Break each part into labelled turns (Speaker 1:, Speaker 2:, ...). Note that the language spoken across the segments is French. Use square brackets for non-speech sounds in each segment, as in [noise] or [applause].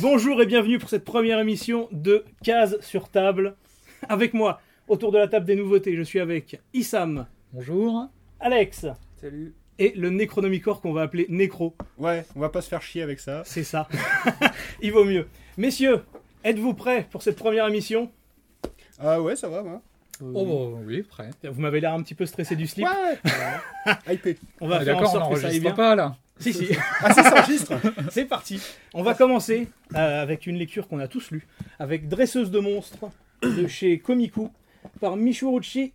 Speaker 1: Bonjour et bienvenue pour cette première émission de Case sur table. Avec moi, autour de la table des nouveautés, je suis avec Issam,
Speaker 2: Bonjour.
Speaker 1: Alex
Speaker 3: Salut.
Speaker 1: et le Necronomicor qu'on va appeler Nécro.
Speaker 4: Ouais, on va pas se faire chier avec ça.
Speaker 1: C'est ça. [laughs] Il vaut mieux. Messieurs, êtes-vous prêts pour cette première émission
Speaker 4: Ah ouais, ça va, moi.
Speaker 2: Oh bon, oui, prêt.
Speaker 1: Vous m'avez l'air un petit peu stressé du slip.
Speaker 4: Ouais Hypé.
Speaker 1: On va
Speaker 2: Ah,
Speaker 1: faire en
Speaker 2: D'accord, on
Speaker 1: sorte que ça aille bien.
Speaker 2: n'enregistre pas là.
Speaker 1: Si, si.
Speaker 4: [laughs] Ah, ça s'enregistre
Speaker 1: C'est parti. On va commencer euh, avec une lecture qu'on a tous lue, avec Dresseuse de monstres de chez Komiku par Michuruchi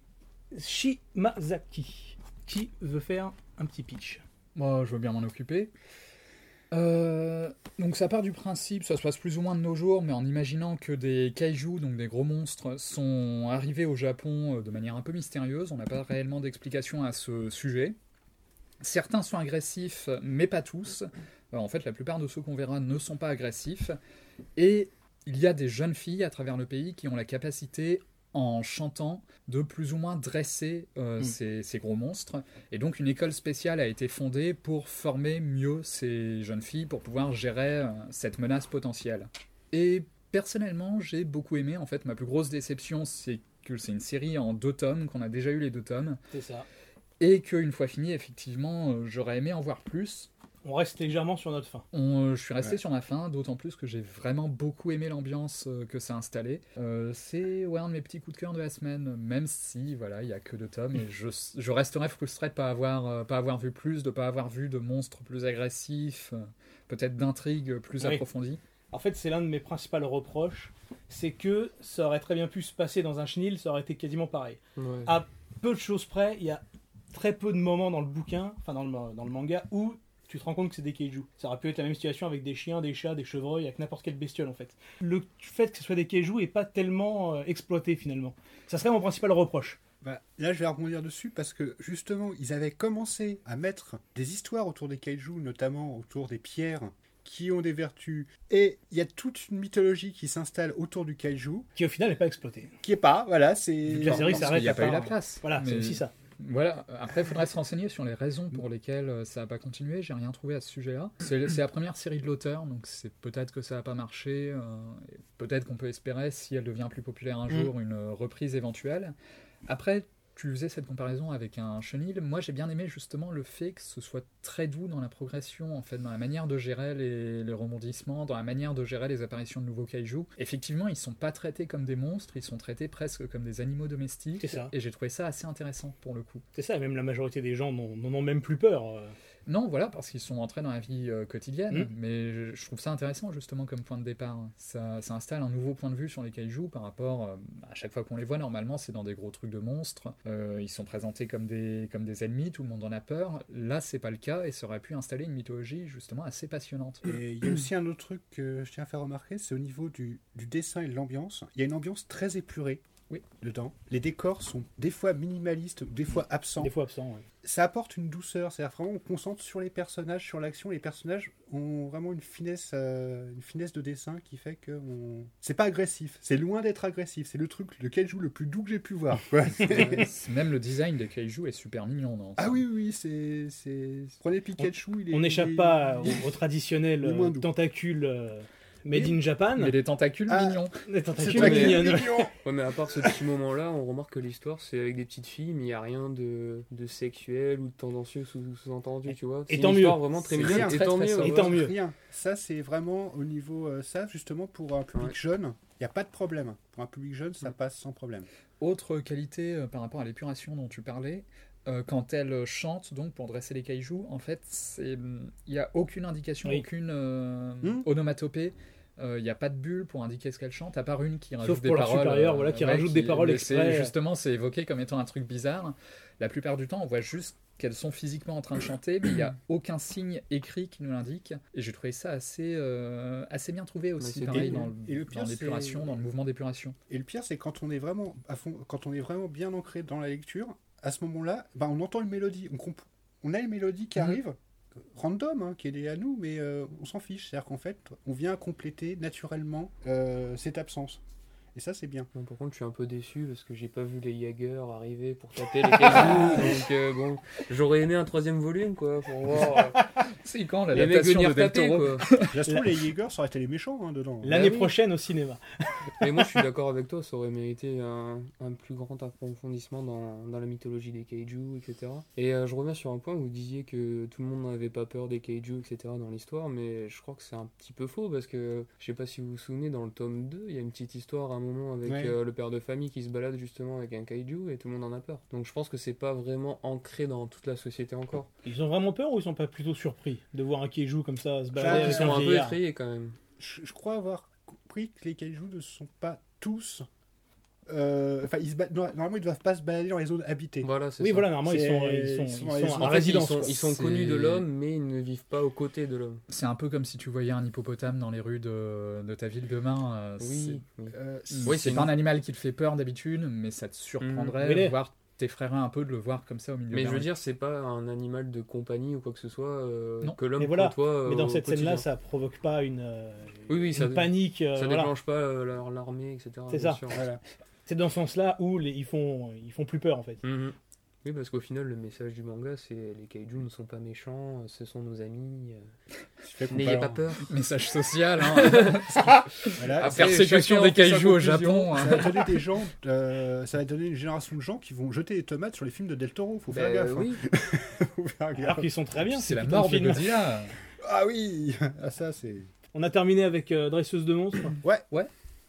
Speaker 1: Shimazaki. Qui veut faire un petit pitch
Speaker 2: Moi, je veux bien m'en occuper. Euh, donc ça part du principe, ça se passe plus ou moins de nos jours, mais en imaginant que des kaiju, donc des gros monstres, sont arrivés au Japon euh, de manière un peu mystérieuse, on n'a pas réellement d'explication à ce sujet. Certains sont agressifs, mais pas tous. Euh, en fait, la plupart de ceux qu'on verra ne sont pas agressifs. Et il y a des jeunes filles à travers le pays qui ont la capacité, en chantant, de plus ou moins dresser euh,
Speaker 4: Mm.
Speaker 2: ces- ces gros monstres. Et donc une école spéciale a été fondée pour former mieux ces jeunes filles pour pouvoir gérer euh, cette menace potentielle. Et personnellement, j'ai beaucoup aimé. En fait, ma plus grosse déception, c'est que c'est une série en deux tomes, qu'on a déjà eu les deux tomes,
Speaker 1: C'est ça.
Speaker 2: et qu'une fois fini, effectivement, euh, j'aurais aimé en voir plus.
Speaker 1: On reste légèrement sur notre fin.
Speaker 2: On, euh, je suis resté
Speaker 4: Ouais.
Speaker 2: sur ma fin, d'autant plus que j'ai vraiment beaucoup aimé l'ambiance euh, que ça a installée. Euh, c'est ouais, un de mes petits coups de cœur de la semaine, même si voilà, il n'y a que deux tomes et je, je resterai frustré de pas avoir, euh, pas avoir vu plus, de pas avoir vu de monstres plus agressifs, euh, peut-être d'intrigues plus
Speaker 1: Oui.
Speaker 2: approfondies.
Speaker 1: En fait, c'est l'un de mes principaux reproches, c'est que ça aurait très bien pu se passer dans un chenil, ça aurait été quasiment pareil.
Speaker 3: Ouais.
Speaker 1: Ah. Peu de choses près, il y a très peu de moments dans le bouquin, enfin dans le, ma- dans le manga, où tu te rends compte que c'est des kaiju. Ça aurait pu être la même situation avec des chiens, des chats, des chevreuils, avec n'importe quelle bestiole en fait. Le fait que ce soit des kaiju est pas tellement euh, exploité finalement. Ça serait mon principal reproche.
Speaker 4: Bah, Là, je vais rebondir dessus parce que justement, ils avaient commencé à mettre des histoires autour des kaiju, notamment autour des pierres qui ont des vertus. Et il y a toute une mythologie qui s'installe autour du kaiju,
Speaker 1: Qui au final n'est pas exploité.
Speaker 4: qui est pas, voilà, c'est.
Speaker 1: Vu que la série
Speaker 2: Parce
Speaker 1: s'arrête
Speaker 2: qu'il y a
Speaker 1: à
Speaker 2: pas eu
Speaker 1: part-
Speaker 2: la place.
Speaker 1: Voilà, c'est
Speaker 2: Mais-
Speaker 1: aussi ça.
Speaker 2: Voilà, après, il faudrait se renseigner sur les raisons pour lesquelles euh, ça n'a pas continué. J'ai rien trouvé à ce sujet-là. C'est c'est la première série de l'auteur, donc c'est peut-être que ça n'a pas marché. euh, et peut-être qu'on peut espérer, si elle devient plus populaire un
Speaker 1: Mm.
Speaker 2: jour, une euh, reprise éventuelle. Après, tu faisais cette comparaison avec un chenil. Moi, j'ai bien aimé justement le fait que ce soit très doux dans la progression, en fait, dans la manière de gérer les, les rebondissements, dans la manière de gérer les apparitions de nouveaux kaiju. Effectivement, ils sont pas traités comme des monstres, ils sont traités presque comme des animaux domestiques.
Speaker 1: C'est ça.
Speaker 2: Et j'ai trouvé ça assez intéressant pour le coup.
Speaker 1: C'est ça, même la majorité des gens n'en n'en ont même plus peur. euh.
Speaker 2: Non, voilà, parce qu'ils sont entrés dans la vie euh, quotidienne.
Speaker 1: Mm.
Speaker 2: Mais je, je trouve ça intéressant, justement, comme point de départ. Ça, ça installe un nouveau point de vue sur les kaiju par rapport. euh, à chaque fois qu'on les voit, normalement, c'est dans des gros trucs de monstres. Euh, ils sont présentés comme des, comme des ennemis, tout le monde en a peur. Là, c'est pas le cas et ça aurait pu installer une mythologie, justement, assez
Speaker 4: [laughs]
Speaker 2: passionnante.
Speaker 4: Et il y a aussi un autre truc que je tiens à faire remarquer, c'est au niveau du, du dessin et de l'ambiance. Il y a une ambiance très épurée
Speaker 2: Oui.
Speaker 4: dedans. Les décors sont des fois minimalistes, des fois absents.
Speaker 1: Des fois absent. ouais.
Speaker 4: ça apporte une douceur. C'est-à-dire vraiment, on concentre sur les personnages, sur l'action. Les personnages ont vraiment une finesse, euh, une finesse de dessin qui fait que on- c'est pas agressif. C'est loin d'être agressif. C'est le truc, le kaiju le plus doux que j'ai pu voir.
Speaker 1: [laughs]
Speaker 4: quoi.
Speaker 2: Euh, c'est- Même le design des kaiju est super mignon, non
Speaker 4: ah oui, oui, c'est, c'est. Prenez Pikachu, il est.
Speaker 1: On
Speaker 4: il
Speaker 1: n'échappe
Speaker 4: est-
Speaker 1: pas
Speaker 4: il est-
Speaker 1: au, au traditionnel
Speaker 4: Les
Speaker 1: euh,
Speaker 4: moins doux.
Speaker 1: tentacule euh, made in Japan.
Speaker 2: Mais les tentacules
Speaker 4: Ah.
Speaker 2: mignons.
Speaker 1: Les
Speaker 4: [laughs] C'est
Speaker 1: tentacules
Speaker 4: toi qui
Speaker 3: mignon.
Speaker 1: mignonnes.
Speaker 3: Ouais, mais à part ce petit moment-là, on remarque que l'histoire, c'est avec des petites filles, mais il n'y a rien de, de sexuel ou de tendancieux sous- sous-entendu, tu vois.
Speaker 1: Et
Speaker 3: C'est
Speaker 1: tant
Speaker 3: une
Speaker 1: mieux.
Speaker 3: histoire vraiment très
Speaker 4: C'est
Speaker 3: mignonne.
Speaker 4: rien,
Speaker 3: Et
Speaker 2: très,
Speaker 3: tant
Speaker 2: très
Speaker 3: mieux.
Speaker 2: sobre.
Speaker 1: [laughs]
Speaker 3: ouais.
Speaker 1: Et tant mieux.
Speaker 4: Rien. Ça, c'est vraiment au niveau. euh, ça, justement, pour un public
Speaker 3: Ouais.
Speaker 4: jeune, il n'y a pas de problème. Pour un public jeune, ça passe sans problème.
Speaker 2: Autre qualité euh, par rapport à l'épuration dont tu parlais, euh, quand elle euh, chante donc pour dresser les cailloux, en fait, c'est- il n'y a aucune indication,
Speaker 1: Oui.
Speaker 2: aucune euh,
Speaker 4: Hmm.
Speaker 2: onomatopée. Euh, Il n'y a pas de bulle pour indiquer ce qu'elle chante, à part une qui rajoute des
Speaker 1: pour leur
Speaker 2: paroles. euh,
Speaker 1: supérieur, voilà, qui rajoute des paroles
Speaker 2: mais c'est-
Speaker 1: exprès.
Speaker 2: Justement, c'est évoqué comme étant un truc bizarre. La plupart du temps, on voit juste qu'elles sont physiquement en train de chanter, mais il
Speaker 1: [coughs]
Speaker 2: n'y a aucun signe écrit qui nous l'indique. Et j'ai trouvé ça assez, euh, assez bien trouvé aussi,
Speaker 3: c'est
Speaker 2: pareil,
Speaker 4: débile.
Speaker 2: dans le-
Speaker 4: Et le
Speaker 2: dans
Speaker 4: pire, c'est-
Speaker 2: l'épuration, dans le mouvement d'épuration.
Speaker 4: Et le pire, c'est quand on est vraiment à fond, quand on est vraiment bien ancré dans la lecture, à ce moment-là, bah, on entend une mélodie, on, comp- on a une mélodie qui
Speaker 2: Mhm.
Speaker 4: arrive, euh, random, hein, qui est liée à nous, mais euh, on s'en fiche. C'est-à-dire qu'en fait, on vient compléter naturellement euh, cette absence. Et ça, c'est bien.
Speaker 3: Non, par contre, je suis un peu déçu parce que j'ai pas vu les Jaeger arriver pour taper les cailloux. donc, euh, bon, j'aurais aimé un troisième volume, quoi, pour voir. euh,
Speaker 2: C'est quand
Speaker 3: Les mecs
Speaker 2: l'adaptation de
Speaker 3: venir
Speaker 2: Del
Speaker 3: taper,
Speaker 2: Toro
Speaker 3: quoi.
Speaker 4: Ça se trouve, [laughs] les Jaegers auraient été les méchants hein, dedans.
Speaker 1: L'année
Speaker 3: oui.
Speaker 1: prochaine au cinéma.
Speaker 3: Mais moi, je suis d'accord avec toi, ça aurait mérité un, un plus grand approfondissement dans, dans la mythologie des kaiju, etc. Et euh, je reviens sur un point où vous disiez que tout le monde n'avait pas peur des kaiju, etc. dans l'histoire, mais je crois que c'est un petit peu faux parce que je sais pas si vous vous souvenez, dans le tome 2, il y a une petite histoire à un moment avec
Speaker 4: Ouais.
Speaker 3: euh, le père de famille qui se balade justement avec un kaiju et tout le monde en a peur. Donc je pense que c'est pas vraiment ancré dans toute la société encore.
Speaker 1: Ils ont vraiment peur ou ils sont pas plutôt surpris de voir un kaiju comme ça se
Speaker 4: Ah,
Speaker 1: balader
Speaker 3: ils
Speaker 1: avec
Speaker 3: sont
Speaker 1: un
Speaker 3: un peu
Speaker 1: vieillard
Speaker 3: effrayés quand même.
Speaker 4: je, je crois avoir compris que les kaijus ne sont pas tous. euh, Enfin, ils se ba- no- normalement, ils ne doivent pas se balader dans les zones habitées.
Speaker 3: Voilà, c'est
Speaker 1: Oui,
Speaker 3: ça.
Speaker 1: voilà, normalement ils sont,
Speaker 4: C'est-
Speaker 1: ils sont, ils
Speaker 4: ils sont- ils
Speaker 1: sont
Speaker 4: sont-
Speaker 1: en
Speaker 3: En fait, ils
Speaker 1: résidence.
Speaker 3: sont,
Speaker 1: quoi.
Speaker 3: ils sont
Speaker 2: C'est-
Speaker 3: connus de l'homme, mais ils ne vivent pas aux côtés de l'homme.
Speaker 2: C'est un peu comme si tu voyais un hippopotame dans les rues de, de ta ville demain. euh,
Speaker 3: Oui. oui.
Speaker 4: Euh,
Speaker 2: C'est
Speaker 3: Oui,
Speaker 2: c'est
Speaker 3: c'est
Speaker 2: pas
Speaker 3: une- Mmh.
Speaker 2: un animal qui te fait peur d'habitude, mais ça te
Speaker 1: Mm. Oui,
Speaker 2: surprendrait,
Speaker 1: les-
Speaker 2: voire t'effraierait un peu de le voir comme ça au milieu de
Speaker 3: Mais je
Speaker 2: la
Speaker 3: veux
Speaker 2: rue.
Speaker 3: dire, c'est pas un animal de compagnie ou quoi que ce soit euh,
Speaker 2: Non.
Speaker 3: que l'homme
Speaker 1: Mais voilà.
Speaker 3: côtoie. euh,
Speaker 1: Mais dans
Speaker 3: au
Speaker 1: cette scène-là,
Speaker 3: quotidien.
Speaker 1: ça provoque pas une, euh,
Speaker 3: Oui, oui,
Speaker 1: une
Speaker 3: ça-
Speaker 1: panique. euh,
Speaker 3: ça
Speaker 1: voilà.
Speaker 3: déclenche pas euh, leur- l'armée, etc.
Speaker 1: C'est
Speaker 3: bien
Speaker 1: ça.
Speaker 3: sûr.
Speaker 4: voilà.
Speaker 1: C'est dans ce sens-là où les- ils, font, ils font plus peur en fait.
Speaker 3: Mhm. Oui, parce qu'au final, le message du manga, c'est les kaiju ne sont pas méchants, euh, ce sont nos amis. euh, N'ayez pas [laughs] peur.
Speaker 2: Message social, hein.
Speaker 4: Voilà.
Speaker 3: Ah,
Speaker 4: Ça-
Speaker 2: persécution
Speaker 3: chacun
Speaker 2: des
Speaker 3: en fait sa
Speaker 2: cailloux au
Speaker 3: conclusion.
Speaker 2: Japon. hein.
Speaker 4: ça va donner des gens, euh, ça va donner une génération de gens qui vont jeter des tomates sur les films de Del Toro. Faut faire
Speaker 3: Ben,
Speaker 4: gaffe. hein.
Speaker 3: oui.
Speaker 4: Faut faire
Speaker 1: Alors
Speaker 4: gaffe.
Speaker 1: qu'ils sont très bien.
Speaker 2: C'est la
Speaker 1: putain de
Speaker 2: mort de
Speaker 1: film.
Speaker 2: Godzilla.
Speaker 4: Ah oui, [laughs] ah ça c'est.
Speaker 1: On a terminé avec euh, Dresseuse de monstres.
Speaker 4: Ouais,
Speaker 2: ouais.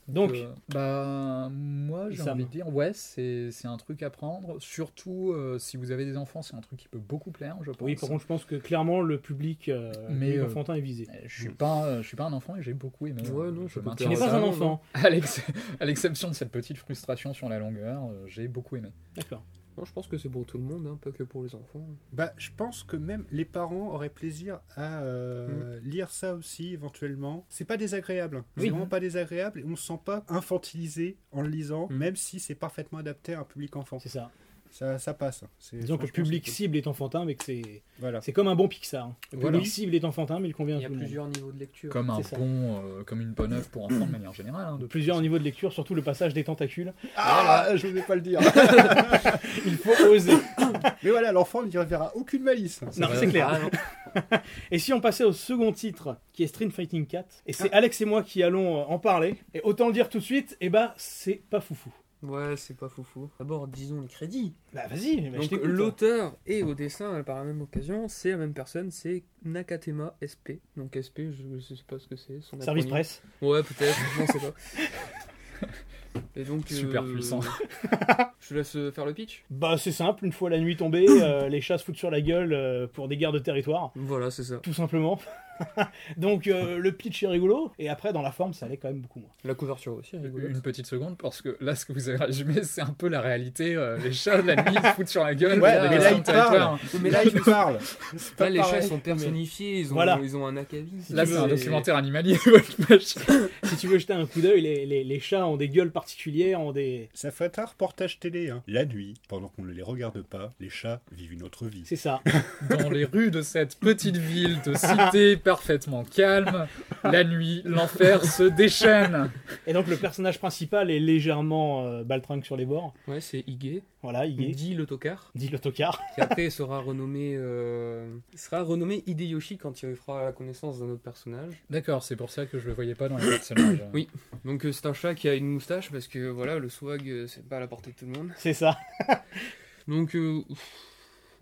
Speaker 1: Donc,
Speaker 2: Euh, bah, moi, j'ai
Speaker 1: Issam.
Speaker 2: envie de dire, ouais, c'est c'est un truc à prendre. Surtout euh, si vous avez des enfants, c'est un truc qui peut beaucoup plaire, je pense.
Speaker 1: oui, par contre, je pense que clairement le public, euh, le
Speaker 2: Mais,
Speaker 1: public
Speaker 2: euh,
Speaker 1: enfantin est visé.
Speaker 2: Euh, Je suis pas, euh, je suis pas un enfant et j'ai beaucoup aimé.
Speaker 3: Ouais,
Speaker 2: Euh,
Speaker 3: non, ça peut
Speaker 1: Tu
Speaker 2: maintiens
Speaker 1: n'es
Speaker 3: faire
Speaker 2: ça.
Speaker 1: pas un
Speaker 3: non,
Speaker 1: enfant.
Speaker 2: À l'ex- à l'exception de cette petite frustration sur la longueur, euh, j'ai beaucoup aimé.
Speaker 1: D'accord.
Speaker 3: Non, je pense que c'est pour tout le monde, hein, pas que pour les enfants.
Speaker 4: Bah, je pense que même les parents auraient plaisir à
Speaker 3: Mm.
Speaker 4: euh, lire ça aussi éventuellement. C'est pas désagréable. hein. C'est
Speaker 1: Oui.
Speaker 4: vraiment pas désagréable. et On se sent pas infantilisé en le lisant,
Speaker 3: Mm.
Speaker 4: même si c'est parfaitement adapté à un public enfant.
Speaker 1: C'est ça.
Speaker 4: Ça, ça passe. hein. C'est-
Speaker 1: Disons que le
Speaker 4: franchement,
Speaker 1: public
Speaker 4: c'est cool.
Speaker 1: cible est enfantin, mais que c'est
Speaker 4: Voilà.
Speaker 1: c'est comme un bon Pixar. hein. Le
Speaker 3: Voilà.
Speaker 1: public cible est enfantin, mais il convient
Speaker 3: Il
Speaker 1: à
Speaker 3: y a
Speaker 1: tout le monde.
Speaker 3: plusieurs niveaux de lecture.
Speaker 2: Comme un
Speaker 1: C'est ça.
Speaker 2: bon, euh, comme une bonne œuvre pour enfants de manière générale. hein, de-
Speaker 1: Plusieurs niveaux de lecture, surtout le passage des tentacules.
Speaker 4: Ah, [laughs] je voulais pas
Speaker 1: [laughs]
Speaker 4: le dire.
Speaker 1: Il faut [laughs] oser.
Speaker 4: Mais voilà, l'enfant n'y reverra aucune malice. Ça,
Speaker 1: Non,
Speaker 4: va.
Speaker 1: c'est clair.
Speaker 3: Ah, non.
Speaker 1: Et si on passait au second titre, qui est Street Fighting 4, et c'est Alex et moi qui allons euh, en parler, et autant le dire tout de suite, eh ben c'est pas foufou.
Speaker 3: Ouais, c'est pas foufou. D'abord, disons les crédits.
Speaker 1: Bah vas-y, bah, je
Speaker 3: Donc
Speaker 1: t'écoute.
Speaker 3: l'auteur et au dessin par la même occasion, c'est la même personne, c'est Nakatema SP. Donc SP, je ne sais pas ce que c'est. son
Speaker 1: hein. Service
Speaker 3: acronyme.
Speaker 1: presse.
Speaker 3: Ouais, peut-être, je ne sais pas. Et donc euh,
Speaker 2: Super puissant.
Speaker 3: [laughs] Je te laisse euh, faire le pitch.
Speaker 1: Bah c'est simple, une fois la nuit tombée, euh, les chats se foutent sur la gueule euh, pour des guerres de territoire.
Speaker 3: Voilà, c'est ça.
Speaker 1: Tout simplement. [laughs] Donc euh, le pitch est rigolo, et après dans la forme ça allait quand même beaucoup moins.
Speaker 3: La couverture aussi, hein, rigolote.
Speaker 2: Une petite seconde, parce que là, ce que vous avez résumé, c'est un peu la réalité. euh, les chats de la nuit se foutent sur la gueule.
Speaker 4: Ouais,
Speaker 2: mais
Speaker 4: mais
Speaker 2: là,
Speaker 4: là,
Speaker 2: ils
Speaker 4: ils
Speaker 2: territoire.
Speaker 4: [laughs]
Speaker 3: Mais
Speaker 4: Là,
Speaker 3: là,
Speaker 4: il parle. C'est pas
Speaker 3: là, les chats
Speaker 4: pareil.
Speaker 3: ils sont personnifiés, ils ont,
Speaker 1: Voilà.
Speaker 3: ils ont un acabit.
Speaker 1: Si
Speaker 2: Là,
Speaker 1: tu
Speaker 2: c'est
Speaker 1: veux,
Speaker 2: un
Speaker 1: les-
Speaker 2: documentaire animalier, [laughs] votre vache.
Speaker 1: Si tu veux jeter un coup d'œil, les, les- les chats ont des gueules particulières, ont des...
Speaker 4: Ça fait un reportage télé. hein. La nuit, pendant qu'on ne les regarde pas, les chats vivent une autre vie.
Speaker 1: C'est ça.
Speaker 2: Dans les rues de cette petite ville de cité parfaitement calme, la nuit, l'enfer se déchaîne.
Speaker 1: Et donc le personnage principal est légèrement euh, baltringue sur les bords.
Speaker 3: Ouais, c'est Ige,
Speaker 1: Voilà, il est.
Speaker 3: dit l'autocard,
Speaker 1: Dit l'autocard.
Speaker 3: qui après sera renommé, euh, sera renommé Hideyoshi quand il fera la connaissance d'un autre personnage.
Speaker 2: D'accord, c'est pour ça que je le voyais pas dans les personnages.
Speaker 3: Oui. Donc euh, c'est un chat qui a une moustache parce que voilà le swag euh, c'est pas à la portée de tout le monde.
Speaker 1: [laughs] C'est ça.
Speaker 3: Donc euh, pff,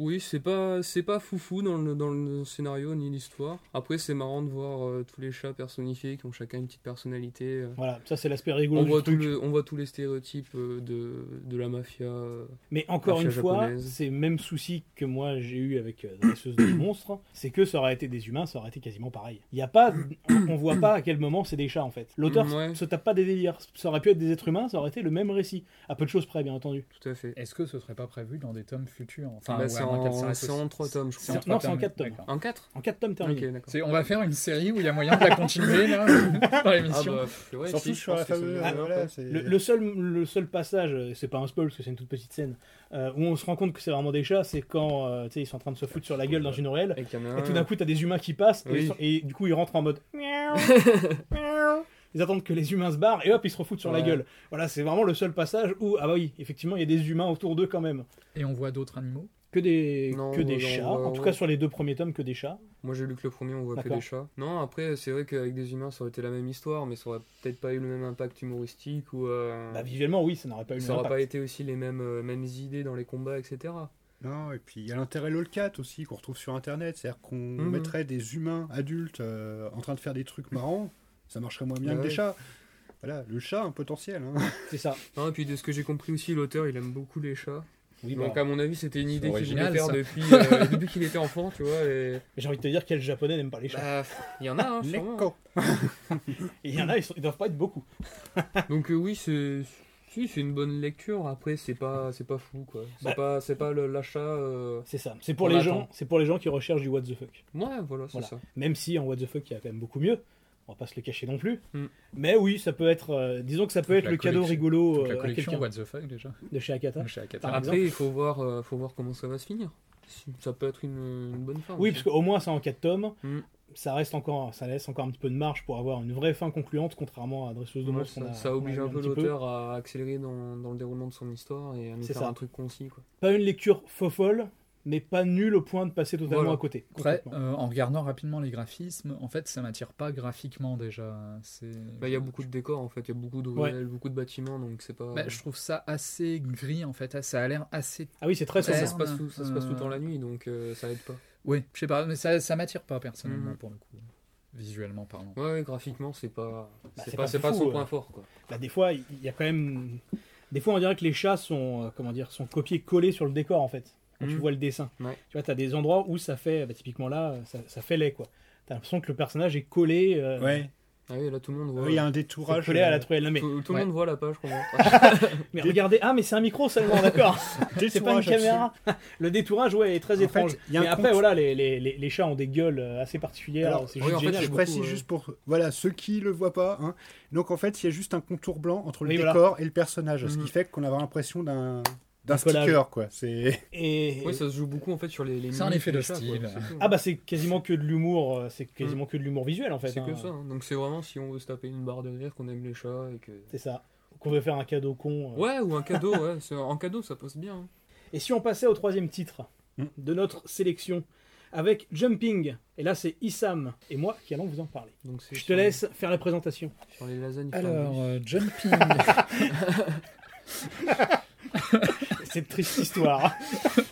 Speaker 3: oui c'est pas c'est pas foufou dans le, dans le scénario ni l'histoire. Après c'est marrant de voir euh, tous les chats personnifiés qui ont chacun une petite personnalité. euh.
Speaker 1: Voilà, ça c'est l'aspect rigolo
Speaker 3: On
Speaker 1: du
Speaker 3: voit, tout
Speaker 1: truc.
Speaker 3: le- on voit tous les stéréotypes euh, de, de la mafia. euh.
Speaker 1: Mais encore
Speaker 3: Mafia
Speaker 1: une fois,
Speaker 3: japonaise.
Speaker 1: c'est le même souci que moi j'ai eu avec euh, Dresseuse
Speaker 3: [clears throat]
Speaker 1: de monstres, c'est que ça aurait été des humains, ça aurait été quasiment pareil. Il y a pas, on voit pas à quel moment c'est des chats en fait. L'auteur
Speaker 3: Mm, ouais.
Speaker 1: se tape pas des délires. Ça aurait pu être des êtres humains, ça aurait été le même récit, à peu de choses près bien entendu.
Speaker 3: Tout à fait.
Speaker 2: Est-ce que ce serait pas prévu dans des tomes futurs enfin,
Speaker 3: Bah,
Speaker 2: ouais,
Speaker 3: c'est
Speaker 2: à moins
Speaker 3: en-
Speaker 2: qu'elle s'arrête
Speaker 3: c'est
Speaker 2: aussi.
Speaker 3: en trois tomes, je
Speaker 2: C'est
Speaker 1: crois.
Speaker 2: trois
Speaker 1: Non, c'est en quatre tomes.
Speaker 2: d'accord.
Speaker 3: En 4
Speaker 1: En quatre tomes
Speaker 3: Ok
Speaker 1: terminés.
Speaker 3: d'accord.
Speaker 2: C'est- On va faire une série où il y a moyen de la continuer
Speaker 3: [laughs]
Speaker 2: là, dans
Speaker 3: Ah
Speaker 2: l'émission.
Speaker 3: bah, pff, ouais,
Speaker 4: Surtout
Speaker 3: si, je
Speaker 4: sur la
Speaker 3: pense que ça Ah,
Speaker 4: fameuse.
Speaker 3: me-
Speaker 4: voilà, c'est-
Speaker 1: Le, le seul, le seul passage, euh, c'est pas un spoil parce que c'est une toute petite scène, euh, où on se rend compte que c'est vraiment des chats, c'est quand euh, tu sais, ils sont en train de se foutre sur la gueule dans une ruelle,
Speaker 3: Et qu'il y en a
Speaker 1: et
Speaker 3: un-
Speaker 1: tout d'un coup t'as des humains qui passent, et,
Speaker 3: Ah Oui.
Speaker 1: ils sont- et du coup ils rentrent en mode miaou, miaou. Ils attendent que les humains se barrent et hop ils se refoutent sur la
Speaker 3: Ouais.
Speaker 1: gueule. Voilà, c'est vraiment le seul passage où, ah bah oui, effectivement il y a des humains autour d'eux quand même.
Speaker 2: Et on voit d'autres animaux
Speaker 1: que des,
Speaker 3: Non,
Speaker 1: que des
Speaker 3: ouais, non,
Speaker 1: chats.
Speaker 3: ouais,
Speaker 1: en tout
Speaker 3: ouais.
Speaker 1: cas, sur les deux premiers tomes, que des chats.
Speaker 3: Moi j'ai lu que le premier, on voit que
Speaker 1: D'accord.
Speaker 3: des chats. Non, après c'est vrai qu'avec des humains ça aurait été la même histoire, mais ça aurait peut-être pas eu le même impact humoristique ou. euh,
Speaker 1: Bah, visuellement, oui, ça n'aurait pas eu le
Speaker 3: ça
Speaker 1: même
Speaker 3: aurait pas
Speaker 1: impact.
Speaker 3: été aussi les mêmes, euh, mêmes idées dans les combats, etc.
Speaker 4: Non, et puis il y a l'intérêt LOLCAT aussi qu'on retrouve sur Internet. C'est-à-dire qu'on
Speaker 3: Mhm.
Speaker 4: mettrait des humains adultes euh, en train de faire des trucs marrants, ça marcherait moins bien
Speaker 3: Ouais,
Speaker 4: que des
Speaker 3: ouais.
Speaker 4: chats. Voilà, le chat a un potentiel. hein.
Speaker 1: C'est ça.
Speaker 3: Non, et puis de ce que j'ai compris aussi, l'auteur il aime beaucoup les chats.
Speaker 1: Oui,
Speaker 3: Donc
Speaker 1: bah,
Speaker 3: à mon avis c'était une idée qu'il voulait
Speaker 2: original,
Speaker 3: faire
Speaker 1: [laughs]
Speaker 2: ça.
Speaker 3: depuis, euh, depuis qu'il était enfant, tu vois. et-
Speaker 1: J'ai envie de te dire quel japonais n'aime pas les chats.
Speaker 3: Bah, pff, il y en a, hein, sûrement.
Speaker 4: Neko.
Speaker 1: Et Il y en a, ils, sont- ils doivent pas être beaucoup.
Speaker 3: Donc euh, oui, c'est si, c'est une bonne lecture. Après, c'est pas c'est pas fou quoi. C'est
Speaker 1: Bah.
Speaker 3: pas c'est pas le- l'achat. euh,
Speaker 1: C'est ça. C'est pour
Speaker 3: On
Speaker 1: les
Speaker 3: l'attend.
Speaker 1: gens, c'est pour les gens qui recherchent du what the fuck.
Speaker 3: Ouais, voilà, c'est
Speaker 1: Voilà.
Speaker 3: ça.
Speaker 1: Même si en what the fuck, il y a quand même beaucoup mieux. On va pas se le cacher non plus.
Speaker 3: Mm.
Speaker 1: Mais oui, ça peut être, euh, disons que ça peut
Speaker 2: Toute
Speaker 1: être
Speaker 2: la
Speaker 1: le cadeau
Speaker 2: collection-
Speaker 1: rigolo
Speaker 2: Toute la
Speaker 1: euh, à
Speaker 2: collection
Speaker 1: quelqu'un Ah,
Speaker 2: What the fuck déjà
Speaker 1: de chez Akata.
Speaker 2: Chez Akata.
Speaker 1: Par exemple.
Speaker 3: Après, il faut voir euh, faut voir comment ça va se finir. Si- Ça peut être une, une bonne fin.
Speaker 1: Oui, parce
Speaker 3: aussi.
Speaker 1: qu'au moins, c'est en 4 tomes.
Speaker 3: Mm.
Speaker 1: Ça, reste encore, ça laisse encore un petit peu de marge pour avoir une vraie fin concluante, contrairement à Dresseuse de
Speaker 3: Ouais,
Speaker 1: Monstres. qu'on
Speaker 3: ça,
Speaker 1: a-
Speaker 3: ça
Speaker 1: qu'on a
Speaker 3: oblige
Speaker 1: vu
Speaker 3: un peu
Speaker 1: petit
Speaker 3: l'auteur à accélérer dans, dans le déroulement de son histoire et à nous
Speaker 1: C'est
Speaker 3: faire
Speaker 1: ça.
Speaker 3: un truc concis quoi.
Speaker 1: Pas une lecture fofolle, mais pas nulle au point de passer totalement
Speaker 3: Voilà.
Speaker 1: à côté.
Speaker 2: Après,
Speaker 1: complètement.
Speaker 2: euh, en regardant rapidement les graphismes, en fait, ça m'attire pas graphiquement déjà. C'est.
Speaker 3: Bah, il y a beaucoup de décors en fait, il y a beaucoup de
Speaker 1: Ouais.
Speaker 3: ruelles, beaucoup de bâtiments, donc c'est pas.
Speaker 2: Bah, je trouve ça assez gris en fait. Ça a l'air assez.
Speaker 1: Ah oui, c'est très
Speaker 3: ça,
Speaker 1: sombre.
Speaker 2: Ouais.
Speaker 3: se passe
Speaker 2: moderne,
Speaker 3: tout, ça se passe tout le temps
Speaker 1: Mmh.
Speaker 2: euh,
Speaker 3: la nuit, donc euh, ça aide pas.
Speaker 2: Oui, je sais pas, mais ça, ça m'attire pas personnellement
Speaker 3: Mhm.
Speaker 2: pour le coup, visuellement parlant.
Speaker 3: Ouais, ouais, graphiquement, c'est pas,
Speaker 1: Bah,
Speaker 3: c'est
Speaker 1: c'est
Speaker 3: pas,
Speaker 1: pas
Speaker 3: c'est pas
Speaker 1: fou,
Speaker 3: son
Speaker 1: ouais.
Speaker 3: point fort quoi.
Speaker 1: Bah, des fois, il y a quand même. Des fois, on dirait que les chats sont, euh, comment dire, sont copiés-collés sur le décor en fait. Quand tu
Speaker 3: Mhm.
Speaker 1: vois le dessin,
Speaker 3: Ouais.
Speaker 1: tu vois, t'as des endroits où ça fait, bah, typiquement là, ça, ça fait lait quoi. T'as l'impression que le personnage est collé, euh,
Speaker 4: Ouais.
Speaker 3: Ah oui, là tout le monde voit.
Speaker 4: Oui, il y a un
Speaker 1: c'est
Speaker 4: détourage.
Speaker 1: collé à
Speaker 4: euh,
Speaker 1: la truelle. Non, hein, mais,
Speaker 3: Tout, tout
Speaker 2: Ouais.
Speaker 3: le monde voit
Speaker 1: [laughs]
Speaker 3: la page qu'on voit.
Speaker 1: mais regardez, ah, mais c'est un micro seulement, d'accord. C'est pas une
Speaker 4: détourage absolu.
Speaker 1: caméra. [laughs] Le détourage, ouais, est très
Speaker 4: En fait,
Speaker 1: étrange.
Speaker 4: il y a un
Speaker 1: mais après,
Speaker 4: compte-
Speaker 1: voilà, les, les, les, les chats ont des gueules euh, assez particulières.
Speaker 4: Alors,
Speaker 1: c'est
Speaker 3: oui,
Speaker 1: juste
Speaker 3: en fait,
Speaker 1: génial.
Speaker 4: Je
Speaker 3: beaucoup,
Speaker 4: précise
Speaker 3: ouais.
Speaker 4: juste pour voilà ceux qui le voient pas. hein. Donc en fait, il y a juste un contour blanc entre le
Speaker 1: Oui, voilà. Mm-hmm.
Speaker 4: décor et le personnage, ce
Speaker 3: Mhm.
Speaker 4: qui fait qu'on a l'impression d'un d'un
Speaker 1: collage.
Speaker 4: sticker quoi.
Speaker 1: [laughs]
Speaker 4: C'est
Speaker 1: Et...
Speaker 3: Oui, ça se joue beaucoup en fait sur les. les
Speaker 2: C'est un
Speaker 3: mimiques
Speaker 2: effet
Speaker 3: des
Speaker 2: de
Speaker 3: chats,
Speaker 2: style.
Speaker 3: quoi, c'est tout.
Speaker 1: Ah bah c'est quasiment que de l'humour, euh, c'est quasiment que de l'humour visuel en fait.
Speaker 3: c'est
Speaker 1: hein.
Speaker 3: que ça. hein. Donc c'est vraiment si on veut se taper une barre de rire, qu'on aime les chats et que.
Speaker 1: C'est ça. Qu'on veut faire un cadeau con. euh.
Speaker 3: Ouais, ou un cadeau, ouais. [laughs] c'est- En cadeau, ça passe bien. hein.
Speaker 1: Et si on passait au troisième titre
Speaker 4: Hmm.
Speaker 1: de notre sélection avec Jumping, et là c'est Issam et moi qui allons vous en parler.
Speaker 3: Donc c'est
Speaker 1: Je te
Speaker 3: sur-
Speaker 1: laisse faire la présentation.
Speaker 3: Sur les lasagnes.
Speaker 2: Alors,
Speaker 3: fermées.
Speaker 2: euh, Jumping. [laughs]
Speaker 1: Cette triste histoire.
Speaker 2: euh.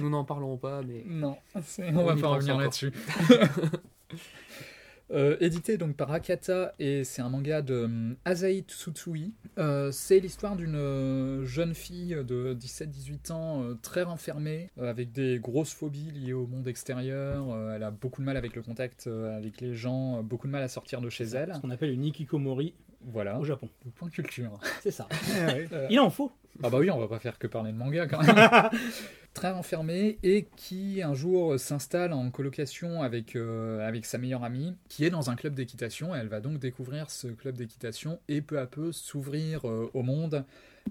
Speaker 3: Nous n'en parlerons pas, mais.
Speaker 2: non, [laughs] c'est-
Speaker 3: On
Speaker 2: on va
Speaker 3: y
Speaker 2: pas
Speaker 3: pense
Speaker 2: revenir
Speaker 3: encore. [laughs]
Speaker 2: là-dessus. Euh, édité donc par Akata et c'est un manga de hum, Asahi Tsutsui. Euh, c'est l'histoire d'une euh, jeune fille de 17-18 ans euh, très renfermée, euh, avec des grosses phobies liées au monde extérieur. Euh, elle a beaucoup de mal avec le contact euh, avec les gens, euh, beaucoup de mal à sortir de chez elle.
Speaker 1: [laughs] Ce qu'on appelle une Ikikomori
Speaker 2: Voilà,
Speaker 1: au Japon.
Speaker 2: le point culture.
Speaker 1: C'est ça.
Speaker 2: [laughs]
Speaker 4: Ouais, ouais.
Speaker 1: Il en faut.
Speaker 2: Ah bah oui, on va pas faire que parler de manga quand même. Très renfermé et qui un jour s'installe en colocation avec, euh, avec sa meilleure amie qui est dans un club d'équitation. Elle va donc découvrir ce club d'équitation et peu à peu s'ouvrir euh, au monde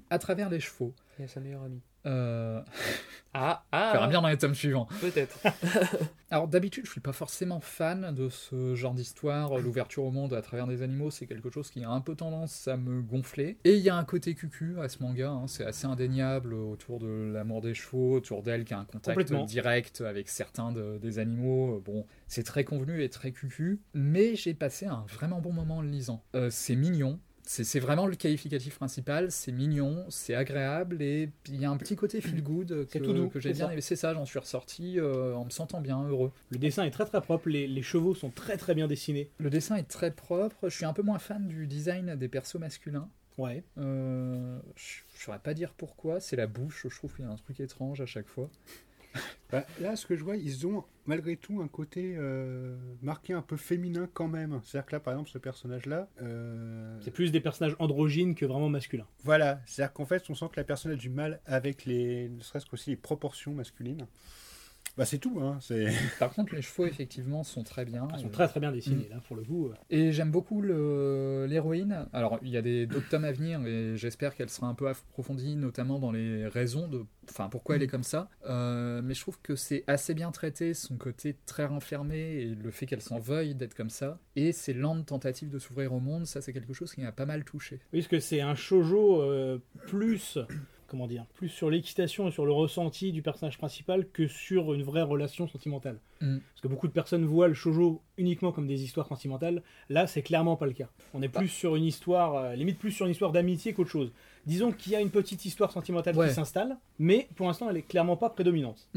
Speaker 2: à travers les chevaux.
Speaker 3: Il y a sa meilleure amie.
Speaker 2: Euh,
Speaker 3: Ah,
Speaker 2: on verra
Speaker 3: ah
Speaker 2: bien dans les tomes suivants.
Speaker 3: Peut-être. [laughs]
Speaker 2: Alors d'habitude, je suis pas forcément fan de ce genre d'histoire. L'ouverture au monde à travers des animaux, c'est quelque chose qui a un peu tendance à me gonfler. Et il y a un côté cucu à ce manga, hein. c'est assez indéniable autour de l'amour des chevaux, autour d'elle qui a un contact
Speaker 1: Complètement.
Speaker 2: direct avec certains de- des animaux. Bon, c'est très convenu et très cucu, mais j'ai passé un vraiment bon moment en le lisant. Euh, c'est mignon. C'est c'est vraiment le qualificatif principal, c'est mignon, c'est agréable et il y a un petit côté feel good que,
Speaker 1: C'est tout doux,
Speaker 2: que j'ai
Speaker 1: c'est
Speaker 2: bien
Speaker 1: ça.
Speaker 2: aimé. C'est ça, j'en suis ressorti euh, en me sentant bien, heureux.
Speaker 1: Le dessin est très très propre, les, les chevaux sont très très bien dessinés.
Speaker 2: Le dessin est très propre. Je suis un peu moins fan du design des persos masculins.
Speaker 1: Ouais.
Speaker 2: Euh, je ne saurais pas dire pourquoi. C'est la bouche. Je trouve qu'il y a un truc étrange à chaque fois.
Speaker 4: Bah, là, ce que je vois, ils ont malgré tout un côté euh, marqué un peu féminin quand même. C'est-à-dire que là, par exemple, ce personnage-là, euh,
Speaker 1: C'est plus des personnages androgynes que vraiment masculins.
Speaker 4: voilà, c'est-à-dire qu'en fait, on sent que la personne a du mal avec les, ne serait-ce qu'aussi les proportions masculines. Bah, c'est tout, hein. C'est
Speaker 2: Par contre, les chevaux, effectivement, sont très bien. Euh,
Speaker 1: Ils sont très très bien dessinés
Speaker 2: Mm.
Speaker 1: là pour le coup. euh.
Speaker 2: Et j'aime beaucoup le- l'héroïne. Alors, il y a des- d'autres tomes à venir, et j'espère qu'elle sera un peu approfondie, notamment dans les raisons de, enfin, pourquoi elle est comme ça. Euh, mais je trouve que c'est assez bien traité, son côté très renfermé et le fait qu'elle s'en veuille d'être comme ça. Et ses lentes tentatives de s'ouvrir au monde, ça, c'est quelque chose qui m'a pas mal touché.
Speaker 1: Oui, parce que c'est un shojo euh, plus comment dire, plus sur l'excitation et sur le ressenti du personnage principal que sur une vraie relation sentimentale.
Speaker 2: Mm.
Speaker 1: Parce que beaucoup de personnes voient le shojo uniquement comme des histoires sentimentales. Là, c'est clairement pas le cas. On est plus sur une histoire, euh, limite plus sur une histoire d'amitié qu'autre chose. Disons qu'il y a une petite histoire sentimentale
Speaker 2: Ouais.
Speaker 1: qui s'installe, mais pour l'instant, elle est clairement pas prédominante.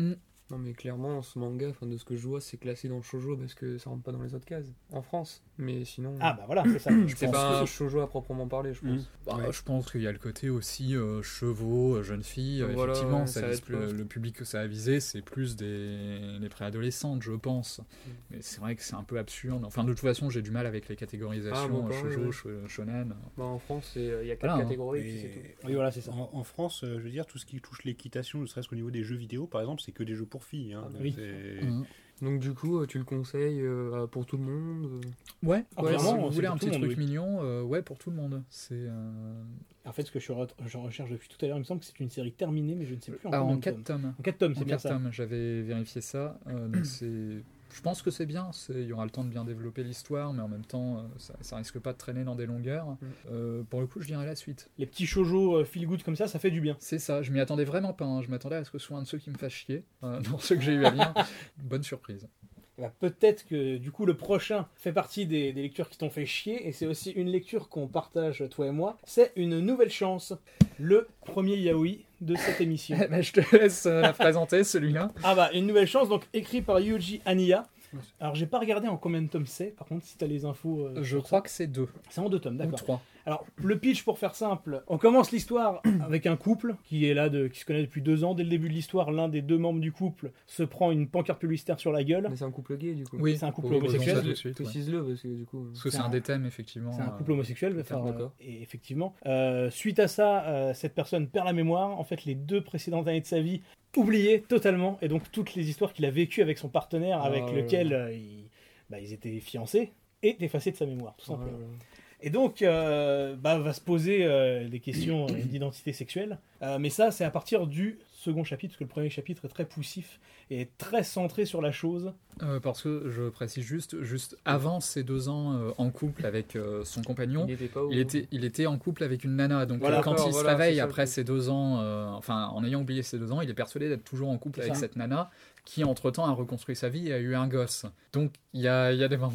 Speaker 3: Non mais clairement ce manga, enfin de ce que je vois, c'est classé dans le shoujo parce que ça rentre pas dans les autres cases en France. Mais
Speaker 2: Mm.
Speaker 3: sinon,
Speaker 1: Ah bah voilà, c'est
Speaker 2: [coughs]
Speaker 1: ça.
Speaker 3: c'est
Speaker 2: pense
Speaker 3: pas
Speaker 2: que-
Speaker 3: un shoujo à proprement parler, je
Speaker 4: Mm.
Speaker 3: pense.
Speaker 2: Bah,
Speaker 4: Ouais.
Speaker 2: Je pense qu'il y a le côté aussi euh, chevaux, euh, jeunes filles. euh,
Speaker 3: Voilà,
Speaker 2: Effectivement,
Speaker 3: ouais,
Speaker 2: ça
Speaker 3: ça
Speaker 2: vise
Speaker 3: aide
Speaker 2: plus-
Speaker 3: pas.
Speaker 2: le public que ça a visé, c'est plus des les préadolescentes, je pense.
Speaker 3: Mm.
Speaker 2: Mais c'est vrai que c'est un peu absurde. Enfin, de toute façon, j'ai du mal avec les
Speaker 3: Ah,
Speaker 2: catégorisations
Speaker 3: bon,
Speaker 2: euh,
Speaker 3: pareil,
Speaker 2: shoujo,
Speaker 3: ouais.
Speaker 2: sh- shonen.
Speaker 3: Bah, en France, il y a quatre
Speaker 2: Voilà, hein.
Speaker 3: catégories et puis
Speaker 4: Et
Speaker 3: c'est tout.
Speaker 1: Oui, voilà, c'est ça.
Speaker 4: En, en France, euh, je veux dire, tout ce qui touche l'équitation, ne serait-ce qu'au niveau des jeux vidéo, par exemple, c'est que des jeux pour filles. hein.
Speaker 3: Ah,
Speaker 4: Donc,
Speaker 1: oui. Mm.
Speaker 4: c'est-
Speaker 2: Mhm.
Speaker 3: Donc du coup, euh, tu le conseilles euh, à- pour tout le monde euh,
Speaker 2: Ouais,
Speaker 1: Ah,
Speaker 2: ouais,
Speaker 1: clairement,
Speaker 2: si vous
Speaker 1: c'est
Speaker 2: voulez
Speaker 1: pour
Speaker 2: un
Speaker 1: tout le
Speaker 2: petit
Speaker 1: monde,
Speaker 2: truc
Speaker 1: oui.
Speaker 2: mignon, euh, ouais, pour tout le monde. C'est euh,
Speaker 1: En fait, ce que je, re- je recherche depuis tout à l'heure, il me semble que c'est une série terminée, mais je ne sais plus en
Speaker 2: ah,
Speaker 1: combien
Speaker 2: en
Speaker 1: de
Speaker 2: 4
Speaker 1: tomes.
Speaker 2: tomes.
Speaker 1: En 4 tomes,
Speaker 2: En
Speaker 1: c'est bien
Speaker 2: 4
Speaker 1: ça.
Speaker 2: tomes, j'avais vérifié ça.
Speaker 1: [clears throat]
Speaker 2: euh, donc c'est, je pense que c'est bien. c'est- Il y aura le temps de bien développer l'histoire, mais en même temps, euh, ça, ça risque pas de traîner dans des
Speaker 1: Mm.
Speaker 2: longueurs. Euh, pour le coup, je dirais la suite.
Speaker 1: Les petits shoujo euh, feel good comme ça, ça fait du bien.
Speaker 2: C'est ça. Je m'y attendais vraiment pas. hein, Je m'attendais à ce que ce soit un de ceux qui me fasse chier, euh, [laughs] non, ceux que j'ai eu à
Speaker 1: [laughs]
Speaker 2: lire. Bonne surprise.
Speaker 1: Eh ben, Peut-être que du coup le prochain fait partie des, des lectures qui t'ont fait chier et c'est aussi une lecture qu'on partage toi et moi. C'est une nouvelle chance, le premier yaoi de cette
Speaker 2: [laughs]
Speaker 1: émission.
Speaker 2: Eh ben, je te laisse euh, la présenter celui-là.
Speaker 1: ah bah une nouvelle chance donc écrit par Yuji Aniya. Alors j'ai pas regardé en combien de tomes c'est. Par contre si t'as les infos, euh,
Speaker 2: Je
Speaker 1: sur
Speaker 2: crois que c'est deux
Speaker 1: ça. c'est en deux tomes,
Speaker 2: ou
Speaker 1: d'accord.
Speaker 2: trois.
Speaker 1: Alors, le pitch pour faire simple, on commence l'histoire [clears throat] avec un couple qui est là, de, qui se connaît depuis deux ans. Dès le début de l'histoire, l'un des deux membres du couple se prend une pancarte publicitaire sur la gueule.
Speaker 3: Mais c'est un couple gay du coup.
Speaker 2: Oui,
Speaker 1: C'est un couple
Speaker 2: oui, posons ça
Speaker 1: homosexuel.
Speaker 2: tout de suite, ouais.
Speaker 3: Précise-le parce que du coup. euh,
Speaker 2: Parce que c'est
Speaker 1: C'est
Speaker 2: un
Speaker 1: un-
Speaker 2: des thèmes effectivement.
Speaker 1: C'est un
Speaker 2: euh,
Speaker 1: couple homosexuel,
Speaker 3: d'accord,
Speaker 1: enfin, euh,
Speaker 3: d'accord.
Speaker 1: et effectivement. Euh, suite à ça, euh, cette personne perd la mémoire. En fait, les deux précédentes années de sa vie oubliées totalement, et donc toutes les histoires qu'il a vécues avec son partenaire,
Speaker 3: Ah
Speaker 1: avec
Speaker 3: ouais.
Speaker 1: lequel euh, il- bah, ils étaient fiancés, est effacée de sa mémoire, tout simplement.
Speaker 3: voilà.
Speaker 1: Et donc, euh, bah, va se poser euh, des questions
Speaker 2: [clears throat]
Speaker 1: euh, d'identité sexuelle. Euh, mais ça, c'est à partir du second chapitre, parce que le premier chapitre est très poussif et très centré sur la chose.
Speaker 2: Euh, parce que je précise juste, juste avant ses deux ans euh, en couple avec euh, son compagnon,
Speaker 3: Il était pas au-
Speaker 2: il était, il était en couple avec une nana. Donc
Speaker 1: Voilà,
Speaker 2: euh, quand
Speaker 3: d'accord,
Speaker 2: il se
Speaker 3: voilà,
Speaker 2: réveille
Speaker 3: c'est ça,
Speaker 2: après
Speaker 3: c'est-
Speaker 2: ses deux ans, euh, enfin en ayant oublié ses deux ans, il est persuadé d'être toujours en couple
Speaker 1: C'est
Speaker 2: avec
Speaker 1: ça.
Speaker 2: cette nana qui entre-temps a reconstruit sa vie et a eu un gosse. Donc il y a, il y a des moments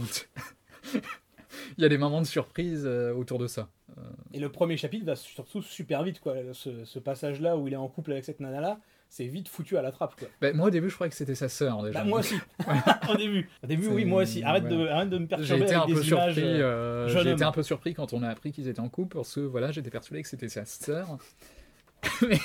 Speaker 2: de... [laughs] il y a des moments de surprise euh, autour de ça.
Speaker 1: Et le premier chapitre va surtout super vite, quoi. Ce, ce passage-là où il est en couple avec cette nana-là, c'est vite foutu à la trappe, quoi.
Speaker 2: Ben, moi au début je croyais que c'était sa sœur déjà.
Speaker 1: Bah, moi
Speaker 2: [laughs]
Speaker 1: aussi, au début. Au début, oui,
Speaker 2: C'est-
Speaker 1: moi aussi. Arrête, de,
Speaker 2: voilà.
Speaker 1: arrête de me
Speaker 2: J'ai
Speaker 1: perturber
Speaker 2: été
Speaker 1: avec
Speaker 2: un
Speaker 1: des
Speaker 2: peu
Speaker 1: images.
Speaker 2: surpris.
Speaker 1: euh,
Speaker 2: euh,
Speaker 1: jeune
Speaker 2: j'ai été
Speaker 1: homme.
Speaker 2: un peu surpris quand on a appris qu'ils étaient en couple parce que voilà, j'étais persuadé que c'était sa sœur. Mais-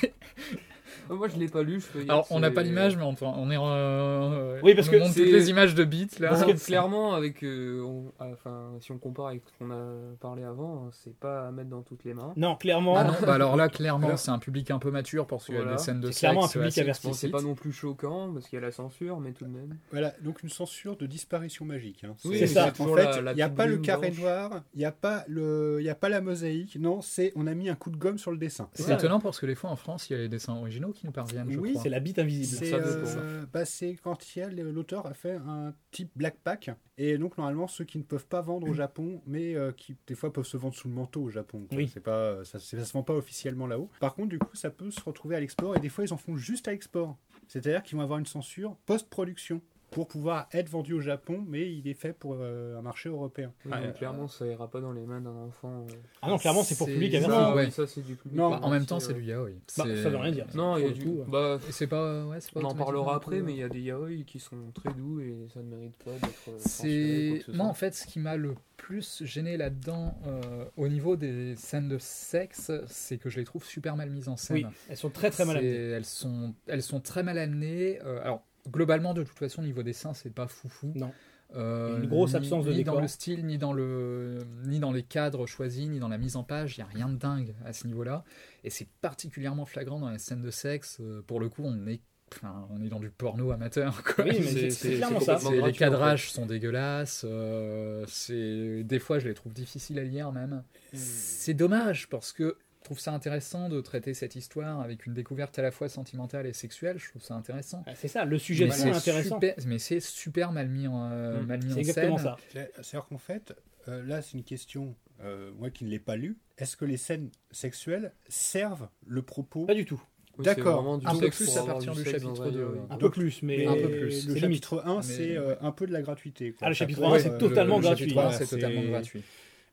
Speaker 3: Ah, moi je l'ai pas lu. Je peux dire
Speaker 2: alors
Speaker 3: que
Speaker 2: on n'a
Speaker 3: c'est-
Speaker 2: pas l'image, mais enfin, on est. euh,
Speaker 1: Oui, parce
Speaker 2: on
Speaker 1: que
Speaker 2: montre
Speaker 3: c'est-
Speaker 2: toutes les images de beats là.
Speaker 3: Parce que
Speaker 2: C'est-
Speaker 3: clairement, avec, euh, on- ah, enfin, si on compare avec ce qu'on a parlé avant, hein, c'est pas à mettre dans toutes les mains.
Speaker 1: Non, clairement.
Speaker 2: Ah non, bah alors là, clairement,
Speaker 3: Alors-
Speaker 2: c'est un public un peu mature parce qu'il y a
Speaker 3: Voilà.
Speaker 2: des scènes de
Speaker 1: C'est clairement un
Speaker 2: sexe
Speaker 1: public
Speaker 2: assez
Speaker 1: averti.
Speaker 3: Bon, c'est pas
Speaker 2: explicites.
Speaker 3: non plus choquant parce qu'il y a la censure, mais tout de même.
Speaker 4: Voilà, donc une censure de disparition magique. hein.
Speaker 3: Oui,
Speaker 1: c'est ça.
Speaker 4: En
Speaker 3: toujours la-
Speaker 4: fait,
Speaker 3: la
Speaker 4: il n'y a
Speaker 3: petite
Speaker 4: pas le
Speaker 3: brume
Speaker 4: carré
Speaker 3: blanche.
Speaker 4: noir, il n'y a pas le, il y a pas la mosaïque. Non, c'est on a mis un coup de gomme sur le dessin.
Speaker 2: C'est
Speaker 3: Ouais.
Speaker 2: étonnant parce que des fois en France, il y a les dessins originaux qui nous parviennent, je
Speaker 4: Oui,
Speaker 2: crois.
Speaker 1: C'est la bite invisible.
Speaker 4: C'est
Speaker 3: ça dépend.
Speaker 4: euh, bah, c'est quand il y a- l'auteur a fait un type black pack et donc normalement ceux qui ne peuvent pas vendre au Japon mais euh, qui des fois peuvent se vendre sous le manteau au Japon. quoi.
Speaker 1: Oui.
Speaker 4: C'est pas ça, c'est- ça se vend pas officiellement là-haut. Par contre du coup ça peut se retrouver à l'export et des fois ils en font juste à l'export. C'est-à-dire qu'ils vont avoir une censure post-production pour pouvoir être vendu au Japon mais il est fait pour euh, un marché européen.
Speaker 3: Oui,
Speaker 4: Ouais,
Speaker 3: mais clairement, ça ira pas dans les mains d'un enfant. euh.
Speaker 1: Ah non, clairement, c'est pour
Speaker 2: c'est-
Speaker 1: public
Speaker 2: Ah,
Speaker 1: averti.
Speaker 2: non,
Speaker 3: ça,
Speaker 2: ouais.
Speaker 3: ça, c'est du public.
Speaker 4: Non,
Speaker 2: Bah, en même temps,
Speaker 3: averti,
Speaker 2: c'est
Speaker 3: ouais.
Speaker 2: du yaoi.
Speaker 1: Bah,
Speaker 2: C'est-
Speaker 1: ça veut rien dire.
Speaker 3: Non, il y a
Speaker 1: Pour le
Speaker 3: du.
Speaker 1: coup,
Speaker 3: Bah,
Speaker 2: Et C'est pas. Ouais, c'est pas
Speaker 3: on en
Speaker 2: automatiquement
Speaker 3: parlera après,
Speaker 2: un peu-
Speaker 3: mais il y a des yaoi qui sont très doux et ça ne mérite pas d'être. euh, censuré, quoi
Speaker 2: C'est
Speaker 3: que ce
Speaker 2: moi
Speaker 3: soit.
Speaker 2: en fait ce qui m'a le plus gêné là-dedans euh, au niveau des scènes de sexe, c'est que je les trouve super mal mises en scène.
Speaker 1: Oui, elles sont très très mal
Speaker 2: C'est-
Speaker 1: amenées.
Speaker 2: Elles sont, elles sont très mal amenées. Euh, alors, globalement, de toute façon, au niveau dessin, c'est pas foufou.
Speaker 1: Non.
Speaker 2: Euh,
Speaker 1: Une grosse
Speaker 2: ni-
Speaker 1: absence de
Speaker 2: ni
Speaker 1: décor.
Speaker 2: dans le style, ni dans, le, ni dans les cadres choisis, ni dans la mise en page. Il n'y a rien de dingue à ce niveau-là. Et c'est particulièrement flagrant dans les scènes de sexe. Euh, Pour le coup, on est, enfin, on est dans du porno amateur. quoi.
Speaker 1: Oui, mais
Speaker 3: c'est-
Speaker 1: c'est-
Speaker 3: c'est-
Speaker 1: c'est clairement
Speaker 3: c'est
Speaker 1: ça.
Speaker 2: [laughs] C'est-
Speaker 3: gratuit,
Speaker 2: les
Speaker 3: en fait.
Speaker 2: cadrages sont dégueulasses. euh, c'est des fois, je les trouve difficiles à lire même.
Speaker 1: Hmm.
Speaker 2: C'est dommage parce que je trouve ça intéressant de traiter cette histoire avec une découverte à la fois sentimentale et sexuelle. Je trouve ça intéressant.
Speaker 1: Ah, C'est ça, le sujet de fond est
Speaker 2: c'est
Speaker 1: intéressant.
Speaker 2: super, mais c'est super mal mis en, euh,
Speaker 3: Mm.
Speaker 2: mal mis
Speaker 1: C'est
Speaker 2: en
Speaker 1: exactement
Speaker 2: scène.
Speaker 1: ça.
Speaker 4: C'est- C'est-à-dire qu'en fait, euh, là c'est une question, euh, moi qui ne l'ai pas lu, est-ce que les scènes sexuelles servent le propos
Speaker 1: Pas du tout.
Speaker 3: Oui, c'est
Speaker 4: D'accord.
Speaker 3: vraiment du
Speaker 2: Un peu
Speaker 3: sexe
Speaker 2: plus
Speaker 3: pour
Speaker 2: à
Speaker 3: avoir
Speaker 2: partir du
Speaker 3: sexe
Speaker 2: chapitre
Speaker 3: dans un
Speaker 2: deux,
Speaker 3: lieu,
Speaker 2: ouais.
Speaker 1: Un
Speaker 4: Donc,
Speaker 1: peu plus, mais
Speaker 4: un
Speaker 2: peu plus.
Speaker 1: le
Speaker 4: Le
Speaker 1: chapitre.
Speaker 4: chapitre 1,
Speaker 2: Mais-
Speaker 4: c'est euh, un peu de la gratuité. quoi.
Speaker 1: Ah, le
Speaker 4: Ça
Speaker 1: chapitre
Speaker 4: peut
Speaker 1: 1,
Speaker 4: être,
Speaker 1: c'est
Speaker 4: euh,
Speaker 1: totalement
Speaker 2: le,
Speaker 1: gratuit,
Speaker 2: Le chapitre 1,
Speaker 1: hein,
Speaker 2: Ah, c'est
Speaker 4: c'est-
Speaker 2: totalement gratuit.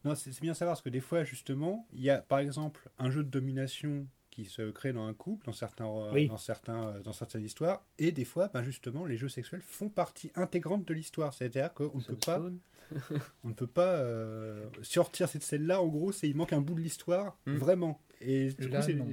Speaker 4: Non, c'est c'est bien de savoir parce que des fois, justement, il y a par exemple un jeu de domination qui se crée dans un couple, dans, certains, euh,
Speaker 1: Oui.
Speaker 4: dans, certains, euh, dans certaines histoires, et des fois, ben, justement, les jeux sexuels font partie intégrante de l'histoire. C'est-à-dire qu'on ne peut pas,
Speaker 3: Stone.
Speaker 4: on ne peut pas euh, sortir cette scène-là, en gros, c'est il manque un bout de l'histoire,
Speaker 3: Mm.
Speaker 4: vraiment. Et du
Speaker 2: Hmm. Là,
Speaker 4: coup, c'est.
Speaker 2: non.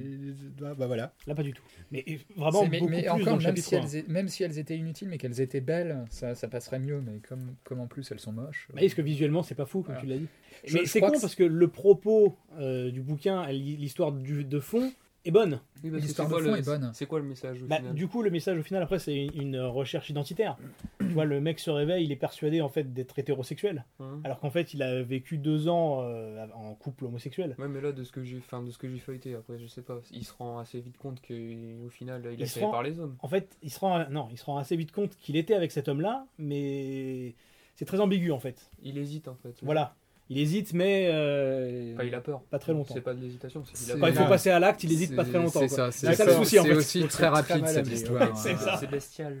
Speaker 4: Bah, bah, voilà.
Speaker 1: Là, pas du tout. Mais euh, vraiment,
Speaker 2: C'est- mais
Speaker 1: beaucoup
Speaker 2: mais
Speaker 1: plus dans
Speaker 2: encore,
Speaker 1: le
Speaker 2: même
Speaker 1: chapitre
Speaker 2: si,
Speaker 1: 1.
Speaker 2: elles, é- même si elles étaient inutiles, mais qu'elles étaient belles, ça, ça passerait mieux. Mais comme, comme en plus elles sont moches.
Speaker 1: Bah, parce que visuellement, c'est pas fou, comme
Speaker 2: Voilà.
Speaker 1: tu l'as dit.
Speaker 2: Je-
Speaker 1: mais
Speaker 2: je
Speaker 1: c'est
Speaker 2: crois
Speaker 1: con,
Speaker 2: que
Speaker 1: parce que le propos euh, du bouquin, elle- l'histoire du- de fond, est bonne.
Speaker 3: Oui, parce que
Speaker 2: L'histoire
Speaker 3: c'est
Speaker 2: de
Speaker 3: quoi
Speaker 2: fond
Speaker 3: le-
Speaker 2: est bonne.
Speaker 3: C'est quoi le message au
Speaker 1: Bah,
Speaker 3: final
Speaker 1: du coup, le message au final, après, c'est une- une recherche identitaire. tu vois, le mec se réveille, il est persuadé en fait d'être hétérosexuel,
Speaker 3: Hein
Speaker 1: alors qu'en fait, il a vécu deux ans euh, en couple homosexuel.
Speaker 3: Ouais, mais là, de ce que j'ai enfin, de ce que j'ai feuilleté, après, je sais pas, il se rend assez vite compte qu'au final, il
Speaker 1: Il
Speaker 3: est
Speaker 1: se
Speaker 3: attiré
Speaker 1: rend-
Speaker 3: par les hommes.
Speaker 1: En fait, il se rend, non, il se rend assez vite compte qu'il était avec cet homme-là, mais c'est très ambigu en fait.
Speaker 3: Il hésite en fait.
Speaker 1: Voilà, il hésite, mais euh,
Speaker 3: Enfin, il a peur.
Speaker 1: pas très longtemps.
Speaker 3: C'est pas de l'hésitation, c'est qu'il a
Speaker 2: C'est-
Speaker 1: Quand il
Speaker 3: peur.
Speaker 1: faut passer à l'acte, il hésite
Speaker 2: c'est-
Speaker 1: pas très longtemps.
Speaker 2: C'est
Speaker 1: quoi.
Speaker 2: ça,
Speaker 1: C'est ça le
Speaker 2: c'est-
Speaker 1: souci, en
Speaker 2: c'est
Speaker 1: fait.
Speaker 2: aussi
Speaker 4: Faut
Speaker 2: très
Speaker 4: être très
Speaker 2: rapide
Speaker 4: malade,
Speaker 2: cette
Speaker 4: les gars.
Speaker 2: histoire.
Speaker 1: C'est
Speaker 2: hein.
Speaker 1: ça.
Speaker 3: Ah, C'est bestial.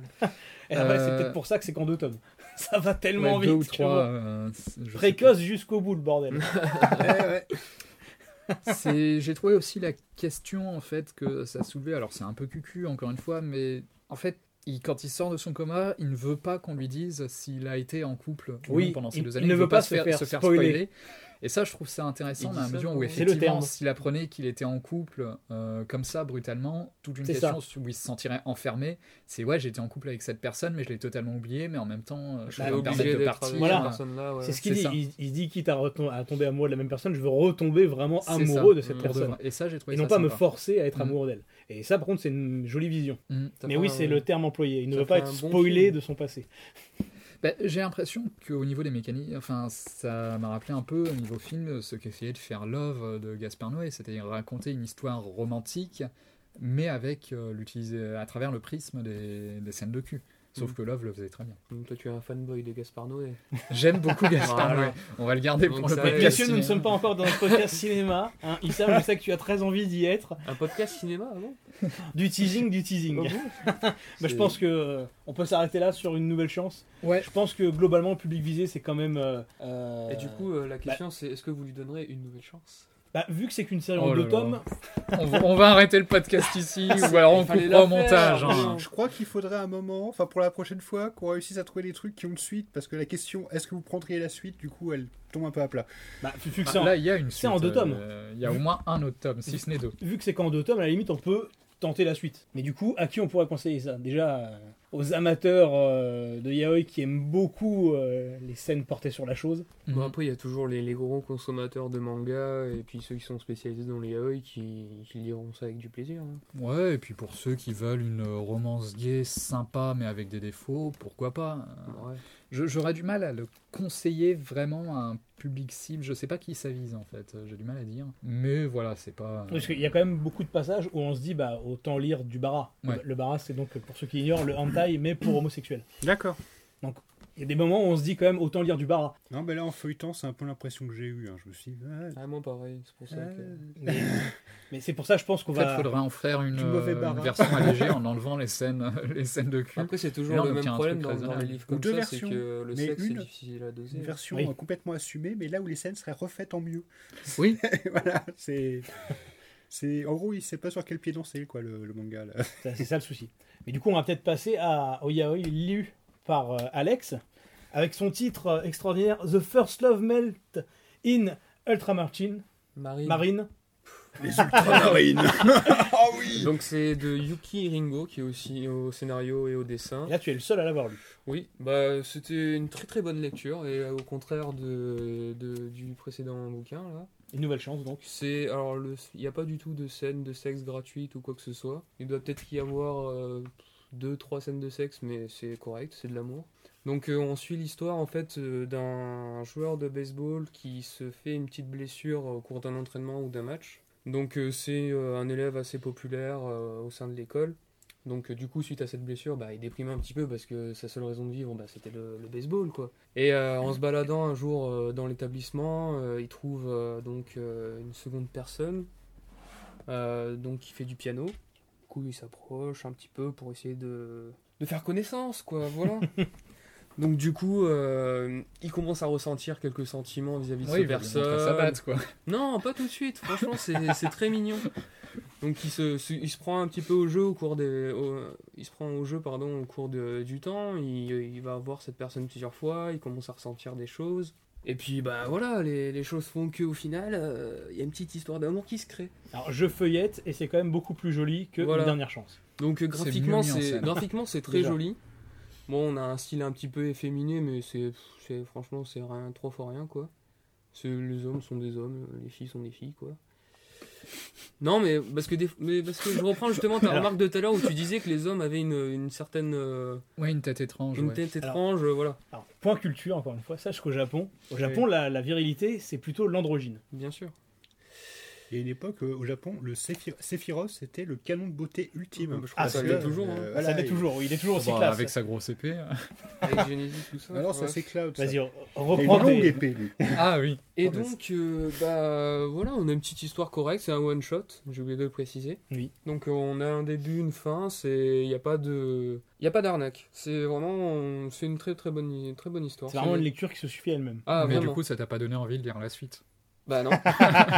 Speaker 1: Et après, Eh c'est
Speaker 2: Euh,
Speaker 1: peut-être pour ça que c'est qu'en deux tomes. [laughs] Ça va
Speaker 2: Ouais,
Speaker 1: tellement
Speaker 2: deux ou
Speaker 1: vite. tu
Speaker 2: trois.
Speaker 1: vois.
Speaker 2: euh, c'est- je sais
Speaker 1: Précoce jusqu'au bout, le bordel.
Speaker 4: Ouais, ouais.
Speaker 2: pas. C'est- J'ai trouvé aussi la question en fait que ça soulevait. Alors c'est un peu cucu encore une fois, mais en fait. Il, quand il sort de son coma, il ne veut pas qu'on lui dise s'il a été en couple ou
Speaker 1: Oui,
Speaker 2: non pendant ces
Speaker 1: il-
Speaker 2: deux
Speaker 1: il
Speaker 2: années.
Speaker 1: ne veut pas se faire spoiler.
Speaker 2: Et ça, je trouve ça intéressant
Speaker 3: Il
Speaker 2: dans la
Speaker 3: dit ça,
Speaker 2: mesure où
Speaker 3: non
Speaker 1: C'est le
Speaker 2: effectivement,
Speaker 1: terme.
Speaker 2: s'il apprenait qu'il était en couple euh, comme ça brutalement, toute une
Speaker 1: C'est
Speaker 2: question où il se sentirait enfermé. C'est ouais, j'étais en couple avec cette personne, mais je l'ai totalement oublié, mais en même temps, euh, je
Speaker 1: Bah,
Speaker 2: vais
Speaker 3: J'ai
Speaker 2: me
Speaker 1: obligé
Speaker 2: permettre de partir.
Speaker 3: avec
Speaker 1: Voilà.
Speaker 3: cette personne-là. ouais.
Speaker 1: C'est ce qu'il
Speaker 2: c'est
Speaker 1: dit.
Speaker 2: ça.
Speaker 1: Il, il dit quitte à, retom- à tomber amoureux de la même personne, je veux retomber vraiment
Speaker 2: C'est
Speaker 1: amoureux
Speaker 2: ça.
Speaker 1: de cette
Speaker 3: Mmh.
Speaker 2: Pour de
Speaker 1: personne.
Speaker 2: vrai. Et ça, j'ai trouvé
Speaker 1: Et
Speaker 2: ça
Speaker 1: non pas me
Speaker 2: sympa.
Speaker 1: forcer à être
Speaker 2: Mm.
Speaker 1: amoureux d'elle. Et ça, par contre, c'est une jolie vision.
Speaker 2: Mm.
Speaker 3: Ça
Speaker 1: Mais
Speaker 3: fait
Speaker 1: oui,
Speaker 3: un-
Speaker 1: c'est le terme employé. Il ne
Speaker 3: ça
Speaker 1: veut pas
Speaker 3: fait
Speaker 1: être
Speaker 3: un bon
Speaker 1: spoilé
Speaker 3: film.
Speaker 1: de son passé.
Speaker 2: Ben, j'ai l'impression qu'au niveau des mécaniques, enfin, ça m'a rappelé un peu au niveau film ce qu'essayait de faire Love de Gaspard Noé, c'est-à-dire raconter une histoire romantique, mais avec euh, l'utiliser à travers le prisme des, des scènes de cul. Sauf
Speaker 3: Mhm.
Speaker 2: que Love le faisait très bien.
Speaker 3: Donc, Mmh, Toi, tu es un fanboy de Gaspard
Speaker 1: [laughs]
Speaker 3: Noé.
Speaker 2: J'aime beaucoup Gaspard Noé.
Speaker 3: Voilà.
Speaker 2: On va le garder
Speaker 3: Donc
Speaker 2: pour le
Speaker 3: ça,
Speaker 2: podcast.
Speaker 1: Bien sûr, nous ne
Speaker 2: cinéma.
Speaker 1: sommes pas encore dans notre
Speaker 2: [laughs]
Speaker 1: podcast cinéma. Hein, Issa, je sais que tu as très envie d'y être.
Speaker 3: Un podcast cinéma avant
Speaker 1: Du teasing, du
Speaker 2: Oh,
Speaker 1: teasing. Bah, je pense que euh, on peut s'arrêter là sur une nouvelle chance.
Speaker 2: Ouais.
Speaker 1: Je pense que globalement, le public visé, c'est quand même. euh, euh,
Speaker 3: Et du coup, euh, la question c'est est-ce que vous lui donnerez une nouvelle chance
Speaker 1: bah, vu que c'est qu'une série
Speaker 2: Oh
Speaker 1: en
Speaker 2: là
Speaker 1: deux
Speaker 2: là.
Speaker 1: tomes,
Speaker 2: On, va- on va arrêter le podcast ici, ou alors on
Speaker 3: Il fallait
Speaker 2: coupera au
Speaker 3: la faire.
Speaker 2: montage.
Speaker 1: Ah.
Speaker 2: hein.
Speaker 4: Je crois qu'il faudrait un moment, enfin pour la prochaine fois, qu'on réussisse à trouver des trucs qui ont de suite, parce que la question est-ce que vous prendriez la suite, du coup, elle tombe un peu à plat.
Speaker 1: bah, vu que c'est en-
Speaker 2: Là, il y a une
Speaker 1: C'est
Speaker 2: suite.
Speaker 1: en deux tomes.
Speaker 2: euh, Il y a au moins un autre tome, si ce n'est deux.
Speaker 1: vu que c'est qu'en deux tomes, à la limite, on peut tenter la suite. Mais du coup, à qui on pourrait conseiller ça Déjà, euh, aux amateurs euh, de yaoi qui aiment beaucoup euh, les scènes portées sur la chose.
Speaker 3: Bon, après, il y a toujours les, les gros consommateurs de manga et puis ceux qui sont spécialisés dans les yaoi qui, qui liront ça avec du plaisir. hein.
Speaker 2: Ouais, et puis pour ceux qui veulent une romance gay sympa mais avec des défauts, pourquoi pas hein.
Speaker 3: Ouais.
Speaker 2: Je- J'aurais du mal à le conseiller vraiment à un public cible. Je sais pas qui ça vise en fait, j'ai du mal à dire. Mais voilà, c'est pas. euh,
Speaker 1: Parce qu'il y a quand même beaucoup de passages où on se dit, bah, autant lire du bara.
Speaker 2: Ouais.
Speaker 1: Le bara, c'est donc, pour ceux qui ignorent, le hentai, mais pour homosexuels.
Speaker 4: D'accord.
Speaker 1: Il y a des moments où on se dit quand même, autant lire du bara.
Speaker 4: Non, mais là, en feuilletant, c'est un peu l'impression que j'ai eue. hein. Je me suis dit, ah,
Speaker 3: Ah, moi pareil, c'est pour ça
Speaker 4: ah.
Speaker 3: que.
Speaker 1: Mais, mais c'est pour ça, je pense qu'on
Speaker 2: En fait,
Speaker 1: va...
Speaker 2: faudrait en faire une,
Speaker 4: Du mauvais
Speaker 2: euh, une
Speaker 4: barin.
Speaker 2: version allégée en enlevant les scènes, euh, les scènes de cul.
Speaker 3: Après, c'est toujours
Speaker 2: Là, on
Speaker 3: le même
Speaker 2: obtient un
Speaker 3: problème dans,
Speaker 2: truc
Speaker 3: dans les
Speaker 2: raisonnable.
Speaker 3: livres
Speaker 4: Ou
Speaker 3: comme
Speaker 4: deux
Speaker 3: ça, c'est
Speaker 4: versions,
Speaker 3: que le
Speaker 4: mais
Speaker 3: sexe est
Speaker 4: une-
Speaker 3: difficile à doser.
Speaker 4: Une version
Speaker 1: Oui.
Speaker 4: euh, complètement assumée, mais là où les scènes seraient refaites en mieux. [laughs]
Speaker 2: Oui,
Speaker 4: voilà, c'est. C'est, en gros, il sait pas sur quel pied danser, quoi, le, le manga. là.
Speaker 1: Ça, C'est ça le souci. Mais du coup, on va peut-être passer à au yaoi lu par euh, Alex, avec son titre euh, extraordinaire The First Love Melt in Ultramarine
Speaker 3: Marine.
Speaker 1: Marine.
Speaker 4: Les
Speaker 3: [laughs]
Speaker 1: Ah,
Speaker 4: ultramarines Oh Ah oui
Speaker 3: Donc c'est de Yuki Ringo qui est aussi au scénario et au dessin.
Speaker 1: Et là, tu es le seul à l'avoir lu.
Speaker 3: Oui, bah c'était une très très bonne lecture et euh, au contraire de, de- du précédent bouquin là.
Speaker 1: Une nouvelle chance, donc.
Speaker 3: C'est alors le- il n'y a pas du tout de scène de sexe gratuite ou quoi que ce soit. Il doit peut-être y avoir euh, deux trois scènes de sexe mais c'est correct, c'est de l'amour. Donc euh, on suit l'histoire en fait euh, d'un joueur de baseball qui se fait une petite blessure au cours d'un entraînement ou d'un match. Donc euh, c'est euh, un élève assez populaire euh, au euh, sein de l'école. Donc euh, du coup, suite à cette blessure, bah, il déprime un petit peu parce que sa seule raison de vivre, bah, c'était le, le baseball, quoi. Et euh, en se baladant un jour euh, dans l'établissement, euh, il trouve euh, donc euh, une seconde personne, euh, donc qui fait du piano. Du coup, il s'approche un petit peu pour essayer de, de faire connaissance, quoi. Voilà. donc du coup, euh, il commence à ressentir quelques sentiments vis-à-vis de
Speaker 2: Oui,
Speaker 3: cette
Speaker 2: personne.
Speaker 3: personne.
Speaker 2: Ça batte, quoi.
Speaker 3: Non, pas tout de suite. Franchement, c'est c'est très mignon. Donc il se, se- il se prend un petit peu au jeu au cours des, au- il se prend au jeu pardon au cours de- du temps. Il, il va voir cette personne plusieurs fois. Il commence à ressentir des choses. Et puis bah voilà, les, les choses font que au final, euh, il y a une petite histoire d'amour qui se crée.
Speaker 1: Alors je feuillette et c'est quand même beaucoup plus joli que
Speaker 3: Voilà.
Speaker 1: Une dernière chance.
Speaker 3: Donc
Speaker 2: C'est
Speaker 3: euh,
Speaker 2: mieux
Speaker 3: graphiquement,
Speaker 2: mis en
Speaker 3: c'est
Speaker 2: scène. [laughs]
Speaker 3: graphiquement c'est très
Speaker 1: Déjà.
Speaker 3: joli. Bon, on a un style un petit peu efféminé, mais c'est c'est- franchement c'est rien, trois fois rien quoi. C'est- Les hommes sont des hommes, les filles sont des filles quoi. Non mais parce que des- mais parce que je reprends justement ta
Speaker 1: Alors.
Speaker 3: remarque de tout à l'heure où tu disais que les hommes avaient une, une certaine euh,
Speaker 2: Ouais, une tête étrange.
Speaker 3: une
Speaker 2: ouais.
Speaker 3: tête
Speaker 1: Alors.
Speaker 3: étrange, euh, voilà.
Speaker 1: Alors point culture encore une fois, sache qu'au Japon, au Japon la, la virilité c'est plutôt l'androgyne.
Speaker 3: Bien sûr.
Speaker 4: Il y a une époque euh, au Japon, le Sephi- Sephiroth, c'était le canon de beauté ultime. euh,
Speaker 3: Je crois que ça l'est toujours, hein.
Speaker 1: ça l'est toujours, il est toujours aussi
Speaker 2: Bah,
Speaker 1: classe.
Speaker 2: avec sa grosse épée.
Speaker 3: Avec Genesis tout ça.
Speaker 4: Alors ça
Speaker 3: ouais.
Speaker 4: c'est Cloud. ça.
Speaker 1: Vas-y, re-
Speaker 4: Il a une
Speaker 1: reprends
Speaker 4: longue
Speaker 1: tes...
Speaker 4: épée, lui.
Speaker 2: ah oui.
Speaker 3: Et
Speaker 4: Oh, mais
Speaker 3: donc, euh, bah voilà, on a une petite histoire correcte, c'est un one shot, j'ai oublié de le préciser.
Speaker 1: Oui.
Speaker 3: Donc euh, on a un début, une fin, c'est il n'y a pas de il y a pas d'arnaque. C'est vraiment on- c'est une très très bonne une très bonne histoire.
Speaker 1: C'est vraiment une lecture qui se suffit elle-même.
Speaker 3: Ah
Speaker 2: mais
Speaker 3: vraiment.
Speaker 2: du coup, ça t'a pas donné envie de lire la suite.
Speaker 3: Bah non.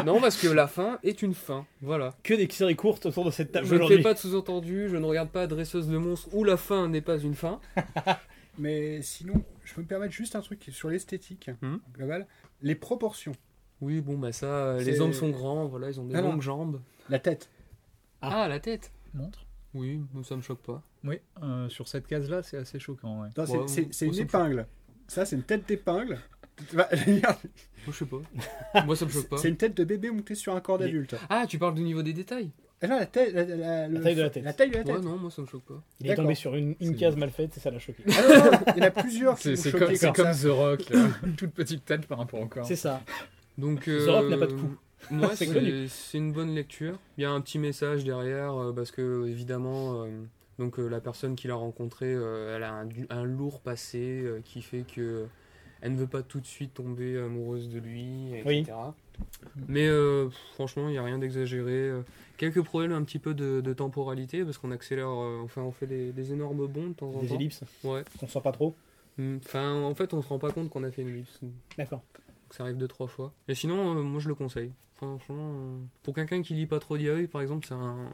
Speaker 3: non parce que la fin est une fin. Voilà.
Speaker 1: Que des séries courtes autour de cette table
Speaker 3: je ne fais
Speaker 1: aujourd'hui.
Speaker 3: pas de sous-entendu, je ne regarde pas Dresseuse de monstres où la fin n'est pas une fin.
Speaker 4: Mais sinon, je peux me permettre juste un truc sur l'esthétique
Speaker 3: Hmm.
Speaker 4: globale. Les proportions.
Speaker 3: Oui, bon bah ça euh, les
Speaker 4: C'est-
Speaker 3: hommes sont grands, voilà, ils ont des
Speaker 4: Ah non.
Speaker 3: longues jambes.
Speaker 4: La tête.
Speaker 1: Ah.
Speaker 3: Ah, la tête.
Speaker 2: Montre.
Speaker 3: Oui, ça me choque pas.
Speaker 2: Oui, euh, sur cette case-là, c'est assez choquant. Ouais.
Speaker 4: Non, c'est-
Speaker 3: Ouais, on-
Speaker 4: c'est c'est
Speaker 3: on
Speaker 4: une
Speaker 3: s'en fout.
Speaker 4: épingle. Ça, c'est une tête d'épingle. Bah, [laughs] regarde,
Speaker 3: Moi, je sais pas. Moi ça me choque pas.
Speaker 4: c'est une tête de bébé montée sur un corps d'adulte.
Speaker 3: Ah, tu parles du niveau des détails
Speaker 4: Ah non, la, taille- la- la- le-
Speaker 1: taille de la tête.
Speaker 4: La taille de la tête.
Speaker 3: Ouais, non, moi ça me choque pas.
Speaker 1: Il est tombé
Speaker 4: D'accord.
Speaker 1: sur une, une
Speaker 2: C'est
Speaker 1: case mal faite et ça l'a choqué.
Speaker 4: Ah non, non, il y en a plusieurs qui
Speaker 2: C'est
Speaker 4: sont
Speaker 2: c'est comme,
Speaker 4: choqués
Speaker 2: c'est
Speaker 4: comme,
Speaker 2: comme
Speaker 4: ça.
Speaker 2: The Rock, là. toute petite tête par rapport au
Speaker 3: hein.
Speaker 2: corps.
Speaker 1: C'est ça.
Speaker 3: Donc,
Speaker 1: The
Speaker 3: euh,
Speaker 1: Rock n'a pas de cou.
Speaker 3: Moi,
Speaker 1: [laughs] C'est
Speaker 3: c'est
Speaker 1: connu.
Speaker 3: c'est une bonne lecture. Il y a un petit message derrière euh, parce que évidemment, euh, donc euh, la personne qui l'a rencontrée, euh, elle a un, du- un lourd passé euh, qui fait que elle ne veut pas tout de suite tomber amoureuse de lui, etc.
Speaker 1: Oui.
Speaker 3: Mais euh, pff, franchement, il n'y a rien d'exagéré. Euh, Quelques problèmes un petit peu de, de temporalité parce qu'on accélère, euh, enfin on fait des, des énormes bonds de temps en
Speaker 1: Des
Speaker 3: temps.
Speaker 1: ellipses
Speaker 3: Ouais.
Speaker 1: qu'on sent pas trop.
Speaker 3: Mm. Enfin, en fait, on se rend pas compte qu'on a fait une ellipse.
Speaker 1: D'accord.
Speaker 3: Donc ça arrive deux trois fois. Et sinon, euh, moi je le conseille. Franchement, euh, pour quelqu'un qui lit pas trop d'IAE, par exemple, c'est un-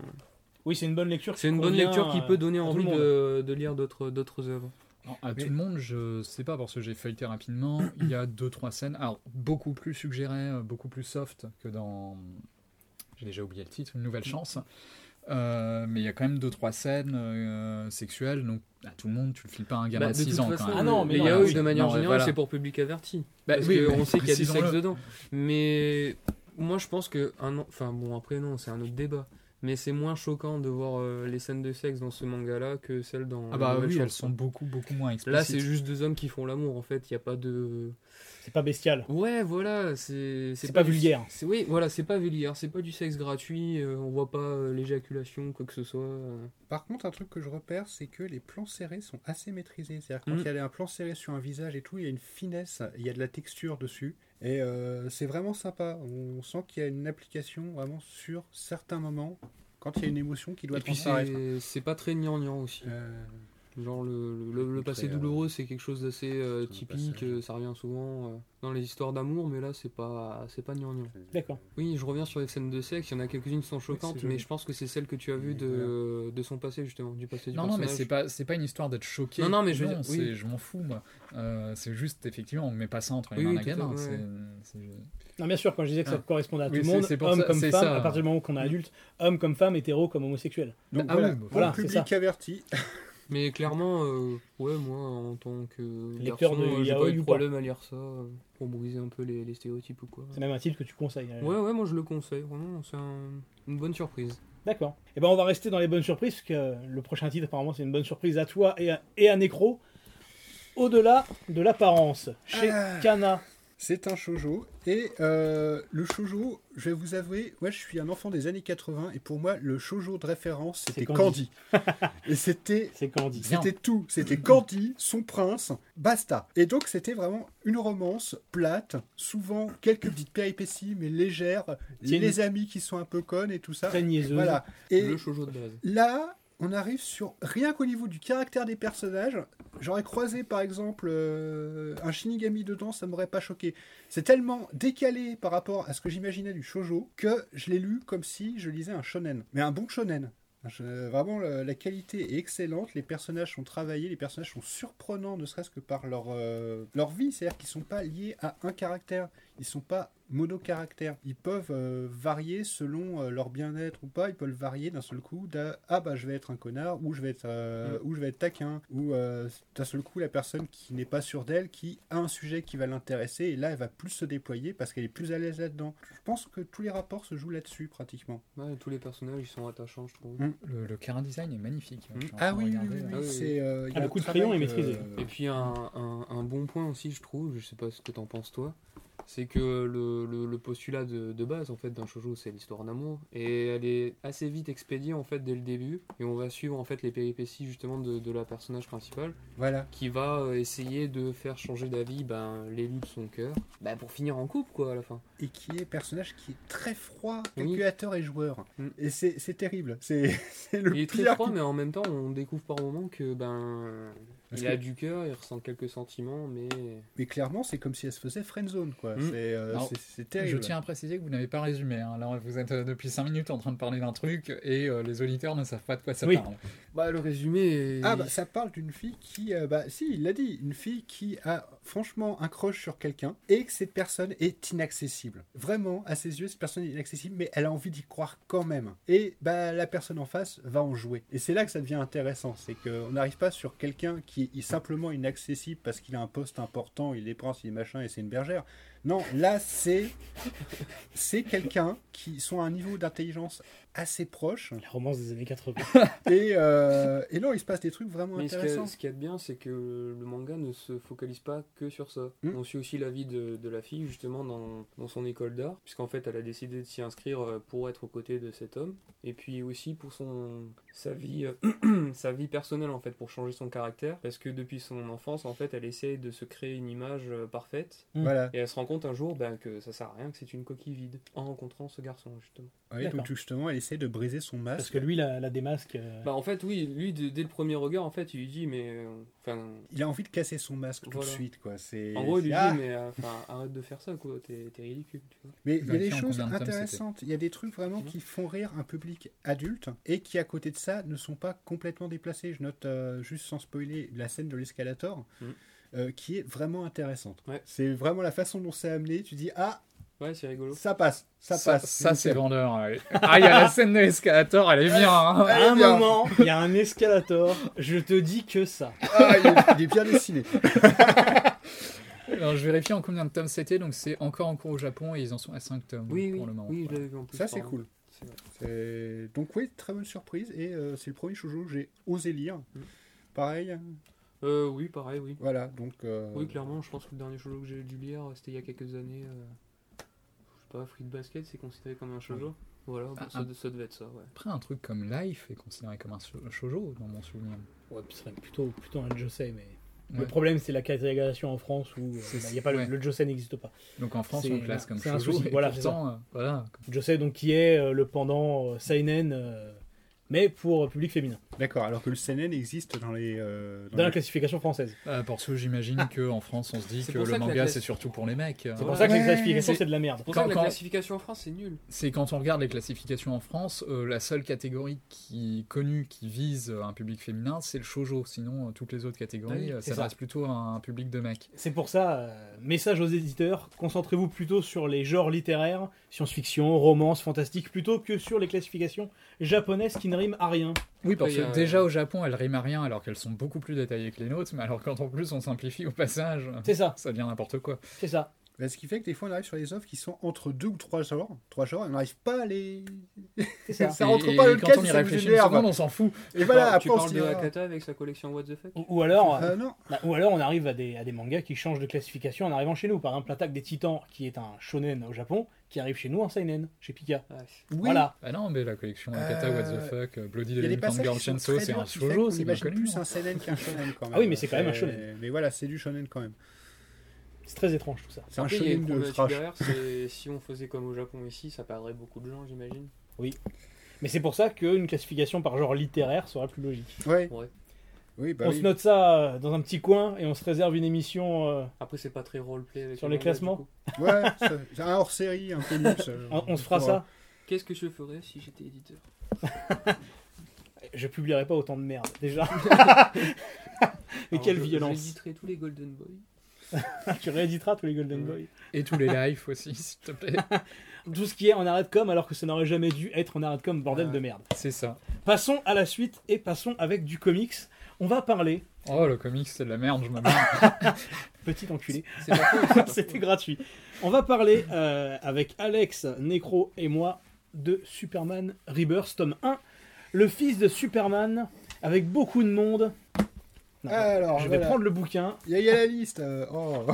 Speaker 1: Oui, Ah, c'est une bonne lecture.
Speaker 3: c'est une
Speaker 1: qui
Speaker 3: bonne
Speaker 1: convient,
Speaker 3: lecture qui
Speaker 1: euh,
Speaker 3: peut donner
Speaker 1: à tout le
Speaker 3: envie
Speaker 1: monde. hein
Speaker 3: de, de lire d'autres d'autres œuvres.
Speaker 2: Non, à
Speaker 4: Mais-
Speaker 2: tout le monde, je sais pas, parce que j'ai feuilleté rapidement. Il y a deux, trois scènes. Alors, beaucoup plus suggérées, euh, beaucoup plus soft que dans. J'ai déjà oublié le titre, Une Nouvelle Chance. Euh, mais il y a quand même deux, trois scènes euh, sexuelles. Donc, à tout le monde, tu le files pas à un gamin
Speaker 3: Bah,
Speaker 2: de
Speaker 3: de
Speaker 2: 6
Speaker 3: toute
Speaker 2: ans
Speaker 3: façon,
Speaker 2: quand même.
Speaker 1: Ah non, mais
Speaker 3: les
Speaker 1: non,
Speaker 3: yaoi,
Speaker 1: oui.
Speaker 3: de manière
Speaker 2: Non, mais
Speaker 3: générale,
Speaker 2: voilà.
Speaker 3: c'est pour public averti.
Speaker 2: Bah
Speaker 3: parce
Speaker 2: oui, mais
Speaker 3: qu'on sait qu'il y a du
Speaker 2: précisons-le.
Speaker 3: sexe dedans. Mais moi je pense que un an- enfin bon après non, c'est un autre débat. Mais c'est moins choquant de voir euh, les scènes de sexe dans ce manga-là que celles dans.
Speaker 2: Ah bah
Speaker 3: Nouvelle
Speaker 2: oui,
Speaker 3: Chance.
Speaker 2: elles sont beaucoup, beaucoup moins explicites.
Speaker 3: Là, c'est juste deux hommes qui font l'amour en fait. Il n'y a pas de.
Speaker 1: C'est pas bestial.
Speaker 3: Ouais, voilà, c'est.
Speaker 1: C'est pas
Speaker 3: du-
Speaker 1: vulgaire.
Speaker 3: c'est- Oui, voilà, c'est pas vulgaire, c'est pas du sexe gratuit, euh, on voit pas euh, l'éjaculation, quoi que ce soit. euh.
Speaker 4: Par contre, un truc que je repère, c'est que les plans serrés sont assez maîtrisés. C'est-à-dire que quand
Speaker 3: Mm.
Speaker 4: il y a un plan serré sur un visage et tout, il y a une finesse, il y a de la texture dessus. Et euh, c'est vraiment sympa. On sent qu'il y a une application vraiment sur certains moments, quand il y a une émotion qui doit
Speaker 3: Et puis
Speaker 4: transparaître.
Speaker 3: c'est c'est pas très gnangnan aussi.
Speaker 4: Euh,
Speaker 3: Genre le, le, le
Speaker 4: Très,
Speaker 3: passé
Speaker 4: euh,
Speaker 3: douloureux, c'est quelque chose d'assez
Speaker 4: sur
Speaker 3: euh,
Speaker 4: le
Speaker 3: typique,
Speaker 4: passage.
Speaker 3: euh, ça revient souvent euh, dans les histoires d'amour, mais là c'est pas c'est pas gnangnan.
Speaker 1: D'accord.
Speaker 3: Oui, je reviens sur les scènes de sexe, il y en a quelques-unes qui sont choquantes,
Speaker 4: joli.
Speaker 3: mais je pense que c'est celle que tu as
Speaker 4: Mais
Speaker 3: vue de, de son passé justement, du passé du
Speaker 2: Non, non, mais
Speaker 3: personnage.
Speaker 2: c'est pas, c'est pas une histoire d'être choqué.
Speaker 3: Non, non, mais je veux dire,
Speaker 2: c'est-
Speaker 3: oui.
Speaker 2: je m'en fous, moi. Euh, c'est juste, effectivement, on met pas ça entre les
Speaker 3: Oui,
Speaker 2: mains
Speaker 3: oui,
Speaker 2: d'un
Speaker 3: tout à
Speaker 2: gamin.
Speaker 3: fait,
Speaker 2: C'est-
Speaker 3: ouais.
Speaker 2: c'est-
Speaker 1: Non, bien sûr, quand je disais que ça
Speaker 2: Ah.
Speaker 1: correspondait à tout
Speaker 2: Oui,
Speaker 1: le
Speaker 2: c'est-
Speaker 1: monde,
Speaker 2: c'est pour
Speaker 1: homme
Speaker 2: ça-
Speaker 1: comme
Speaker 2: c'est
Speaker 1: femme,
Speaker 2: ça.
Speaker 1: à partir du moment qu'on est adulte, homme comme femme, hétéro comme homosexuel.
Speaker 4: Donc
Speaker 2: Ah
Speaker 4: voilà,
Speaker 2: oui, bah
Speaker 4: bon
Speaker 1: voilà, c'est
Speaker 4: public averti.
Speaker 3: Mais clairement, euh, ouais, moi en tant que
Speaker 1: Lecteur
Speaker 3: garçon,
Speaker 1: de bah.
Speaker 3: euh, j'ai
Speaker 1: yaoi
Speaker 3: pas eu de
Speaker 1: ou pas
Speaker 3: problème à lire ça euh, pour briser un peu les, les stéréotypes ou quoi.
Speaker 1: C'est même un titre que tu conseilles. euh.
Speaker 3: Ouais, ouais, moi je le conseille, vraiment, c'est un- une bonne surprise.
Speaker 1: D'accord. Et ben on va rester dans les bonnes surprises, parce que euh, le prochain titre, apparemment, c'est une bonne surprise à toi et à, et à Necro. Au-delà de l'apparence, chez
Speaker 4: Ah.
Speaker 1: Kana.
Speaker 4: C'est un shoujo. Et euh, le shoujo, je vais vous avouer, moi je suis un enfant des années 80 et pour moi le shoujo de référence c'était
Speaker 1: C'est
Speaker 4: Candy.
Speaker 1: Candy.
Speaker 4: et c'était
Speaker 1: C'est Candy.
Speaker 2: Bien.
Speaker 4: c'était tout. C'était Candy, son prince, basta. Et donc c'était vraiment une romance plate, souvent quelques petites péripéties mais légères,
Speaker 1: Tiens.
Speaker 4: les amis qui sont un peu connes et tout ça.
Speaker 1: Très niaiseuse.
Speaker 4: Voilà. Et
Speaker 3: Le shoujo de base.
Speaker 4: Là, on arrive sur rien qu'au niveau du caractère des personnages. J'aurais croisé par exemple euh, un Shinigami dedans, ça m'aurait pas choqué. C'est tellement décalé par rapport à ce que j'imaginais du shojo que je l'ai lu comme si je lisais un shonen, mais un bon shonen. Je- vraiment, le- la qualité est excellente. Les personnages sont travaillés, les personnages sont surprenants, ne serait-ce que par leur, euh, leur vie. C'est-à-dire qu'ils sont pas liés à un caractère. Ils sont pas monocaractères. Ils peuvent euh, varier selon euh, leur bien-être ou pas. Ils peuvent le varier d'un seul coup. d'un Ah bah je vais être un connard ou je vais être
Speaker 3: Mm.
Speaker 4: euh, ou je vais être taquin ou euh, d'un seul coup la personne qui n'est pas sûre d'elle qui a un sujet qui va l'intéresser et là elle va plus se déployer parce qu'elle est plus à l'aise là-dedans. Je pense que tous les rapports se jouent là-dessus pratiquement.
Speaker 3: Ouais, tous les personnages ils sont attachants, je trouve.
Speaker 2: Le, le chara design est magnifique.
Speaker 4: Mm.
Speaker 2: Je suis en train
Speaker 4: Ah
Speaker 2: de
Speaker 4: oui, oui,
Speaker 2: regarder,
Speaker 4: oui, oui,
Speaker 2: là.
Speaker 3: Ah oui,
Speaker 4: c'est, euh, il y a
Speaker 1: le
Speaker 4: un
Speaker 1: coup de crayon
Speaker 4: travail
Speaker 1: est
Speaker 4: de-
Speaker 1: maîtrisé.
Speaker 3: Et puis un, un- un bon point aussi, je trouve, je sais pas ce que t'en penses toi, c'est que le, le- le postulat de, de base en fait d'un shoujo, c'est l'histoire d'amour et elle est assez vite expédiée en fait dès le début et on va suivre en fait les péripéties justement de, de la personnage principale
Speaker 4: Voilà.
Speaker 3: qui va euh, essayer de faire changer d'avis ben l'élu de son cœur, ben pour finir en couple quoi à la fin.
Speaker 4: et qui est un personnage qui est très froid,
Speaker 3: Oui.
Speaker 4: calculateur et joueur.
Speaker 3: Mm.
Speaker 4: Et c'est c'est terrible. C'est [laughs] c'est le
Speaker 3: Il est très
Speaker 4: pire
Speaker 3: froid mais en même temps on découvre par moment que ben
Speaker 4: Parce
Speaker 3: il
Speaker 4: que-
Speaker 3: a du cœur, il ressent quelques sentiments mais
Speaker 4: Mais clairement, c'est comme si elle se faisait friendzone, quoi.
Speaker 3: Mm.
Speaker 4: C'est euh,
Speaker 2: Alors,
Speaker 4: c'est- c'est
Speaker 2: Je
Speaker 4: terrible.
Speaker 2: tiens à préciser que vous n'avez pas résumé. hein. Là, vous êtes euh, depuis 5 minutes en train de parler d'un truc et euh, les auditeurs ne savent pas de quoi ça
Speaker 1: Oui.
Speaker 2: parle.
Speaker 3: bah le résumé est-
Speaker 4: Ah bah ça parle d'une fille qui, euh, bah si, il l'a dit, une fille qui a franchement un crush sur quelqu'un et que cette personne est inaccessible. Vraiment, à ses yeux, cette personne est inaccessible, mais elle a envie d'y croire quand même. Et bah la personne en face va en jouer. Et c'est là que ça devient intéressant, c'est qu'on n'arrive pas sur quelqu'un qui est simplement inaccessible parce qu'il a un poste important, il est prince, il est machin et c'est une bergère. Non, là c'est c'est quelqu'un qui sont à un niveau d'intelligence assez proche
Speaker 1: La romance des années 80.
Speaker 4: et euh, et non il se passe des trucs vraiment
Speaker 3: Mais ce qu'il y
Speaker 4: intéressants.
Speaker 3: a- ce qu'il y a de bien, c'est que le manga ne se focalise pas que sur ça.
Speaker 4: Mm.
Speaker 3: On suit aussi la vie de, de la fille, justement, dans, dans son école d'art, puisqu'en fait, elle a décidé de s'y inscrire euh, pour être aux côtés de cet homme, et puis aussi pour son, sa, vie, euh, [clears throat] sa vie personnelle, en fait, pour changer son caractère, parce que depuis son enfance, en fait, elle essaie de se créer une image euh, parfaite,
Speaker 1: Mm.
Speaker 4: Voilà.
Speaker 3: et elle se rend compte un jour ben, que ça sert à rien, que c'est une coquille vide, en rencontrant ce garçon, justement.
Speaker 4: Oui,
Speaker 1: D'accord.
Speaker 4: donc justement, elle essaie de briser son
Speaker 1: Parce
Speaker 4: masque.
Speaker 1: que lui, la, la démasque. euh,
Speaker 3: Bah, en fait, oui, lui, dès dès le premier regard, en fait, il lui dit, mais... euh, Enfin,
Speaker 4: Il a envie de casser son masque tout
Speaker 3: Voilà.
Speaker 4: de suite, quoi. C'est
Speaker 3: En gros, il lui
Speaker 4: Ah,
Speaker 3: dit, mais euh, enfin, arrête de faire ça, quoi, t'es t'es ridicule. Tu vois.
Speaker 4: mais il y a des
Speaker 2: Vérifier en
Speaker 4: choses
Speaker 2: combien de tomes
Speaker 4: intéressantes. Il y a des trucs vraiment qui font rire un public adulte et qui, à côté de ça, ne sont pas complètement déplacés. Je note euh, juste sans spoiler la scène de l'escalator,
Speaker 3: Mhm.
Speaker 4: euh, qui est vraiment intéressante.
Speaker 3: Ouais.
Speaker 4: C'est vraiment la façon dont c'est amené. Tu dis ah,
Speaker 3: Ouais, c'est rigolo.
Speaker 4: ça passe, ça, passe.
Speaker 2: Ça, c'est vendeur. ouais. Ah, il y a la scène de l'escalator, elle est bien.
Speaker 3: [laughs]
Speaker 2: hein.
Speaker 1: À un
Speaker 4: bien.
Speaker 1: moment, il y a un escalator. Je te dis que ça.
Speaker 4: Ah, il est, il est bien dessiné.
Speaker 2: Alors, je vérifie en combien de tomes c'était. Donc, c'est encore en cours au Japon et ils en sont à 5 tomes
Speaker 3: Oui, oui,
Speaker 2: pour le moment.
Speaker 3: oui, je
Speaker 2: Voilà.
Speaker 3: l'avais vu en plus.
Speaker 4: Ça, c'est
Speaker 3: pardon.
Speaker 4: cool.
Speaker 3: C'est vrai.
Speaker 4: C'est- Donc oui, très bonne surprise et euh, c'est le premier shoujo que j'ai osé lire.
Speaker 3: Mhm.
Speaker 4: Pareil,
Speaker 3: Euh, oui, pareil, oui.
Speaker 4: voilà. Donc euh,
Speaker 3: Oui, clairement, je pense que le dernier shoujo que j'ai dû lire, c'était il y a quelques années. euh, Je sais pas, Fruit Basket, c'est considéré comme un shoujo. Voilà,
Speaker 2: Ah,
Speaker 3: ça,
Speaker 2: ah.
Speaker 3: ça devait être ça, ouais.
Speaker 2: Après, un truc comme Life est considéré comme un sho- shoujo, dans mon souvenir.
Speaker 1: Ouais, puis c'est vrai que plutôt, plutôt un Josei, mais.
Speaker 2: Ouais.
Speaker 1: Le problème, c'est la catégorisation en France où euh,
Speaker 2: C'est-
Speaker 1: bah, y a pas le-
Speaker 2: ouais.
Speaker 1: le Josei n'existe pas.
Speaker 2: Donc, en France,
Speaker 1: C'est-
Speaker 2: on classe comme
Speaker 1: c'est un
Speaker 2: shoujo.
Speaker 1: souci,
Speaker 2: et
Speaker 1: voilà, c'est
Speaker 2: pourtant, euh, voilà.
Speaker 1: Josei, donc, qui est euh, le pendant euh, Seinen, euh, mais pour euh, public féminin,
Speaker 4: D'accord, alors que le CNN existe dans les. euh, dans
Speaker 1: dans la
Speaker 4: les-
Speaker 1: classification française.
Speaker 2: Euh, parce que j'imagine qu'en France, on se dit
Speaker 3: C'est
Speaker 2: que
Speaker 3: pour
Speaker 2: le
Speaker 3: ça que la
Speaker 2: manga,
Speaker 3: classe-
Speaker 2: c'est surtout pour les mecs.
Speaker 1: C'est
Speaker 3: Ouais.
Speaker 1: pour ça que
Speaker 2: Ouais,
Speaker 1: les classifications,
Speaker 2: c'est-
Speaker 1: c'est de la merde.
Speaker 3: Pour ça,
Speaker 2: Quand-
Speaker 3: que la
Speaker 2: quand-
Speaker 3: classification en France, c'est nul.
Speaker 2: c'est quand on regarde les classifications en France, euh, la seule catégorie qui connue qui vise euh, un public féminin, c'est le shoujo. Sinon, euh, toutes les autres
Speaker 1: Ah
Speaker 2: catégories
Speaker 1: oui,
Speaker 2: euh,
Speaker 1: c'est
Speaker 2: s'adressent plutôt à un public de mecs.
Speaker 1: C'est pour ça, euh, message aux éditeurs, concentrez-vous plutôt sur les genres littéraires, science-fiction, romance, fantastique, plutôt que sur les classifications japonaises qui ne riment à rien.
Speaker 2: Oui, parce
Speaker 3: Après, il y
Speaker 2: que
Speaker 3: a-
Speaker 2: déjà au Japon, elles riment à rien alors qu'elles sont beaucoup plus détaillées que les nôtres, mais alors qu'en plus on simplifie au passage,
Speaker 1: C'est ça,
Speaker 2: ça devient n'importe quoi.
Speaker 1: c'est ça.
Speaker 4: Ben, ce qui fait que des fois, on arrive sur les œuvres qui sont entre deux ou trois genres. Trois genres, et on n'arrive pas à les.
Speaker 1: C'est ça.
Speaker 2: [laughs]
Speaker 4: ça. rentre
Speaker 2: Et-
Speaker 4: pas dans
Speaker 2: et
Speaker 4: le
Speaker 2: quand
Speaker 4: cadre,
Speaker 2: on y
Speaker 4: ça nous
Speaker 2: réfléchit une
Speaker 4: énerve.
Speaker 2: seconde, on s'en fout.
Speaker 4: Et voilà,
Speaker 3: Alors, tu
Speaker 4: après, on
Speaker 3: parles
Speaker 4: se
Speaker 3: de
Speaker 4: dit, euh,
Speaker 3: Akata avec sa collection What the fuck
Speaker 2: Oh.
Speaker 1: Ou, ou alors,
Speaker 4: ah, euh, non.
Speaker 1: bah, ou alors on arrive à des, à des mangas qui changent de classification en arrivant chez nous. Par exemple, l'attaque des titans, qui est un shonen au Japon, qui arrive chez nous en seinen, chez Pika.
Speaker 3: Ah, c'est-
Speaker 4: Oui,
Speaker 1: Voilà.
Speaker 2: Ah non, mais la collection Akata,
Speaker 4: Euh,
Speaker 2: What the fuck, euh, Bloody
Speaker 4: Il y a des
Speaker 2: Devil,
Speaker 4: passages
Speaker 2: Fangirl,
Speaker 4: qui sont
Speaker 2: Chainsaw,
Speaker 4: très
Speaker 2: c'est
Speaker 4: durs,
Speaker 2: un
Speaker 4: qui fait
Speaker 2: shoujo,
Speaker 4: qu'on
Speaker 2: c'est bien
Speaker 4: imagine
Speaker 2: connu. hein.
Speaker 4: plus hein. un seinen qu'un shonen quand même.
Speaker 1: Ah oui, mais c'est quand même un shonen.
Speaker 4: Mais voilà, c'est du shonen quand même.
Speaker 1: C'est très étrange tout ça.
Speaker 4: C'est un
Speaker 3: Après, il y a
Speaker 4: shonen de
Speaker 3: une problématique
Speaker 4: trash.
Speaker 3: derrière, c'est [laughs] si on faisait comme au Japon ici, ça perdrait beaucoup de gens, j'imagine.
Speaker 1: Mais c'est pour ça qu'une classification par genre littéraire serait plus logique.
Speaker 4: Ouais.
Speaker 3: Ouais.
Speaker 4: Oui, bah
Speaker 1: on
Speaker 4: oui.
Speaker 1: se note ça euh, dans un petit coin et on se réserve une émission. euh,
Speaker 3: Après, c'est pas très roleplay avec
Speaker 1: Sur les
Speaker 3: mangas,
Speaker 1: classements
Speaker 3: du coup.
Speaker 4: Ouais, ça- c'est un hors série, un bonus. euh,
Speaker 1: on, on se fera
Speaker 4: pour,
Speaker 1: ça.
Speaker 3: Qu'est-ce que je ferais si j'étais éditeur
Speaker 1: Je publierai pas autant de merde
Speaker 4: [laughs]
Speaker 1: déjà. Mais
Speaker 3: Alors,
Speaker 1: quelle
Speaker 3: je-
Speaker 1: violence.
Speaker 3: J'éditerais tous les Golden Boys.
Speaker 1: tu rééditeras tous les Golden
Speaker 3: Ouais.
Speaker 1: Boy.
Speaker 2: Et tous les lives aussi, [laughs] s'il te plaît.
Speaker 1: Tout ce qui est en arrêt de com alors que ça n'aurait jamais dû être en arrêt de com, bordel
Speaker 4: Ouais.
Speaker 1: de merde.
Speaker 2: C'est ça.
Speaker 1: Passons à la suite et passons avec du comics. On va parler,
Speaker 2: Oh, le comics, c'est de la merde, je me marre.
Speaker 1: petit enculé,
Speaker 3: C'est pas
Speaker 1: [laughs]
Speaker 3: faux, c'est pas faux.
Speaker 1: c'était gratuit. On va parler euh, avec Alex, Necro et moi de Superman Rebirth, tome 1. Le fils de Superman, avec beaucoup de monde. Non,
Speaker 4: Alors,
Speaker 1: je vais
Speaker 4: Euh, voilà.
Speaker 1: prendre le bouquin.
Speaker 4: Il y, a- il y a la liste. euh, oh.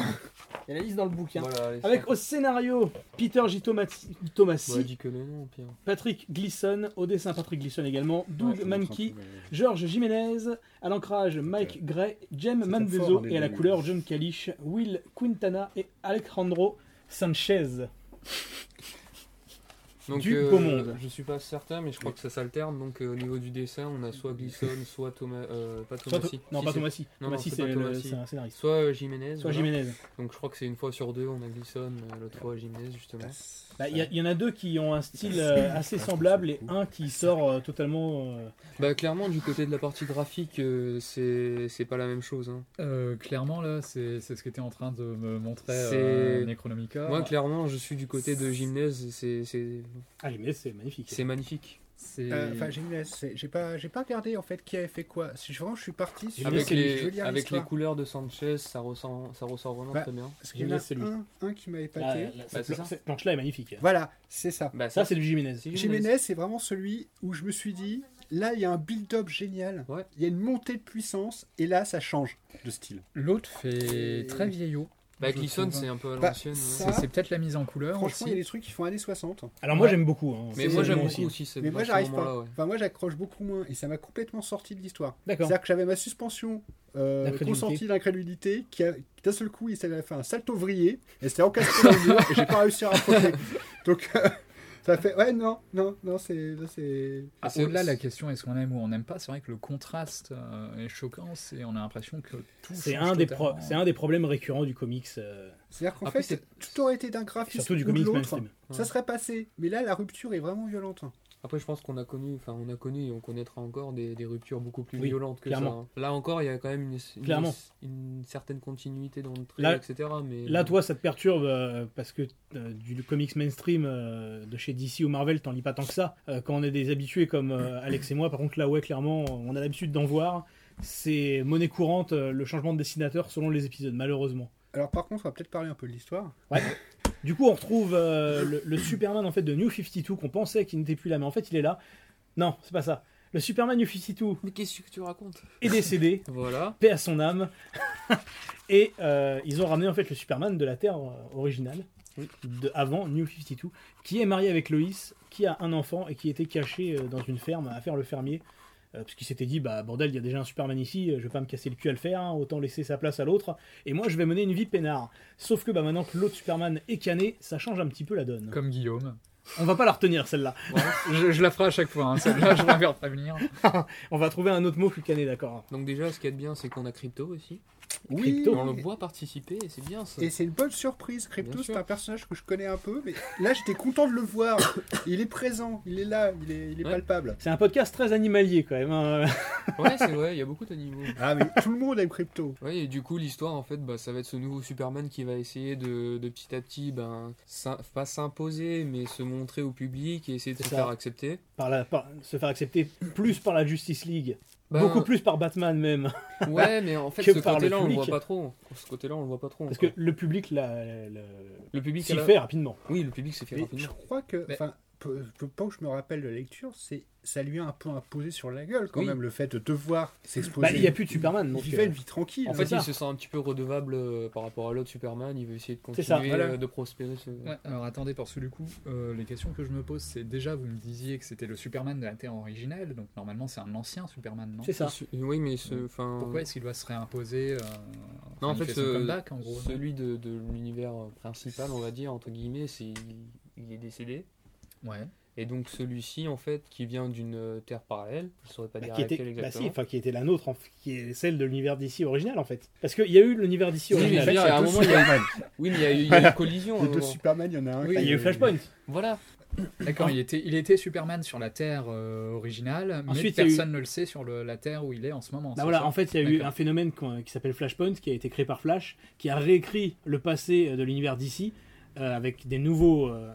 Speaker 1: Il y a la liste dans le bouquin.
Speaker 3: Voilà, allez,
Speaker 1: Avec
Speaker 3: ça.
Speaker 1: au scénario Peter J. Tomasi,
Speaker 3: Bah, dis que le nom, pire.
Speaker 1: Patrick Gleason, au dessin Patrick Gleason également, Doug
Speaker 4: Ouais,
Speaker 1: Mankey, George Jiménez, à l'ancrage Mike Gray, Jem
Speaker 4: c'est
Speaker 1: Mandezo
Speaker 4: fort, hein, les
Speaker 1: et à la
Speaker 4: noms.
Speaker 1: couleur John Kalish, Will Quintana et Alejandro Sanchez.
Speaker 3: Donc,
Speaker 1: Du
Speaker 3: euh,
Speaker 1: beau monde.
Speaker 3: Je suis pas certain, mais je crois que ça s'alterne. Donc, euh, au niveau du dessin, on a soit Glisson, soit Thomas. euh, pas
Speaker 1: Soit-
Speaker 3: Thomas.
Speaker 1: non, pas Thomassi.
Speaker 3: Non, non,
Speaker 1: Thomassi,
Speaker 3: c'est
Speaker 1: c'est
Speaker 3: pas
Speaker 1: le-
Speaker 3: Thomassi.
Speaker 1: c'est un scénariste.
Speaker 3: Soit euh, Jiménez.
Speaker 1: Soit
Speaker 3: voilà.
Speaker 1: Jiménez.
Speaker 3: Donc, je crois que c'est une fois sur deux, on a Glisson, euh, l'autre fois Jiménez, justement.
Speaker 1: Bah, Il y, a- il y en a deux qui
Speaker 3: Ah,
Speaker 1: ont un style euh, assez semblable et un qui sort euh, totalement. euh,
Speaker 3: Bah, clairement, du côté de la partie graphique, euh, c'est c'est pas la même chose. hein.
Speaker 2: Euh, clairement, là, c'est c'est ce qu'était en train de me montrer
Speaker 3: C'est-
Speaker 2: euh, Necronomica.
Speaker 3: Moi, clairement, je suis du côté de Jiménez, c'est- c'est
Speaker 1: Ah, Jiménez, c'est magnifique.
Speaker 3: c'est magnifique.
Speaker 2: C'est-
Speaker 4: Euh, Enfin, j'ai j'ai- j'ai pas, j'ai pas regardé en fait qui avait fait quoi. Si je vraiment, je suis parti sur
Speaker 1: Jiménez,
Speaker 3: Avec,
Speaker 1: c'est
Speaker 4: je veux
Speaker 3: les,
Speaker 4: lire
Speaker 3: avec les
Speaker 4: l'histoire.
Speaker 3: couleurs de Sanchez, ça, ressent, ça ressort vraiment
Speaker 4: Bah,
Speaker 3: très bien.
Speaker 4: Parce qu'il y en
Speaker 1: Jiménez,
Speaker 4: a
Speaker 1: c'est lui.
Speaker 4: un, un qui m'avait
Speaker 1: Ah,
Speaker 4: pâté.
Speaker 1: la-
Speaker 3: Bah, c'est ça.
Speaker 1: cette planche-là est magnifique.
Speaker 4: Voilà, c'est ça.
Speaker 3: Bah,
Speaker 1: Ça, c'est du Jiménez.
Speaker 3: c'est
Speaker 4: Jiménez, c'est vraiment celui où je me suis dit, là, il y a un build-up génial.
Speaker 3: Ouais.
Speaker 4: Il y a une montée de puissance, et là, ça change de style.
Speaker 2: L'autre fait
Speaker 4: Et-
Speaker 2: très vieillot.
Speaker 3: Bah,
Speaker 2: je
Speaker 3: Glisson,
Speaker 2: trouve.
Speaker 3: c'est un peu à
Speaker 4: Bah,
Speaker 3: l'ancienne. ouais.
Speaker 4: ça-
Speaker 2: C'est c'est peut-être la mise en couleur
Speaker 4: Franchement, il y a
Speaker 2: aussi.
Speaker 4: des trucs qui font années 60.
Speaker 1: Alors, moi,
Speaker 2: Ouais.
Speaker 1: j'aime beaucoup. hein.
Speaker 3: Mais
Speaker 1: C'est-
Speaker 3: moi,
Speaker 4: c'est
Speaker 3: j'aime
Speaker 4: moi
Speaker 3: beaucoup aussi.
Speaker 4: Mais moi, j'arrive pas.
Speaker 3: Ouais.
Speaker 4: Enfin, moi, j'accroche beaucoup moins, et ça m'a complètement sorti de l'histoire.
Speaker 1: D'accord.
Speaker 4: C'est-à-dire que j'avais ma suspension euh,
Speaker 1: D'incrédulité.
Speaker 4: consentie d'incrédulité qui, a- qui, d'un seul coup, il s'est fait un salto vrillé et s'est encastré dans le mur et j'ai pas réussi à rapprocher. Donc, [laughs] euh, ça fait. Ouais, non, non, non, c'est. là, c'est-
Speaker 2: Ah,
Speaker 3: C'est-
Speaker 2: Au-delà de la question est-ce qu'on aime ou on n'aime pas, c'est vrai que le contraste euh, est choquant. C'est on a l'impression que tout.
Speaker 1: C'est
Speaker 2: change
Speaker 1: un, des
Speaker 2: totalement.
Speaker 1: pro- c'est un des problèmes récurrents du comics, euh,
Speaker 4: C'est-à-dire qu'en
Speaker 3: Après,
Speaker 4: fait, tout aurait été d'un graphisme
Speaker 1: surtout du
Speaker 4: Ah, ou de
Speaker 1: comics
Speaker 4: l'autre,
Speaker 1: mainstream.
Speaker 4: ça serait passé. Mais là, la rupture est vraiment violente.
Speaker 3: Après, je pense qu'on a connu, enfin, on a connu et on connaîtra encore des, des ruptures beaucoup plus
Speaker 1: Oui,
Speaker 3: violentes que
Speaker 1: clairement.
Speaker 3: ça. hein. Là encore, il y a quand même une, une-
Speaker 1: Clairement.
Speaker 3: une certaine continuité dans le trait,
Speaker 1: Là-
Speaker 3: etc. Mais
Speaker 1: Là, toi, ça te perturbe euh, parce que euh, du comics mainstream euh, de chez DC ou Marvel, t'en lis pas tant que ça. Euh, quand on est des habitués comme euh, Alex et moi, par contre, là, ouais, clairement, on a l'habitude d'en voir. C'est monnaie courante euh, le changement de dessinateur selon les épisodes, malheureusement.
Speaker 4: Alors, par contre, on va peut-être parler un peu de l'histoire.
Speaker 1: Du coup, on retrouve euh, le, le Superman en fait de New 52 qu'on pensait qu'il n'était plus là, mais en fait, il est là. Non, c'est pas ça. Le Superman New 52
Speaker 3: Mais qu'est-ce que tu racontes
Speaker 1: est décédé.
Speaker 3: Voilà.
Speaker 1: paix à son âme. [laughs] et euh, ils ont ramené en fait le Superman de la Terre euh, originale,
Speaker 3: Oui.
Speaker 1: de avant New 52, qui est marié avec Loïs, qui a un enfant et qui était caché euh, dans une ferme à faire le fermier. euh, parce qu'il s'était dit, bah bordel, il y a déjà un Superman ici, euh, je vais pas me casser le cul à le faire, hein, autant laisser sa place à l'autre, et moi je vais mener une vie peinard. Sauf que bah, maintenant que l'autre Superman est cané, ça change un petit peu la donne.
Speaker 2: Comme Guillaume.
Speaker 1: On va pas la retenir celle-là,
Speaker 2: Je, je la ferai à chaque fois. hein, Celle-là, je la regarde pas venir.
Speaker 1: on va trouver un autre mot plus cané, d'accord
Speaker 3: Donc déjà, ce qu'il y a de bien, c'est qu'on a Crypto aussi.
Speaker 4: Oui,
Speaker 1: Crypto.
Speaker 3: On le voit participer et c'est bien ça.
Speaker 4: et c'est une bonne surprise. Crypto,
Speaker 3: Bien sûr.
Speaker 4: c'est un personnage que je connais un peu, mais là, j'étais content de le voir. Il est présent, il est là, il est, il est
Speaker 3: Ouais.
Speaker 4: palpable.
Speaker 1: C'est un podcast très animalier quand même. hein. [laughs]
Speaker 3: Ouais, c'est vrai, il y a beaucoup d'animaux.
Speaker 4: Ah, mais tout le monde aime Crypto.
Speaker 3: Ouais, et du coup, l'histoire, en fait, bah, ça va être ce nouveau Superman qui va essayer de, de petit à petit, ben, s'im- pas s'imposer, mais se montrer au public et essayer de
Speaker 1: C'est
Speaker 3: se
Speaker 1: ça.
Speaker 3: faire accepter.
Speaker 1: par la, par- se faire accepter plus par la Justice League
Speaker 3: Ben,
Speaker 1: Beaucoup plus par Batman même. [laughs]
Speaker 3: Ouais, mais en fait,
Speaker 1: que
Speaker 3: ce
Speaker 1: par le
Speaker 3: côté-là, on le voit
Speaker 1: public.
Speaker 3: pas trop. Ce côté-là, on le voit pas trop.
Speaker 1: Parce que
Speaker 3: encore.
Speaker 1: le public la- la-
Speaker 3: le public,
Speaker 1: s'y
Speaker 3: elle a-
Speaker 1: fait rapidement.
Speaker 3: oui, le public s'est fait
Speaker 4: Mais je
Speaker 3: rapidement.
Speaker 4: crois que,
Speaker 2: Mais-
Speaker 4: enfin, peu- peu- pas que je me rappelle de la lecture, c'est ça lui a un peu imposé sur la gueule quand
Speaker 3: Oui.
Speaker 4: même le fait de devoir s'exposer.
Speaker 1: Bah, Il n'y a plus de Superman.
Speaker 4: Il
Speaker 1: Donc,
Speaker 4: vivait
Speaker 1: euh,
Speaker 4: une vie tranquille.
Speaker 3: En
Speaker 4: hein.
Speaker 3: fait,
Speaker 1: ça.
Speaker 3: il se sent un petit peu redevable euh, par rapport à l'autre Superman. Il veut essayer de
Speaker 1: C'est
Speaker 3: continuer
Speaker 1: ça,
Speaker 4: voilà.
Speaker 3: euh, de prospérer. ce-
Speaker 2: Ouais, alors attendez, parce que du coup, euh, les questions que je me pose, c'est déjà, vous me disiez que c'était le Superman de la Terre originale, donc normalement c'est un ancien Superman, non
Speaker 1: c'est ça.
Speaker 3: Ce- Oui, mais ce, enfin,
Speaker 2: Pourquoi est-ce qu'il doit se réimposer euh,
Speaker 3: Non, en
Speaker 2: il
Speaker 3: fait,
Speaker 2: son
Speaker 3: euh,
Speaker 2: comeback, en gros.
Speaker 3: celui de, de l'univers euh, principal, on va dire entre guillemets, c'est il, il est décédé.
Speaker 2: Ouais.
Speaker 3: Et donc celui-ci, en fait, qui vient d'une euh, terre parallèle, je saurais pas
Speaker 1: Bah,
Speaker 3: dire
Speaker 1: qui était,
Speaker 3: laquelle
Speaker 1: bah si,
Speaker 3: exactement.
Speaker 1: enfin, qui était la nôtre, en- qui est celle de l'univers d'ici original en fait. Parce qu'il y a eu l'univers d'ici
Speaker 3: Oui, mais
Speaker 1: original.
Speaker 3: je veux dire, à un
Speaker 4: deux
Speaker 3: moment, il y a eu, [laughs] oui, mais il y a eu- il y a eu une collision. à
Speaker 4: Les
Speaker 3: un
Speaker 4: deux
Speaker 3: moment.
Speaker 4: Superman, il y en a un.
Speaker 2: Oui,
Speaker 4: qui-
Speaker 1: Bah, il y a eu Flashpoint.
Speaker 3: Voilà.
Speaker 2: D'accord, il était, il était Superman sur la Terre euh, originale, mais
Speaker 1: Ensuite, il y a eu-
Speaker 2: personne ne le sait sur le- la Terre où il est en ce moment.
Speaker 1: Bah
Speaker 2: c'est
Speaker 1: voilà,
Speaker 2: ça
Speaker 1: en fait, il y a eu
Speaker 2: D'accord.
Speaker 1: un phénomène qu'on- qui s'appelle Flashpoint, qui a été créé par Flash, qui a réécrit le passé euh, de l'univers d'ici avec des nouveaux, euh,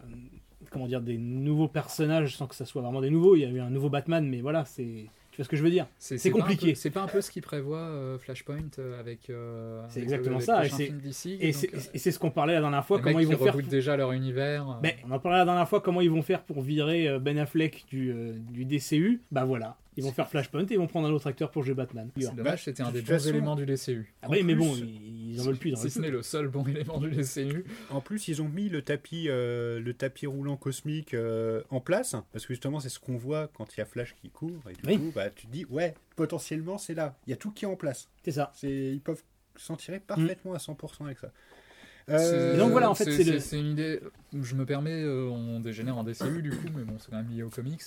Speaker 1: comment dire, des nouveaux personnages, sans que ça soit vraiment des nouveaux. Il y a eu un nouveau Batman, mais voilà, c'est, tu vois ce que je veux dire c'est
Speaker 2: pas un peu-
Speaker 1: compliqué.
Speaker 2: C'est pas un peu ce qu'il prévoit euh, Flashpoint euh, avec. euh,
Speaker 1: C'est
Speaker 2: avec
Speaker 1: exactement
Speaker 2: le,
Speaker 1: ça, et
Speaker 2: Et
Speaker 1: c'est-
Speaker 2: d'ici,
Speaker 1: Et
Speaker 2: donc,
Speaker 1: c'est
Speaker 2: euh,
Speaker 1: et c'est ce qu'on parlait la dernière fois,
Speaker 2: les
Speaker 1: comment
Speaker 2: mecs
Speaker 1: ils
Speaker 2: qui
Speaker 1: vont faire.
Speaker 2: rebootent déjà leur univers. euh,
Speaker 1: Mais Ben, on en parlait la dernière fois, comment ils vont faire pour virer euh, Ben Affleck du, euh, du DCU Bah voilà, ils vont faire Flashpoint et ils vont prendre un autre acteur pour jouer Batman.
Speaker 2: C'est dommage, c'était un
Speaker 4: de
Speaker 2: des
Speaker 4: toute
Speaker 2: bons
Speaker 4: façon,
Speaker 2: éléments du DCU.
Speaker 1: Ah oui,
Speaker 4: En
Speaker 1: mais
Speaker 4: plus-
Speaker 1: bon, ils ils en veulent plus. Ils en
Speaker 2: Si
Speaker 1: veulent
Speaker 2: ce
Speaker 1: plus.
Speaker 2: n'est le seul bon [laughs] élément du DCU.
Speaker 4: En plus, ils ont mis le tapis, euh, le tapis roulant cosmique euh, en place, parce que justement, c'est ce qu'on voit quand il y a Flash qui court, et du
Speaker 1: Oui.
Speaker 4: coup, bah, tu te dis, ouais, potentiellement, c'est là. Il y a tout qui est en place.
Speaker 1: C'est ça.
Speaker 4: C'est- Ils peuvent s'en tirer parfaitement à 100% avec ça. Euh,
Speaker 2: C'est-
Speaker 1: Mm. Et donc voilà, en fait, c'est le-
Speaker 2: une idée. Je me permets, euh, on dégénère en DCU du coup, mais bon, c'est quand même lié aux comics.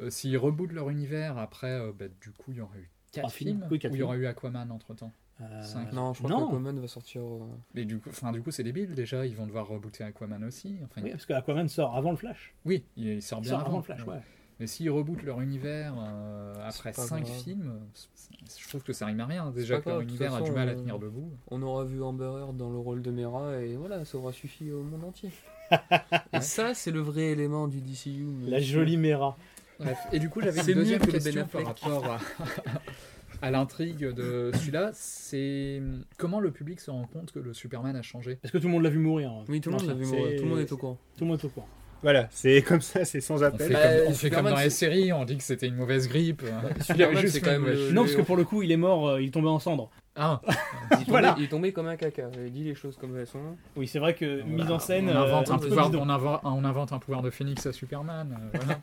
Speaker 2: Euh, S'ils rebootent leur univers après, euh, bah, du coup, il y aurait eu 4
Speaker 1: Trois films.
Speaker 2: films,
Speaker 1: Ah, Oui, quatre
Speaker 2: ou il y aurait eu Aquaman entre temps.
Speaker 1: Euh,
Speaker 2: Cinq.
Speaker 3: Non, je crois
Speaker 1: Non.
Speaker 3: que Aquaman va sortir. euh,
Speaker 2: Mais du coup, enfin, du coup, c'est débile déjà. Ils vont devoir rebooter Aquaman aussi. Enfin,
Speaker 1: Oui, parce que Aquaman sort avant le Flash.
Speaker 2: oui, il, il sort
Speaker 1: Il
Speaker 2: bien
Speaker 1: sort
Speaker 2: avant,
Speaker 1: avant le Flash,
Speaker 2: ouais.
Speaker 1: ouais.
Speaker 2: Mais s'ils rebootent leur univers euh, après
Speaker 3: pas
Speaker 2: 5
Speaker 3: grave.
Speaker 2: films, c'est- je trouve que ça rime à rien. hein, Déjà
Speaker 3: pas
Speaker 2: que leur
Speaker 3: grave, de toute
Speaker 2: univers a du
Speaker 3: façon,
Speaker 2: mal à
Speaker 3: euh,
Speaker 2: tenir debout.
Speaker 3: On aura vu Amber Heard dans le rôle de Mera et voilà, ça aura suffi au
Speaker 1: [laughs]
Speaker 3: monde entier. et ça, c'est le vrai élément du DCU. mais-
Speaker 1: La jolie Mera.
Speaker 2: Bref, et du coup, j'avais
Speaker 3: C'est
Speaker 2: une
Speaker 3: mieux
Speaker 2: deuxième
Speaker 3: que le
Speaker 2: question
Speaker 3: Ben
Speaker 2: par
Speaker 3: Affleck.
Speaker 2: rapport à, [laughs] à l'intrigue de celui-là. C'est hum, comment le public se rend compte que le Superman a changé
Speaker 1: Parce que tout le monde l'a vu mourir.
Speaker 3: Oui, tout le monde
Speaker 1: Enfin,
Speaker 3: l'avait
Speaker 1: c'est-
Speaker 3: Tout le monde est
Speaker 1: [laughs]
Speaker 3: au courant.
Speaker 1: Tout le monde est au courant.
Speaker 4: Voilà, c'est comme ça, c'est sans
Speaker 2: On fait,
Speaker 4: appel.
Speaker 3: Bah,
Speaker 2: comme, on fait
Speaker 3: Superman,
Speaker 2: comme dans les
Speaker 3: c'est-
Speaker 2: séries, on dit que c'était une mauvaise grippe. Il
Speaker 3: Superman, Bah, c'est quand même le-
Speaker 2: Euh,
Speaker 1: Non, parce que pour le coup, il est mort, euh, il est tombé en cendres.
Speaker 2: Ah,
Speaker 3: Il est tombé,
Speaker 1: Voilà.
Speaker 3: il est tombé comme un caca. Il dit les choses comme elles sont.
Speaker 1: Oui, c'est vrai que mise en scène.
Speaker 2: on invente,
Speaker 1: euh,
Speaker 2: un
Speaker 1: peu
Speaker 2: pouvoir,
Speaker 1: bidon.
Speaker 2: on, invente, on invente un pouvoir de phénix à Superman. euh, voilà.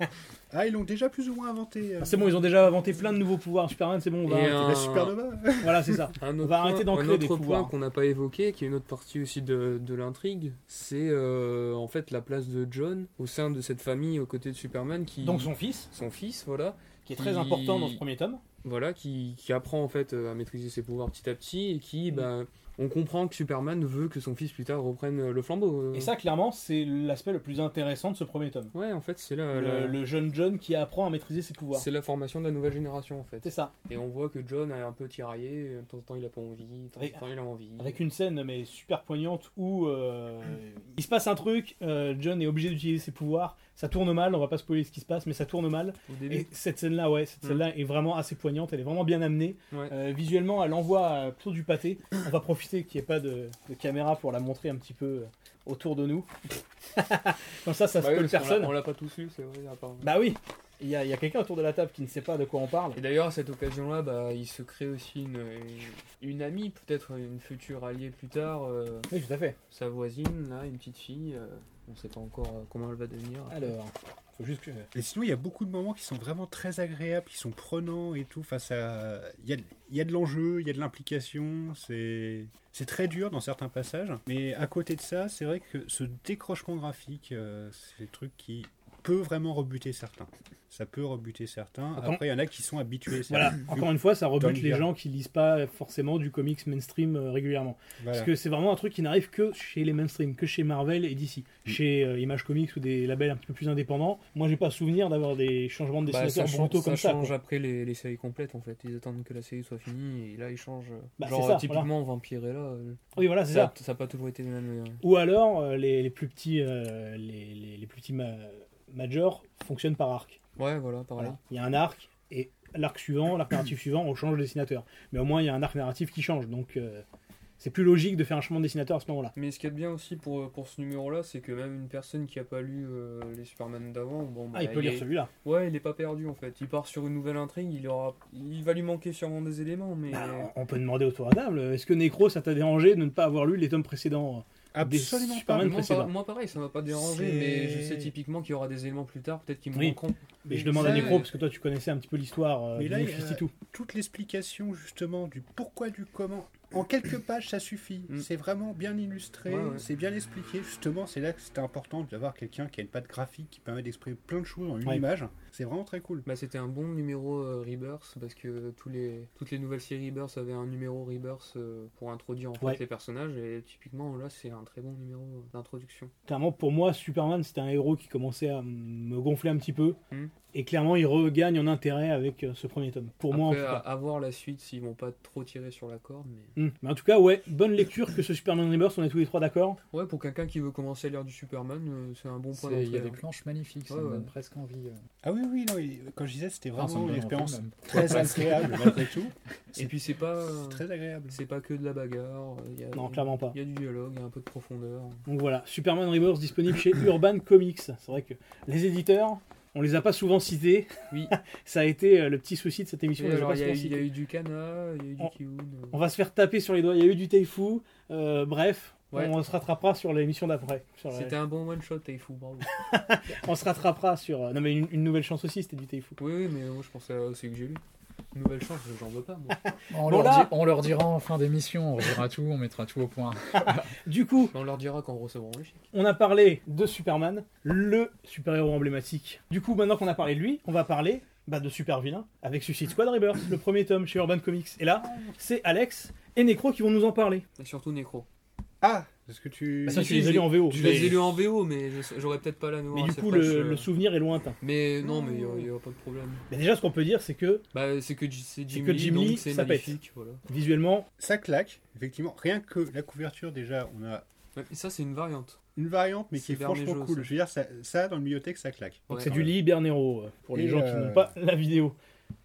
Speaker 4: Ah, ils l'ont déjà plus ou moins inventé. euh,
Speaker 1: Ah, C'est bon, ils ont déjà inventé plein de nouveaux pouvoirs. Superman, c'est bon, on va.
Speaker 3: Et
Speaker 1: arrêter.
Speaker 3: un-
Speaker 4: la supernova.
Speaker 2: euh,
Speaker 1: Voilà, c'est
Speaker 2: [laughs]
Speaker 1: ça.
Speaker 3: Un autre
Speaker 1: va
Speaker 3: point-
Speaker 1: arrêter d'ancrer
Speaker 3: un autre
Speaker 1: des
Speaker 3: point
Speaker 1: pouvoirs.
Speaker 3: qu'on n'a pas évoqué, qui est une autre partie aussi de, de l'intrigue, c'est euh, en fait la place de John au sein de cette famille aux côtés de Superman, qui
Speaker 1: Donc son fils,
Speaker 3: son fils, voilà,
Speaker 1: qui est très important dans ce premier tome.
Speaker 3: voilà, qui, qui apprend en fait euh, à maîtriser ses pouvoirs petit à petit et
Speaker 1: Mm.
Speaker 3: qui, ben, on comprend que Superman veut que son fils plus tard reprenne euh, le flambeau. euh.
Speaker 1: Et ça, clairement, c'est l'aspect le plus intéressant de ce premier tome.
Speaker 3: Ouais, en fait, c'est la, la-
Speaker 1: Le, le jeune John qui apprend à maîtriser ses pouvoirs.
Speaker 3: Euh, c'est la formation de la nouvelle génération en fait.
Speaker 1: C'est ça.
Speaker 3: Et on voit que John est un peu tiraillé, de temps en temps il a pas envie, de temps en temps il a envie.
Speaker 1: Avec une scène mais super poignante où euh, il se passe un truc, euh, John est obligé d'utiliser ses pouvoirs, ça tourne mal, on va pas spoiler ce qui se passe, mais [laughs] ça tourne mal.
Speaker 3: Au début. Bah
Speaker 1: Et cette scène-là, ouais, cette
Speaker 3: Mm.
Speaker 1: scène-là est vraiment assez poignante, elle est vraiment bien amenée.
Speaker 3: Ouais.
Speaker 1: Euh, visuellement, elle envoie euh, plutôt du pâté. On va profiter qu'il n'y ait pas de, de caméra pour la montrer un petit peu euh, autour de nous. [laughs] Comme ça, ça
Speaker 3: Bah oui,
Speaker 1: spoil
Speaker 3: parce qu'on l'a-
Speaker 1: personne.
Speaker 3: On l'a pas tous lu, c'est vrai, à part.
Speaker 1: Bah oui, il y a, il y a quelqu'un autour de la table qui ne sait pas de quoi on parle.
Speaker 3: Et d'ailleurs, à cette occasion-là, bah, il se crée aussi une, une amie, peut-être une future alliée plus tard, euh,
Speaker 1: Oui, tout à fait.
Speaker 3: sa voisine, là, une petite fille. euh, on sait pas encore euh, comment elle va devenir.
Speaker 1: Alors, faut juste que.
Speaker 4: Et sinon, il y a beaucoup de moments qui sont vraiment très agréables, qui sont prenants et tout. Face à... il, y a, il y a de l'enjeu, il y a de l'implication. C'est c'est très dur dans certains passages. Mais à côté de ça, c'est vrai que ce décrochement graphique, euh, c'est le truc qui peut vraiment rebuter certains. Ça peut rebuter certains.
Speaker 1: Attends.
Speaker 4: Après, il y en a qui sont habitués.
Speaker 1: Voilà,
Speaker 4: certains.
Speaker 1: encore une fois, ça rebute
Speaker 4: Tom
Speaker 1: les
Speaker 4: Gare.
Speaker 1: gens qui lisent pas forcément du comics mainstream euh, régulièrement.
Speaker 4: Voilà.
Speaker 1: Parce que c'est vraiment un truc qui n'arrive que chez les mainstream, que chez Marvel et DC. Chez euh, Image Comics ou des labels un petit peu plus indépendants, moi j'ai pas souvenir d'avoir des changements de
Speaker 3: Bah, ça,
Speaker 1: dessinateurs
Speaker 3: change,
Speaker 1: brutaux comme ça.
Speaker 3: change
Speaker 1: quoi.
Speaker 3: après les, les séries complètes, en fait. Ils attendent que la série soit finie, et là, ils changent. euh,
Speaker 1: Bah,
Speaker 3: Genre,
Speaker 1: c'est ça,
Speaker 3: euh, typiquement, Vampirella, euh,
Speaker 1: Oui, voilà, c'est ça.
Speaker 3: ça n'a pas toujours été le même. euh,
Speaker 1: Ou alors euh, les, les plus petits, euh, les, les- les plus petits ma- majors fonctionnent par arc.
Speaker 3: Ouais, voilà, pareil.
Speaker 1: Voilà. Il y a un arc et l'arc suivant, l'arc narratif suivant, on change le dessinateur. Mais au moins, il y a un arc narratif qui change. Donc, euh, c'est plus logique de faire un changement de dessinateur à ce moment-là.
Speaker 3: Mais ce qui est bien aussi pour, pour ce numéro-là, c'est que même une personne qui a pas lu euh, les Superman d'avant, bon, bah,
Speaker 1: Ah, il peut
Speaker 3: est-
Speaker 1: lire celui-là.
Speaker 3: Ouais, il est pas perdu en fait. Il part sur une nouvelle intrigue, il aura, il va lui manquer sûrement des éléments, mais
Speaker 1: Bah, on peut demander autour à table euh, est-ce que Necro, ça t'a dérangé de ne pas avoir lu les tomes précédents
Speaker 4: Absolument pas.
Speaker 1: Superman
Speaker 3: moi,
Speaker 1: précédent.
Speaker 3: pas- moi, pareil, ça m'a pas dérangé,
Speaker 4: C'est-
Speaker 3: mais je sais typiquement qu'il y aura des éléments plus tard, peut-être qu'ils me
Speaker 1: Oui.
Speaker 3: manqueront.
Speaker 1: Mais je demande à
Speaker 4: Ça,
Speaker 1: Necro,
Speaker 4: euh,
Speaker 1: parce que toi, tu connaissais un petit peu l'histoire euh,
Speaker 4: Mais
Speaker 1: du
Speaker 4: là, il y a-
Speaker 1: Mephisto.
Speaker 4: Toute l'explication justement du pourquoi, du comment, en [coughs] quelques pages, ça suffit.
Speaker 3: Mm.
Speaker 4: C'est vraiment bien illustré,
Speaker 3: Ouais, ouais.
Speaker 4: c'est bien expliqué. Justement, c'est là que c'est important d'avoir quelqu'un qui a une patte graphique qui permet d'exprimer plein de choses en une
Speaker 1: Ouais.
Speaker 4: image. C'est vraiment très cool.
Speaker 3: Bah, c'était un bon numéro euh, Rebirth parce que tous les, toutes les nouvelles séries Rebirth avaient un numéro Rebirth euh, pour introduire en fait,
Speaker 1: Ouais.
Speaker 3: les personnages et typiquement là c'est un très bon numéro euh, d'introduction.
Speaker 1: Clairement, pour moi, Superman, c'était un héros qui commençait à me gonfler un petit peu.
Speaker 3: Hmm.
Speaker 1: Et clairement, il regagne en intérêt avec euh, ce premier tome. Pour moi, en tout
Speaker 3: Après, euh, à,
Speaker 1: cas.
Speaker 3: à voir la suite s'ils vont pas trop tirer sur la corde, mais
Speaker 1: Hmm. Mais en tout cas, ouais, bonne lecture que ce Superman Rebirth, on est tous les trois d'accord.
Speaker 3: ouais pour quelqu'un qui veut commencer à lire du Superman, euh, c'est un bon
Speaker 2: C'est-
Speaker 3: point d'entrée.
Speaker 2: Il y a des
Speaker 3: hein.
Speaker 2: planches magnifiques, ça
Speaker 3: Ouais,
Speaker 2: me
Speaker 3: ouais.
Speaker 2: donne presque envie. euh.
Speaker 4: Ah oui, oui, non, il- quand je disais, c'était
Speaker 3: Ah,
Speaker 2: Enfin, ça me
Speaker 4: vraiment une
Speaker 2: donne envie,
Speaker 4: expérience
Speaker 2: même.
Speaker 4: très
Speaker 3: [laughs]
Speaker 4: agréable malgré tout.
Speaker 3: hein. Et puis c'est pas
Speaker 4: C'est très agréable.
Speaker 3: Ah. c'est pas que de la bagarre, il y a
Speaker 1: Non, clairement pas.
Speaker 3: il y a du dialogue, il y a un peu de profondeur.
Speaker 1: Donc voilà, Superman Rebirth disponible
Speaker 3: [coughs]
Speaker 1: chez Urban Comics. C'est vrai que les éditeurs, on les a pas souvent cités.
Speaker 3: Oui.
Speaker 1: [laughs] Ça a été euh, le petit souci de cette
Speaker 3: Et
Speaker 1: émission. on les a
Speaker 3: alors,
Speaker 1: pas
Speaker 3: Il y, a
Speaker 1: souvent
Speaker 3: eu- il y a
Speaker 1: cités.
Speaker 3: eu du Kana, il y a eu
Speaker 1: On-
Speaker 3: du Kiun. euh.
Speaker 1: On va se faire taper sur les doigts. Il y a eu du Taifu. euh, bref,
Speaker 3: Ouais.
Speaker 1: on se rattrapera sur l'émission d'après. Sur la-
Speaker 3: C'était un bon one shot, Taifu, bravo.
Speaker 1: On se rattrapera sur. euh, Non, mais une, une nouvelle chance aussi, c'était du Taifu.
Speaker 3: Oui, oui, mais moi je pensais à celui que j'ai lu. Nouvelle chance, j'en veux pas
Speaker 1: [laughs]
Speaker 3: moi.
Speaker 2: On,
Speaker 1: Bon,
Speaker 2: leur
Speaker 1: là-
Speaker 2: dit- on leur dira en fin d'émission, on redira tout, on mettra tout au point.
Speaker 1: Du coup,
Speaker 3: Mais on leur dira quand recevront les chèques.
Speaker 1: on a parlé de Superman, le super-héros emblématique. Du coup, maintenant qu'on a parlé de lui, on va parler bah, de Super Vilain avec Suicide Squad Rebirth, le premier tome chez Urban Comics. Et là, c'est Alex et Necro qui vont nous en parler.
Speaker 3: Et surtout Necro.
Speaker 4: Ah, est-ce que tu.
Speaker 1: Bah, ça,
Speaker 3: si,
Speaker 1: tu les
Speaker 3: je
Speaker 1: as lus
Speaker 3: l'ai-
Speaker 1: en VO.
Speaker 3: Je
Speaker 1: mais-
Speaker 3: les ai lus en VO, mais je- j'aurais peut-être pas la mémoire.
Speaker 1: Mais du
Speaker 3: assez
Speaker 1: coup,
Speaker 3: fraîche,
Speaker 1: le,
Speaker 3: euh.
Speaker 1: le souvenir est lointain.
Speaker 3: Mais non, mais il n'y a, pas de problème.
Speaker 1: Mais déjà, ce qu'on peut dire, c'est que
Speaker 3: Bah, c'est que j- c'est Jim
Speaker 1: que
Speaker 3: Lee,
Speaker 1: Jim Lee,
Speaker 3: donc c'est
Speaker 1: ça pète.
Speaker 3: magnifique. Voilà.
Speaker 1: visuellement,
Speaker 4: Ça claque, effectivement. Rien que la couverture, déjà, on a
Speaker 3: Ouais, et ça, c'est une variante.
Speaker 4: une variante, mais
Speaker 3: C'est
Speaker 4: qui est
Speaker 3: Bernays
Speaker 4: franchement
Speaker 3: Joe,
Speaker 4: cool.
Speaker 3: ça.
Speaker 4: Je veux dire, ça, ça, dans le bibliothèque, ça claque.
Speaker 1: donc
Speaker 3: Ouais.
Speaker 1: c'est du Lee Bernero euh, pour les
Speaker 4: Et,
Speaker 1: gens qui
Speaker 4: euh,
Speaker 1: n'ont pas la vidéo,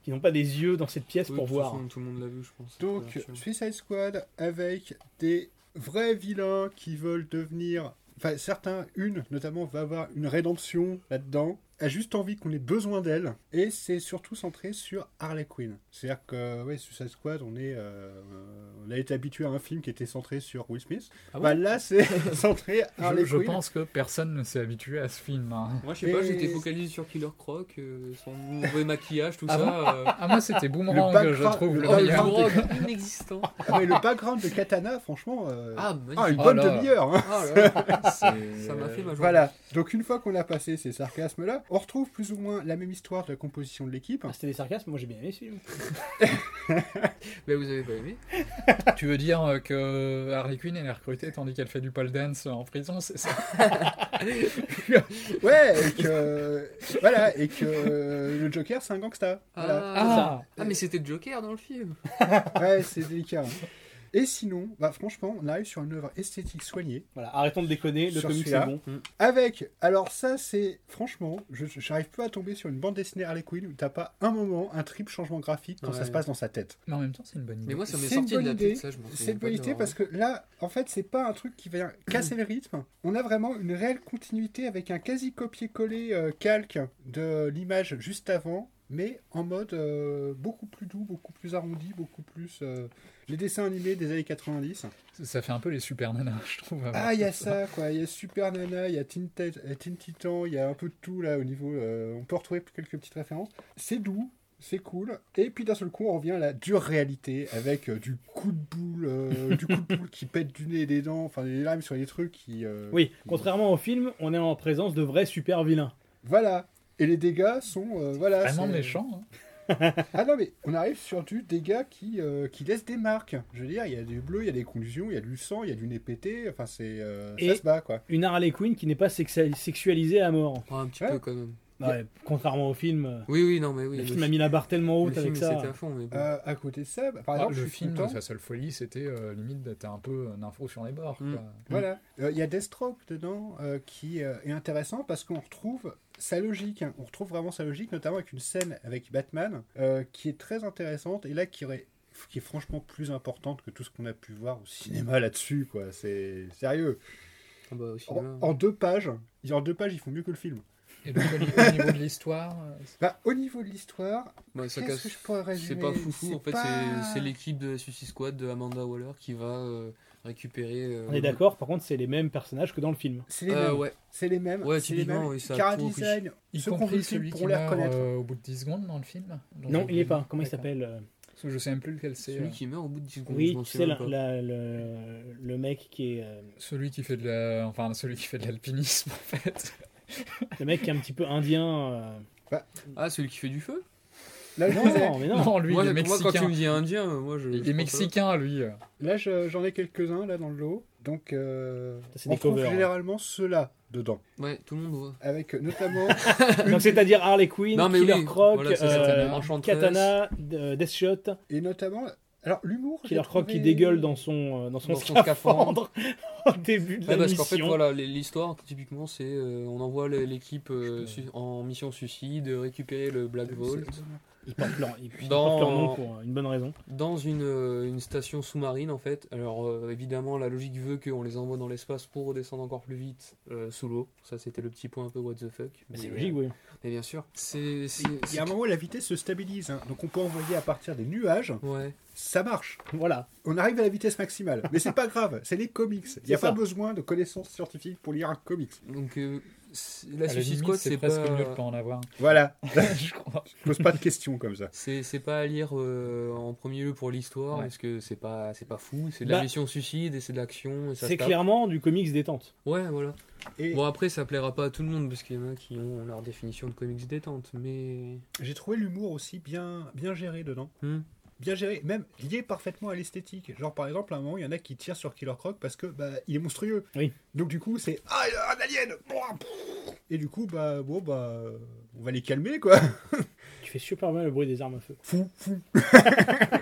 Speaker 1: qui n'ont pas des yeux dans cette pièce
Speaker 3: Oui,
Speaker 1: pour
Speaker 3: de toute
Speaker 1: voir.
Speaker 3: façon, tout le monde l'a vu, je pense. cette
Speaker 4: Donc,
Speaker 3: couverture.
Speaker 4: Suicide Squad avec des vrais vilains qui veulent devenir. Enfin, certains, une notamment, va avoir une rédemption là-dedans, a juste envie qu'on ait besoin d'elle, et c'est surtout centré sur Harley Quinn. C'est-à-dire que, ouais, Suicide Squad, on est. euh, on a été habitué à un film qui était centré sur Will Smith.
Speaker 3: Ah
Speaker 4: Bah, là, c'est centré Harley
Speaker 2: [laughs] Je, je
Speaker 4: Quinn.
Speaker 2: pense que personne ne s'est habitué à ce film. hein.
Speaker 3: Moi, je sais pas,
Speaker 4: Et-
Speaker 3: j'étais focalisé sur Killer Croc, euh, son mauvais maquillage, tout
Speaker 2: Ah
Speaker 3: ça. euh,
Speaker 2: Ah, moi, c'était Boomerang,
Speaker 4: background-
Speaker 2: je trouve.
Speaker 4: le
Speaker 2: le
Speaker 3: oh, mais
Speaker 4: il y
Speaker 3: le
Speaker 4: a un
Speaker 2: meilleur.
Speaker 3: drogue inexistant.
Speaker 4: Ah, mais le background de Katana, franchement. euh,
Speaker 3: Ah,
Speaker 4: ah, une
Speaker 3: magnifique.
Speaker 2: Oh
Speaker 4: bonne
Speaker 2: là.
Speaker 4: demi-heure. hein.
Speaker 3: Ah, là, là.
Speaker 2: C'est-
Speaker 3: Ça m'a fait ma joie.
Speaker 4: Voilà. Donc, une fois qu'on a passé ces sarcasmes-là, on retrouve plus ou moins la même histoire de la composition de l'équipe.
Speaker 1: Ah, c'était des sarcasmes, moi j'ai bien aimé ce film.
Speaker 3: Mais Ben, vous avez pas aimé
Speaker 2: Tu veux dire euh, que Harley Quinn, elle est recrutée tandis qu'elle fait du pole dance en prison, c'est ça
Speaker 4: Ouais, et que. voilà, et que euh, le Joker, c'est un gangsta. Voilà.
Speaker 3: Ah, ah, mais c'était Joker dans le film.
Speaker 4: Ouais, c'est délicat. hein. Et sinon, bah, franchement, on arrive sur une œuvre esthétique soignée.
Speaker 1: Voilà, arrêtons de déconner, le
Speaker 4: Sur
Speaker 1: comic c'est
Speaker 4: celui-là.
Speaker 1: bon.
Speaker 4: Avec, alors ça, c'est. Franchement, je je- j'arrive pas à tomber sur une bande dessinée Harley Quinn où t'as pas un moment, un triple changement graphique quand ça
Speaker 3: Ouais.
Speaker 4: se passe dans sa tête.
Speaker 2: Mais en même temps, c'est une bonne idée.
Speaker 3: Mais moi, ça m'est
Speaker 4: C'est une
Speaker 3: sorti de la
Speaker 4: bonne
Speaker 3: tête,
Speaker 4: idée.
Speaker 3: ça, je m'en
Speaker 4: C'est de qualité parce que là, en fait, c'est pas un truc qui [clears throat] vient casser le rythme. On a vraiment une réelle continuité avec un quasi copier-coller euh, calque de l'image juste avant, mais en mode euh, beaucoup plus doux, beaucoup plus arrondi, beaucoup plus. euh, les dessins animés des années 90.
Speaker 2: Ça fait un peu les super nanas, [laughs] je trouve. à voir
Speaker 4: Ah, il y a
Speaker 2: tout
Speaker 4: ça, quoi. Il y a Super Nana, il y a Teen, Tit- euh, Teen Titan, il y a un peu de tout là au niveau. euh, on peut retrouver quelques petites références. C'est doux. C'est cool. Et puis d'un seul coup, on revient à la dure réalité avec euh, du coup de boule, euh, du coup de boule qui pète du nez et des dents, enfin des lames sur les trucs qui. euh,
Speaker 1: Oui,
Speaker 4: qui-
Speaker 1: contrairement au film, on est en présence de vrais super vilains.
Speaker 4: Voilà. Et les dégâts sont euh, voilà.
Speaker 2: Vraiment
Speaker 4: c'est-
Speaker 2: méchant. hein.
Speaker 4: Ah non mais on arrive sur du dégât qui euh, qui laisse des marques. Je veux dire, il y a du bleu, il y a des contusions, il y a du sang, il y a du nez pété. Enfin c'est euh,
Speaker 1: Et-
Speaker 4: ça se bat quoi.
Speaker 1: Une Harley Quinn qui n'est pas sexa- sexualisée à mort.
Speaker 3: Ah, un petit
Speaker 4: Ouais.
Speaker 3: peu quand même.
Speaker 1: Ouais, contrairement au film, euh,
Speaker 3: Oui, oui, non, mais oui.
Speaker 1: le film a mis la barre tellement haute avec ça.
Speaker 3: c'était à fond. Mais bon.
Speaker 4: Euh, à côté de ça, bah, par
Speaker 2: Ah,
Speaker 4: exemple, je
Speaker 2: le
Speaker 4: suis
Speaker 2: film,
Speaker 4: content-
Speaker 2: sa seule folie, c'était euh, limite d'être un peu un info sur les bords.
Speaker 3: Mm.
Speaker 2: quoi.
Speaker 4: Voilà. Euh, Il y a Deathstroke dedans euh, qui euh, est intéressant parce qu'on retrouve sa logique, hein. on retrouve vraiment sa logique, notamment avec une scène avec Batman euh, qui est très intéressante et là qui aurait qui est franchement plus importante que tout ce qu'on a pu voir au cinéma là-dessus, quoi. C'est sérieux.
Speaker 3: Ah
Speaker 4: oh,
Speaker 3: bah, au cinéma,
Speaker 4: En, en deux pages, en deux pages, ils font mieux que le film.
Speaker 2: Et donc, au ni- au niveau de l'histoire, euh,
Speaker 4: Bah, au niveau de l'histoire,
Speaker 3: Bah, ça
Speaker 4: qu'est-ce
Speaker 3: casse-
Speaker 4: que je pourrais résumer
Speaker 3: C'est pas foufou, en fait,
Speaker 4: pas-
Speaker 3: c'est- c'est l'équipe de la Suicide Squad de Amanda Waller qui va euh, récupérer. euh,
Speaker 1: On est d'accord, par contre, c'est les mêmes personnages que dans le film.
Speaker 4: C'est les,
Speaker 3: Euh,
Speaker 4: mêmes.
Speaker 3: ouais,
Speaker 4: C'est les mêmes.
Speaker 3: Ouais,
Speaker 4: c'est les
Speaker 3: typiquement,
Speaker 4: mêmes.
Speaker 3: oui, ça a
Speaker 4: Cara
Speaker 3: tout repris.
Speaker 4: Design,
Speaker 2: y
Speaker 4: ceux qui ont vu
Speaker 2: compris
Speaker 4: le film
Speaker 2: celui qui
Speaker 4: pourront les
Speaker 2: meurt
Speaker 4: reconnaître.
Speaker 2: euh, au bout de 10 secondes dans le film Dans
Speaker 1: Non,
Speaker 2: le-
Speaker 1: il est pas. Comment il
Speaker 2: D'accord.
Speaker 1: s'appelle euh,
Speaker 2: Parce que Je sais même plus lequel c'est.
Speaker 3: celui
Speaker 2: euh,
Speaker 3: qui meurt au bout de 10 secondes. je
Speaker 1: Oui,
Speaker 3: m'en
Speaker 1: tu sais,
Speaker 3: souviens
Speaker 1: la-
Speaker 3: pas.
Speaker 1: la- le, le mec qui est. euh,
Speaker 2: Celui qui fait de la... enfin celui qui fait de l'alpinisme [laughs] en fait.
Speaker 1: le mec qui est un petit peu indien. euh,
Speaker 3: Ah, celui qui fait du feu
Speaker 4: Là, je-
Speaker 1: Non, mais non.
Speaker 2: Non, lui
Speaker 3: moi,
Speaker 2: il est
Speaker 3: moi, quand tu
Speaker 2: mexicain.
Speaker 3: me dis indien, moi je.
Speaker 2: Il est mexicain lui. euh.
Speaker 4: Là, je- j'en ai quelques-uns là dans le lot. Donc, euh,
Speaker 1: Ça, c'est
Speaker 4: on
Speaker 1: des
Speaker 4: trouve
Speaker 1: covers, hein.
Speaker 4: généralement ceux-là dedans,
Speaker 3: Ouais, tout le monde voit.
Speaker 4: avec notamment
Speaker 1: Donc, c'est-à-dire Harley Quinn,
Speaker 3: Non, mais
Speaker 1: Killer
Speaker 3: oui,
Speaker 1: Croc,
Speaker 3: voilà, c'est
Speaker 1: euh,
Speaker 3: Katana, Enchantress.
Speaker 1: Katana, euh, Deathshot,
Speaker 4: et notamment. Alors, l'humour. j'ai
Speaker 1: Killer Croc qui
Speaker 4: trouvé-
Speaker 1: dégueule dans son, euh, dans son
Speaker 3: Dans son
Speaker 1: scaphandre [laughs] au début de
Speaker 3: Ah,
Speaker 1: la
Speaker 3: parce qu'en
Speaker 1: mission.
Speaker 3: fait, voilà, les- l'histoire, typiquement, c'est euh, on envoie le- l'équipe euh, su- en mission suicide récupérer le Black Vault
Speaker 1: Ils portent leur, ils- ils
Speaker 3: Dans-
Speaker 1: portent leur nom pour euh, une bonne raison.
Speaker 3: dans une, euh, une station sous-marine, en fait. Alors, euh, évidemment, la logique veut qu'on les envoie dans l'espace pour redescendre encore plus vite euh, sous l'eau. Ça, c'était le petit point un peu what the fuck.
Speaker 1: Bah, c'est
Speaker 3: Mais,
Speaker 1: logique, oui.
Speaker 3: euh, Mais bien sûr, c'est. c'est-
Speaker 4: Il y a un moment où la vitesse se stabilise, hein. donc on peut envoyer à partir des nuages,
Speaker 3: Ouais.
Speaker 4: ça marche.
Speaker 1: Voilà.
Speaker 4: On arrive à la vitesse maximale, mais c'est pas grave, c'est les comics. Il n'y a
Speaker 1: C'est
Speaker 4: pas
Speaker 1: ça.
Speaker 4: besoin de connaissances scientifiques pour lire un comics.
Speaker 3: Donc, euh, c'est- la
Speaker 2: À la
Speaker 3: Suicide
Speaker 2: limite,
Speaker 3: Squad,
Speaker 2: c'est
Speaker 3: c'est
Speaker 2: presque mieux de
Speaker 3: pas.
Speaker 2: pas en avoir.
Speaker 4: Voilà,
Speaker 2: Je crois.
Speaker 4: je pose pas de questions comme ça.
Speaker 3: C'est c'est pas à lire euh, en premier lieu pour l'histoire
Speaker 2: Ouais.
Speaker 3: parce que c'est pas c'est pas fou, c'est de la
Speaker 1: Bah,
Speaker 3: mission suicide et c'est de l'action et ça se
Speaker 1: C'est
Speaker 3: tape.
Speaker 1: clairement du comics détente.
Speaker 3: Ouais, voilà.
Speaker 4: Et
Speaker 3: Bon après ça plaira pas à tout le monde parce qu'il y en a qui ont leur définition de comics détente, mais
Speaker 4: j'ai trouvé l'humour aussi bien, bien géré dedans.
Speaker 3: Hmm.
Speaker 4: bien géré, même lié parfaitement à l'esthétique. Genre par exemple, à un moment, il y en a qui tirent sur Killer Croc parce que bah il est monstrueux.
Speaker 1: Oui.
Speaker 4: Donc du coup, c'est ah il y a un alien. Pouah, pouah. Et du coup, bah bon bah euh, on va les calmer quoi. [laughs]
Speaker 1: Tu fais super bien le bruit des armes à feu.
Speaker 4: Fou fou.
Speaker 3: [laughs]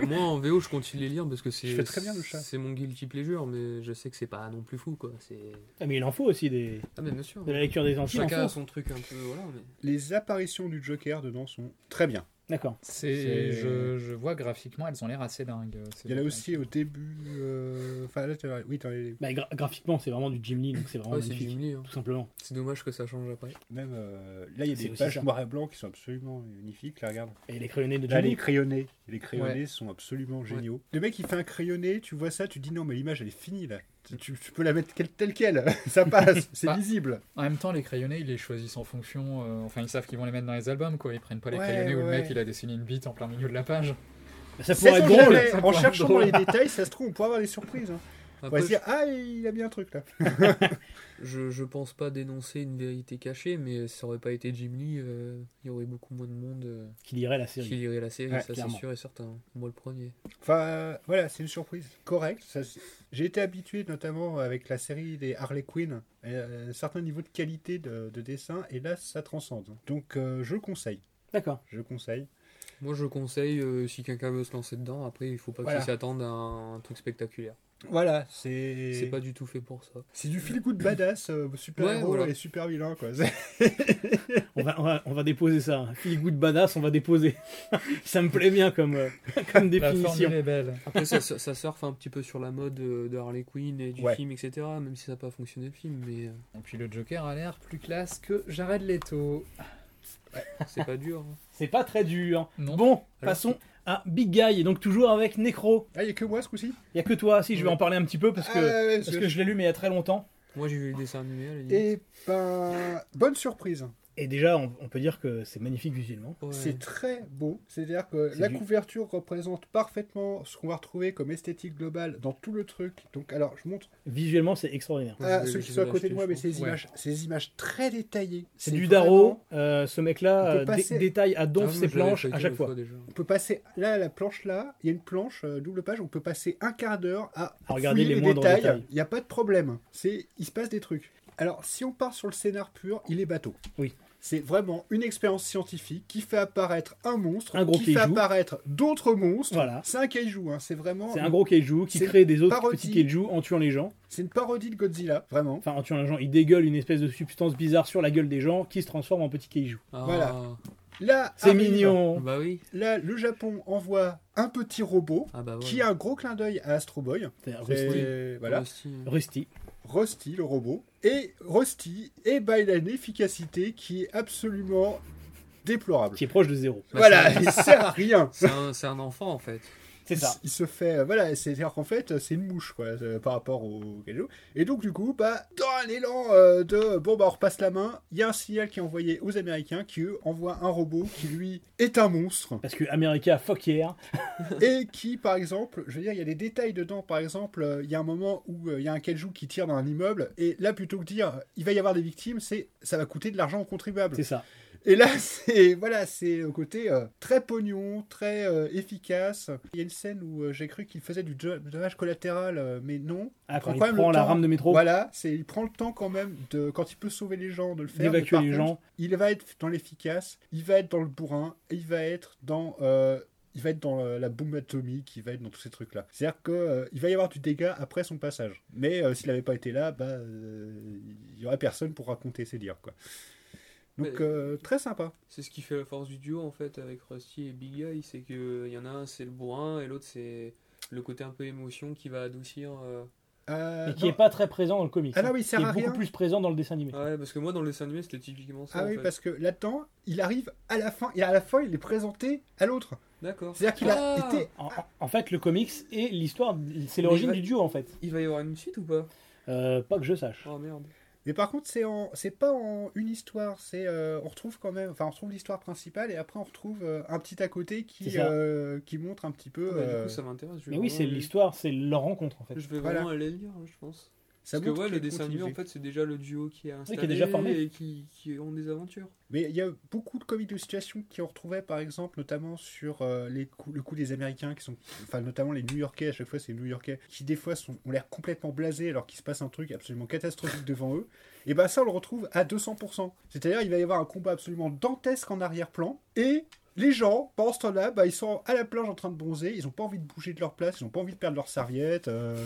Speaker 3: moi en VO je continue de les lire parce que c'est
Speaker 4: Je fais très bien le chat.
Speaker 3: C'est mon guilty pleasure mais je sais que c'est pas non plus fou quoi, c'est
Speaker 1: Ah, mais il en faut aussi des,
Speaker 3: Ah mais bien sûr.
Speaker 1: de la lecture des anciens.
Speaker 3: Chacun
Speaker 1: il en
Speaker 3: a
Speaker 1: faut.
Speaker 3: son truc un peu voilà mais
Speaker 4: Les apparitions du Joker dedans sont très bien.
Speaker 1: D'accord.
Speaker 2: C'est,
Speaker 4: C'est-
Speaker 2: je, je vois graphiquement, elles ont l'air assez dingues. euh, ces
Speaker 4: Il y en a
Speaker 2: deux
Speaker 4: aussi au début. euh, Enfin là, t'as- oui, t'as les-
Speaker 1: Bah, gra- graphiquement, c'est vraiment du Jim Lee, donc c'est vraiment
Speaker 3: ouais, c'est
Speaker 1: Oh, magnifique.
Speaker 3: Jim Lee, hein.
Speaker 1: Tout simplement.
Speaker 3: C'est dommage que ça change après.
Speaker 4: même euh, là, il y
Speaker 1: C'est
Speaker 4: a des
Speaker 1: aussi
Speaker 4: pages
Speaker 1: ça.
Speaker 4: noir et blanc qui sont absolument magnifiques. Là, regarde.
Speaker 1: Et les crayonnés de Jim
Speaker 4: Là, les
Speaker 1: Lee.
Speaker 4: crayonnés, les crayonnés sont absolument géniaux. Le mec, il fait un crayonné, tu vois ça, tu dis non, mais l'image, elle est finie là. Tu, tu- tu peux la mettre quelle- telle quelle, [laughs] ça passe, c'est
Speaker 2: Bah,
Speaker 4: visible.
Speaker 2: En même temps, les crayonnés, ils les choisissent en fonction. euh, enfin, ils savent qu'ils vont les mettre dans les albums, quoi. Ils prennent pas les
Speaker 4: Ouais,
Speaker 2: crayonnés où le mec
Speaker 4: ouais.
Speaker 2: il a dessiné une bite en plein milieu de la page.
Speaker 1: Ça
Speaker 4: C'est
Speaker 1: pourrait être drôle.
Speaker 4: En
Speaker 2: pourrait être
Speaker 4: cherchant dans
Speaker 2: drôle.
Speaker 4: les détails, ça se trouve, on pourrait avoir des surprises. hein. On
Speaker 3: Après,
Speaker 4: va se dire, ah, il a bien un truc là.
Speaker 3: Je, je pense pas dénoncer une vérité cachée, mais ça aurait pas été Jim Lee, euh, il y aurait beaucoup moins de monde euh,
Speaker 1: Qui lirait la
Speaker 3: qui
Speaker 1: série.
Speaker 3: lirait la série,
Speaker 1: Ouais,
Speaker 3: ça c'est
Speaker 1: clairement.
Speaker 3: sûr et certain. Moi le premier.
Speaker 4: Enfin, euh, voilà, c'est une surprise. Correct. ça, c'est- J'ai été habitué, notamment avec la série des Harley Quinn, à un certain niveau de qualité de, de dessin, et là, ça transcende. Donc, euh, je conseille.
Speaker 1: D'accord.
Speaker 4: Je conseille.
Speaker 3: Moi je conseille, euh, si quelqu'un veut se lancer dedans, après il faut pas
Speaker 4: Voilà.
Speaker 3: qu'il s'attende à un, truc spectaculaire.
Speaker 4: Voilà,
Speaker 3: C'est
Speaker 4: c'est.
Speaker 3: pas du tout fait pour ça.
Speaker 4: C'est du feel good badass, euh, super
Speaker 3: Ouais,
Speaker 4: héros
Speaker 3: voilà.
Speaker 4: et super vilain quoi. [laughs]
Speaker 1: On va, on va, on va déposer ça. Feel good badass, on va déposer. [laughs] ça me plaît bien comme, euh, comme
Speaker 2: La
Speaker 1: définition.
Speaker 2: formule est belle.
Speaker 3: Après ça, ça, ça surfe un petit peu sur la mode euh, de Harley Quinn et du
Speaker 4: Ouais.
Speaker 3: film, etc. Même si ça n'a pas fonctionné le film, mais euh,
Speaker 2: Et puis le Joker a l'air plus classe que Jared Leto.
Speaker 3: c'est pas dur. hein.
Speaker 1: C'est pas très dur.
Speaker 2: Non.
Speaker 1: Bon, passons à Big Guy, et donc toujours avec Necro.
Speaker 4: Ah, il n'y a que moi ce coup-ci
Speaker 1: Il y a que toi, si je vais
Speaker 3: Ouais.
Speaker 1: en parler un petit peu parce
Speaker 4: Ah,
Speaker 1: que,
Speaker 4: ouais,
Speaker 1: parce
Speaker 4: je-
Speaker 1: que je l'ai lu mais il y a très longtemps.
Speaker 3: Moi j'ai vu le dessin animé, à la limite.
Speaker 4: Et Eh ben, bonne surprise.
Speaker 1: Et déjà, on, on peut dire que c'est magnifique visuellement.
Speaker 3: Ouais.
Speaker 4: C'est très beau. C'est-à-dire que
Speaker 1: C'est
Speaker 4: la
Speaker 1: du-
Speaker 4: couverture représente parfaitement ce qu'on va retrouver comme esthétique globale dans tout le truc. Donc, alors, je montre
Speaker 1: Visuellement, c'est extraordinaire.
Speaker 3: Moi,
Speaker 4: à
Speaker 3: je vais-
Speaker 4: Ah, ceux
Speaker 3: je
Speaker 4: qui
Speaker 3: vais
Speaker 4: sont à côté de
Speaker 3: l'acheter,
Speaker 4: moi,
Speaker 3: je
Speaker 4: mais
Speaker 3: pense.
Speaker 4: ces
Speaker 2: Ouais.
Speaker 4: images, ces images très détaillées.
Speaker 1: C'est du
Speaker 4: vraiment-
Speaker 1: Daro. euh, ce mec-là
Speaker 4: On peut
Speaker 1: euh, dé-
Speaker 4: passer-
Speaker 1: détaille à
Speaker 3: Ah,
Speaker 1: donf
Speaker 3: moi,
Speaker 1: ses
Speaker 3: je l'avais
Speaker 1: planches
Speaker 3: feuilleté
Speaker 1: à chaque
Speaker 3: une
Speaker 1: fois.
Speaker 3: déjà.
Speaker 4: On peut passer là à la planche là, il y a une planche euh, double page, on peut passer un quart d'heure à,
Speaker 1: À regarder
Speaker 4: fouiller
Speaker 1: les moindres détails.
Speaker 4: Il n'y a pas de problème. C'est, il se passe des trucs. Alors, si on part sur le scénar pur, il est bateau.
Speaker 1: Oui.
Speaker 4: C'est vraiment une expérience scientifique qui fait apparaître un monstre,
Speaker 1: Un gros
Speaker 4: qui fait
Speaker 1: kaiju.
Speaker 4: apparaître d'autres monstres.
Speaker 1: Voilà.
Speaker 4: C'est un kaiju, hein. c'est vraiment.
Speaker 1: C'est un gros kaiju qui
Speaker 4: C'est
Speaker 1: crée des autres
Speaker 4: parodie.
Speaker 1: petits kaiju en tuant les gens.
Speaker 4: C'est une parodie de Godzilla, vraiment.
Speaker 1: Enfin, en tuant les gens, il dégueule une espèce de substance bizarre sur la gueule des gens qui se transforme en petit kaiju.
Speaker 3: Ah,
Speaker 4: Voilà. Là,
Speaker 1: C'est
Speaker 4: arrive-
Speaker 1: mignon.
Speaker 3: Bah oui.
Speaker 4: Là, le Japon envoie un petit robot
Speaker 3: Ah bah ouais.
Speaker 4: qui a un gros clin d'œil à Astro Boy.
Speaker 1: C'est Ah, Rusty.
Speaker 4: C'est- Voilà,
Speaker 3: Rusty.
Speaker 1: Rusty.
Speaker 4: Rusty, le robot. Et Rusty, et bah, il a une efficacité qui est absolument déplorable.
Speaker 1: qui est proche de zéro.
Speaker 3: Bah,
Speaker 4: voilà,
Speaker 3: c'est-
Speaker 4: il sert à rien.
Speaker 3: C'est un, c'est un enfant en fait.
Speaker 1: C'est
Speaker 4: Il s- Il se fait, euh, voilà, c'est-à-dire qu'en fait, c'est une mouche, quoi, euh, par rapport au Gajo. Et donc, du coup, bah, dans un élan euh, de, bon, bah, on repasse la main, il y a un signal qui est envoyé aux Américains qui, eux, envoient un robot qui, lui, est un monstre.
Speaker 1: Parce que America fuck yeah.
Speaker 4: et qui, par exemple, je veux dire, il y a des détails dedans. Par exemple, euh, il y a un moment où euh, il y a un kaiju qui tire dans un immeuble, et là, plutôt que dire il va y avoir des victimes, c'est ça va coûter de l'argent aux contribuables.
Speaker 1: C'est ça.
Speaker 4: Et là, [laughs] c'est voilà, c'est le côté euh, très pognon, très euh, efficace. Il y a une scène où euh, j'ai cru qu'il faisait du do- dommage collatéral, euh, mais non.
Speaker 1: Après,
Speaker 4: Prends
Speaker 1: il
Speaker 4: quand même
Speaker 1: prend
Speaker 4: le
Speaker 1: la
Speaker 4: temps.
Speaker 1: rame de métro,
Speaker 4: Voilà, c'est il prend le temps quand même de quand il peut sauver les gens de le faire.
Speaker 1: d'évacuer
Speaker 4: mais
Speaker 1: les
Speaker 4: par contre,
Speaker 1: gens.
Speaker 4: il va être dans l'efficace, il va être dans le bourrin, et il va être dans, euh, il va être dans euh, la bombe atomique, il va être dans tous ces trucs-là. C'est-à-dire qu'il va y avoir du dégât après son passage. Mais euh, s'il n'avait pas été là, bah, euh, il y aurait personne pour raconter ses dires. Quoi. Donc
Speaker 3: Mais-
Speaker 4: euh, très sympa.
Speaker 3: C'est ce qui fait la force du duo en fait avec Rusty et Big Guy, c'est que il y en a un c'est le bourrin et l'autre c'est le côté un peu émotion qui va adoucir. euh.
Speaker 4: Euh,
Speaker 1: Mais qui
Speaker 4: non.
Speaker 1: est pas très présent dans le comics.
Speaker 4: Ah non,
Speaker 1: hein.
Speaker 4: oui, il
Speaker 1: Qui
Speaker 4: sert à
Speaker 1: est beaucoup
Speaker 4: rien.
Speaker 1: plus présent dans le dessin animé.
Speaker 3: Ah ouais, parce que moi dans le dessin animé c'était typiquement ça.
Speaker 4: Ah
Speaker 3: en
Speaker 4: oui,
Speaker 3: fait.
Speaker 4: parce que là-dedans, il arrive à la fin, et à la fin, il est présenté à l'autre.
Speaker 3: D'accord.
Speaker 4: C'est-à-dire qu'il a
Speaker 3: Ah
Speaker 4: été.
Speaker 1: En, en- en fait, le comics et l'histoire, c'est l'origine
Speaker 3: Mais-
Speaker 1: du duo en fait.
Speaker 3: Il va y avoir une suite ou pas
Speaker 1: Euh, pas que je sache.
Speaker 3: Oh merde.
Speaker 4: Mais par contre, c'est en, c'est pas en une histoire, c'est euh, on retrouve quand même, enfin on retrouve l'histoire principale et après on retrouve euh, un petit à côté qui
Speaker 1: C'est ça.
Speaker 4: euh, qui montre un petit peu.
Speaker 3: Ah bah,
Speaker 4: euh,
Speaker 3: du coup ça m'intéresse. je vais
Speaker 1: Mais oui,
Speaker 3: vraiment
Speaker 1: c'est
Speaker 3: aller-
Speaker 1: l'histoire, c'est leur rencontre en fait.
Speaker 3: Je vais
Speaker 4: Voilà.
Speaker 3: vraiment aller le lire, hein, je pense.
Speaker 4: ça
Speaker 3: parce que
Speaker 4: montre
Speaker 3: ouais, le
Speaker 4: qu'il
Speaker 3: dessin animé
Speaker 4: continue.
Speaker 3: en fait c'est déjà le duo qui est installé
Speaker 1: qui est déjà formé.
Speaker 3: et qui, qui ont des aventures.
Speaker 4: Mais il y a beaucoup de comics de situation qui en retrouvaient par exemple notamment sur euh, les coups- le coup des Américains qui sont, enfin notamment les New-Yorkais à chaque fois c'est les New-Yorkais qui des fois sont, ont l'air complètement blasés alors qu'il se passe un truc absolument catastrophique devant eux. Et ben ça on le retrouve à 200%. C'est-à-dire il va y avoir un combat absolument dantesque en arrière-plan et les gens, pendant ce temps-là, bah, ils sont à la plage en train de bronzer, ils n'ont pas envie de bouger de leur place, ils n'ont pas envie de perdre leur serviette. euh,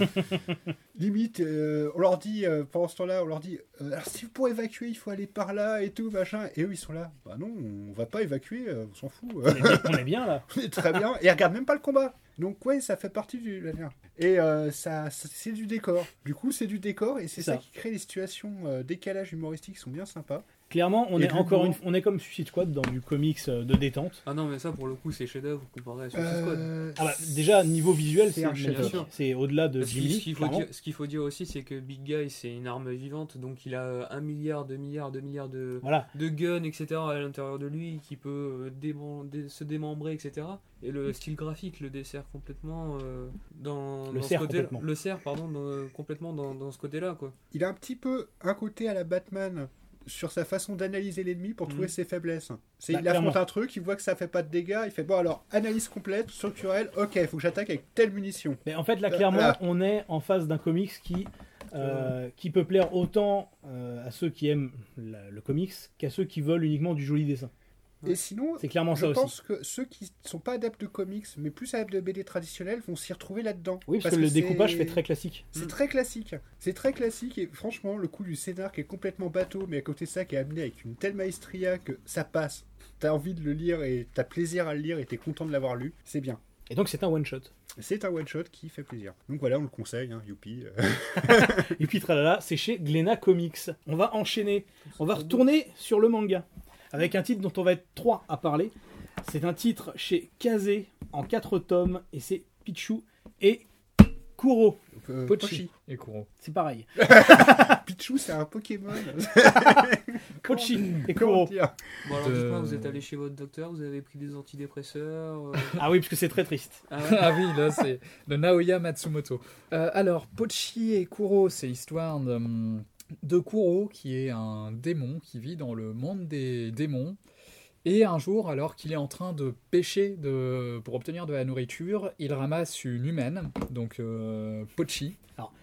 Speaker 4: limite, euh, on leur dit, euh, pendant ce temps-là, on leur dit, euh, alors si pour évacuer, il faut aller par là et tout, machin. Et eux, ils sont là, bah non, on va pas évacuer, euh, on s'en fout. euh,
Speaker 1: On est- on est bien là.
Speaker 4: on est très bien. [laughs] Et ils regardent même pas le combat. Donc ouais, ça fait partie du... la merde. Et euh, ça, ça- c'est du décor. Du coup, c'est du décor et c'est
Speaker 1: Ça.
Speaker 4: ça. qui crée les situations euh, décalage humoristiques qui sont bien sympas.
Speaker 1: Clairement, on
Speaker 4: Et
Speaker 1: est
Speaker 4: du
Speaker 1: encore
Speaker 4: coup-
Speaker 1: une, on est comme Suicide Squad dans du comics euh, de détente.
Speaker 3: Ah non mais ça pour le coup c'est chef d'œuvre comparé à Suicide Squad.
Speaker 4: Euh,
Speaker 1: Ah bah, déjà niveau visuel,
Speaker 4: C'est
Speaker 1: c'est un
Speaker 4: un
Speaker 1: chef
Speaker 3: bien
Speaker 1: d'œuvre.
Speaker 3: sûr.
Speaker 1: C'est au-delà de
Speaker 3: Parce qu'il-
Speaker 1: Jimmy.
Speaker 3: ce qu'il faut,
Speaker 1: clairement.
Speaker 3: dire- ce qu'il faut dire aussi, c'est que Big Guy, c'est une arme vivante, donc il a euh, un milliard, deux milliards, deux milliards de,
Speaker 1: Voilà,
Speaker 3: de guns, etc. à l'intérieur de lui, qui peut euh, démem- dé- se démembrer, etc. Et
Speaker 2: Mm.
Speaker 3: le style graphique le dessert complètement euh, dans,
Speaker 1: Le
Speaker 3: dans ce
Speaker 1: sert
Speaker 3: côté
Speaker 1: complètement.
Speaker 3: Le sert, pardon, dans- euh, complètement dans, dans ce côté-là, quoi.
Speaker 4: il a un petit peu un côté à la Batman sur sa façon d'analyser l'ennemi pour
Speaker 3: Mhm.
Speaker 4: trouver ses faiblesses. C'est
Speaker 1: Bah,
Speaker 4: il affronte
Speaker 1: clairement.
Speaker 4: un truc, il voit que ça fait pas de dégâts, il fait bon alors analyse complète, structurelle, ok, il faut que j'attaque avec telle munition.
Speaker 1: Mais en fait, là,
Speaker 4: Euh,
Speaker 1: clairement,
Speaker 4: là.
Speaker 1: on est en face d'un comics qui, euh, qui peut plaire autant euh, à ceux qui aiment la- le comics qu'à ceux qui veulent uniquement du joli dessin.
Speaker 3: Ouais.
Speaker 4: Et sinon,
Speaker 1: C'est clairement
Speaker 4: je
Speaker 1: ça aussi.
Speaker 4: pense que ceux qui sont pas adeptes de comics, mais plus adeptes de BD traditionnels, vont s'y retrouver là-dedans.
Speaker 1: Oui, parce, que, le
Speaker 4: c'est-
Speaker 1: découpage fait très classique.
Speaker 4: C'est
Speaker 3: Mm.
Speaker 4: très classique. C'est très classique et franchement, le coup du scénar qui est complètement bateau, mais à côté de ça qui est amené avec une telle maestria que ça passe. T'as envie de le lire et t'as plaisir à le lire et t'es content de l'avoir lu. C'est bien.
Speaker 1: Et donc, c'est un one-shot.
Speaker 4: C'est un one shot qui fait plaisir. Donc voilà, on le conseille, hein, youpi.
Speaker 1: Et puis, tralala, c'est chez Glénat Comics. On va enchaîner. On va retourner sur le manga. Avec un titre dont on va être trois à parler. C'est un titre chez Kazé en quatre tomes. Et c'est Pichu et Kuro. [laughs]
Speaker 4: Euh,
Speaker 2: Pochi.
Speaker 4: Pochi.
Speaker 2: Et Kuro.
Speaker 1: C'est pareil.
Speaker 4: Pichu, c'est
Speaker 1: [laughs]
Speaker 4: un Pokémon.
Speaker 1: Pochi et
Speaker 4: Comment
Speaker 1: Kuro.
Speaker 4: dire
Speaker 3: Bon, alors
Speaker 2: De-
Speaker 3: dites-moi, vous êtes allé chez votre docteur, vous avez pris
Speaker 2: [laughs]
Speaker 3: des antidépresseurs. euh,
Speaker 1: Ah oui, parce que c'est très triste.
Speaker 3: ah ouais.
Speaker 2: ah oui, là, c'est de Naoya Matsumoto. Euh, alors, Pochi et Kuro, c'est l'histoire de, hum, de Kuro, qui est un démon qui vit dans le monde des démons Et un jour, alors qu'il est en train de pêcher de... pour obtenir de la nourriture, il ramasse une humaine, donc euh, Pochi.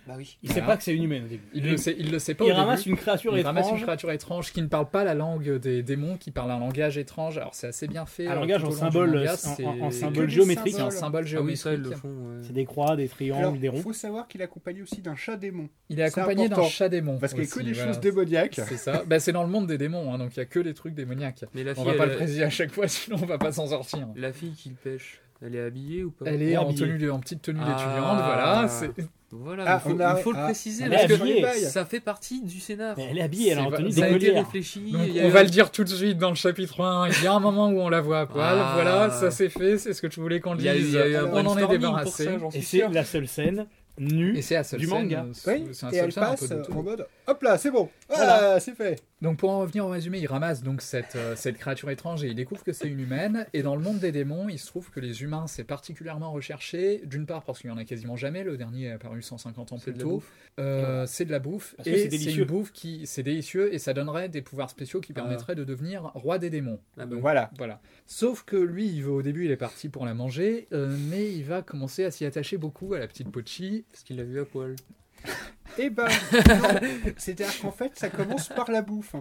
Speaker 3: Bah oui.
Speaker 1: Il sait
Speaker 2: Voilà.
Speaker 1: pas que c'est une humaine au début.
Speaker 2: Il le sait, il le sait pas
Speaker 1: Il
Speaker 2: au
Speaker 1: ramasse
Speaker 2: début.
Speaker 1: une créature
Speaker 2: il
Speaker 1: étrange.
Speaker 2: ramasse une créature étrange qui ne parle pas la langue des démons, qui parle un langage étrange. Alors c'est assez bien fait.
Speaker 1: Un
Speaker 2: euh,
Speaker 1: langage
Speaker 2: tout
Speaker 1: en
Speaker 2: au long du
Speaker 1: Ah, symbole,
Speaker 2: manga,
Speaker 1: en-
Speaker 2: c'est-
Speaker 1: en- en
Speaker 2: c'est
Speaker 1: symbole
Speaker 2: que des
Speaker 1: géométrique. hein.
Speaker 2: symboles. C'est un symbole
Speaker 3: Ah oui, ça, ils le
Speaker 2: géométrique.
Speaker 3: font. ouais.
Speaker 1: C'est des croix, des
Speaker 4: Alors,
Speaker 1: triangles, des
Speaker 4: il
Speaker 1: ronds.
Speaker 4: faut savoir qu'il accompagne aussi d'un chat démon.
Speaker 2: Il est
Speaker 4: C'est
Speaker 2: accompagné d'un
Speaker 4: important,
Speaker 2: chat démon.
Speaker 4: Parce qu'il n'y a que
Speaker 2: aussi,
Speaker 4: des
Speaker 2: voilà.
Speaker 1: hein.
Speaker 4: choses démoniaques.
Speaker 2: C'est ça. Bah, c'est dans le monde des démons, hein, donc il y a que des trucs démoniaques.
Speaker 3: Mais la
Speaker 2: On
Speaker 3: fille,
Speaker 2: va pas le
Speaker 3: elle,
Speaker 2: préciser à chaque fois, [laughs] sinon on va pas s'en sortir.
Speaker 3: la fille qui le pêche, elle est habillée ou pas
Speaker 2: Elle est en,
Speaker 1: habillée.
Speaker 2: tenue, de- en petite tenue
Speaker 3: Ah.
Speaker 2: d'étudiante, voilà. c'est-
Speaker 3: Voilà,
Speaker 4: Ah,
Speaker 3: il faut,
Speaker 4: on a-
Speaker 3: il faut le
Speaker 4: ah,
Speaker 3: préciser
Speaker 1: elle est
Speaker 3: parce que
Speaker 1: habillée.
Speaker 3: ça fait partie du scénar.
Speaker 1: Mais elle est habillée, elle a
Speaker 2: C'est
Speaker 1: en
Speaker 2: pas-
Speaker 1: tenue
Speaker 3: Ça a été
Speaker 1: d'écolière.
Speaker 3: réfléchi.
Speaker 2: Donc,
Speaker 3: il y a
Speaker 2: on
Speaker 3: eu-
Speaker 2: va le dire tout de suite dans le chapitre 1. Il y a un moment où on la voit à poil.
Speaker 3: Ah.
Speaker 2: Voilà, ça c'est fait, c'est ce que tu voulais qu'on
Speaker 3: Il y a eu- il
Speaker 2: dise.
Speaker 3: y a eu
Speaker 2: on en
Speaker 3: un
Speaker 2: est
Speaker 3: brainstorming pour
Speaker 2: débarrassé.
Speaker 3: ça, j'en
Speaker 1: Et
Speaker 3: suis
Speaker 1: c'est
Speaker 3: sûr.
Speaker 1: la seule scène nue.
Speaker 2: Et c'est à seule
Speaker 1: Du
Speaker 2: scène,
Speaker 1: manga.
Speaker 2: euh, c'est-
Speaker 4: Oui,
Speaker 2: c'est un
Speaker 4: et
Speaker 2: seul
Speaker 4: elle
Speaker 2: scène, un peu
Speaker 4: passe
Speaker 2: de tout.
Speaker 4: en mode hop là, c'est bon, ah,
Speaker 1: Voilà.
Speaker 4: c'est fait.
Speaker 2: Donc pour en revenir au résumé, il ramasse donc cette, euh, cette créature étrange et il découvre que c'est une humaine. Et dans le monde des démons, il se trouve que les humains, c'est particulièrement recherché. D'une part parce qu'il n'y en a quasiment jamais, le dernier est apparu 150 ans plus
Speaker 3: C'est de la
Speaker 2: tôt. Euh, C'est de la bouffe.
Speaker 1: Parce que c'est
Speaker 2: Et c'est
Speaker 1: délicieux.
Speaker 2: une bouffe qui, c'est délicieux et ça donnerait des pouvoirs spéciaux qui
Speaker 3: Ah.
Speaker 2: permettraient de devenir roi des démons.
Speaker 3: Ah bah oui.
Speaker 4: Voilà.
Speaker 2: Voilà. Sauf que lui, il veut, au début, il est parti pour la manger, euh, mais il va commencer à s'y attacher beaucoup à la petite Pochi.
Speaker 3: Parce qu'il l'a vu à poil.
Speaker 4: Et ben, non. c'est-à-dire qu'en fait, ça commence par la bouffe.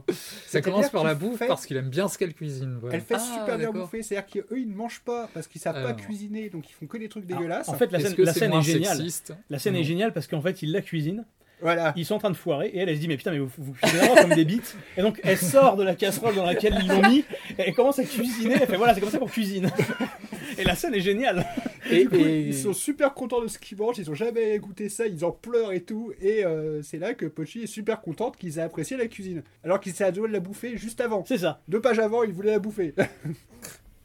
Speaker 2: Ça commence par
Speaker 4: qu'il
Speaker 2: la bouffe
Speaker 4: fait-
Speaker 2: parce qu'il aime bien ce qu'elle cuisine. voilà.
Speaker 4: Elle fait
Speaker 3: Ah,
Speaker 4: super bien
Speaker 3: d'accord.
Speaker 4: bouffer, c'est-à-dire qu'eux ils ne mangent pas parce qu'ils savent pas
Speaker 2: Alors.
Speaker 4: cuisiner, donc ils font que des trucs
Speaker 1: Alors,
Speaker 4: dégueulasses.
Speaker 1: Ah, En fait, la
Speaker 2: Est-ce
Speaker 1: scène,
Speaker 2: que
Speaker 1: la
Speaker 2: c'est
Speaker 1: scène
Speaker 2: moins
Speaker 1: est géniale.
Speaker 2: sexiste
Speaker 1: La scène est
Speaker 2: Non.
Speaker 1: géniale parce qu'en fait, il la cuisine.
Speaker 4: Voilà.
Speaker 1: Ils sont en train de foirer et elle, elle se dit mais putain mais vous, vous cuisinez vraiment comme des bites et donc elle sort de la casserole dans laquelle ils l'ont mis et elle commence à cuisiner elle fait voilà c'est comme ça qu'on cuisine [laughs] et la scène est géniale
Speaker 4: Et,
Speaker 2: Et-
Speaker 4: du coup,
Speaker 2: et-
Speaker 4: ils sont super contents de ce qu'ils mangent, ils ont jamais goûté ça, ils en pleurent et tout. Et euh, c'est là que Pochi est super contente qu'ils aient apprécié la cuisine. Alors qu'ils s'est adoué de la bouffer juste avant.
Speaker 1: c'est ça
Speaker 4: Deux pages avant, ils voulaient la bouffer.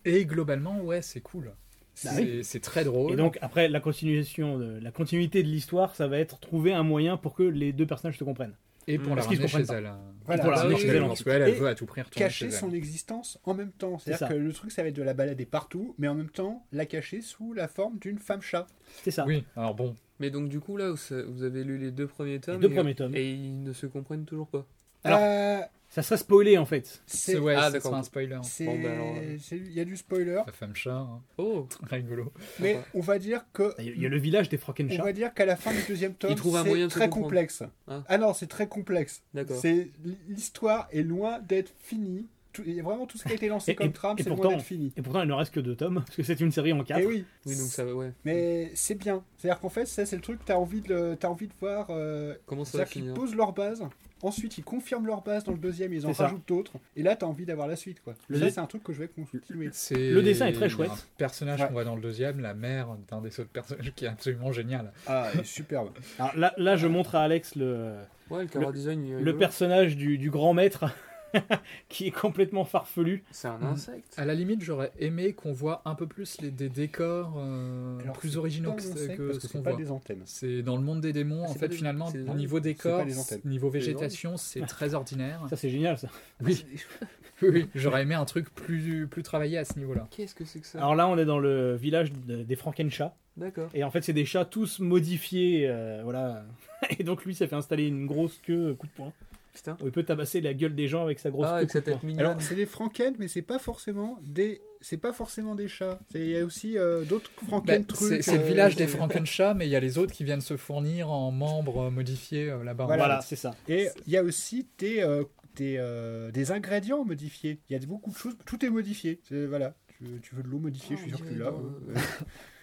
Speaker 2: Et globalement, ouais, c'est cool.
Speaker 1: Bah
Speaker 2: C'est c'est très drôle.
Speaker 1: et donc après la continuation de, la continuité de l'histoire ça va être trouver un moyen pour que les deux personnages se comprennent
Speaker 2: Et pour
Speaker 3: Mmh.
Speaker 2: la
Speaker 1: Parce qu'ils
Speaker 2: ramener chez
Speaker 1: comprennent
Speaker 2: elle. hein.
Speaker 4: Voilà.
Speaker 1: Pour la
Speaker 2: Ah
Speaker 1: ramener
Speaker 2: oui,
Speaker 1: chez elle,
Speaker 2: Parce qu'elle, elle
Speaker 4: Et
Speaker 2: veut à tout prix retourner chez
Speaker 4: cacher
Speaker 2: elle.
Speaker 4: son existence en même temps.
Speaker 1: ça.
Speaker 4: C'est-à-dire que le truc, ça va être de la balader partout, mais en même temps, la cacher sous la forme d'une femme chat.
Speaker 1: c'est ça
Speaker 2: Oui, alors bon.
Speaker 3: Mais donc, du coup, là, vous sa- vous avez lu les deux premiers tomes.
Speaker 1: deux
Speaker 3: et-
Speaker 1: premiers tomes.
Speaker 3: Et ils ne se comprennent toujours pas.
Speaker 1: Alors-
Speaker 4: Euh,
Speaker 1: ça serait spoilé en fait
Speaker 2: C'est
Speaker 4: c'est.
Speaker 2: ouais,
Speaker 3: Ah,
Speaker 2: ça
Speaker 3: d'accord.
Speaker 2: sera un spoiler.
Speaker 4: c'est-
Speaker 3: Bon, bah, alors, euh.
Speaker 4: c'est- Il y a du spoiler,
Speaker 2: La femme chat, hein. [laughs]
Speaker 3: Oh
Speaker 2: rigolo.
Speaker 4: mais
Speaker 3: Sympa.
Speaker 4: on va dire que
Speaker 1: il y a le village des
Speaker 4: On
Speaker 1: Frankenstein
Speaker 4: va dire qu'à la fin du deuxième tome,
Speaker 3: Il trouve un moyen
Speaker 4: c'est
Speaker 3: de se
Speaker 4: très
Speaker 3: comprendre.
Speaker 4: complexe.
Speaker 3: Ah.
Speaker 4: Ah, non, c'est très complexe.
Speaker 3: D'accord.
Speaker 4: C'est l'histoire est loin d'être finie. Tout- et vraiment tout ce qui a été lancé
Speaker 1: Et- et-
Speaker 4: comme trame,
Speaker 1: et
Speaker 4: c'est loin
Speaker 1: pourtant-
Speaker 4: d'être fini.
Speaker 1: et pourtant il ne reste que deux tomes parce que c'est une série en quatre
Speaker 4: Et oui,
Speaker 3: Eh Oui, donc ça va, ouais.
Speaker 4: mais c'est bien. C'est-à-dire qu'en fait, ça c'est le truc, t'as envie de, le- t'as envie de voir. euh,
Speaker 3: Comment ça va
Speaker 4: c'est-à-dire qu'ils
Speaker 3: finir
Speaker 4: posent leur base, ensuite ils confirment leur base dans le deuxième, ils
Speaker 1: C'est
Speaker 4: en
Speaker 1: ça.
Speaker 4: rajoutent d'autres, et là t'as envie d'avoir la suite quoi.
Speaker 1: Le-
Speaker 4: Ça c'est un truc que je vais continuer.
Speaker 1: Le dessin est très chouette.
Speaker 2: Un personnage
Speaker 4: Ouais.
Speaker 2: qu'on voit dans le deuxième, la mère d'un des autres personnages qui est absolument génial.
Speaker 4: Ah,
Speaker 2: [laughs]
Speaker 4: et superbe.
Speaker 1: alors là, là je montre à Alex le
Speaker 3: Ouais, le cover design. il est
Speaker 1: le
Speaker 3: rigolo.
Speaker 1: personnage du, du grand maître [laughs] qui est complètement farfelu
Speaker 3: C'est un insecte.
Speaker 2: À la limite, j'aurais aimé qu'on voit un peu plus les, des décors euh,
Speaker 4: Alors,
Speaker 2: plus
Speaker 4: c'est
Speaker 2: originaux
Speaker 4: pas
Speaker 2: que,
Speaker 4: un
Speaker 2: ce-
Speaker 4: insecte
Speaker 2: que
Speaker 4: parce
Speaker 2: ce
Speaker 4: que
Speaker 2: qu'on
Speaker 4: c'est pas
Speaker 2: voit.
Speaker 4: des Ah, antennes.
Speaker 2: C'est dans le monde des démons,
Speaker 3: C'est
Speaker 2: en
Speaker 3: pas
Speaker 2: fait,
Speaker 3: des-
Speaker 2: finalement,
Speaker 3: c'est des
Speaker 2: niveau décor,
Speaker 4: des antennes.
Speaker 2: niveau
Speaker 3: des
Speaker 2: végétation, c'est très ordinaire.
Speaker 1: ça c'est génial ça
Speaker 2: Oui, oui, oui. j'aurais aimé un truc plus, plus travaillé à ce niveau-là.
Speaker 3: Qu'est-ce que c'est que ça
Speaker 1: alors là on est dans le village de- des Frankenchats
Speaker 3: D'accord.
Speaker 1: Et en fait, c'est des chats tous modifiés, euh, voilà. [laughs] Et donc lui, ça fait installer une grosse queue euh, coup de poing.
Speaker 3: Putain.
Speaker 1: Où il peut tabasser la gueule des gens avec sa grosse
Speaker 3: Ah,
Speaker 1: queue.
Speaker 3: avec
Speaker 1: coup
Speaker 3: sa
Speaker 1: de poing.
Speaker 3: tête mignonne.
Speaker 4: Alors, c'est des franken, mais c'est pas forcément des. C'est pas forcément des chats. C'est- Il y a aussi euh, d'autres franken
Speaker 2: Bah,
Speaker 4: trucs.
Speaker 2: c'est c'est le
Speaker 4: euh,
Speaker 2: village
Speaker 4: c'est-
Speaker 2: des Frankenchats, mais il y a les autres qui viennent se fournir en membres euh, modifiés euh, là-bas.
Speaker 1: Voilà,
Speaker 4: Voilà.
Speaker 1: c'est ça.
Speaker 4: Et il y a aussi des, euh, des, euh, des ingrédients modifiés. Il y a beaucoup de choses. Tout est modifié. C'est- Voilà. Tu, tu veux de l'eau modifiée, je suis sûr que tu l'as.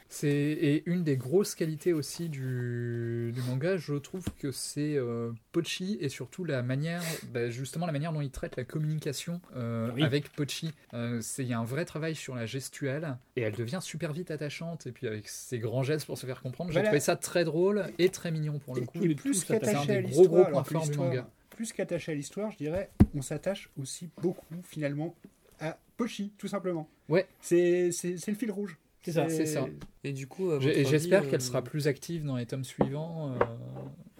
Speaker 2: C'est et une des grosses qualités aussi du, du manga, je trouve que c'est euh, Pochi et surtout la manière, bah, justement la manière dont il traite la communication euh,
Speaker 1: Oui.
Speaker 2: avec Pochi. Euh, c'est il y a un vrai travail sur la gestuelle et elle devient super vite attachante et puis avec ses grands gestes pour se faire comprendre. J'ai
Speaker 4: Voilà.
Speaker 2: trouvé ça très drôle et très mignon pour le
Speaker 4: Et
Speaker 2: coup.
Speaker 1: tout-
Speaker 4: plus,
Speaker 1: tout
Speaker 4: plus
Speaker 1: s'attache.
Speaker 2: C'est
Speaker 4: qu'attaché
Speaker 2: un
Speaker 4: à
Speaker 2: des gros, gros
Speaker 4: l'histoire,
Speaker 2: points
Speaker 4: alors que
Speaker 2: forts du
Speaker 4: l'histoire-
Speaker 2: manga.
Speaker 4: plus qu'attaché à l'histoire, je dirais, on s'attache aussi beaucoup finalement à Pochi, tout simplement.
Speaker 2: Ouais.
Speaker 4: C'est c'est- c'est le fil rouge.
Speaker 1: C'est ça.
Speaker 2: C'est ça.
Speaker 3: Et du coup, à
Speaker 2: J'ai-
Speaker 3: votre
Speaker 2: et
Speaker 3: avis,
Speaker 2: J'espère
Speaker 3: euh,
Speaker 2: qu'elle sera plus active dans les tomes suivants, euh,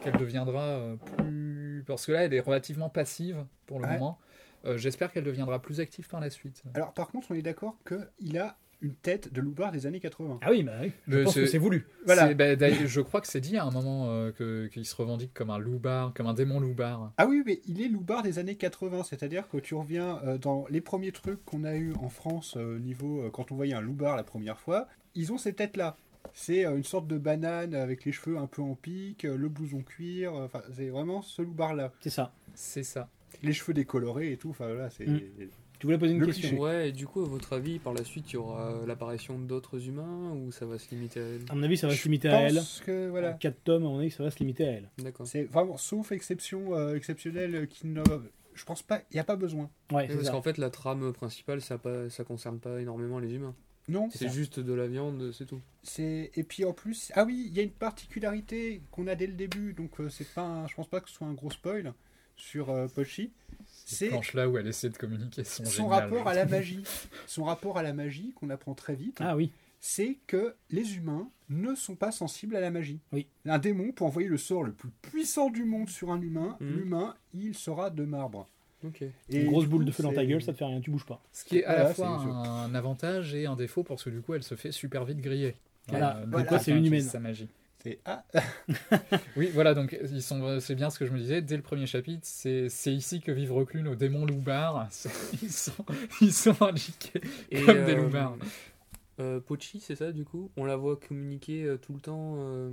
Speaker 2: qu'elle deviendra euh, plus... Parce que là, elle est relativement passive pour le
Speaker 4: Ouais.
Speaker 2: moment. Euh, J'espère qu'elle deviendra plus active par la suite.
Speaker 4: Alors par contre, on est d'accord que il a une tête de loupard des années 80.
Speaker 1: Ah oui, bah oui. Je
Speaker 2: Mais
Speaker 1: pense que
Speaker 2: c'est-
Speaker 1: c'est voulu.
Speaker 4: Voilà.
Speaker 2: C'est- bah, d'ailleurs, je crois que c'est dit à un moment euh, que- qu'il se revendique comme un loupard, comme un démon loupard.
Speaker 4: Ah oui, mais il est loupard des années 80, c'est-à-dire que tu reviens euh, dans les premiers trucs qu'on a eu en France euh, niveau euh, quand on voyait un loupard la première fois, ils ont ces têtes-là. C'est euh, une sorte de banane avec les cheveux un peu en pique, euh, le blouson cuir, euh, enfin c'est vraiment ce loupard-là.
Speaker 1: C'est ça.
Speaker 2: C'est ça.
Speaker 4: Les cheveux décolorés et tout, enfin voilà, c'est
Speaker 5: Mm. Tu voulais poser une
Speaker 4: Le
Speaker 5: question
Speaker 4: cliché.
Speaker 3: Ouais, et du coup, à votre avis, par la suite, il y aura euh, l'apparition d'autres humains ou ça va se limiter à elle
Speaker 5: À mon avis, ça va
Speaker 4: Je
Speaker 5: se limiter à elle.
Speaker 4: pense que voilà,
Speaker 5: 4 tomes, à mon avis, ça va se limiter à elle.
Speaker 3: D'accord.
Speaker 4: c'est vraiment sauf exception euh, exceptionnelle euh, qui ne je pense pas, il n'y a pas besoin.
Speaker 5: Ouais,
Speaker 3: Oui,
Speaker 5: c'est
Speaker 3: Parce
Speaker 5: ça.
Speaker 3: qu'en fait, la trame principale, ça, pas, ça concerne pas énormément les humains.
Speaker 4: Non,
Speaker 3: C'est juste de la viande, c'est tout.
Speaker 4: C'est et puis en plus ah oui il y a une particularité qu'on a dès le début donc euh, c'est pas un- je pense pas que ce soit un gros spoil sur euh, Pochi
Speaker 2: Ces
Speaker 4: c'est
Speaker 2: planches-là où elle essaie de communiquer sont
Speaker 4: son
Speaker 2: géniales.
Speaker 4: rapport à la magie son rapport à la magie qu'on apprend très vite
Speaker 1: Ah oui.
Speaker 4: c'est que les humains ne sont pas sensibles à la magie
Speaker 1: Oui.
Speaker 4: un démon peut envoyer le sort le plus puissant du monde sur un humain
Speaker 3: Mhm.
Speaker 4: l'humain il sera de marbre
Speaker 3: Ok.
Speaker 5: Une grosse boule de feu dans ta
Speaker 4: c'est-
Speaker 5: gueule, ça te fait rien, tu bouges pas.
Speaker 2: Ce qui est à
Speaker 4: Voilà,
Speaker 2: la fois
Speaker 4: c'est-
Speaker 2: un avantage et un défaut parce que du coup elle se fait super vite griller. Euh,
Speaker 1: Voilà.
Speaker 2: de
Speaker 4: Voilà.
Speaker 2: quelqu'un
Speaker 5: C'est une
Speaker 2: qui
Speaker 5: humaine.
Speaker 2: utilise Sa magie.
Speaker 4: c'est ah
Speaker 2: Oui, voilà, donc ils sont, c'est bien ce que je me disais. Dès le premier chapitre, c'est, c'est ici que vivent reclus nos démons loupards. [laughs] C'est- Ils sont, ils sont indiqués. Comme des loupards.
Speaker 3: euh, Pochi, c'est ça du coup On la voit communiquer euh, tout le temps. euh,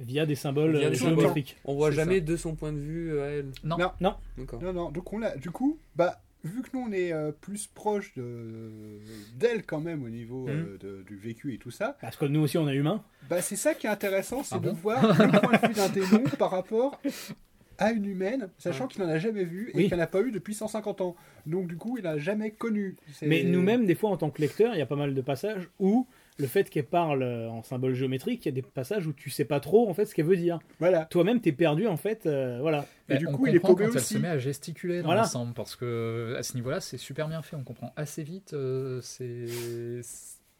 Speaker 1: Via des symboles
Speaker 3: Via
Speaker 1: euh,
Speaker 3: des symboles.
Speaker 1: géométriques.
Speaker 3: on voit
Speaker 2: C'est
Speaker 3: jamais de son point de vue euh, à elle.
Speaker 2: Non.
Speaker 4: Non.
Speaker 1: Non.
Speaker 3: D'accord.
Speaker 4: euh, Non, non, donc on l'a. Du coup, bah, vu que nous on est euh, plus proche de d'elle quand même au niveau
Speaker 5: Mhm.
Speaker 4: euh, de- du vécu et tout ça,
Speaker 1: Parce que nous aussi, on est humain.
Speaker 4: bah c'est ça qui est intéressant, c'est
Speaker 2: Ah
Speaker 4: de
Speaker 2: bon
Speaker 4: voir le point de vue d'un démon [laughs] par rapport à une humaine, sachant qu'il n'en a jamais vu et
Speaker 1: Oui.
Speaker 4: qu'il n'en a pas eu depuis 150 ans. Donc du coup, il n'a jamais connu. C'est-
Speaker 1: Mais nous-mêmes, des fois, en tant que lecteur, il y a pas mal de passages où le fait qu'elle parle euh, en symbole géométrique, il y a des passages où tu sais pas trop en fait ce qu'elle veut dire.
Speaker 4: Voilà.
Speaker 1: Toi-même, t'es perdu en fait. euh, voilà.
Speaker 4: Et
Speaker 2: Bah,
Speaker 4: du
Speaker 2: on
Speaker 4: coup, il est
Speaker 2: comprend
Speaker 4: paumé
Speaker 2: quand elle
Speaker 4: aussi.
Speaker 2: se met à gesticuler dans
Speaker 1: Voilà.
Speaker 2: l'ensemble parce que à ce niveau-là, c'est super bien fait. On comprend assez vite euh, ces,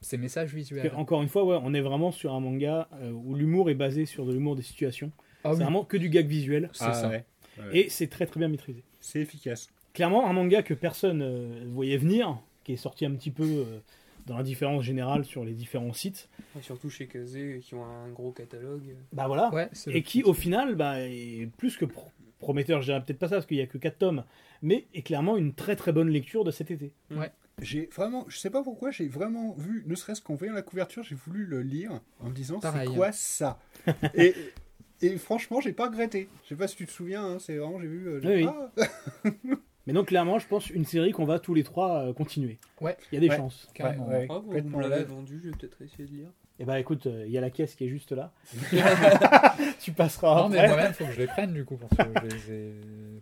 Speaker 2: ces messages
Speaker 1: Parce
Speaker 2: visuels.
Speaker 1: que, encore une fois, ouais, on est vraiment sur un manga euh, où l'humour est basé sur de l'humour des situations.
Speaker 2: Ah
Speaker 1: c'est
Speaker 2: oui,
Speaker 1: vraiment que du gag visuel
Speaker 2: c'est
Speaker 4: Ah,
Speaker 2: ça.
Speaker 4: ouais.
Speaker 1: et c'est très très bien maîtrisé.
Speaker 4: C'est efficace.
Speaker 1: Clairement, un manga que personne euh, voyait venir, qui est sorti un petit peu euh, dans l'indifférence générale sur les différents sites.
Speaker 3: Et surtout chez Kazé, qui ont un gros catalogue.
Speaker 1: Bah voilà.
Speaker 2: Ouais, c'est-
Speaker 1: et qui au final bah, est plus que pro- prometteur, je dirais peut-être pas ça parce qu'il y a que 4 tomes, mais est clairement une très très bonne lecture de cet été.
Speaker 4: J'ai vraiment, je sais pas pourquoi, j'ai vraiment vu, ne serait-ce qu'en voyant la couverture, j'ai voulu le lire en me disant c'est
Speaker 2: Pareil.
Speaker 4: quoi ça et, et franchement, j'ai pas regretté. Je sais pas si tu te souviens, hein, c'est vraiment, j'ai vu. euh,
Speaker 1: Oui,
Speaker 4: j'ai- Ah
Speaker 1: Mais donc clairement, je pense une série qu'on va tous les trois euh, continuer.
Speaker 2: Ouais.
Speaker 1: Il y a des
Speaker 4: Ouais.
Speaker 1: chances.
Speaker 2: carrément.
Speaker 4: Ouais, ouais.
Speaker 3: Ah, vous
Speaker 4: complètement
Speaker 3: me l'avez
Speaker 4: là.
Speaker 3: vendu, je vais peut-être essayer de lire.
Speaker 1: Et bah écoute, euh, il y a la caisse qui est juste là. tu passeras
Speaker 2: Non, mais
Speaker 1: après.
Speaker 2: moi-même, faut que je les prenne du coup parce que je les ai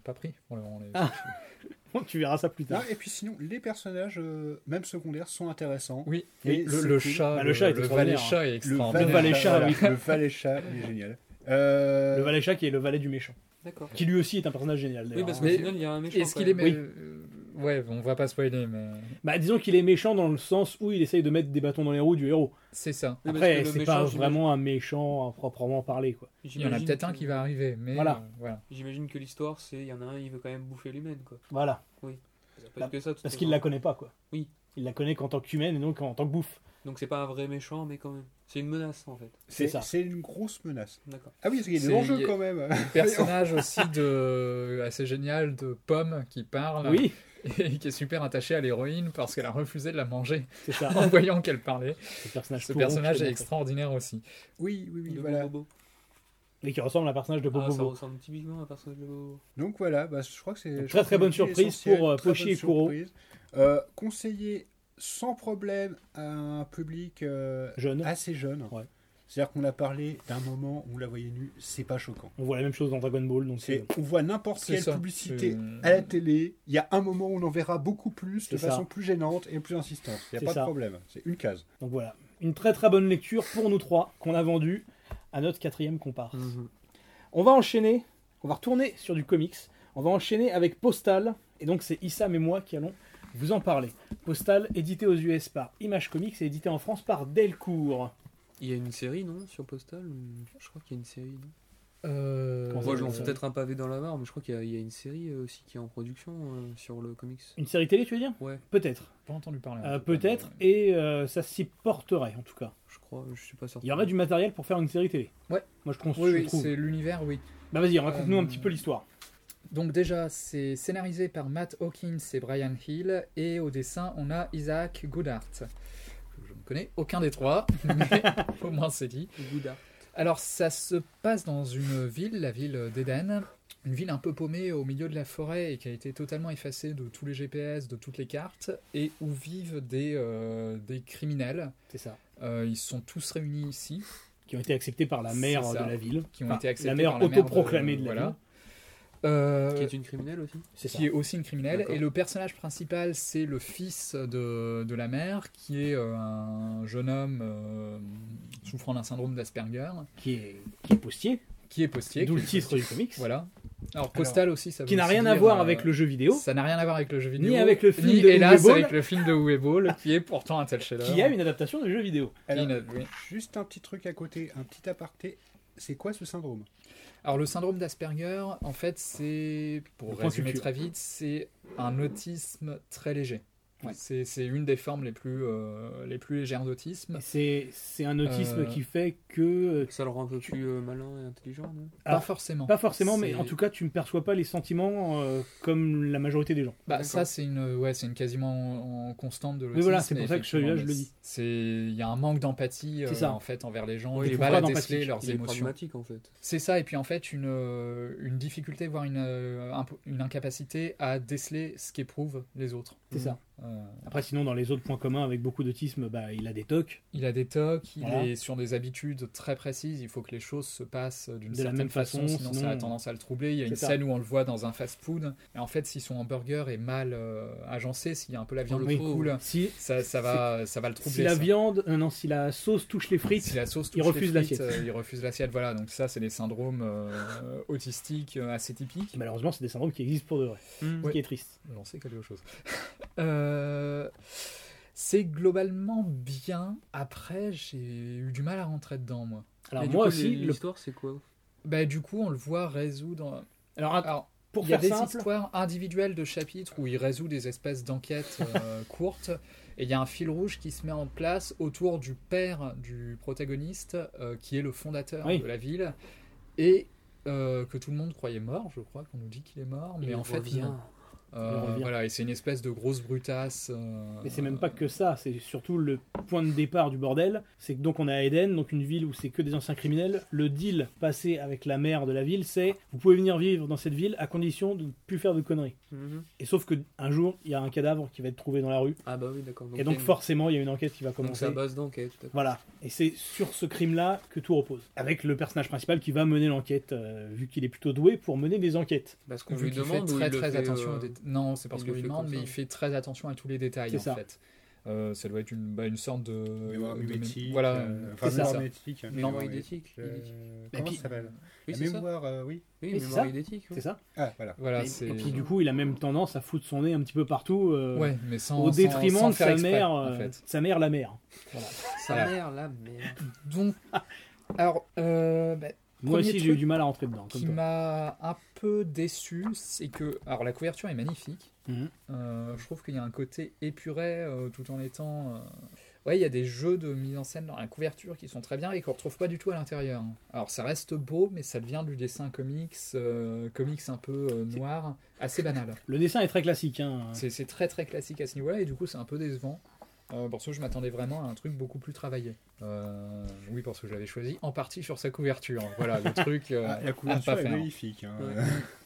Speaker 2: pas pris. Bon, on les-
Speaker 1: Ah. [laughs] tu verras ça plus
Speaker 4: Non,
Speaker 1: tard.
Speaker 4: et puis sinon, les personnages, euh, même secondaires, sont intéressants.
Speaker 2: Oui,
Speaker 4: Et
Speaker 2: le,
Speaker 4: c'est
Speaker 2: le
Speaker 4: cool.
Speaker 2: chat,
Speaker 1: Bah, le chat est
Speaker 2: valet
Speaker 1: extraordinaire,
Speaker 2: chat est
Speaker 4: valet-
Speaker 2: extraordinaire.
Speaker 1: Le valet chat,
Speaker 4: voilà,
Speaker 1: oui.
Speaker 4: le valet chat, il est génial. Euh,
Speaker 1: Le valet chat qui est le valet du méchant.
Speaker 3: D'accord.
Speaker 1: Qui lui aussi est un personnage génial
Speaker 3: Oui,
Speaker 1: d'ailleurs.
Speaker 3: parce
Speaker 2: Mais-
Speaker 3: qu'au final, il y a un méchant.
Speaker 2: Est-ce
Speaker 3: quand
Speaker 2: qu'il est
Speaker 3: même.
Speaker 1: Oui.
Speaker 2: euh, Ouais, on va pas spoiler, mais
Speaker 1: Bah disons qu'il est méchant dans le sens où il essaye de mettre des bâtons dans les roues du héros.
Speaker 2: c'est ça.
Speaker 3: Oui, parce
Speaker 1: Après,
Speaker 3: que le
Speaker 1: c'est
Speaker 3: méchant,
Speaker 1: pas
Speaker 3: j'imagine-
Speaker 1: vraiment un méchant à proprement parler quoi.
Speaker 2: Il y en a
Speaker 3: j'imagine
Speaker 2: peut-être un
Speaker 3: que-
Speaker 2: qui va arriver, mais
Speaker 1: Voilà.
Speaker 2: euh, voilà.
Speaker 3: J'imagine que l'histoire, c'est il y en a un, il veut quand même bouffer l'humaine, quoi.
Speaker 1: Voilà.
Speaker 3: Ça va pas être que ça, de toute
Speaker 1: Parce qu'il
Speaker 3: façon.
Speaker 1: la connaît pas quoi.
Speaker 3: Oui.
Speaker 1: Il la connaît qu'en tant qu'humaine et non qu'en tant que bouffe.
Speaker 3: Donc c'est pas un vrai méchant, mais quand même. C'est une menace, en fait.
Speaker 1: c'est
Speaker 4: c'est
Speaker 1: ça.
Speaker 4: c'est une grosse menace.
Speaker 3: D'accord.
Speaker 4: Ah oui, parce qu'il y a des
Speaker 2: C'est-
Speaker 4: enjeux quand même.
Speaker 1: [laughs]
Speaker 2: Personnage aussi de assez génial de Pomme qui parle
Speaker 3: [laughs]
Speaker 1: Oui,
Speaker 2: [laughs] et qui est super attaché à l'héroïne parce qu'elle a refusé de la manger [laughs]
Speaker 1: c'est ça.
Speaker 2: en voyant qu'elle parlait.
Speaker 1: Ce personnage,
Speaker 2: Ce
Speaker 1: tout
Speaker 2: personnage
Speaker 1: rouge,
Speaker 2: est
Speaker 1: là,
Speaker 2: extraordinaire aussi.
Speaker 4: Oui, oui, oui,
Speaker 3: De
Speaker 4: voilà.
Speaker 3: Bobo.
Speaker 1: Et qui ressemble à un personnage de
Speaker 3: Ah, ça
Speaker 1: Bobobo.
Speaker 3: ressemble typiquement à un personnage de Bobo.
Speaker 4: Donc voilà, bah, je crois que c'est je
Speaker 1: très,
Speaker 4: crois que
Speaker 1: très
Speaker 4: c'est
Speaker 1: bonne
Speaker 4: l'outil
Speaker 1: surprise
Speaker 4: essentiel,
Speaker 1: pour, euh,
Speaker 4: très
Speaker 1: Pochi
Speaker 4: bonne
Speaker 1: et Kuro.
Speaker 4: surprise. Euh, conseiller sans problème à un public euh,
Speaker 1: Jeune.
Speaker 3: Ah.
Speaker 4: assez jeune.
Speaker 1: Ouais.
Speaker 4: C'est-à-dire qu'on a parlé d'un moment où on la voyait nue, c'est pas choquant.
Speaker 1: On voit la même chose dans Dragon Ball. Donc
Speaker 4: C'est,
Speaker 1: euh,
Speaker 4: on voit n'importe
Speaker 2: C'est
Speaker 4: quelle
Speaker 2: ça.
Speaker 4: publicité
Speaker 2: Euh,
Speaker 4: à la télé. Il y a un moment où on en verra beaucoup plus,
Speaker 1: C'est
Speaker 4: de
Speaker 1: ça.
Speaker 4: façon plus gênante et plus insistante. Il n'y a
Speaker 1: C'est
Speaker 4: pas
Speaker 1: ça.
Speaker 4: de problème. C'est une case.
Speaker 1: donc voilà. Une très très bonne lecture pour nous trois qu'on a vendu à notre quatrième comparse.
Speaker 3: Mm.
Speaker 1: On va enchaîner, on va retourner sur du comics. On va enchaîner avec Postal. Et donc c'est Issam et moi qui allons vous en parler. Postal, édité aux US par Image Comics et édité en France par Delcourt.
Speaker 3: Il y a une série, non Sur Postal ou- Je crois qu'il y a une série, non
Speaker 2: Euh,
Speaker 1: Comment ça
Speaker 3: Moi, je
Speaker 1: s'appelle
Speaker 3: lance peut-être un pavé dans la mare, mais je crois qu'il y, a- il y a une série euh, aussi qui est en production euh, sur le comics.
Speaker 1: Une série télé, tu veux dire
Speaker 3: Ouais.
Speaker 1: Peut-être.
Speaker 2: Pas entendu parler. en
Speaker 1: Euh,
Speaker 2: tout cas,
Speaker 1: Peut-être,
Speaker 2: mais-
Speaker 1: et euh, ça s'y porterait en tout cas.
Speaker 3: Je crois, je suis pas certain.
Speaker 1: Il y aurait du matériel pour faire une série télé.
Speaker 2: Ouais.
Speaker 1: Moi je, trouve-
Speaker 2: Oui,
Speaker 1: je
Speaker 2: oui,
Speaker 1: trouve.
Speaker 2: c'est l'univers, oui.
Speaker 1: Bah vas-y, raconte-nous
Speaker 2: Euh,
Speaker 1: un petit peu l'histoire.
Speaker 2: Donc déjà, c'est scénarisé par Matt Hawkins et Brian Hill, et au dessin, on a Isaac Goodhart. Je ne connais aucun des trois, [laughs] mais au moins c'est dit.
Speaker 3: Gouda.
Speaker 2: Alors ça se passe dans une ville, la ville d'Éden, une ville un peu paumée au milieu de la forêt et qui a été totalement effacée de tous les GPS, de toutes les cartes, et où vivent des, euh, des criminels.
Speaker 1: C'est ça.
Speaker 2: Euh, ils sont tous réunis ici,
Speaker 1: Qui ont été acceptés par la
Speaker 2: C'est
Speaker 1: maire
Speaker 2: ça.
Speaker 1: de la ville.
Speaker 2: qui ont
Speaker 1: Enfin,
Speaker 2: été acceptés
Speaker 1: Ah, la maire
Speaker 2: par la maire de-
Speaker 1: autoproclamée de, la
Speaker 2: voilà.
Speaker 1: ville.
Speaker 2: Euh,
Speaker 3: Qui est une criminelle aussi
Speaker 1: C'est ça.
Speaker 2: qui est aussi une criminelle.
Speaker 3: D'accord.
Speaker 2: Et le personnage principal, c'est le fils de, de la mère, qui est euh, un jeune homme euh, souffrant d'un syndrome d'Asperger,
Speaker 1: Qui est, qui est postier,
Speaker 2: qui est postier.
Speaker 1: d'où
Speaker 2: qui
Speaker 1: le
Speaker 2: est
Speaker 1: titre
Speaker 2: postier.
Speaker 1: du comics.
Speaker 2: Voilà. Alors, Postal aussi, ça veut
Speaker 1: Qui n'a
Speaker 2: aussi
Speaker 1: rien à
Speaker 2: dire,
Speaker 1: voir
Speaker 2: euh,
Speaker 1: avec le jeu vidéo.
Speaker 2: Ça n'a rien à voir avec le jeu vidéo.
Speaker 1: avec le film
Speaker 2: ni,
Speaker 1: de
Speaker 2: hélas,
Speaker 1: Uwe Boll.
Speaker 2: avec le film de Uwe Boll, qui est pourtant un tel chef
Speaker 1: Qui a une adaptation du jeu vidéo.
Speaker 4: Alors,
Speaker 2: oui.
Speaker 4: Juste un petit truc à côté, un petit aparté. C'est quoi ce syndrome
Speaker 2: Alors, le syndrome d'Asperger, en fait, c'est, pour
Speaker 1: Le point
Speaker 2: résumer
Speaker 1: culture.
Speaker 2: très vite, c'est un autisme très léger.
Speaker 1: Ouais.
Speaker 2: C'est c'est une des formes les plus, euh, les plus légères d'autisme.
Speaker 1: C'est c'est un autisme
Speaker 2: Euh,
Speaker 1: qui fait que.
Speaker 3: Ça le rend un peu plus euh, malin et intelligent, non
Speaker 1: Ah,
Speaker 2: pas forcément.
Speaker 1: Pas forcément, mais
Speaker 2: C'est-
Speaker 1: en tout cas, tu ne perçois pas les sentiments euh, comme la majorité des gens.
Speaker 2: Bah,
Speaker 3: D'accord.
Speaker 2: ça, c'est une, ouais, c'est une quasiment en- en constante de l'autisme.
Speaker 1: voilà, c'est pour
Speaker 2: mais
Speaker 1: ça que celui-là,
Speaker 2: effectivement,
Speaker 1: je le dis.
Speaker 2: C'est, il y a un manque d'empathie,
Speaker 1: C'est
Speaker 2: euh,
Speaker 1: ça.
Speaker 2: en fait, envers les gens.
Speaker 1: Ouais,
Speaker 2: Ils
Speaker 1: il
Speaker 2: du
Speaker 1: faut
Speaker 2: mal
Speaker 1: pas
Speaker 2: à
Speaker 1: d'empathie.
Speaker 2: déceler leurs
Speaker 3: Il est
Speaker 2: émotions.
Speaker 3: pragmatique en fait.
Speaker 2: C'est ça, et puis en fait, une, euh, une difficulté, voire une, euh, imp- une incapacité à déceler ce qu'éprouvent les autres.
Speaker 1: C'est ça.
Speaker 2: Euh,
Speaker 1: Mm. Après, sinon, dans les autres points communs avec beaucoup d'autisme, bah, il a des tocs.
Speaker 2: il a des tocs, il
Speaker 1: Voilà.
Speaker 2: est sur des habitudes très précises, il faut que les choses se passent d'une
Speaker 1: De la
Speaker 2: certaine
Speaker 1: même façon,
Speaker 2: sinon,
Speaker 1: sinon-
Speaker 2: ça a tendance à le troubler. Il y a
Speaker 1: C'est
Speaker 2: une
Speaker 1: ça.
Speaker 2: scène où on le voit dans un fast-food, et en fait, si son hamburger est mal euh, agencé, s'il y a un peu la viande
Speaker 1: Oui.
Speaker 2: qui coule,
Speaker 1: Si,
Speaker 2: ça, ça, va, ça va le troubler.
Speaker 1: si la
Speaker 2: ça.
Speaker 1: viande, euh, non, si la sauce touche les frites,
Speaker 2: Si la sauce
Speaker 1: il
Speaker 2: touche les
Speaker 1: refuse
Speaker 2: frites,
Speaker 1: l'assiette.
Speaker 2: euh, il refuse l'assiette, voilà. Donc ça, c'est des syndromes euh, autistiques euh, assez typiques.
Speaker 1: qui, malheureusement, c'est des syndromes qui existent pour de vrai. Ce
Speaker 2: Ouais.
Speaker 1: qui est triste.
Speaker 2: J'en sais quelque chose. [laughs] Euh, c'est globalement bien. Après, j'ai eu du mal à rentrer dedans, moi.
Speaker 1: Alors,
Speaker 3: Et du
Speaker 1: moi
Speaker 3: coup,
Speaker 1: aussi, le...
Speaker 3: l'histoire c'est quoi
Speaker 2: Bah, du coup, on le voit résoudre.
Speaker 1: alors, att-
Speaker 2: Alors,
Speaker 1: pour
Speaker 2: il y a
Speaker 1: faire
Speaker 2: des
Speaker 1: simple,
Speaker 2: histoires individuelles de chapitres où il résout des espèces d'enquêtes
Speaker 1: [laughs]
Speaker 2: euh, courtes. Et il y a un fil rouge qui se met en place autour du père du protagoniste, euh, qui est le fondateur
Speaker 1: Oui.
Speaker 2: de la ville, et euh, que tout le monde croyait mort, je crois, qu'on nous dit qu'il est mort, mais en fait, non. Euh,
Speaker 1: Il revient.
Speaker 2: voilà, et c'est une espèce de grosse brutasse. euh,
Speaker 1: Mais c'est même pas que ça, c'est surtout le point de départ du bordel. C'est que donc on est à Eden, donc une ville où c'est que des anciens criminels. Le deal passé avec la maire de la ville, c'est vous pouvez venir vivre dans cette ville à condition de ne plus faire de conneries. Et sauf que un jour, il y a un cadavre qui va être trouvé dans la rue,
Speaker 3: Mhm. Ah bah oui, d'accord.
Speaker 1: et donc
Speaker 3: il y a une-
Speaker 1: forcément, il y a une enquête qui va
Speaker 3: Donc c'est à
Speaker 1: commencer.
Speaker 3: base d'enquête. d'accord.
Speaker 1: Voilà, et c'est sur ce crime-là que tout repose. Avec le personnage principal qui va mener l'enquête, euh, vu qu'il est plutôt doué pour mener des enquêtes.
Speaker 3: Parce qu'on
Speaker 2: Vu
Speaker 3: lui
Speaker 2: qu'il fait
Speaker 3: demande ou
Speaker 2: très
Speaker 3: il le
Speaker 2: très
Speaker 3: fait,
Speaker 2: attention
Speaker 3: euh,
Speaker 2: aux détails. Non, c'est parce
Speaker 3: il
Speaker 2: qu'on
Speaker 3: le
Speaker 2: lui
Speaker 3: fait
Speaker 2: demande,
Speaker 3: comme
Speaker 2: mais
Speaker 3: ça.
Speaker 2: il fait très attention à tous les détails
Speaker 1: C'est
Speaker 2: en
Speaker 1: ça.
Speaker 2: fait. Euh, ça doit être une, bah, une sorte de. de-
Speaker 4: mimétique,
Speaker 2: voilà.
Speaker 4: euh,
Speaker 2: c'est
Speaker 4: enfin,
Speaker 2: ça.
Speaker 4: mémoire mimétique, euh,
Speaker 3: Mémoire
Speaker 4: mémoire
Speaker 3: idétique.
Speaker 4: idétique, euh,
Speaker 3: idétique.
Speaker 4: Comment
Speaker 1: puis-
Speaker 4: ça s'appelle
Speaker 3: Oui,
Speaker 4: La
Speaker 3: c'est ça.
Speaker 4: mémoire, euh, oui.
Speaker 3: Oui,
Speaker 1: Mais c'est
Speaker 3: mémoire
Speaker 1: ça.
Speaker 3: idétique. oui.
Speaker 1: C'est ça
Speaker 4: Ah, voilà.
Speaker 2: Voilà,
Speaker 3: Et-
Speaker 2: c'est.
Speaker 3: et
Speaker 1: Puis du coup, il a même tendance à foutre son nez un petit peu partout. euh,
Speaker 2: Ouais, mais sans.
Speaker 1: Au
Speaker 2: sans-
Speaker 1: détriment
Speaker 2: sans
Speaker 1: de
Speaker 2: faire
Speaker 1: sa
Speaker 2: exprès,
Speaker 1: mère,
Speaker 2: en
Speaker 1: euh, [laughs]
Speaker 2: fait.
Speaker 1: sa mère la mère.
Speaker 3: Sa
Speaker 2: Voilà.
Speaker 3: mère, la mère.
Speaker 2: Donc. Alors, euh, bah,
Speaker 1: Moi
Speaker 2: Premier
Speaker 1: aussi, j'ai
Speaker 2: truc
Speaker 1: eu du mal à rentrer dedans. Comme
Speaker 2: qui
Speaker 1: toi.
Speaker 2: m'a un peu déçu, c'est que. Alors, la couverture est magnifique.
Speaker 1: Mhm.
Speaker 2: Euh, je trouve qu'il y a un côté épuré euh, tout en étant. euh, Ouais, il y a des jeux de mise en scène dans la couverture qui sont très bien et qu'on retrouve pas du tout à l'intérieur. Alors, ça reste beau, mais ça devient du dessin comics, euh, comics un peu euh, noir, assez banal.
Speaker 1: Le dessin est très classique. hein.
Speaker 2: C'est c'est très très classique à ce niveau-là et du coup, c'est un peu décevant. Euh, pour ça, je m'attendais vraiment à un truc beaucoup plus travaillé. Euh, oui, parce que je l'avais choisi en partie sur sa couverture.
Speaker 1: [laughs]
Speaker 2: Voilà, le truc. euh,
Speaker 4: Ah, la
Speaker 2: à
Speaker 4: couverture
Speaker 2: pas
Speaker 4: est
Speaker 2: faire.
Speaker 4: magnifique. hein.
Speaker 3: Ouais.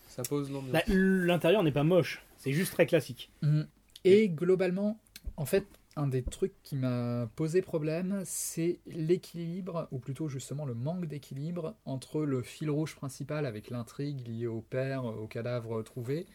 Speaker 3: Ça pose l'ambiance.
Speaker 1: Bah, L'intérieur n'est pas moche, c'est juste très classique.
Speaker 2: Mm. Et globalement, en fait, un des trucs qui m'a posé problème, c'est l'équilibre, ou plutôt justement le manque d'équilibre entre le fil rouge principal avec l'intrigue liée au père, au cadavre trouvé,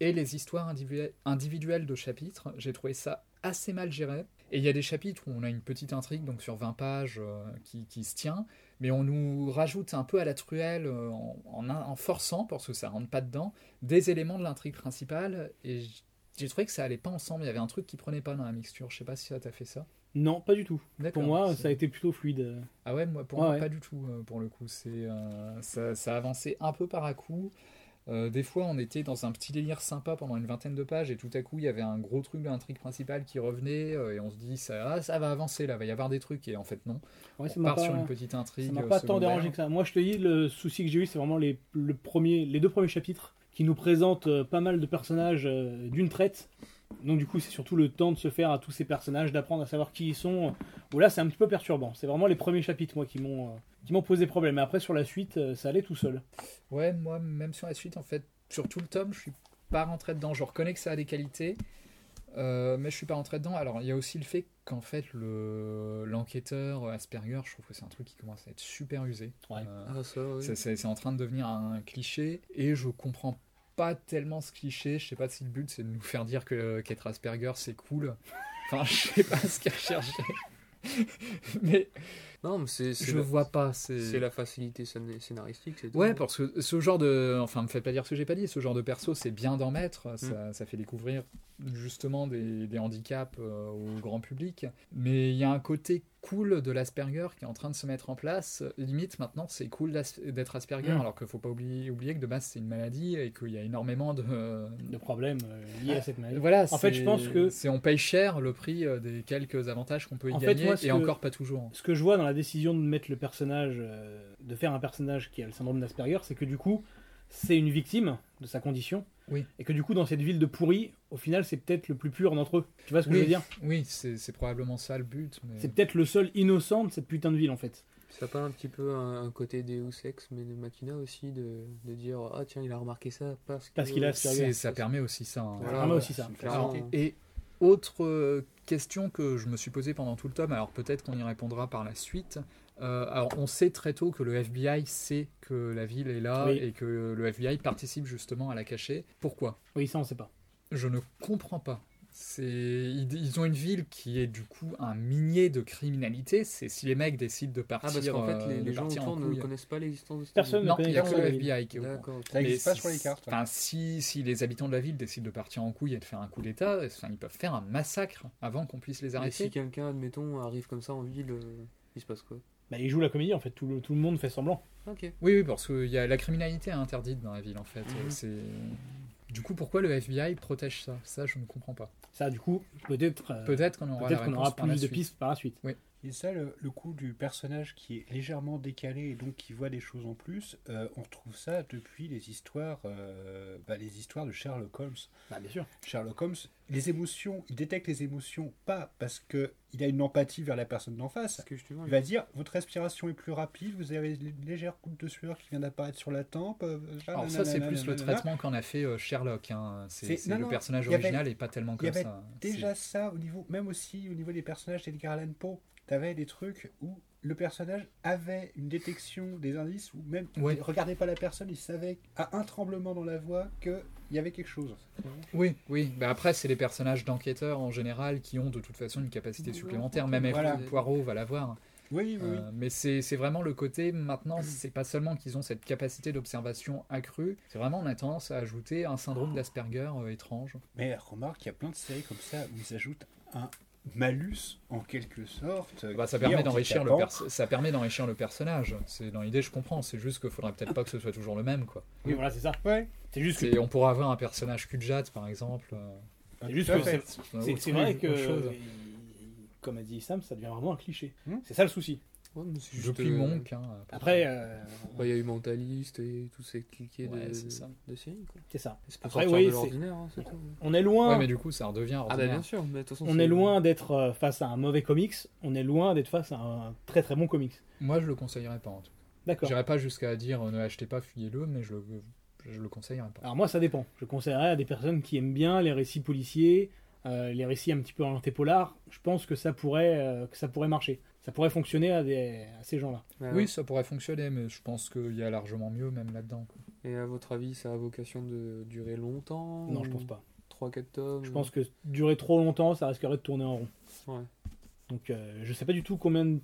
Speaker 2: et les histoires individue- individuelles de chapitres. J'ai trouvé ça assez mal géré. Et il y a des chapitres où on a une petite intrigue, donc sur 20 pages, euh, qui, qui se tient, mais on nous rajoute un peu à la truelle euh, en, en- en forçant, parce que ça rentre pas dedans, des éléments de l'intrigue principale, et j- j'ai trouvé que ça allait pas ensemble. Il y avait un truc qui prenait pas dans la mixture. Je sais pas si ça t'a fait ça.
Speaker 1: Non, pas du tout. Pour
Speaker 2: D'accord.
Speaker 1: moi,
Speaker 2: C'est-
Speaker 1: ça a été plutôt fluide.
Speaker 2: Ah ouais, moi, pour
Speaker 1: Ouais,
Speaker 2: moi,
Speaker 1: ouais.
Speaker 2: pas du tout, euh, pour le coup. C'est, euh, ça, ça avançait un peu par à coup. Euh, des fois, on était dans un petit délire sympa pendant une vingtaine de pages, et tout à coup, il y avait un gros truc, un truc principal qui revenait, euh, et on se dit, ça, ah, ça va avancer, là, va y avoir des trucs, et en fait, non.
Speaker 1: Ouais, ça
Speaker 2: on
Speaker 1: m'a
Speaker 2: part
Speaker 1: pas,
Speaker 2: sur une petite
Speaker 1: ça
Speaker 2: intrigue.
Speaker 1: m'a
Speaker 2: euh,
Speaker 1: pas tant
Speaker 2: secondaire.
Speaker 1: dérangé que ça. Moi, je te dis, le souci que j'ai eu, c'est vraiment les, le premier, les deux premiers chapitres qui nous présentent euh, pas mal de personnages euh, d'une traite. Donc, du coup, c'est surtout le temps de se faire à tous ces personnages, d'apprendre à savoir qui ils sont. Ou là, c'est un petit peu perturbant. C'est vraiment les premiers chapitres, moi, qui m'ont euh, qui m'ont posé problème. Mais après, sur la suite, euh, ça allait tout seul.
Speaker 2: Ouais, moi, même sur la suite, en fait, sur tout le tome, je suis pas rentré dedans. Je reconnais que ça a des qualités, euh, mais je suis pas rentré dedans. Alors, il y a aussi le fait qu'en fait, le l'enquêteur Asperger, je trouve que c'est un truc qui commence à être super usé.
Speaker 1: Ouais.
Speaker 2: Euh,
Speaker 3: Ah, ça, oui.
Speaker 2: c'est- C'est c'est en train de devenir un cliché, et je comprends pas tellement ce cliché. Je sais pas si le but, c'est de nous faire dire que qu'être Asperger, c'est cool. Enfin, je sais pas ce qu'il recherchait. [laughs] mais
Speaker 3: Non, mais c'est c'est
Speaker 2: je
Speaker 3: la,
Speaker 2: vois pas.
Speaker 3: c'est la facilité scén- scénaristique, c'est tout.
Speaker 2: Ouais, parce que ce genre de. Enfin, me faites pas dire ce que j'ai pas dit, ce genre de perso, c'est bien d'en
Speaker 1: Mm.
Speaker 2: mettre. Ça, ça fait découvrir justement des, des handicaps euh, au grand public. Mais il y a un côté cool de l'Asperger qui est en train de se mettre en place. Limite, maintenant, c'est cool d'as- d'être Asperger,
Speaker 1: Mm.
Speaker 2: alors qu'il faut pas oublier, oublier que de base, c'est une maladie et qu'il y a énormément de.
Speaker 1: De problèmes euh, liés à cette maladie.
Speaker 2: Voilà,
Speaker 1: En fait,
Speaker 2: c'est-
Speaker 1: je pense que-
Speaker 2: c'est on paye cher le prix euh, des quelques avantages qu'on peut y
Speaker 1: En fait,
Speaker 2: gagner
Speaker 1: moi, ce
Speaker 2: et
Speaker 1: que-
Speaker 2: encore pas toujours.
Speaker 1: Ce que je vois dans la décision de mettre le personnage, euh, de faire un personnage qui a le syndrome d'Asperger, c'est que du coup, c'est une victime de sa condition.
Speaker 2: Oui.
Speaker 1: Et que du coup, dans cette ville de pourri, au final, c'est peut-être le plus pur d'entre eux. Tu vois ce que
Speaker 2: Oui.
Speaker 1: je veux dire
Speaker 2: Oui, c'est c'est probablement ça le but. mais-
Speaker 1: C'est peut-être le seul innocent de cette putain de ville, en fait.
Speaker 3: Ça parle un petit peu un, un côté Deus Ex, mais de Machina aussi, de, de dire Ah, tiens, il a remarqué ça parce que.
Speaker 1: Parce qu'il a Asperger.
Speaker 2: C'est- Ça permet aussi ça. hein.
Speaker 3: Voilà,
Speaker 1: Ah, moi aussi, ça.
Speaker 3: clairement.
Speaker 2: Alors, et autre euh, question que je me suis posée pendant tout le tome, alors peut-être qu'on y répondra par la suite. Euh, alors, on sait très tôt que le FBI sait que la ville est là
Speaker 1: Oui.
Speaker 2: et que le FBI participe justement à la cacher. Pourquoi
Speaker 1: Oui, ça, on sait pas.
Speaker 2: Je ne comprends pas. C'est- Ils ils ont une ville qui est du coup un minier de criminalité. C'est si les mecs décident de
Speaker 3: Ah,
Speaker 2: partir,
Speaker 3: parce qu'en fait,
Speaker 2: euh,
Speaker 3: les, les
Speaker 2: de
Speaker 3: gens
Speaker 2: partir en
Speaker 3: autour ne
Speaker 2: couille.
Speaker 3: connaissent pas l'existence de cette
Speaker 1: Personne
Speaker 3: ville.
Speaker 1: ne
Speaker 2: Non, il n'y a
Speaker 1: connaît
Speaker 2: que le
Speaker 1: pas la
Speaker 2: FBI qui est au courant.
Speaker 3: D'accord. ok.
Speaker 4: Ça n'existe
Speaker 2: Mais
Speaker 4: pas
Speaker 2: si-
Speaker 4: sur les cartes.
Speaker 2: Enfin, si, si les habitants de la ville décident de partir en couille et de faire un coup d'État, enfin, ils peuvent faire un massacre avant qu'on puisse les
Speaker 3: Et
Speaker 2: arrêter.
Speaker 3: si quelqu'un, admettons, arrive comme ça en ville, euh, il se passe quoi
Speaker 1: Bah, il joue la comédie, en fait. Tout le, tout le monde fait semblant.
Speaker 3: Ok.
Speaker 2: Oui, oui, parce que y a, la criminalité est interdite dans la ville, en fait.
Speaker 3: Mhm.
Speaker 2: C'est- Du coup, pourquoi le FBI protège ça Ça, je ne comprends pas.
Speaker 1: Ça, du coup, peut-être euh,
Speaker 2: Peut-être qu'on aura, la
Speaker 1: peut-être qu'on
Speaker 2: réponse
Speaker 1: aura
Speaker 2: par la
Speaker 1: plus de
Speaker 2: suite.
Speaker 1: pistes par la suite.
Speaker 4: Et ça, le, le coup du personnage qui est légèrement décalé et donc qui voit des choses en plus, euh, on retrouve ça depuis les histoires, euh, bah, les histoires de Sherlock Holmes.
Speaker 1: Bah, bien sûr.
Speaker 4: Sherlock Holmes, les émotions, il détecte les émotions pas parce que il a une empathie vers la personne d'en face.
Speaker 3: Parce que justement,
Speaker 4: Il va dire votre respiration est plus rapide, vous avez une légère goutte de sueur qui vient d'apparaître sur la tempe. euh,
Speaker 2: Alors ça,
Speaker 4: nanana,
Speaker 2: c'est plus le
Speaker 4: nanana.
Speaker 2: traitement qu'en a fait euh, Sherlock. hein. C'est
Speaker 4: C'est-
Speaker 2: c'est
Speaker 4: non,
Speaker 2: le
Speaker 4: non,
Speaker 2: personnage
Speaker 4: il y avait-
Speaker 2: original et pas tellement
Speaker 4: il y
Speaker 2: comme
Speaker 4: avait
Speaker 2: ça.
Speaker 4: Déjà ça au niveau, même aussi au niveau des personnages d'Edgar Allan Poe, t'avais des trucs où le personnage avait une détection des indices ou même
Speaker 2: Ouais.
Speaker 4: il regardait pas la personne, il savait à un tremblement dans la voix que il y avait quelque chose.
Speaker 2: Oui, oui. Bah après, c'est les personnages d'enquêteurs en général qui ont de toute façon une capacité supplémentaire. Même
Speaker 4: Voilà.
Speaker 2: Poirot va l'avoir.
Speaker 4: Oui, oui, oui.
Speaker 2: Euh, mais c'est c'est vraiment le côté maintenant, c'est pas seulement qu'ils ont cette capacité d'observation accrue, c'est vraiment on a tendance à ajouter un syndrome d'Asperger euh, étrange.
Speaker 4: Mais remarque, il y a plein de séries comme ça où ils ajoutent un malus en quelque sorte.
Speaker 2: Bah, ça
Speaker 4: qui est
Speaker 2: permet d'enrichir le
Speaker 4: handicapant.
Speaker 2: perso- ça permet d'enrichir le personnage. C'est dans l'idée, je comprends. C'est juste qu'il faudrait peut-être pas que ce soit toujours le même quoi.
Speaker 1: Oui, voilà, c'est ça.
Speaker 4: Ouais.
Speaker 1: C'est juste que
Speaker 2: C'est- On pourra avoir un personnage cul de jatte par exemple. euh,
Speaker 4: Ah,
Speaker 1: C'est juste
Speaker 4: tout à
Speaker 1: que
Speaker 4: fait.
Speaker 2: euh,
Speaker 1: c'est-
Speaker 2: autre
Speaker 1: c'est vrai
Speaker 2: chose,
Speaker 1: que,
Speaker 2: autre chose.
Speaker 1: il- comme a dit Sam, ça devient vraiment un cliché.
Speaker 4: Hmm.
Speaker 1: C'est ça le souci.
Speaker 2: Depuis
Speaker 3: euh,
Speaker 2: Monk. hein,
Speaker 1: Après, euh,
Speaker 3: bah, Il y a eu Mentaliste et tous ces cliqués
Speaker 2: Ouais,
Speaker 3: de,
Speaker 2: c'est ça.
Speaker 3: de séries. quoi.
Speaker 1: c'est ça.
Speaker 3: C'est pour
Speaker 1: Après,
Speaker 3: sortir
Speaker 1: oui,
Speaker 3: de
Speaker 1: c'est-
Speaker 3: l'ordinaire, hein, c'est tout.
Speaker 1: On est loin.
Speaker 2: Ouais, mais du coup, ça redevient.
Speaker 3: Ah, bah
Speaker 2: ordinaire.
Speaker 3: bien sûr, mais de toute façon,
Speaker 1: On
Speaker 3: c'est-
Speaker 1: est loin d'être euh, face à un mauvais comics, on est loin d'être face à un très très bon comics.
Speaker 2: Moi, je le conseillerais pas. En tout cas.
Speaker 1: D'accord.
Speaker 2: J'irais pas jusqu'à dire euh, ne achetez pas, fuyez-le, mais je le, je le conseillerais pas.
Speaker 1: Alors moi ça dépend. Je conseillerais à des personnes qui aiment bien les récits policiers, euh, les récits un petit peu orientés polar, je pense que ça pourrait euh, que ça pourrait marcher. Ça pourrait fonctionner à, des, à ces gens-là.
Speaker 3: Bah, Ouais.
Speaker 2: Oui, ça pourrait fonctionner, mais je pense qu'il y a largement mieux même là-dedans. quoi.
Speaker 3: Et à votre avis, ça a vocation de durer longtemps
Speaker 1: Non, je pense pas.
Speaker 3: 3-4 tomes
Speaker 1: Je pense que durer trop longtemps, ça risquerait de tourner en rond.
Speaker 3: Ouais.
Speaker 1: Donc euh, je sais pas du tout combien de,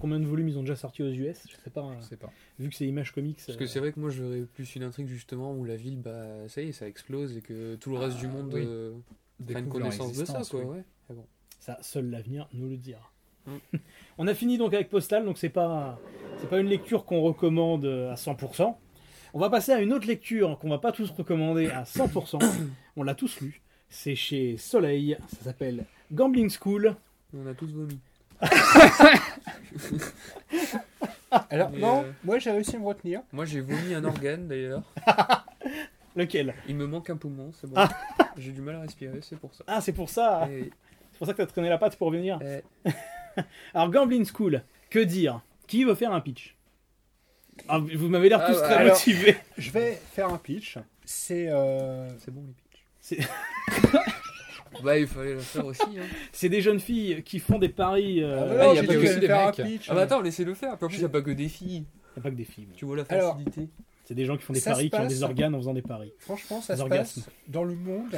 Speaker 1: combien de volumes ils ont déjà sortis aux US. Je sais pas. hein.
Speaker 2: Je sais pas.
Speaker 1: vu que c'est Image Comics.
Speaker 3: Parce que
Speaker 1: euh,
Speaker 3: c'est vrai que moi, j'aurais plus une intrigue justement où la ville, bah, ça y est, ça explose et que tout le reste
Speaker 2: Ah,
Speaker 3: du monde
Speaker 2: oui.
Speaker 3: euh, prenne
Speaker 2: Découvre leur
Speaker 3: connaissance de ça,
Speaker 2: existence,
Speaker 3: quoi.
Speaker 2: oui.
Speaker 3: Ouais. Ah bon.
Speaker 1: Ça, seul l'avenir nous le dira.
Speaker 3: Mm.
Speaker 1: [laughs] On a fini donc avec Postal, donc c'est pas c'est pas une lecture qu'on recommande euh, à 100%. On va passer à une autre lecture qu'on va pas tous recommander à 100%. [coughs] On l'a tous lu. C'est chez Soleil. Ça s'appelle Gambling School.
Speaker 3: On a tous vomi.
Speaker 4: Alors,
Speaker 3: Mais,
Speaker 4: non,
Speaker 3: euh,
Speaker 4: moi j'ai réussi à me retenir.
Speaker 3: Moi j'ai vomi
Speaker 1: [laughs]
Speaker 3: un organe d'ailleurs.
Speaker 1: Lequel
Speaker 3: Il me manque un poumon, c'est bon. J'ai du mal à respirer, c'est pour ça.
Speaker 1: Ah, c'est pour ça.
Speaker 3: Eh oui.
Speaker 1: C'est pour ça que t'as traîné la patte pour venir.
Speaker 3: Eh,
Speaker 1: Alors Gambling School. Que dire Qui veut faire un pitch Ah, Vous m'avez l'air
Speaker 3: Ah,
Speaker 1: tous
Speaker 3: bah,
Speaker 1: très
Speaker 4: alors-
Speaker 1: motivés.
Speaker 4: Je vais faire un pitch. C'est. euh,
Speaker 3: c'est bon les pitchs.
Speaker 1: C'est-
Speaker 3: bah il fallait le faire aussi.
Speaker 1: [laughs]
Speaker 3: Hein.
Speaker 1: C'est des jeunes filles qui font des paris. euh,
Speaker 4: Ah, bah
Speaker 2: là,
Speaker 4: non,
Speaker 3: il y a
Speaker 4: j'ai
Speaker 3: pas
Speaker 4: dit
Speaker 3: eu
Speaker 4: que
Speaker 2: aussi
Speaker 4: j'allais
Speaker 2: des
Speaker 4: faire un
Speaker 2: mecs.
Speaker 4: pitch.
Speaker 3: Ah bah attends, laissez-le faire. Puis en plus, il n'y a pas que des filles.
Speaker 1: y a pas que des filles. mais
Speaker 3: Tu vois la
Speaker 4: Alors,
Speaker 3: facilité.
Speaker 1: C'est des gens qui font des
Speaker 4: Ça se
Speaker 1: paris, qui ont des
Speaker 4: passe-
Speaker 1: organes en faisant des paris.
Speaker 4: Franchement, ça
Speaker 1: Des
Speaker 4: se
Speaker 1: orgasmes.
Speaker 4: passe dans le monde.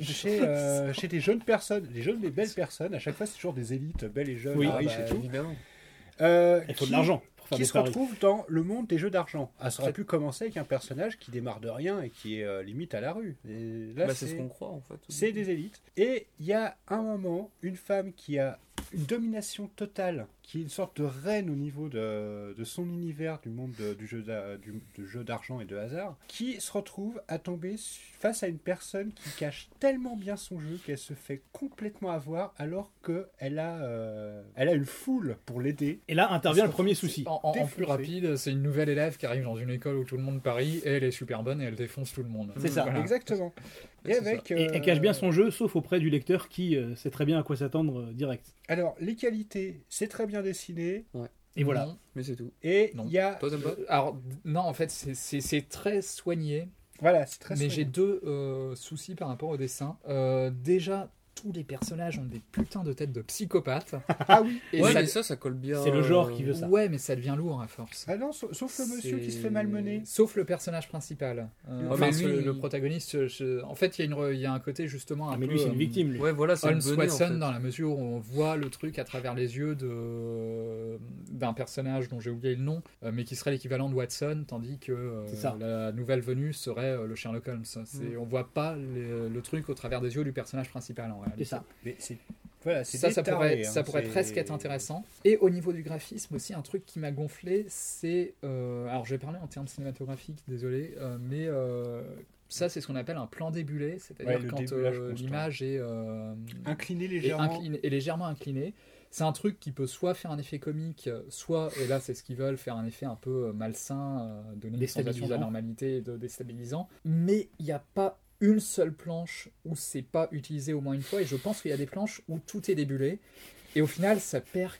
Speaker 4: Chez, euh, chez des jeunes personnes, des jeunes mais belles personnes, à chaque fois c'est toujours des élites belles et jeunes,
Speaker 1: Oui,
Speaker 3: Ah
Speaker 4: riches
Speaker 3: bah,
Speaker 4: et tout,
Speaker 3: Évidemment.
Speaker 4: euh,
Speaker 1: Il faut
Speaker 4: qui-
Speaker 1: de l'argent pour faire
Speaker 4: qui
Speaker 1: des
Speaker 4: se
Speaker 1: paris.
Speaker 4: retrouve dans le monde des jeux d'argent. Ah, ça aurait pu commencer avec un personnage qui démarre de rien et qui est euh, limite à la rue. Et là,
Speaker 3: Bah, c'est
Speaker 4: c'est
Speaker 3: ce qu'on croit en fait.
Speaker 4: c'est des élites. Et il y a un moment, une femme qui a une domination totale, qui est une sorte de reine au niveau de, de son univers du monde de- du jeu d'a- du- du jeu d'argent et de hasard, qui se retrouve à tomber su- face à une personne qui cache tellement bien son jeu qu'elle se fait complètement avoir alors qu'elle a, euh, elle a une foule pour l'aider.
Speaker 1: Et là intervient le premier souci.
Speaker 2: En, en- en
Speaker 4: Défoncé.
Speaker 2: plus rapide, c'est une nouvelle élève qui arrive dans une école où tout le monde parie et elle est super bonne et elle défonce tout le monde.
Speaker 1: C'est ça. [laughs]
Speaker 2: Voilà.
Speaker 4: Exactement. Et
Speaker 3: C'est
Speaker 4: avec, euh,
Speaker 1: Et
Speaker 2: euh,
Speaker 1: elle cache bien son jeu, sauf auprès du lecteur qui euh, sait très bien à quoi s'attendre euh, direct.
Speaker 4: Alors, les qualités, c'est très bien dessiné.
Speaker 1: Et voilà.
Speaker 2: Non.
Speaker 3: Mais c'est tout.
Speaker 4: Et
Speaker 2: Non.
Speaker 4: il y a.
Speaker 3: Toi t'aimes pas
Speaker 2: Alors, non, en fait, c'est- c'est c'est très soigné,
Speaker 4: Voilà, c'est très
Speaker 2: mais
Speaker 4: soigné.
Speaker 2: j'ai deux euh, soucis par rapport au dessin. Euh, déjà, tous les personnages ont des putains de têtes de psychopathes.
Speaker 4: Ah oui
Speaker 2: Et
Speaker 3: ouais,
Speaker 2: ça-
Speaker 3: mais ça, ça colle bien.
Speaker 1: C'est le genre
Speaker 3: euh,
Speaker 1: qui veut ça.
Speaker 2: ouais, mais ça devient lourd à force.
Speaker 4: Ah non, sauf, sauf le monsieur qui se
Speaker 3: C'est-
Speaker 4: fait malmener.
Speaker 2: Sauf le personnage principal. Euh,
Speaker 1: Oh,
Speaker 3: Ouais,
Speaker 2: enfin,
Speaker 3: mais lui,
Speaker 2: le,
Speaker 3: il-
Speaker 2: le protagoniste, je- en fait, il y, a une re- il y a un côté justement un
Speaker 1: Ah, mais
Speaker 2: peu,
Speaker 1: lui, c'est
Speaker 2: euh,
Speaker 1: une victime. lui.
Speaker 3: Ouais, voilà, c'est
Speaker 2: Holmes
Speaker 3: le bonnet, en
Speaker 2: Watson
Speaker 3: fait.
Speaker 2: dans la mesure où on voit le truc à travers les yeux de d'un personnage dont j'ai oublié le nom, euh, mais qui serait l'équivalent de Watson, tandis que euh,
Speaker 1: C'est ça. Mm.
Speaker 2: la nouvelle venue serait euh, le Sherlock Holmes. C'est- On voit pas le, le truc au travers des yeux du personnage principal en réalité.
Speaker 1: C'est ça.
Speaker 4: Mais c'est. Voilà, c'est
Speaker 2: Ça,
Speaker 4: des
Speaker 2: ça pourrait,
Speaker 4: tarés, hein,
Speaker 2: ça pourrait
Speaker 4: c'est-
Speaker 2: presque être intéressant. Et au niveau du graphisme aussi, un truc qui m'a gonflé, c'est... euh, alors je vais parler en termes cinématographiques, désolé, euh, mais euh, ça c'est ce qu'on appelle un plan débulé, c'est-à-dire
Speaker 4: Ouais, le
Speaker 2: quand
Speaker 4: débulage
Speaker 2: euh,
Speaker 4: constant.
Speaker 2: l'image est... euh,
Speaker 4: Incliné
Speaker 2: et,
Speaker 4: légèrement.
Speaker 2: incliné- et légèrement incliné. C'est un truc qui peut soit faire un effet comique, euh, soit, et là c'est ce qu'ils veulent, faire un effet un peu euh, malsain, euh, donner une sensation
Speaker 1: Déstabilisant.
Speaker 2: d'anormalité et de déstabilisant. Mais il n'y a pas une seule planche où c'est pas utilisé au moins une fois, et je pense qu'il y a des planches où tout est débulé, et au final ça perd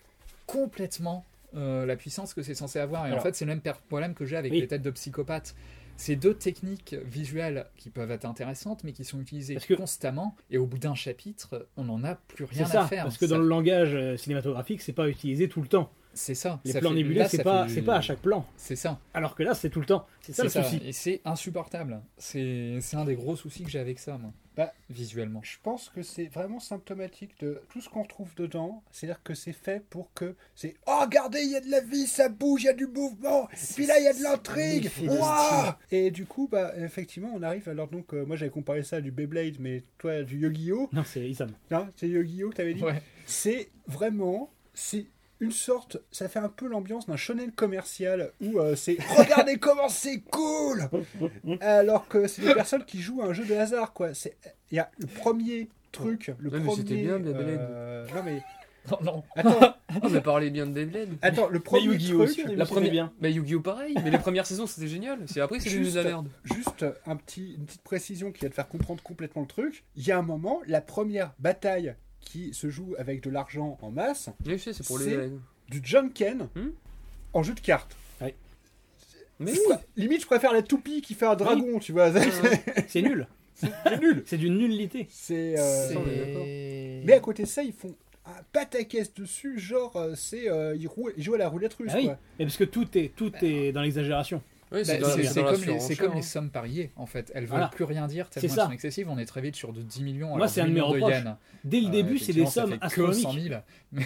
Speaker 2: complètement euh, la puissance que c'est censé avoir. Et en
Speaker 4: Alors-
Speaker 2: fait c'est le même per- problème que j'ai avec
Speaker 1: Oui.
Speaker 2: les têtes de psychopathes. C'est deux techniques visuelles qui peuvent être intéressantes, mais qui sont utilisées
Speaker 1: Parce que-
Speaker 2: constamment. Et au bout d'un chapitre, on n'en a plus rien
Speaker 1: C'est ça.
Speaker 2: à faire.
Speaker 1: Parce que dans
Speaker 2: Ça-
Speaker 1: le langage euh, cinématographique, c'est pas utilisé tout le temps.
Speaker 2: C'est ça.
Speaker 1: Les
Speaker 2: Ça
Speaker 1: plans
Speaker 2: fait-
Speaker 1: nébuleux,
Speaker 2: là,
Speaker 1: c'est
Speaker 2: ça
Speaker 1: pas,
Speaker 2: fait-
Speaker 1: c'est pas à chaque plan.
Speaker 2: C'est ça.
Speaker 1: Alors que là, c'est tout le temps. C'est ça le
Speaker 2: C'est ça.
Speaker 1: souci.
Speaker 2: Et c'est insupportable. C'est c'est un des gros soucis que j'ai avec ça, moi.
Speaker 4: Bah,
Speaker 2: Visuellement.
Speaker 4: Je pense que c'est vraiment symptomatique de tout ce qu'on trouve dedans. C'est-à-dire que c'est fait pour que. C'est. Oh, regardez, il y a de la vie, ça bouge, il y a du mouvement. Puis là, il y a de l'intrigue.
Speaker 1: magnifique.
Speaker 4: Ouah Et du coup, bah, effectivement, on arrive. Alors, donc, euh, moi, j'avais comparé ça à du Beyblade, mais toi, du Yu-Gi-Oh!
Speaker 1: Non, c'est Isam.
Speaker 4: Hein, c'est Yu-Gi-Oh! que t'avais dit.
Speaker 2: Ouais. [laughs]
Speaker 4: c'est vraiment c'est une sorte ça fait un peu l'ambiance d'un shonen commercial où euh, c'est regardez comment c'est cool alors que c'est des personnes qui jouent à un jeu de hasard quoi c'est il y a le premier truc le
Speaker 3: Ouais, mais
Speaker 4: premier
Speaker 3: c'était bien, la blague.
Speaker 4: euh, non
Speaker 3: [laughs]
Speaker 4: mais
Speaker 2: Non, non.
Speaker 4: attends
Speaker 3: Ah, mais parlez bien de Beyblade.
Speaker 4: attends le premier truc
Speaker 3: La première.
Speaker 1: bien.
Speaker 3: Bah, Yu-Gi-Oh! pareil. Mais les premières saisons, c'était génial. C'est après, c'est devenu de la
Speaker 4: Juste.
Speaker 3: merde.
Speaker 4: Juste un petit, une petite précision qui va te faire comprendre complètement le truc. Il y a un moment, la première bataille qui se joue avec de l'argent en masse,
Speaker 3: Mais je sais, c'est pour
Speaker 4: C'est-
Speaker 3: les.
Speaker 4: du Junken
Speaker 3: Hmm.
Speaker 4: en jeu de cartes.
Speaker 3: Mais
Speaker 4: Je pr- Limite, je préfère la toupie qui fait un dragon, tu vois.
Speaker 2: [laughs]
Speaker 4: C'est
Speaker 1: C'est nul.
Speaker 4: nul.
Speaker 1: C'est d'une nullité.
Speaker 4: [laughs] C'est. euh,
Speaker 2: C'est-
Speaker 3: on est d'accord.
Speaker 4: Mais à côté de ça, ils font un pataquès dessus, genre, euh, c'est. euh, ils, roulent- ils jouent à la roulette russe,
Speaker 1: Ah oui.
Speaker 4: quoi.
Speaker 1: Mais parce que tout est, tout
Speaker 2: Ben
Speaker 1: est dans l'exagération.
Speaker 3: Ouais,
Speaker 2: Bah,
Speaker 3: dans la-
Speaker 2: c'est-
Speaker 3: dans
Speaker 2: C'est
Speaker 3: la
Speaker 2: comme, les- c'est
Speaker 3: surenchère,
Speaker 2: comme
Speaker 3: hein.
Speaker 2: les sommes pariées, en fait. Elles veulent
Speaker 1: Voilà.
Speaker 2: plus rien dire tellement
Speaker 1: C'est
Speaker 2: elles
Speaker 1: ça.
Speaker 2: sont excessives. On est très vite sur de 10 millions.
Speaker 1: Moi,
Speaker 2: alors
Speaker 1: c'est un
Speaker 2: 10
Speaker 1: de mes
Speaker 2: millions de
Speaker 1: reproches.
Speaker 2: yens.
Speaker 1: Dès le
Speaker 2: Euh,
Speaker 1: début, c'est des
Speaker 2: effectivement, ça
Speaker 1: sommes
Speaker 2: fait que 100
Speaker 1: astronomiques.
Speaker 2: 000.
Speaker 3: mais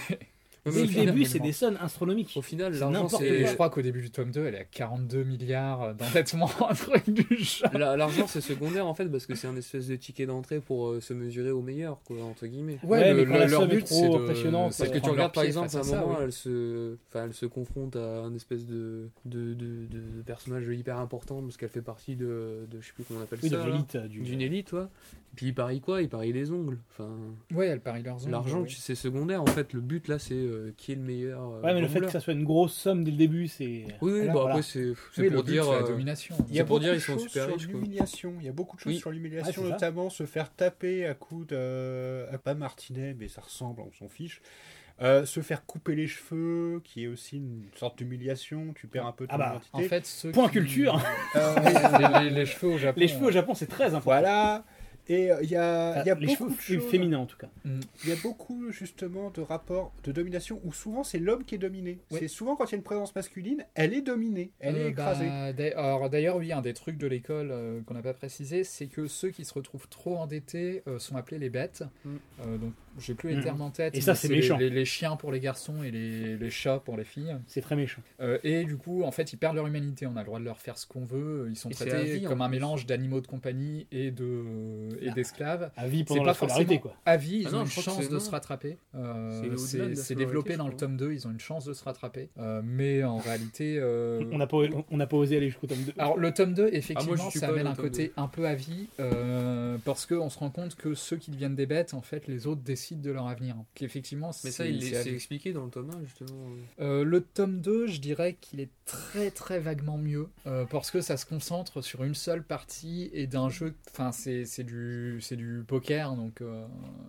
Speaker 1: Dès
Speaker 3: au
Speaker 1: le
Speaker 3: final-
Speaker 1: début, c'est des sommes astronomiques.
Speaker 3: Au final,
Speaker 1: c'est
Speaker 3: l'argent,
Speaker 1: n'importe Et-
Speaker 2: Et je
Speaker 3: c'est
Speaker 2: crois qu'au début du tome 2, elle est à 42 milliards d'endettement, [laughs] un truc du genre.
Speaker 3: la- l'argent, c'est secondaire en fait parce que c'est un espèce de ticket d'entrée pour euh, se mesurer au meilleur, quoi, entre guillemets.
Speaker 1: Ouais, mais quand la somme est trop
Speaker 2: de-
Speaker 1: impressionnante,
Speaker 2: c'est
Speaker 1: euh,
Speaker 2: de
Speaker 3: Parce que tu
Speaker 2: prendre
Speaker 3: regardes par
Speaker 2: leur pied
Speaker 3: exemple,
Speaker 2: face
Speaker 3: à un
Speaker 2: ça,
Speaker 3: moment,
Speaker 2: oui.
Speaker 3: elle, se... Enfin, elle se confronte à un espèce de, de, de, de- de personnage hyper important parce qu'elle fait partie de, de je sais plus comment on appelle
Speaker 1: Oui, de
Speaker 3: ça, là.
Speaker 1: l'élite, euh, du-
Speaker 3: d'une élite, toi. Puis il parie quoi Il parie les ongles. Enfin,
Speaker 2: Ouais, elle parie leurs ongles,
Speaker 3: l'argent,
Speaker 2: oui.
Speaker 3: tu- c'est secondaire en fait. Le but là, c'est euh, qui est le meilleur. euh,
Speaker 6: Ouais, mais le fait
Speaker 3: gambleur.
Speaker 6: que ça soit une grosse somme dès le début, c'est.
Speaker 3: Oui, oui,
Speaker 6: Voilà,
Speaker 3: bah
Speaker 6: voilà.
Speaker 3: après, c'est c'est
Speaker 2: Oui,
Speaker 3: pour
Speaker 2: le but,
Speaker 3: dire.
Speaker 2: c'est la
Speaker 3: euh,
Speaker 2: domination.
Speaker 3: Il y a
Speaker 4: beaucoup
Speaker 3: pour dire
Speaker 4: de
Speaker 3: ils sont
Speaker 4: choses
Speaker 3: super
Speaker 4: sur
Speaker 3: riches, quoi.
Speaker 4: l'humiliation. Il y a beaucoup de choses
Speaker 3: Oui.
Speaker 4: sur
Speaker 6: Ouais,
Speaker 4: l'humiliation,
Speaker 6: c'est ça.
Speaker 4: notamment se faire taper à coups de. à pas martinet, mais ça ressemble, on s'en fiche. Euh, se faire couper les cheveux, qui est aussi une sorte d'humiliation. Tu perds un peu ton
Speaker 6: Ah bah,
Speaker 2: En
Speaker 4: identité.
Speaker 2: fait, ceux
Speaker 6: Point
Speaker 2: qui-
Speaker 6: culture
Speaker 4: Euh,
Speaker 2: [laughs] les, les- les cheveux au Japon.
Speaker 6: Les cheveux au Japon, c'est très important.
Speaker 4: voilà. Et euh, il y a, il y a
Speaker 6: Ah, les
Speaker 4: beaucoup
Speaker 6: cheveux
Speaker 4: de choses.
Speaker 6: féminins en tout cas.
Speaker 4: Il y a beaucoup justement de rapports de domination où souvent c'est l'homme qui est dominé.
Speaker 2: Oui.
Speaker 4: C'est souvent quand il y a une présence masculine, elle est dominée, elle est
Speaker 2: Euh,
Speaker 4: écrasée.
Speaker 2: bah, d'a- alors, D'ailleurs, oui, un des trucs de l'école euh, qu'on n'a pas précisé, c'est que ceux qui se retrouvent trop endettés euh, sont appelés les bêtes.
Speaker 3: Mm.
Speaker 2: Euh, donc, j'ai plus les
Speaker 6: Mm.
Speaker 2: termes en tête.
Speaker 6: Et ça,
Speaker 2: mais
Speaker 6: c'est
Speaker 2: les-
Speaker 6: méchant.
Speaker 2: Les, les chiens pour les garçons et les, les chats pour les filles.
Speaker 6: C'est très méchant.
Speaker 2: Euh, et du coup, en fait, ils perdent leur humanité. On a le droit de leur faire ce qu'on veut. Ils sont
Speaker 3: Et c'est à
Speaker 2: traités
Speaker 3: vie, en
Speaker 2: comme un
Speaker 3: plus. Bah.
Speaker 2: mélange d'animaux de compagnie et de et
Speaker 6: Ah.
Speaker 2: d'esclaves.
Speaker 6: À vie
Speaker 2: C'est
Speaker 6: pendant
Speaker 2: pas
Speaker 6: la
Speaker 2: forcément
Speaker 6: scolarité quoi.
Speaker 2: à vie, ils
Speaker 3: Ah
Speaker 2: ont
Speaker 3: non,
Speaker 2: une
Speaker 3: je crois que
Speaker 2: chance
Speaker 3: c'est-
Speaker 2: de
Speaker 3: non.
Speaker 2: se rattraper. Euh,
Speaker 3: C'est au-delà
Speaker 2: c'est
Speaker 3: de la
Speaker 2: c'est
Speaker 3: scolarité,
Speaker 2: développé
Speaker 3: je
Speaker 2: dans le
Speaker 3: crois.
Speaker 2: tome 2, ils ont une chance de se rattraper. Euh, mais en réalité, euh,
Speaker 6: [laughs] On n'a pas, on n'a pas osé aller jusqu'au tome 2.
Speaker 2: alors le tome 2,
Speaker 3: Ah, moi,
Speaker 2: effectivement,
Speaker 3: je suis
Speaker 2: ça
Speaker 3: pas
Speaker 2: amène
Speaker 3: le
Speaker 2: un
Speaker 3: tome
Speaker 2: côté un peu à vie, euh, parce qu'on se rend compte que ceux qui deviennent des bêtes, en fait, les autres décident de leur avenir. Qu'effectivement,
Speaker 3: Mais ça,
Speaker 2: c'est-
Speaker 3: il
Speaker 2: c'est à
Speaker 3: c'est
Speaker 2: vie.
Speaker 3: expliqué dans le tome 1, justement.
Speaker 2: Euh, le tome 2, je dirais qu'il est très très vaguement mieux, euh, parce que ça se concentre sur une seule partie et d'un jeu, enfin c'est c'est du, c'est du poker, donc euh,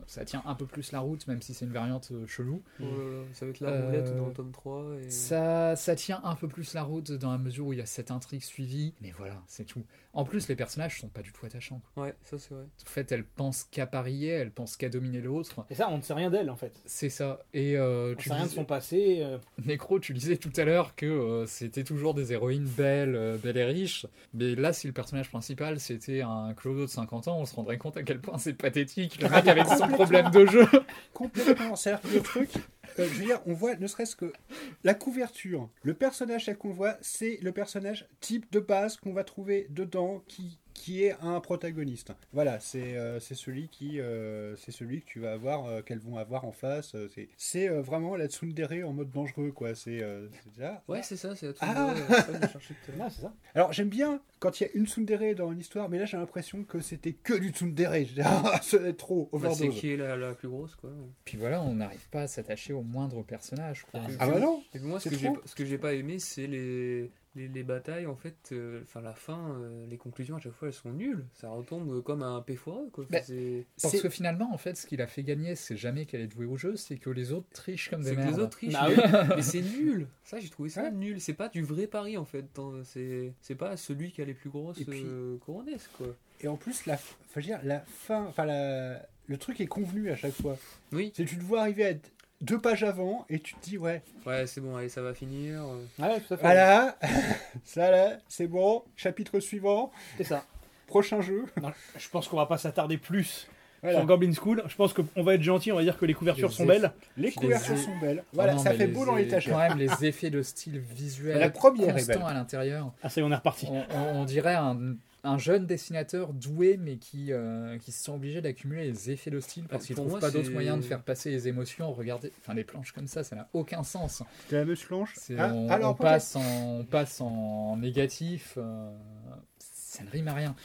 Speaker 2: ça tient un peu plus la route, même si c'est une variante euh, chelou.
Speaker 3: Oh là là, ça va être la
Speaker 2: Euh,
Speaker 3: roulette dans le tome 3. Et...
Speaker 2: Ça, ça tient un peu plus la route dans la mesure où il y a cette intrigue suivie, mais voilà, c'est tout. En plus, les personnages sont pas du tout attachants. quoi.
Speaker 3: Ouais, ça c'est vrai.
Speaker 2: En fait, elles pensent qu'à parier, elles pensent qu'à dominer l'autre.
Speaker 6: Et ça, on ne sait rien d'elle en fait.
Speaker 2: C'est ça. Et euh,
Speaker 6: On ne
Speaker 2: tu
Speaker 6: sait rien de
Speaker 2: dis-
Speaker 6: son passé. euh,
Speaker 2: Necro, tu disais tout à l'heure que euh, c'était toujours des héroïnes belles, euh, belles et riches, mais là, si le personnage principal c'était un clodo de 50 ans, on se rendrait compte à quel point c'est pathétique, le mec avec son problème de jeu. [laughs]
Speaker 4: Complètement. [laughs] C'est-à-dire que le truc, euh, je veux dire, on voit ne serait-ce que la couverture, le personnage tel qu'on le voit, c'est le personnage type de base qu'on va trouver dedans qui qui est un protagoniste. Voilà, c'est euh, c'est celui qui euh, c'est celui que tu vas avoir euh, qu'elles vont avoir en face, euh, c'est c'est euh, vraiment la tsundere en mode dangereux quoi, c'est euh, c'est ça.
Speaker 3: Ouais, c'est ça, c'est la
Speaker 4: Ah.
Speaker 3: ah. de chercher
Speaker 1: [laughs]
Speaker 3: tout à l'heure.
Speaker 6: là, c'est ça.
Speaker 4: Alors, j'aime bien quand il y a une tsundere dans une histoire, mais là j'ai l'impression que c'était que du tsundere. [laughs] Je dis, ah, c'est trop
Speaker 3: Bah, c'est
Speaker 4: overdose.
Speaker 3: qui est la, la plus grosse, quoi.
Speaker 2: Puis voilà, on n'arrive pas à s'attacher au moindre personnage. quoi.
Speaker 4: Ah bah non.
Speaker 3: Et moi, ce
Speaker 4: C'est
Speaker 3: que, j'ai,
Speaker 4: trop.
Speaker 3: ce que j'ai pas aimé, c'est les, les, les batailles, en fait. euh, Enfin, la fin, euh, les conclusions à chaque fois, elles sont nulles. Ça retombe comme un PFOA, quoi. Enfin,
Speaker 2: Bah,
Speaker 3: c'est
Speaker 2: Parce
Speaker 4: C'est-
Speaker 2: que finalement, en fait, ce qu'il a fait gagner, c'est jamais qu'elle est jouée au jeu, c'est que les autres trichent comme des
Speaker 3: c'est que les
Speaker 2: merdes.
Speaker 3: autres riches,
Speaker 6: Bah [laughs]
Speaker 3: mais, mais c'est nul. Ça, j'ai trouvé ça nul. C'est pas du vrai pari, en fait. Tant- C'est, c'est pas celui qui a les plus grosses
Speaker 4: Et puis-
Speaker 3: euh, couronnesses, quoi.
Speaker 4: Et en plus, la, enfin, je veux dire, la fin, enfin, la- le truc est convenu à chaque fois.
Speaker 3: Oui.
Speaker 4: C'est tu te vois arriver à d- deux pages avant et tu te dis, ouais,
Speaker 3: Ouais, c'est bon, allez, ça va finir.
Speaker 6: Ouais,
Speaker 2: Oh.
Speaker 6: tout à fait.
Speaker 4: voilà, [laughs] ça là, c'est bon, chapitre suivant,
Speaker 6: C'est ça.
Speaker 4: prochain jeu.
Speaker 6: Non, je pense qu'on va pas s'attarder plus
Speaker 4: Voilà.
Speaker 6: sur Goblin School. Je pense qu'on va être gentil. On va dire que les couvertures
Speaker 2: Les
Speaker 6: sont belles.
Speaker 4: Les
Speaker 2: Puis
Speaker 4: couvertures
Speaker 2: les-
Speaker 4: sont belles.
Speaker 2: Ah
Speaker 4: Voilà,
Speaker 2: non,
Speaker 4: ça
Speaker 2: mais
Speaker 4: fait
Speaker 2: les-
Speaker 4: beau dans l'étagère.
Speaker 2: Quand même,
Speaker 4: [laughs]
Speaker 2: les effets de style visuel
Speaker 4: La première est belle.
Speaker 2: constant à l'intérieur.
Speaker 6: Ah ça y est, on est reparti.
Speaker 2: on, on- on dirait un, un jeune dessinateur doué, mais qui, euh, qui se sent obligé d'accumuler les effets de style parce
Speaker 3: Bah,
Speaker 2: qu'il
Speaker 3: pour
Speaker 2: trouve
Speaker 3: moi,
Speaker 2: pas d'autre
Speaker 3: c'est-
Speaker 2: moyen de faire passer les émotions. Regardez, enfin, les planches comme ça, ça n'a aucun sens.
Speaker 4: T'as la meuse planche.
Speaker 2: C'est-
Speaker 4: Ah,
Speaker 2: on,
Speaker 4: alors,
Speaker 2: on passe en, on passe en négatif. euh, ça ne rime à rien.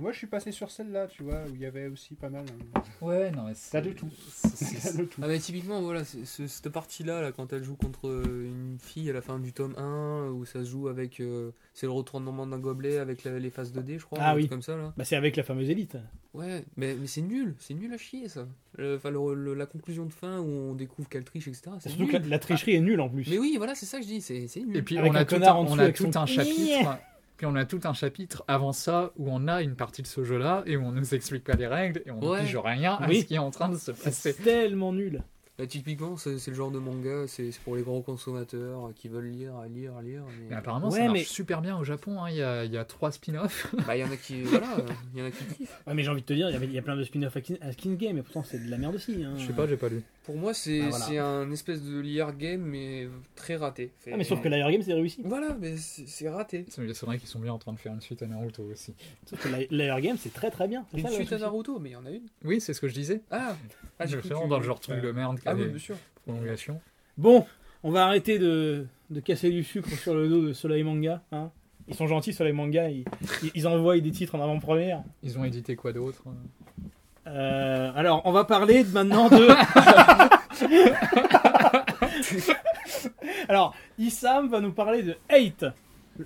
Speaker 4: moi je suis passé sur celle-là, tu vois, où il y avait aussi pas mal. hein.
Speaker 2: Ouais, non, mais c'est-
Speaker 4: T'as de tout.
Speaker 2: c'est-
Speaker 6: [laughs]
Speaker 2: c'est-
Speaker 4: Le tout.
Speaker 3: Ah bah typiquement voilà c'est- ce- cette partie là, là quand elle joue contre euh, une fille à la fin du tome 1 où ça se joue avec euh, c'est le retournement d'un gobelet avec la- les faces 2D je crois
Speaker 6: Ah
Speaker 3: un truc
Speaker 6: oui.
Speaker 3: comme ça là
Speaker 6: Bah, c'est avec la fameuse élite.
Speaker 3: ouais mais, mais c'est nul c'est nul à chier ça Le- enfin le- le- la conclusion de fin où on découvre qu'elle triche etc c'est
Speaker 6: Surtout que la,
Speaker 3: nul.
Speaker 6: la tricherie est nulle en plus.
Speaker 3: mais oui voilà c'est ça que je dis c'est c'est nul
Speaker 2: Et puis,
Speaker 6: Avec
Speaker 2: on
Speaker 6: un
Speaker 2: a tout
Speaker 6: connard
Speaker 2: un,
Speaker 6: en
Speaker 2: on
Speaker 6: dessous
Speaker 2: a
Speaker 6: avec
Speaker 2: tout
Speaker 6: son-
Speaker 2: un chapitre. Puis on a tout un chapitre avant ça où on a une partie de ce jeu-là et où on nous explique pas les règles et on ne
Speaker 3: Ouais.
Speaker 2: pige rien à
Speaker 6: Oui.
Speaker 2: ce qui est en train de se passer.
Speaker 6: C'est tellement nul.
Speaker 3: Bah, typiquement c'est c'est le genre de manga c'est c'est pour les gros consommateurs euh, qui veulent lire lire lire
Speaker 2: Mais
Speaker 3: mais
Speaker 2: apparemment,
Speaker 6: Ouais,
Speaker 2: ça marche
Speaker 6: mais-
Speaker 2: super bien au Japon. hein. Il y a- il y, a trois spin-offs.
Speaker 3: bah il y en a qui voilà euh, il y en a qui kiffent Mm.
Speaker 6: Ouais, mais j'ai envie de te dire, il y, avait- il y a plein de spin-off à Kin- à Skin Game, et pourtant c'est de la merde aussi. hein.
Speaker 2: j'ai pas lu.
Speaker 3: Pour moi, c'est
Speaker 7: Bah, voilà.
Speaker 3: c'est un espèce de liar game, mais très raté.
Speaker 1: Ah, mais sauf que l'Air Game, c'est réussi.
Speaker 3: Voilà, mais c'est c'est raté.
Speaker 2: C'est c'est vrai qu'ils sont bien en train de faire une suite à Naruto aussi.
Speaker 1: Sauf que l'A- l'Air Game, c'est très très bien. C'est
Speaker 3: Une
Speaker 1: ça, le
Speaker 3: suite à
Speaker 1: souci.
Speaker 3: Naruto, mais il y en a une.
Speaker 2: Oui, c'est ce que je disais.
Speaker 3: Ah, ah
Speaker 2: je
Speaker 3: j'ai
Speaker 2: le
Speaker 3: cru
Speaker 2: fais
Speaker 3: que tu-
Speaker 2: dans le genre truc
Speaker 4: Ouais.
Speaker 2: de merde qui
Speaker 3: Ah
Speaker 2: a
Speaker 3: oui,
Speaker 2: des
Speaker 3: bien sûr.
Speaker 2: prolongations.
Speaker 1: Bon, on va arrêter de, de casser du sucre sur le dos de Soleil Manga. hein. Ils sont gentils, Soleil Manga. Ils, ils- ils envoient des titres en avant-première.
Speaker 2: Ils ont édité quoi d'autre hein
Speaker 1: Euh, alors, on va parler de- maintenant de. [laughs] alors, Issam va nous parler de Hate.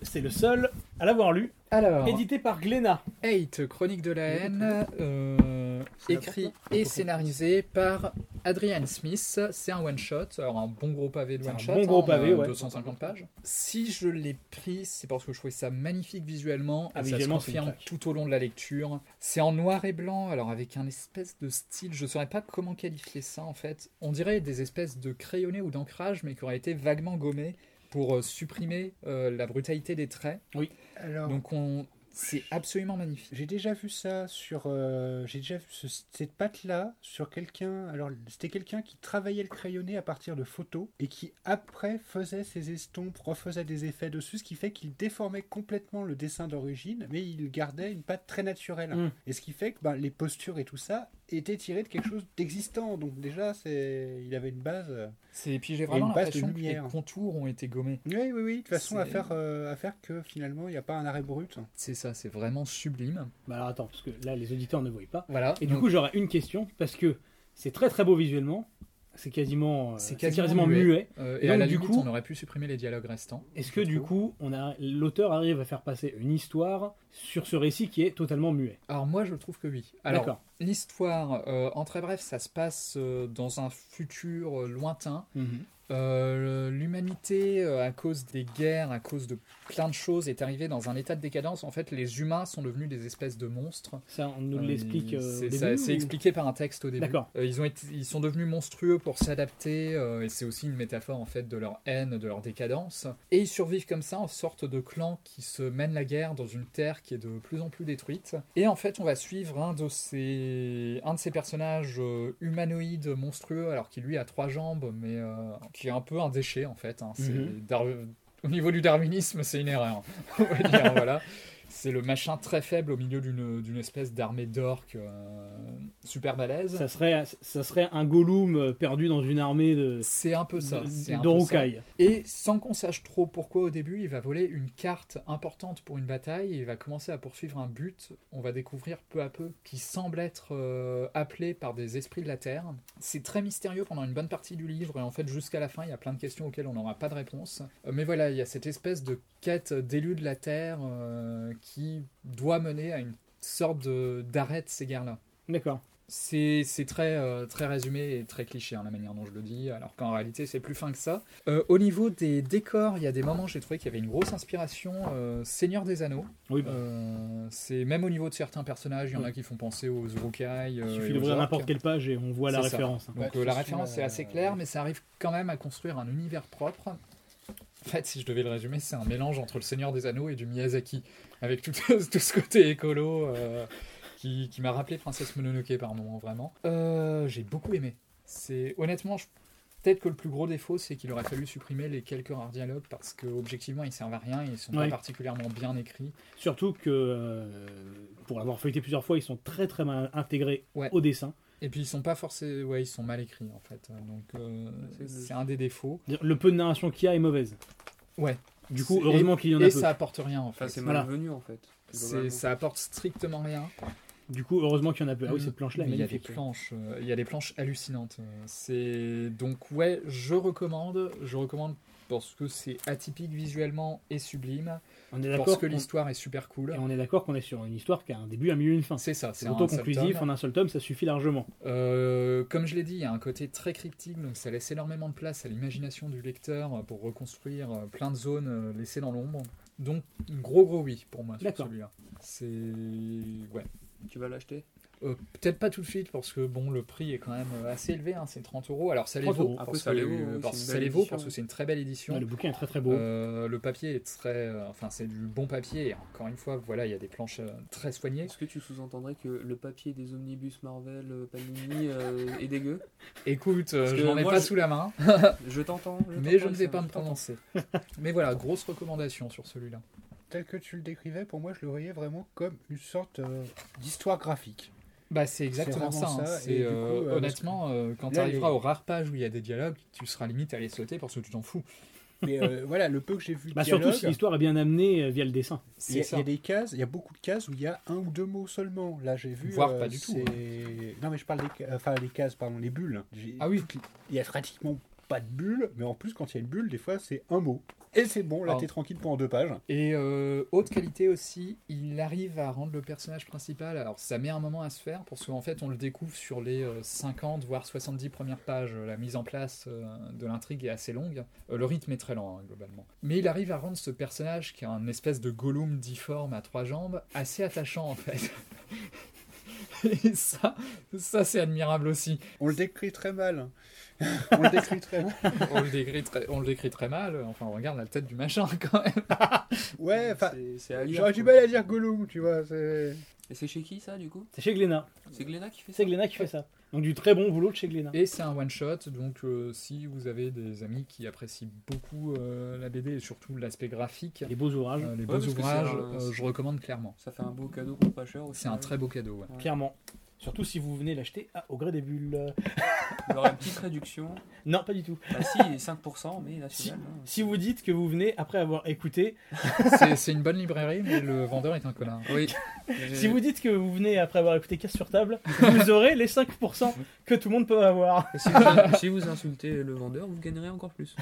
Speaker 1: C'est le seul à l'avoir lu,
Speaker 2: Alors,
Speaker 1: édité par Glénat.
Speaker 2: Hate, Chronique de la haine, euh, écrit et scénarisé par Adrian Smith. C'est un one-shot, alors un bon gros pavé de
Speaker 1: C'est un
Speaker 2: one-shot.
Speaker 1: bon gros
Speaker 2: hein,
Speaker 1: pavé,
Speaker 2: euh,
Speaker 1: ouais.
Speaker 2: 250 pages. Si je l'ai pris, c'est parce que je trouvais ça magnifique visuellement.
Speaker 1: Ah,
Speaker 2: et ça se
Speaker 1: visuellement, c'est une
Speaker 2: confirme
Speaker 1: claque.
Speaker 2: tout au long de la lecture. C'est en noir et blanc, alors avec un espèce de style, je ne saurais pas comment qualifier ça en fait. On dirait des espèces de crayonnés ou d'ancrage, mais qui auraient été vaguement gommés pour euh, supprimer euh, la brutalité des traits.
Speaker 1: Ah.
Speaker 4: Alors,
Speaker 2: Donc on... c'est absolument magnifique.
Speaker 4: j'ai déjà vu ça sur. euh, j'ai déjà vu ce- cette patte-là sur quelqu'un. Alors, c'était quelqu'un qui travaillait le crayonné à partir de photos et qui, après, faisait ses estompes, refaisait des effets dessus, ce qui fait qu'il déformait complètement le dessin d'origine, mais il gardait une patte très naturelle.
Speaker 1: Mm.
Speaker 4: Et ce qui fait que ben, les postures et tout ça étaient tirées de quelque chose d'existant. Donc, déjà, c'est il avait une base. euh,
Speaker 2: C'est et puis j'ai
Speaker 4: Et
Speaker 2: vraiment
Speaker 4: une base de
Speaker 2: l'impression que les
Speaker 4: lumière.
Speaker 2: contours ont été gommés.
Speaker 4: Oui, oui, oui, de façon à
Speaker 2: C'est-
Speaker 4: faire, euh, à faire que finalement il n'y a pas un arrêt brut.
Speaker 2: C'est ça, c'est vraiment sublime.
Speaker 1: Bah alors attends, parce que là, les auditeurs ne voient pas.
Speaker 2: Voilà.
Speaker 1: Et du coup, j'aurais une question, parce que c'est très très beau visuellement. C'est quasiment, euh,
Speaker 2: C'est
Speaker 1: c'est
Speaker 2: quasiment
Speaker 1: quasiment
Speaker 2: muet.
Speaker 1: muet.
Speaker 2: Euh,
Speaker 1: et
Speaker 2: et à
Speaker 1: donc,
Speaker 2: la
Speaker 1: du
Speaker 2: limite,
Speaker 1: coup-
Speaker 2: on aurait pu supprimer les dialogues restants.
Speaker 1: Est-ce que
Speaker 2: Je
Speaker 1: du
Speaker 2: trouve.
Speaker 1: coup, on a l'auteur arrive à faire passer une histoire sur ce récit qui est totalement muet
Speaker 2: Alors moi, je trouve que oui. Alors
Speaker 1: D'accord.
Speaker 2: l'histoire, euh, en très bref, ça se passe euh, dans un futur euh, lointain.
Speaker 1: Mhm.
Speaker 2: Euh, L'humanité, euh, à cause des guerres, à cause de plein de choses, est arrivée dans un état de décadence. En fait, les humains sont devenus des espèces de monstres.
Speaker 1: Ça, on nous
Speaker 2: Euh,
Speaker 1: l'explique.
Speaker 2: il-
Speaker 1: euh, au
Speaker 2: c'est
Speaker 1: début,
Speaker 2: ça-
Speaker 1: ou-
Speaker 2: c'est expliqué par un texte au début.
Speaker 1: D'accord.
Speaker 2: Euh, ils, ont été- ils sont devenus monstrueux pour s'adapter, euh, et c'est aussi une métaphore en fait de leur haine, de leur décadence. Et ils survivent comme ça en sorte de clan qui se mène la guerre dans une terre qui est de plus en plus détruite. Et en fait, on va suivre un de ces, un de ces personnages euh, humanoïdes monstrueux, alors qu'il lui a trois jambes, mais euh, qui est un peu un déchet en fait. hein. C'est
Speaker 1: Mhm.
Speaker 2: Dar- Au niveau du darwinisme, c'est une erreur. hein. [laughs] on va dire, voilà. C'est le machin très faible au milieu d'une d'une espèce d'armée d'orques euh, super balèze.
Speaker 1: Ça serait, ça serait un Gollum euh, perdu dans une armée de
Speaker 2: C'est un peu ça. c'est un
Speaker 1: de-
Speaker 2: peu
Speaker 1: d'Orokai.
Speaker 2: ça. Et sans qu'on sache trop pourquoi au début, il va voler une carte importante pour une bataille et il va commencer à poursuivre un but, on va découvrir peu à peu, qui semble être euh, appelé par des esprits de la Terre. C'est très mystérieux pendant une bonne partie du livre et en fait jusqu'à la fin, il y a plein de questions auxquelles on n'aura pas de réponse. Euh, Mais voilà, il y a cette espèce de quête d'élu de la Terre euh, qui doit mener à une sorte de- d'arrêt de ces guerres-là.
Speaker 1: D'accord.
Speaker 2: C'est c'est très, euh, très résumé et très cliché, hein, la manière dont je le dis, alors qu'en réalité, c'est plus fin que ça. Euh, au niveau des décors, il y a des moments, j'ai trouvé qu'il y avait une grosse inspiration euh, Seigneur des Anneaux.
Speaker 1: Oui, bah,
Speaker 2: Euh, c'est même au niveau de certains personnages, il y en a qui font penser aux Urukai.
Speaker 1: il suffit d'ouvrir n'importe quelle page et on voit la
Speaker 2: C'est ça.
Speaker 1: référence. hein.
Speaker 2: Donc
Speaker 4: Ouais,
Speaker 2: euh, la
Speaker 4: ce sont,
Speaker 2: référence est
Speaker 4: euh,
Speaker 2: assez claire, mais ça arrive quand même à construire un univers propre. En fait, si je devais le résumer, c'est un mélange entre le Seigneur des Anneaux et du Miyazaki, avec tout, [laughs] tout ce côté écolo euh, qui, qui m'a rappelé Princesse Mononoke par moment, vraiment. Euh, J'ai beaucoup aimé. C'est honnêtement, je- peut-être que le plus gros défaut, c'est qu'il aurait fallu supprimer les quelques rares dialogues parce que objectivement, ils servent à rien, ils sont
Speaker 1: Ouais.
Speaker 2: pas particulièrement bien écrits.
Speaker 1: Surtout que, euh, pour avoir feuilleté plusieurs fois, ils sont très très mal intégrés
Speaker 2: Ouais.
Speaker 1: au dessin.
Speaker 2: Et puis ils sont pas forcés, ouais, ils sont mal écrits en fait. Donc euh,
Speaker 3: C'est-
Speaker 2: c'est un des défauts.
Speaker 1: Le peu de narration qu'il y a est mauvaise.
Speaker 2: Ouais.
Speaker 1: Du coup,
Speaker 2: C'est-
Speaker 1: heureusement qu'il y en a
Speaker 2: Et
Speaker 1: peu.
Speaker 2: ça apporte rien en
Speaker 3: Enfin,
Speaker 2: fait.
Speaker 3: c'est
Speaker 1: Voilà.
Speaker 3: malvenu en fait.
Speaker 2: C'est- ça apporte strictement rien.
Speaker 1: Du coup, heureusement qu'il y en a peu. Ah oui, cette planche-là est
Speaker 2: Mm. Mais il y a des
Speaker 1: magnifique.
Speaker 2: planches, euh, il y a des planches hallucinantes. euh, C'est donc ouais, je recommande, je recommande parce que c'est atypique visuellement et sublime,
Speaker 1: On est
Speaker 2: parce
Speaker 1: d'accord.
Speaker 2: que
Speaker 1: qu'on-
Speaker 2: l'histoire est super cool.
Speaker 1: et on est d'accord qu'on est sur une histoire qui a un début, un milieu, une fin.
Speaker 2: C'est ça,
Speaker 1: C'est
Speaker 2: c'est un seul
Speaker 1: autoconclusif
Speaker 2: tome.
Speaker 1: en un seul tome, ça suffit largement.
Speaker 2: Euh, comme je l'ai dit, il y a un côté très cryptique, donc ça laisse énormément de place à l'imagination du lecteur pour reconstruire euh, plein de zones euh, laissées dans l'ombre. Donc gros gros oui pour moi sur
Speaker 1: D'accord.
Speaker 2: celui-là. C'est ouais.
Speaker 3: Tu vas l'acheter
Speaker 2: Euh, Peut-être pas tout de suite parce que bon le prix est quand même euh, assez élevé, hein, c'est 30 euros. Alors ça les
Speaker 1: 30 euros.
Speaker 2: vaut,
Speaker 3: Après,
Speaker 2: parce
Speaker 3: ça
Speaker 2: que
Speaker 3: les
Speaker 2: le-
Speaker 3: vaut, oui,
Speaker 2: parce
Speaker 3: c'est
Speaker 2: que
Speaker 3: une
Speaker 2: ça
Speaker 3: belle
Speaker 2: les vaut
Speaker 3: édition.
Speaker 2: parce que c'est une très belle édition.
Speaker 1: Ouais, le bouquin est très très beau.
Speaker 2: Euh, le papier est très, euh, enfin c'est du bon papier. Et encore une fois, voilà, il y a des planches euh, très soignées.
Speaker 3: Est-ce que tu sous-entendrais que le papier des omnibus Marvel, euh, Panini euh, est dégueu
Speaker 2: Écoute, euh,
Speaker 3: Parce que
Speaker 2: je n'en ai
Speaker 3: moi,
Speaker 2: pas
Speaker 3: je-
Speaker 2: sous la main,
Speaker 3: Je t'entends.
Speaker 2: mais je
Speaker 3: t'entends,
Speaker 2: ne vais
Speaker 3: Issa,
Speaker 2: pas me
Speaker 3: je t'entends.
Speaker 2: prononcer. [laughs] mais voilà, grosse recommandation sur celui-là.
Speaker 4: Tel que tu le décrivais, pour moi, je le voyais vraiment comme une sorte euh, d'histoire graphique.
Speaker 2: Bah c'est exactement ça.
Speaker 4: vraiment
Speaker 2: hein.
Speaker 4: ça, et
Speaker 2: C'est,
Speaker 4: du
Speaker 2: euh,
Speaker 4: coup, euh,
Speaker 2: honnêtement, euh, quand tu
Speaker 4: là,
Speaker 2: arriveras
Speaker 4: les-
Speaker 2: aux rares pages où il y a des dialogues, tu seras limite à les sauter parce que tu t'en fous.
Speaker 4: Mais euh, [laughs] voilà, le peu que j'ai vu de
Speaker 1: Bah, surtout
Speaker 4: dialogue,
Speaker 1: si l'histoire est bien amenée euh, via le dessin.
Speaker 2: C'est
Speaker 4: il y, a- il y
Speaker 2: ça.
Speaker 4: a des cases, il y a beaucoup de cases où il y a un ou deux mots seulement. Là, j'ai vu. euh,
Speaker 2: Voire pas du tout. hein.
Speaker 4: c'est- Non, mais je parle des, ca- enfin, les cases, pardon, les bulles. J'ai-
Speaker 2: Ah oui.
Speaker 4: Il y a pratiquement pas de bulles, mais en plus, quand il y a une bulle, des fois, c'est un mot. Et c'est bon, là,
Speaker 2: Ah.
Speaker 4: t'es tranquille pendant deux pages.
Speaker 2: Et euh, haute qualité aussi, il arrive à rendre le personnage principal. Alors ça met un moment à se faire parce qu'en fait on le découvre sur les euh, 50 voire 70 premières pages. La mise en place euh, de l'intrigue est assez longue. Euh, le rythme est très lent hein, globalement. Mais il arrive à rendre ce personnage qui est un espèce de Gollum difforme à trois jambes assez attachant en fait. [laughs] Et ça, ça c'est admirable aussi.
Speaker 4: On le décrit très mal. [laughs] On le décrit très mal.
Speaker 2: On le décrit très, on le décrit très mal. Enfin on regarde la tête du machin quand même.
Speaker 4: Ouais, enfin,
Speaker 3: C'est- c'est à lire,
Speaker 4: j'aurais du
Speaker 3: quoi.
Speaker 4: mal à dire Gollum, tu vois. c'est-
Speaker 3: Et c'est chez qui ça du coup
Speaker 1: C'est chez Glénat.
Speaker 3: C'est Glénat qui fait ça
Speaker 1: C'est Glénat qui fait ça. Donc du très bon boulot de chez Glénat.
Speaker 2: Et c'est un one shot, donc euh, si vous avez des amis qui apprécient beaucoup euh, la BD et surtout l'aspect graphique,
Speaker 1: Des beaux ouvrages,
Speaker 2: euh, les beaux
Speaker 3: parce que c'est
Speaker 2: ouvrages,
Speaker 3: un-
Speaker 2: euh, je recommande clairement.
Speaker 3: Ça fait un beau cadeau pour pas cher aussi.
Speaker 2: C'est un très beau cadeau.
Speaker 3: [laughs]
Speaker 2: ouais.
Speaker 1: clairement. Surtout si vous venez l'acheter à- au gré des bulles. Euh,
Speaker 3: Il aura une petite réduction.
Speaker 1: Non, pas du tout.
Speaker 3: Bah si, 5%, mais national. hein.
Speaker 1: Si vous dites que vous venez après avoir écouté,
Speaker 2: C'est- C'est une bonne librairie, mais le vendeur est un connard.
Speaker 4: [laughs]
Speaker 3: Oui. Euh.
Speaker 1: si vous dites que vous venez après avoir écouté Casse sur table, vous aurez les 5% que tout le monde peut avoir.
Speaker 3: Et si, vous, si vous insultez le vendeur, vous gagnerez encore plus.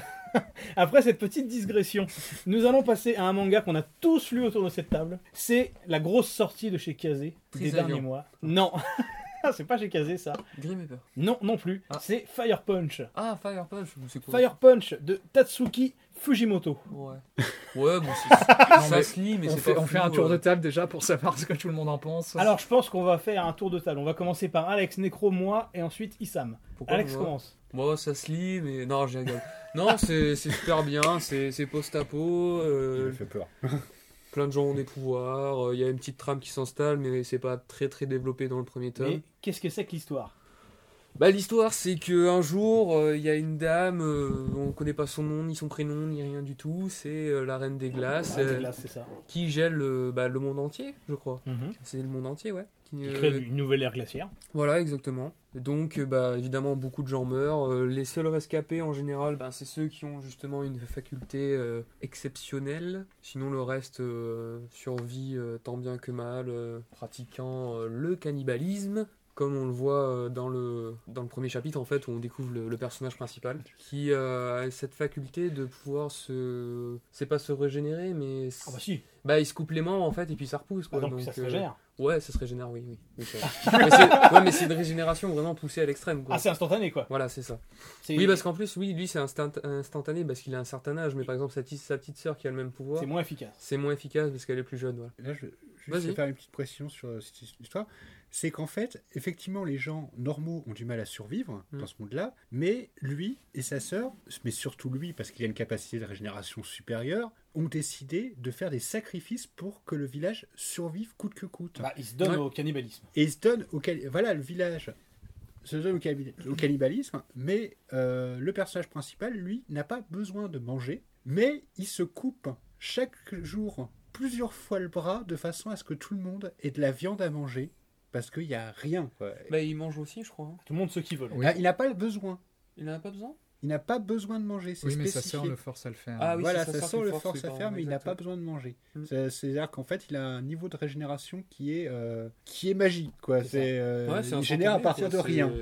Speaker 1: Après cette petite digression, nous allons passer à un manga qu'on a tous lu autour de cette table. C'est la grosse sortie de chez Kazé des
Speaker 3: Trisaillon.
Speaker 1: derniers mois. Non, [laughs] c'est pas chez Kazé ça.
Speaker 3: Grim et peur.
Speaker 1: Non, non plus.
Speaker 3: Ah.
Speaker 1: C'est Fire Punch.
Speaker 3: Ah, Fire Punch, c'est quoi
Speaker 1: Fire Punch de Tatsuki Fujimoto.
Speaker 3: Ouais. Ouais, bon,
Speaker 4: [laughs]
Speaker 3: c'est.
Speaker 2: Non,
Speaker 3: Non,
Speaker 2: mais
Speaker 3: mais ça se lit, mais
Speaker 2: on
Speaker 3: c'est
Speaker 2: fait,
Speaker 3: pas
Speaker 2: on
Speaker 3: fou,
Speaker 2: fait un tour
Speaker 3: euh.
Speaker 2: de table déjà pour savoir ce que tout le monde en pense.
Speaker 1: Alors je pense qu'on va faire un tour de table. On va commencer par Alex, Necro, moi et ensuite Issam.
Speaker 3: Pourquoi
Speaker 1: Alex
Speaker 3: moi
Speaker 1: commence.
Speaker 3: Moi, ça se lit, mais. Non, je rigole. Non, c'est c'est super bien, c'est c'est post-apo,
Speaker 4: Il
Speaker 3: euh,
Speaker 4: me fait peur.
Speaker 3: plein de gens ont des pouvoirs, euh, il y a une petite trame qui s'installe, mais c'est pas très très développé dans le premier tome.
Speaker 1: Mais qu'est-ce que c'est que l'histoire
Speaker 3: Bah l'histoire c'est que un jour euh, il y a une dame, euh, on connaît pas son nom, ni son prénom, ni rien du tout, c'est euh, la reine des glaces,
Speaker 1: Ah, des
Speaker 3: euh,
Speaker 1: glaces, c'est ça. Mhm.
Speaker 3: qui gèle euh, bah, le monde entier, je crois. C'est le monde entier, ouais. Qui,
Speaker 1: Il
Speaker 3: euh,
Speaker 1: crée une nouvelle ère glaciaire.
Speaker 3: Voilà, exactement. Donc, euh, bah, évidemment, beaucoup de gens meurent. Euh, les seuls rescapés, en général, bah, c'est ceux qui ont justement une faculté euh, exceptionnelle. Sinon, le reste euh, survit euh, tant bien que mal, euh, pratiquant euh, le cannibalisme. Comme on le voit euh, dans le, dans le premier chapitre, en fait, où on découvre le, le personnage principal, qui euh, a cette faculté de pouvoir se. C'est pas se régénérer, mais.
Speaker 1: Ah bah si,
Speaker 3: Bah, il se coupe les membres, en fait, et puis ça repousse,
Speaker 1: Ah,
Speaker 3: quoi.
Speaker 1: donc, ça se
Speaker 3: euh,
Speaker 1: régénère.
Speaker 3: Ouais, ça se régénère, oui, oui. oui, c'est vrai. mais c'est- ouais, mais c'est une régénération vraiment poussée à l'extrême, quoi.
Speaker 1: Ah c'est instantané quoi.
Speaker 3: voilà, c'est ça.
Speaker 1: C'est-
Speaker 3: Oui, parce qu'en plus, oui, lui, c'est instant- instantané parce qu'il a un certain âge, mais par exemple, sa, petite- sa petite sœur qui a le même pouvoir,
Speaker 1: c'est moins efficace.
Speaker 3: c'est moins efficace parce qu'elle est plus jeune, voilà.
Speaker 4: Là, je, je
Speaker 3: Vas-y.
Speaker 4: vais faire une petite précision sur euh, cette histoire. C'est qu'en fait, effectivement, les gens normaux ont du mal à survivre
Speaker 3: Mm.
Speaker 4: dans ce monde-là, mais lui et sa sœur, mais surtout lui, parce qu'il a une capacité de régénération supérieure, ont décidé de faire des sacrifices pour que le village survive coûte que coûte.
Speaker 1: Bah, il se donne
Speaker 3: Ouais.
Speaker 1: au cannibalisme.
Speaker 4: Et ils se donnent au cali- voilà le village se donne au, cali- au cannibalisme, mais euh, le personnage principal lui n'a pas besoin de manger, mais il se coupe chaque jour plusieurs fois le bras de façon à ce que tout le monde ait de la viande à manger parce qu'il n'y a rien. quoi.
Speaker 3: Bah, il mange aussi, je crois. hein.
Speaker 1: Tout le monde ceux qui veulent.
Speaker 4: Ah, Il n'a pas le besoin.
Speaker 3: Il en a pas besoin
Speaker 4: Il n'a pas besoin de manger. C'est
Speaker 2: oui, mais sa
Speaker 4: spécifié.
Speaker 2: sœur le force à le faire.
Speaker 3: Ah oui.
Speaker 4: voilà,
Speaker 3: c'est sa
Speaker 4: ça
Speaker 3: sœur
Speaker 4: sent
Speaker 3: qui
Speaker 4: le
Speaker 3: force,
Speaker 4: force
Speaker 3: c'est
Speaker 4: à
Speaker 3: pas-
Speaker 4: faire, mais il n'a
Speaker 3: exactement.
Speaker 4: pas besoin de manger.
Speaker 3: Mm.
Speaker 4: C'est- C'est-à-dire qu'en fait, il a un niveau de régénération qui est euh, qui est magique, quoi.
Speaker 1: C'est ça.
Speaker 4: C'est euh,
Speaker 3: Ouais, c'est
Speaker 4: il
Speaker 3: instantané,
Speaker 4: génère à partir de
Speaker 3: quoi, c'est-
Speaker 4: rien.
Speaker 3: ça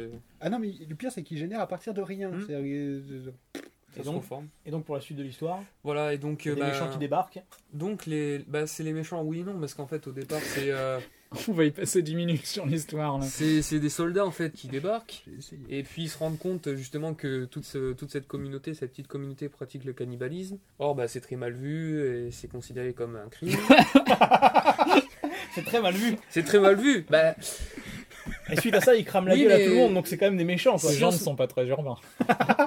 Speaker 4: Ah non, mais le pire, c'est qu'il génère à partir de rien.
Speaker 3: Mm.
Speaker 4: C'est-à-dire euh, que-
Speaker 1: Et
Speaker 3: se
Speaker 1: donc,
Speaker 3: reforme.
Speaker 1: Et donc pour la suite de l'histoire,
Speaker 3: Voilà, et donc.
Speaker 1: il y a
Speaker 3: euh,
Speaker 1: des
Speaker 3: bah,
Speaker 1: méchants qui débarquent.
Speaker 3: donc, les... Bah, c'est les méchants, oui et non, parce qu'en fait, au départ, c'est euh,
Speaker 2: [laughs] On va y passer 10 minutes sur l'histoire. là.
Speaker 3: c'est- c'est des soldats, en fait, qui débarquent.
Speaker 4: J'ai essayé.
Speaker 3: Et puis ils se rendent compte justement que toute, ce- toute cette communauté, cette petite communauté pratique le cannibalisme. Or, bah, c'est très mal vu et c'est considéré
Speaker 4: [laughs]
Speaker 3: comme un crime.
Speaker 1: C'est très mal vu.
Speaker 3: c'est très mal vu. Bah,
Speaker 1: Et suite à ça, ils crament la
Speaker 3: Oui,
Speaker 1: gueule à
Speaker 3: mais-
Speaker 1: tout le monde, donc c'est quand même des méchants. Quoi.
Speaker 2: Ces gens ne sont pas très urbains.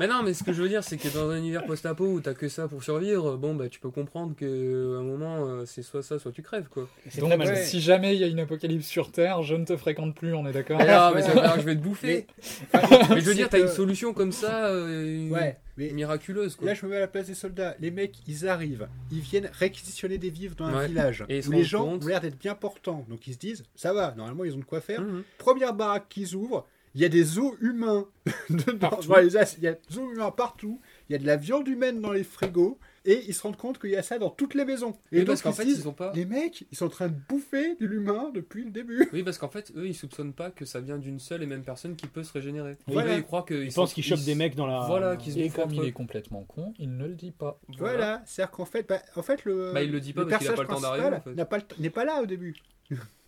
Speaker 3: mais non, mais ce que je veux dire, c'est que dans un univers post-apo où t'as que ça pour survivre, bon, bah, tu peux comprendre qu'à un moment, euh, c'est soit ça, soit tu crèves,
Speaker 4: [laughs]
Speaker 3: quoi.
Speaker 1: C'est
Speaker 2: Donc,
Speaker 1: très mal.
Speaker 2: euh, si jamais il y a une apocalypse sur Terre, je ne te fréquente plus, on est d'accord
Speaker 3: Mais non, Ah, mais ça va falloir que je vais te [laughs] bouffer. Mais je veux
Speaker 4: c'est
Speaker 3: dire, t'as une
Speaker 4: que-
Speaker 3: solution comme ça, euh,
Speaker 4: Ouais, mais
Speaker 3: miraculeuse, quoi.
Speaker 4: là, je me mets à la place des soldats. Les mecs, ils arrivent. Ils viennent réquisitionner des vivres dans un
Speaker 3: Ouais.
Speaker 4: village.
Speaker 3: Et ils se
Speaker 4: où les
Speaker 3: rendent
Speaker 4: gens
Speaker 3: compte.
Speaker 4: ont l'air d'être bien portants. Donc ils se disent, ça va, normalement, ils ont de quoi faire.
Speaker 3: Mhm.
Speaker 4: Première baraque qu'ils ouvrent, il y a des os humains. [laughs] dedans. Dans les as- Il y a des os humains partout. Il y a de la viande humaine dans les frigos. Et ils se rendent compte qu'il y a ça dans toutes les maisons. Et
Speaker 3: Oui,
Speaker 4: donc,
Speaker 3: parce qu'en
Speaker 4: ils se
Speaker 3: fait,
Speaker 4: disent,
Speaker 3: ils ont pas.
Speaker 4: les mecs, ils sont en train de bouffer de l'humain depuis le début.
Speaker 3: Oui, parce qu'en fait, eux, ils soupçonnent pas que ça vient d'une seule et même personne qui peut se régénérer.
Speaker 8: Oui.
Speaker 3: Voilà.
Speaker 4: Voilà.
Speaker 3: Ils croient qu'ils
Speaker 1: Ils pensent qu'ils chopent des mecs dans la.
Speaker 3: Voilà, qu'ils se
Speaker 2: Et
Speaker 3: bouffent
Speaker 2: comme
Speaker 3: entre
Speaker 2: il est
Speaker 3: eux.
Speaker 2: complètement con, il ne le dit pas.
Speaker 4: Voilà, c'est-à-dire qu'en fait, bah, en fait le,
Speaker 3: Bah, il le dit pas parce qu'il a pas le temps
Speaker 4: principal
Speaker 3: d'arriver, en fait.
Speaker 4: n'a pas le t- n'est pas là au début.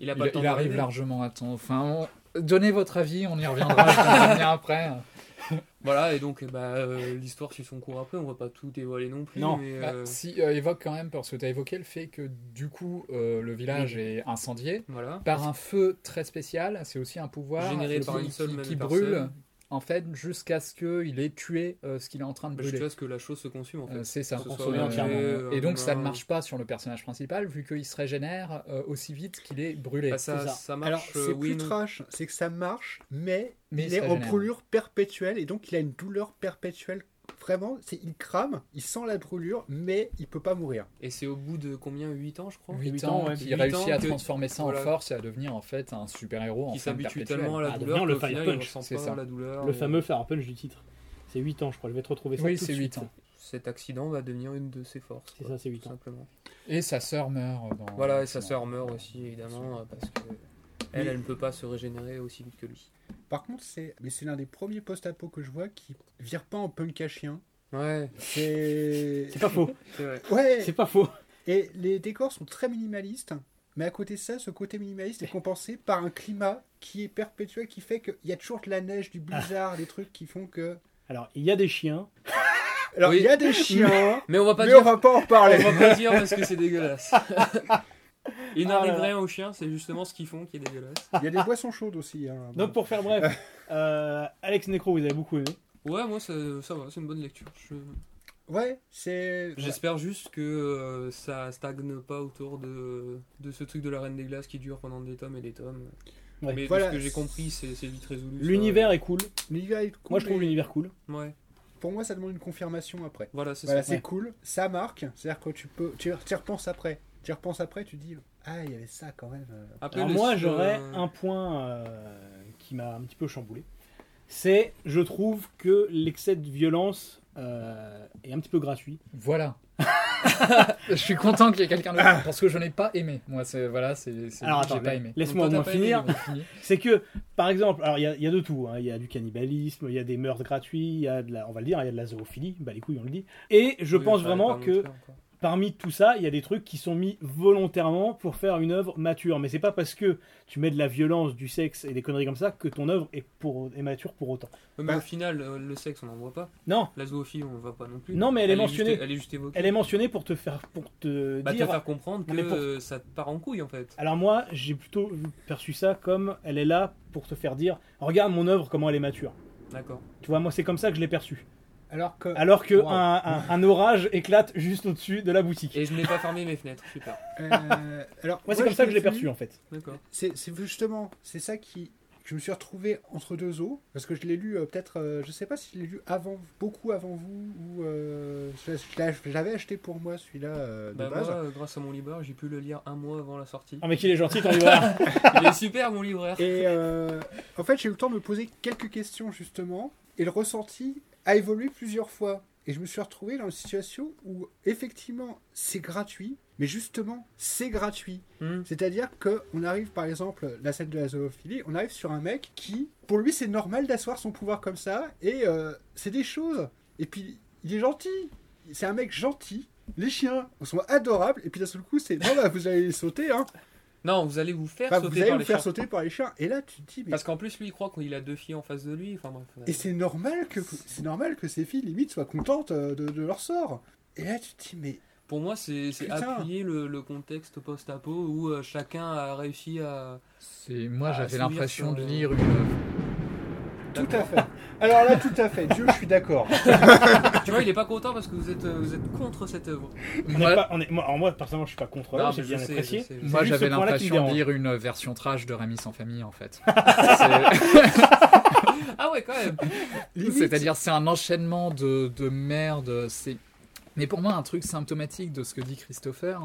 Speaker 3: Il a
Speaker 2: Il,
Speaker 3: pas le temps
Speaker 2: il arrive
Speaker 3: d'arriver.
Speaker 2: largement à temps. Enfin, on- donnez votre avis, on y reviendra je vais
Speaker 3: [laughs]
Speaker 2: en revenir après.
Speaker 3: Voilà, et donc, bah, euh, l'histoire suit son cours après, on va pas tout dévoiler non plus.
Speaker 1: Non.
Speaker 3: mais,
Speaker 2: Bah,
Speaker 3: euh,
Speaker 2: si, euh, évoque quand même, parce que tu as évoqué le fait que du coup, euh, le village est incendié
Speaker 3: voilà.
Speaker 2: par un feu très spécial. C'est aussi un pouvoir
Speaker 3: Généré
Speaker 2: qui,
Speaker 3: par une seule
Speaker 2: qui-
Speaker 3: même
Speaker 2: qui
Speaker 3: personne.
Speaker 2: brûle, en fait, jusqu'à ce qu'il ait tué euh, ce qu'il est en train de
Speaker 3: Bah, jusqu'à
Speaker 2: brûler.
Speaker 3: ce que la chose se consume, en fait.
Speaker 2: Euh, c'est ça.
Speaker 3: Que ce soit
Speaker 1: consommer
Speaker 2: Euh,
Speaker 1: entièrement,
Speaker 3: euh,
Speaker 2: et donc ça ne
Speaker 3: un-
Speaker 2: marche pas sur le personnage principal vu qu'il se régénère euh, aussi vite qu'il est brûlé.
Speaker 3: Bah, ça,
Speaker 1: C'est ça.
Speaker 3: ça
Speaker 4: Alors,
Speaker 3: marche,
Speaker 4: c'est
Speaker 3: euh, oui,
Speaker 4: plus
Speaker 3: non.
Speaker 4: trash, c'est que ça marche, mais,
Speaker 2: Mais
Speaker 4: il
Speaker 2: ça
Speaker 4: est en
Speaker 2: génère.
Speaker 4: brûlure perpétuelle et donc il a une douleur perpétuelle. Vraiment, c'est il crame, il sent la brûlure, mais il peut pas mourir.
Speaker 3: Et c'est au bout de combien 8 ans, je crois
Speaker 2: 8
Speaker 1: Huit
Speaker 2: ans,
Speaker 1: ans, ouais.
Speaker 2: qui
Speaker 3: Huit
Speaker 2: réussit
Speaker 3: ans
Speaker 2: à
Speaker 3: que-
Speaker 2: transformer ça
Speaker 3: voilà.
Speaker 2: en force et à devenir en fait un super-héros en
Speaker 3: Qui
Speaker 2: femme
Speaker 3: s'habitue
Speaker 2: perpétuelle.
Speaker 3: tellement à la
Speaker 1: Bah,
Speaker 3: douleur
Speaker 1: devient le
Speaker 3: qu'au
Speaker 1: Fire
Speaker 3: final, il
Speaker 1: Punch,
Speaker 3: ressent
Speaker 2: c'est
Speaker 3: pas
Speaker 2: ça.
Speaker 3: la douleur. euh,
Speaker 1: Le
Speaker 3: et-
Speaker 1: fameux Fire Punch du titre. C'est 8 ans, je crois. Je vais te retrouver ça.
Speaker 2: Oui,
Speaker 1: tout
Speaker 2: c'est
Speaker 1: de
Speaker 2: 8
Speaker 1: suite.
Speaker 2: ans.
Speaker 3: Cet accident va bah, devenir une de ses forces.
Speaker 1: C'est
Speaker 3: quoi,
Speaker 1: ça, c'est huit
Speaker 3: tout
Speaker 1: ans.
Speaker 3: Simplement.
Speaker 2: Et sa sœur meurt. Dans...
Speaker 3: Voilà, et sa sœur meurt aussi, évidemment, euh, parce que elle, elle ne peut pas se régénérer aussi vite que lui.
Speaker 4: Par contre, c'est mais c'est l'un des premiers post-apo que je vois qui vire pas en punk à chien.
Speaker 3: Ouais,
Speaker 4: C'est
Speaker 1: C'est pas
Speaker 3: [laughs]
Speaker 1: faux.
Speaker 3: c'est vrai.
Speaker 4: ouais.
Speaker 1: C'est pas faux.
Speaker 4: Et les décors sont très minimalistes, mais à côté de ça, ce côté minimaliste est compensé par un climat qui est perpétuel, qui fait qu'il y a toujours de la neige,
Speaker 1: Ah.
Speaker 4: du blizzard, des trucs qui font que.
Speaker 1: Alors, il y a des chiens.
Speaker 4: Alors,
Speaker 3: Oui.
Speaker 4: il y a des chiens,
Speaker 3: Mais on va
Speaker 4: [laughs]
Speaker 3: pas
Speaker 4: mais
Speaker 3: dire,
Speaker 4: on va pas en
Speaker 3: on
Speaker 4: parler.
Speaker 3: va pas dire parce que
Speaker 1: [laughs]
Speaker 3: c'est dégueulasse. Il
Speaker 1: Ah
Speaker 3: n'arrive
Speaker 1: là là.
Speaker 3: rien aux chiens, c'est justement ce qu'ils font qui est dégueulasse.
Speaker 4: Il y a des boissons chaudes aussi. hein.
Speaker 1: Donc, pour faire
Speaker 3: [laughs]
Speaker 1: bref, euh, Alex Necro, vous avez beaucoup aimé.
Speaker 3: Ouais, moi ça, ça va, c'est une bonne lecture. Je-
Speaker 4: Ouais, c'est.
Speaker 3: J'espère juste que euh, ça stagne pas autour de, de ce truc de la Reine des Glaces qui dure pendant des tomes et des tomes.
Speaker 1: Ouais.
Speaker 3: Mais
Speaker 4: Voilà.
Speaker 3: de ce que j'ai compris, c'est c'est vite résolu. ça.
Speaker 1: L'univers est cool.
Speaker 4: L'univers est cool,
Speaker 1: Moi, je trouve
Speaker 4: mais
Speaker 1: l'univers cool.
Speaker 3: Ouais,
Speaker 4: Pour moi, ça demande une confirmation après.
Speaker 3: voilà, c'est
Speaker 4: Voilà,
Speaker 3: ça.
Speaker 4: c'est
Speaker 1: Ouais.
Speaker 4: cool, ça marque. C'est-à-dire que tu peux. Tu tu y repenses après. Tu y repenses après, tu dis. Ah, il y avait ça quand même.
Speaker 3: Après,
Speaker 1: Alors
Speaker 3: le- euh,
Speaker 1: moi,
Speaker 3: le-
Speaker 1: j'aurais un point euh, qui m'a un petit peu chamboulé. C'est, je trouve que l'excès de violence euh, est un petit peu gratuit.
Speaker 3: [laughs]
Speaker 2: Voilà. je suis content qu'il y ait quelqu'un d'autre parce que je n'ai pas aimé. Moi, c'est voilà, c'est. c'est-
Speaker 1: Alors, attends,
Speaker 2: j'ai pas aimé.
Speaker 1: laisse-moi au
Speaker 3: Donc, toi,
Speaker 1: moins
Speaker 3: t'as pas aimé,
Speaker 1: finir.
Speaker 2: On finit.
Speaker 1: C'est que, par exemple, alors il y, a- il y a de tout. hein. Il y a du cannibalisme, il y a des meurtres gratuits, il y a de la, on va le dire, il y a de la zoophilie. Bah les couilles, on le dit. Et je
Speaker 3: Oui,
Speaker 1: pense
Speaker 3: fallait
Speaker 1: vraiment
Speaker 3: pas
Speaker 1: que
Speaker 3: montrer encore.
Speaker 1: parmi tout ça, il y a des trucs qui sont mis volontairement pour faire une œuvre mature. Mais c'est pas parce que tu mets de la violence, du sexe et des conneries comme ça que ton œuvre est, pour, est mature pour autant.
Speaker 3: Ouais, Mais
Speaker 4: Bah.
Speaker 3: au final, euh, le sexe, on n'en voit pas.
Speaker 1: Non,
Speaker 3: La zoophilie, on ne voit pas non plus.
Speaker 1: Non, mais elle est mentionnée.
Speaker 3: juste- elle est juste évoquée.
Speaker 1: elle est mentionnée pour te faire, pour te
Speaker 3: Bah, te
Speaker 1: dire.
Speaker 3: faire comprendre que
Speaker 1: Non, mais pour-
Speaker 3: euh, ça te part en couille, en fait.
Speaker 1: Alors moi, j'ai plutôt perçu ça comme elle est là pour te faire dire regarde mon œuvre comment elle est mature.
Speaker 3: D'accord.
Speaker 1: Tu vois, moi c'est comme ça que je l'ai perçu.
Speaker 4: Alors que.
Speaker 1: Alors que
Speaker 4: Wow.
Speaker 1: un, un- un orage éclate juste au-dessus de la boutique.
Speaker 3: Et je n'ai pas fermé mes fenêtres. Super.
Speaker 4: euh,
Speaker 1: [laughs]
Speaker 4: alors,
Speaker 1: Moi c'est comme ça que je l'ai
Speaker 4: vu-
Speaker 1: perçu en fait.
Speaker 3: D'accord.
Speaker 4: C'est c'est justement, c'est ça qui. Je me suis retrouvé entre deux eaux, parce que je l'ai lu euh, peut-être, euh, je sais pas si je l'ai lu avant, beaucoup avant vous, ou euh, je, je l'a- je l'avais acheté pour moi celui-là euh, de
Speaker 3: Bah,
Speaker 4: base.
Speaker 3: moi, euh, grâce à mon libraire, j'ai pu le lire un mois avant la sortie.
Speaker 4: [laughs]
Speaker 1: Ah mais qu'il est gentil ton
Speaker 3: [laughs]
Speaker 1: libraire.
Speaker 3: Il est super, mon libraire.
Speaker 4: Et euh, en fait, j'ai eu le temps de me poser quelques questions justement, et le ressenti a évolué plusieurs fois. Et je me suis retrouvé dans une situation où effectivement c'est gratuit, mais justement c'est gratuit.
Speaker 3: Hmm.
Speaker 4: C'est-à-dire que on arrive, par exemple, la scène de la zoophilie, on arrive sur un mec qui, pour lui, c'est normal d'asseoir son pouvoir comme ça, et euh, c'est des choses. Et puis, il est gentil. C'est un mec gentil. Les chiens sont adorables, et puis d'un seul coup, c'est non, bah, vous allez les sauter, hein.
Speaker 3: Non, vous allez vous faire
Speaker 4: Enfin, vous
Speaker 3: sauter
Speaker 4: allez
Speaker 3: par
Speaker 4: vous
Speaker 3: les
Speaker 4: faire
Speaker 3: chiens.
Speaker 4: sauter par les chiens. Et là, tu te dis, mais.
Speaker 3: Parce qu'en plus, lui, il croit qu'il a deux filles en face de lui. Enfin, bref.
Speaker 4: Et c'est normal que c'est normal que ces filles limite soient contentes euh, de, de leur sort. Et là, tu te dis, mais
Speaker 3: Pour moi, c'est c'est
Speaker 4: Putain.
Speaker 3: appuyer le, le contexte post-apo où euh, chacun a
Speaker 4: [coughs]
Speaker 3: réussi à.
Speaker 2: C'est moi
Speaker 3: Ah,
Speaker 2: j'avais
Speaker 3: c'est
Speaker 2: l'impression de
Speaker 3: bien, ça,
Speaker 2: lire une.
Speaker 4: Tout à fait. Alors là, tout à fait. Dieu, je suis d'accord.
Speaker 3: [laughs] tu vois, il est pas content parce que vous êtes, euh, vous êtes contre cette œuvre.
Speaker 1: On
Speaker 2: Moi-
Speaker 1: est pas- on est- moi, alors moi, personnellement, je suis pas contre
Speaker 3: Non,
Speaker 1: elle,
Speaker 3: mais
Speaker 1: j'ai
Speaker 3: je
Speaker 1: bien
Speaker 3: sais, je
Speaker 1: apprécié.
Speaker 3: sais, je
Speaker 1: C'est
Speaker 2: Moi
Speaker 1: juste
Speaker 2: j'avais
Speaker 1: ce point-là qui me
Speaker 2: l'impression de
Speaker 1: dérange.
Speaker 2: lire une version trash de Rémi sans famille
Speaker 1: [laughs]
Speaker 2: en fait.
Speaker 3: Ah ouais, quand même.
Speaker 2: C'est-à-dire c'est un enchaînement de, de merde. C'est... Mais pour moi un truc symptomatique de ce que dit Christopher,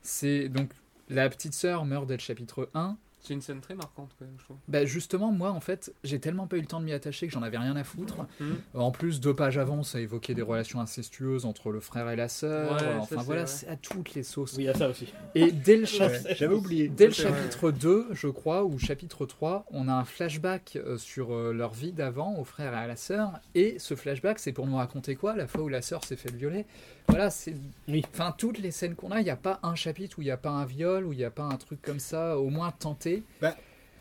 Speaker 2: c'est donc la petite sœur meurt dès le chapitre 1.
Speaker 3: C'est une scène très marquante, quand même, je trouve.
Speaker 2: Bah justement moi en fait j'ai tellement pas eu le temps de m'y attacher que j'en avais rien à foutre.
Speaker 3: Mhm.
Speaker 2: En plus deux pages avant ça évoquait des relations incestueuses entre le frère et la sœur.
Speaker 3: Ouais, ça,
Speaker 2: enfin
Speaker 3: c'est
Speaker 2: voilà
Speaker 3: vrai.
Speaker 2: c'est à toutes les sauces.
Speaker 1: Oui, il y a ça aussi.
Speaker 2: Et dès le chapitre
Speaker 4: J'avais oublié.
Speaker 2: Dès le
Speaker 3: C'est vrai.
Speaker 2: chapitre 2, je crois, ou chapitre 3, on a un flashback euh, sur euh, leur vie d'avant, au frère et à la sœur. Et ce flashback, c'est pour nous raconter quoi La fois où la sœur s'est fait violer. Voilà, c'est.
Speaker 1: Oui.
Speaker 2: Enfin, toutes les scènes qu'on a, il n'y a pas un chapitre où il n'y a pas un viol, où il n'y a pas un truc comme ça, au moins tenté.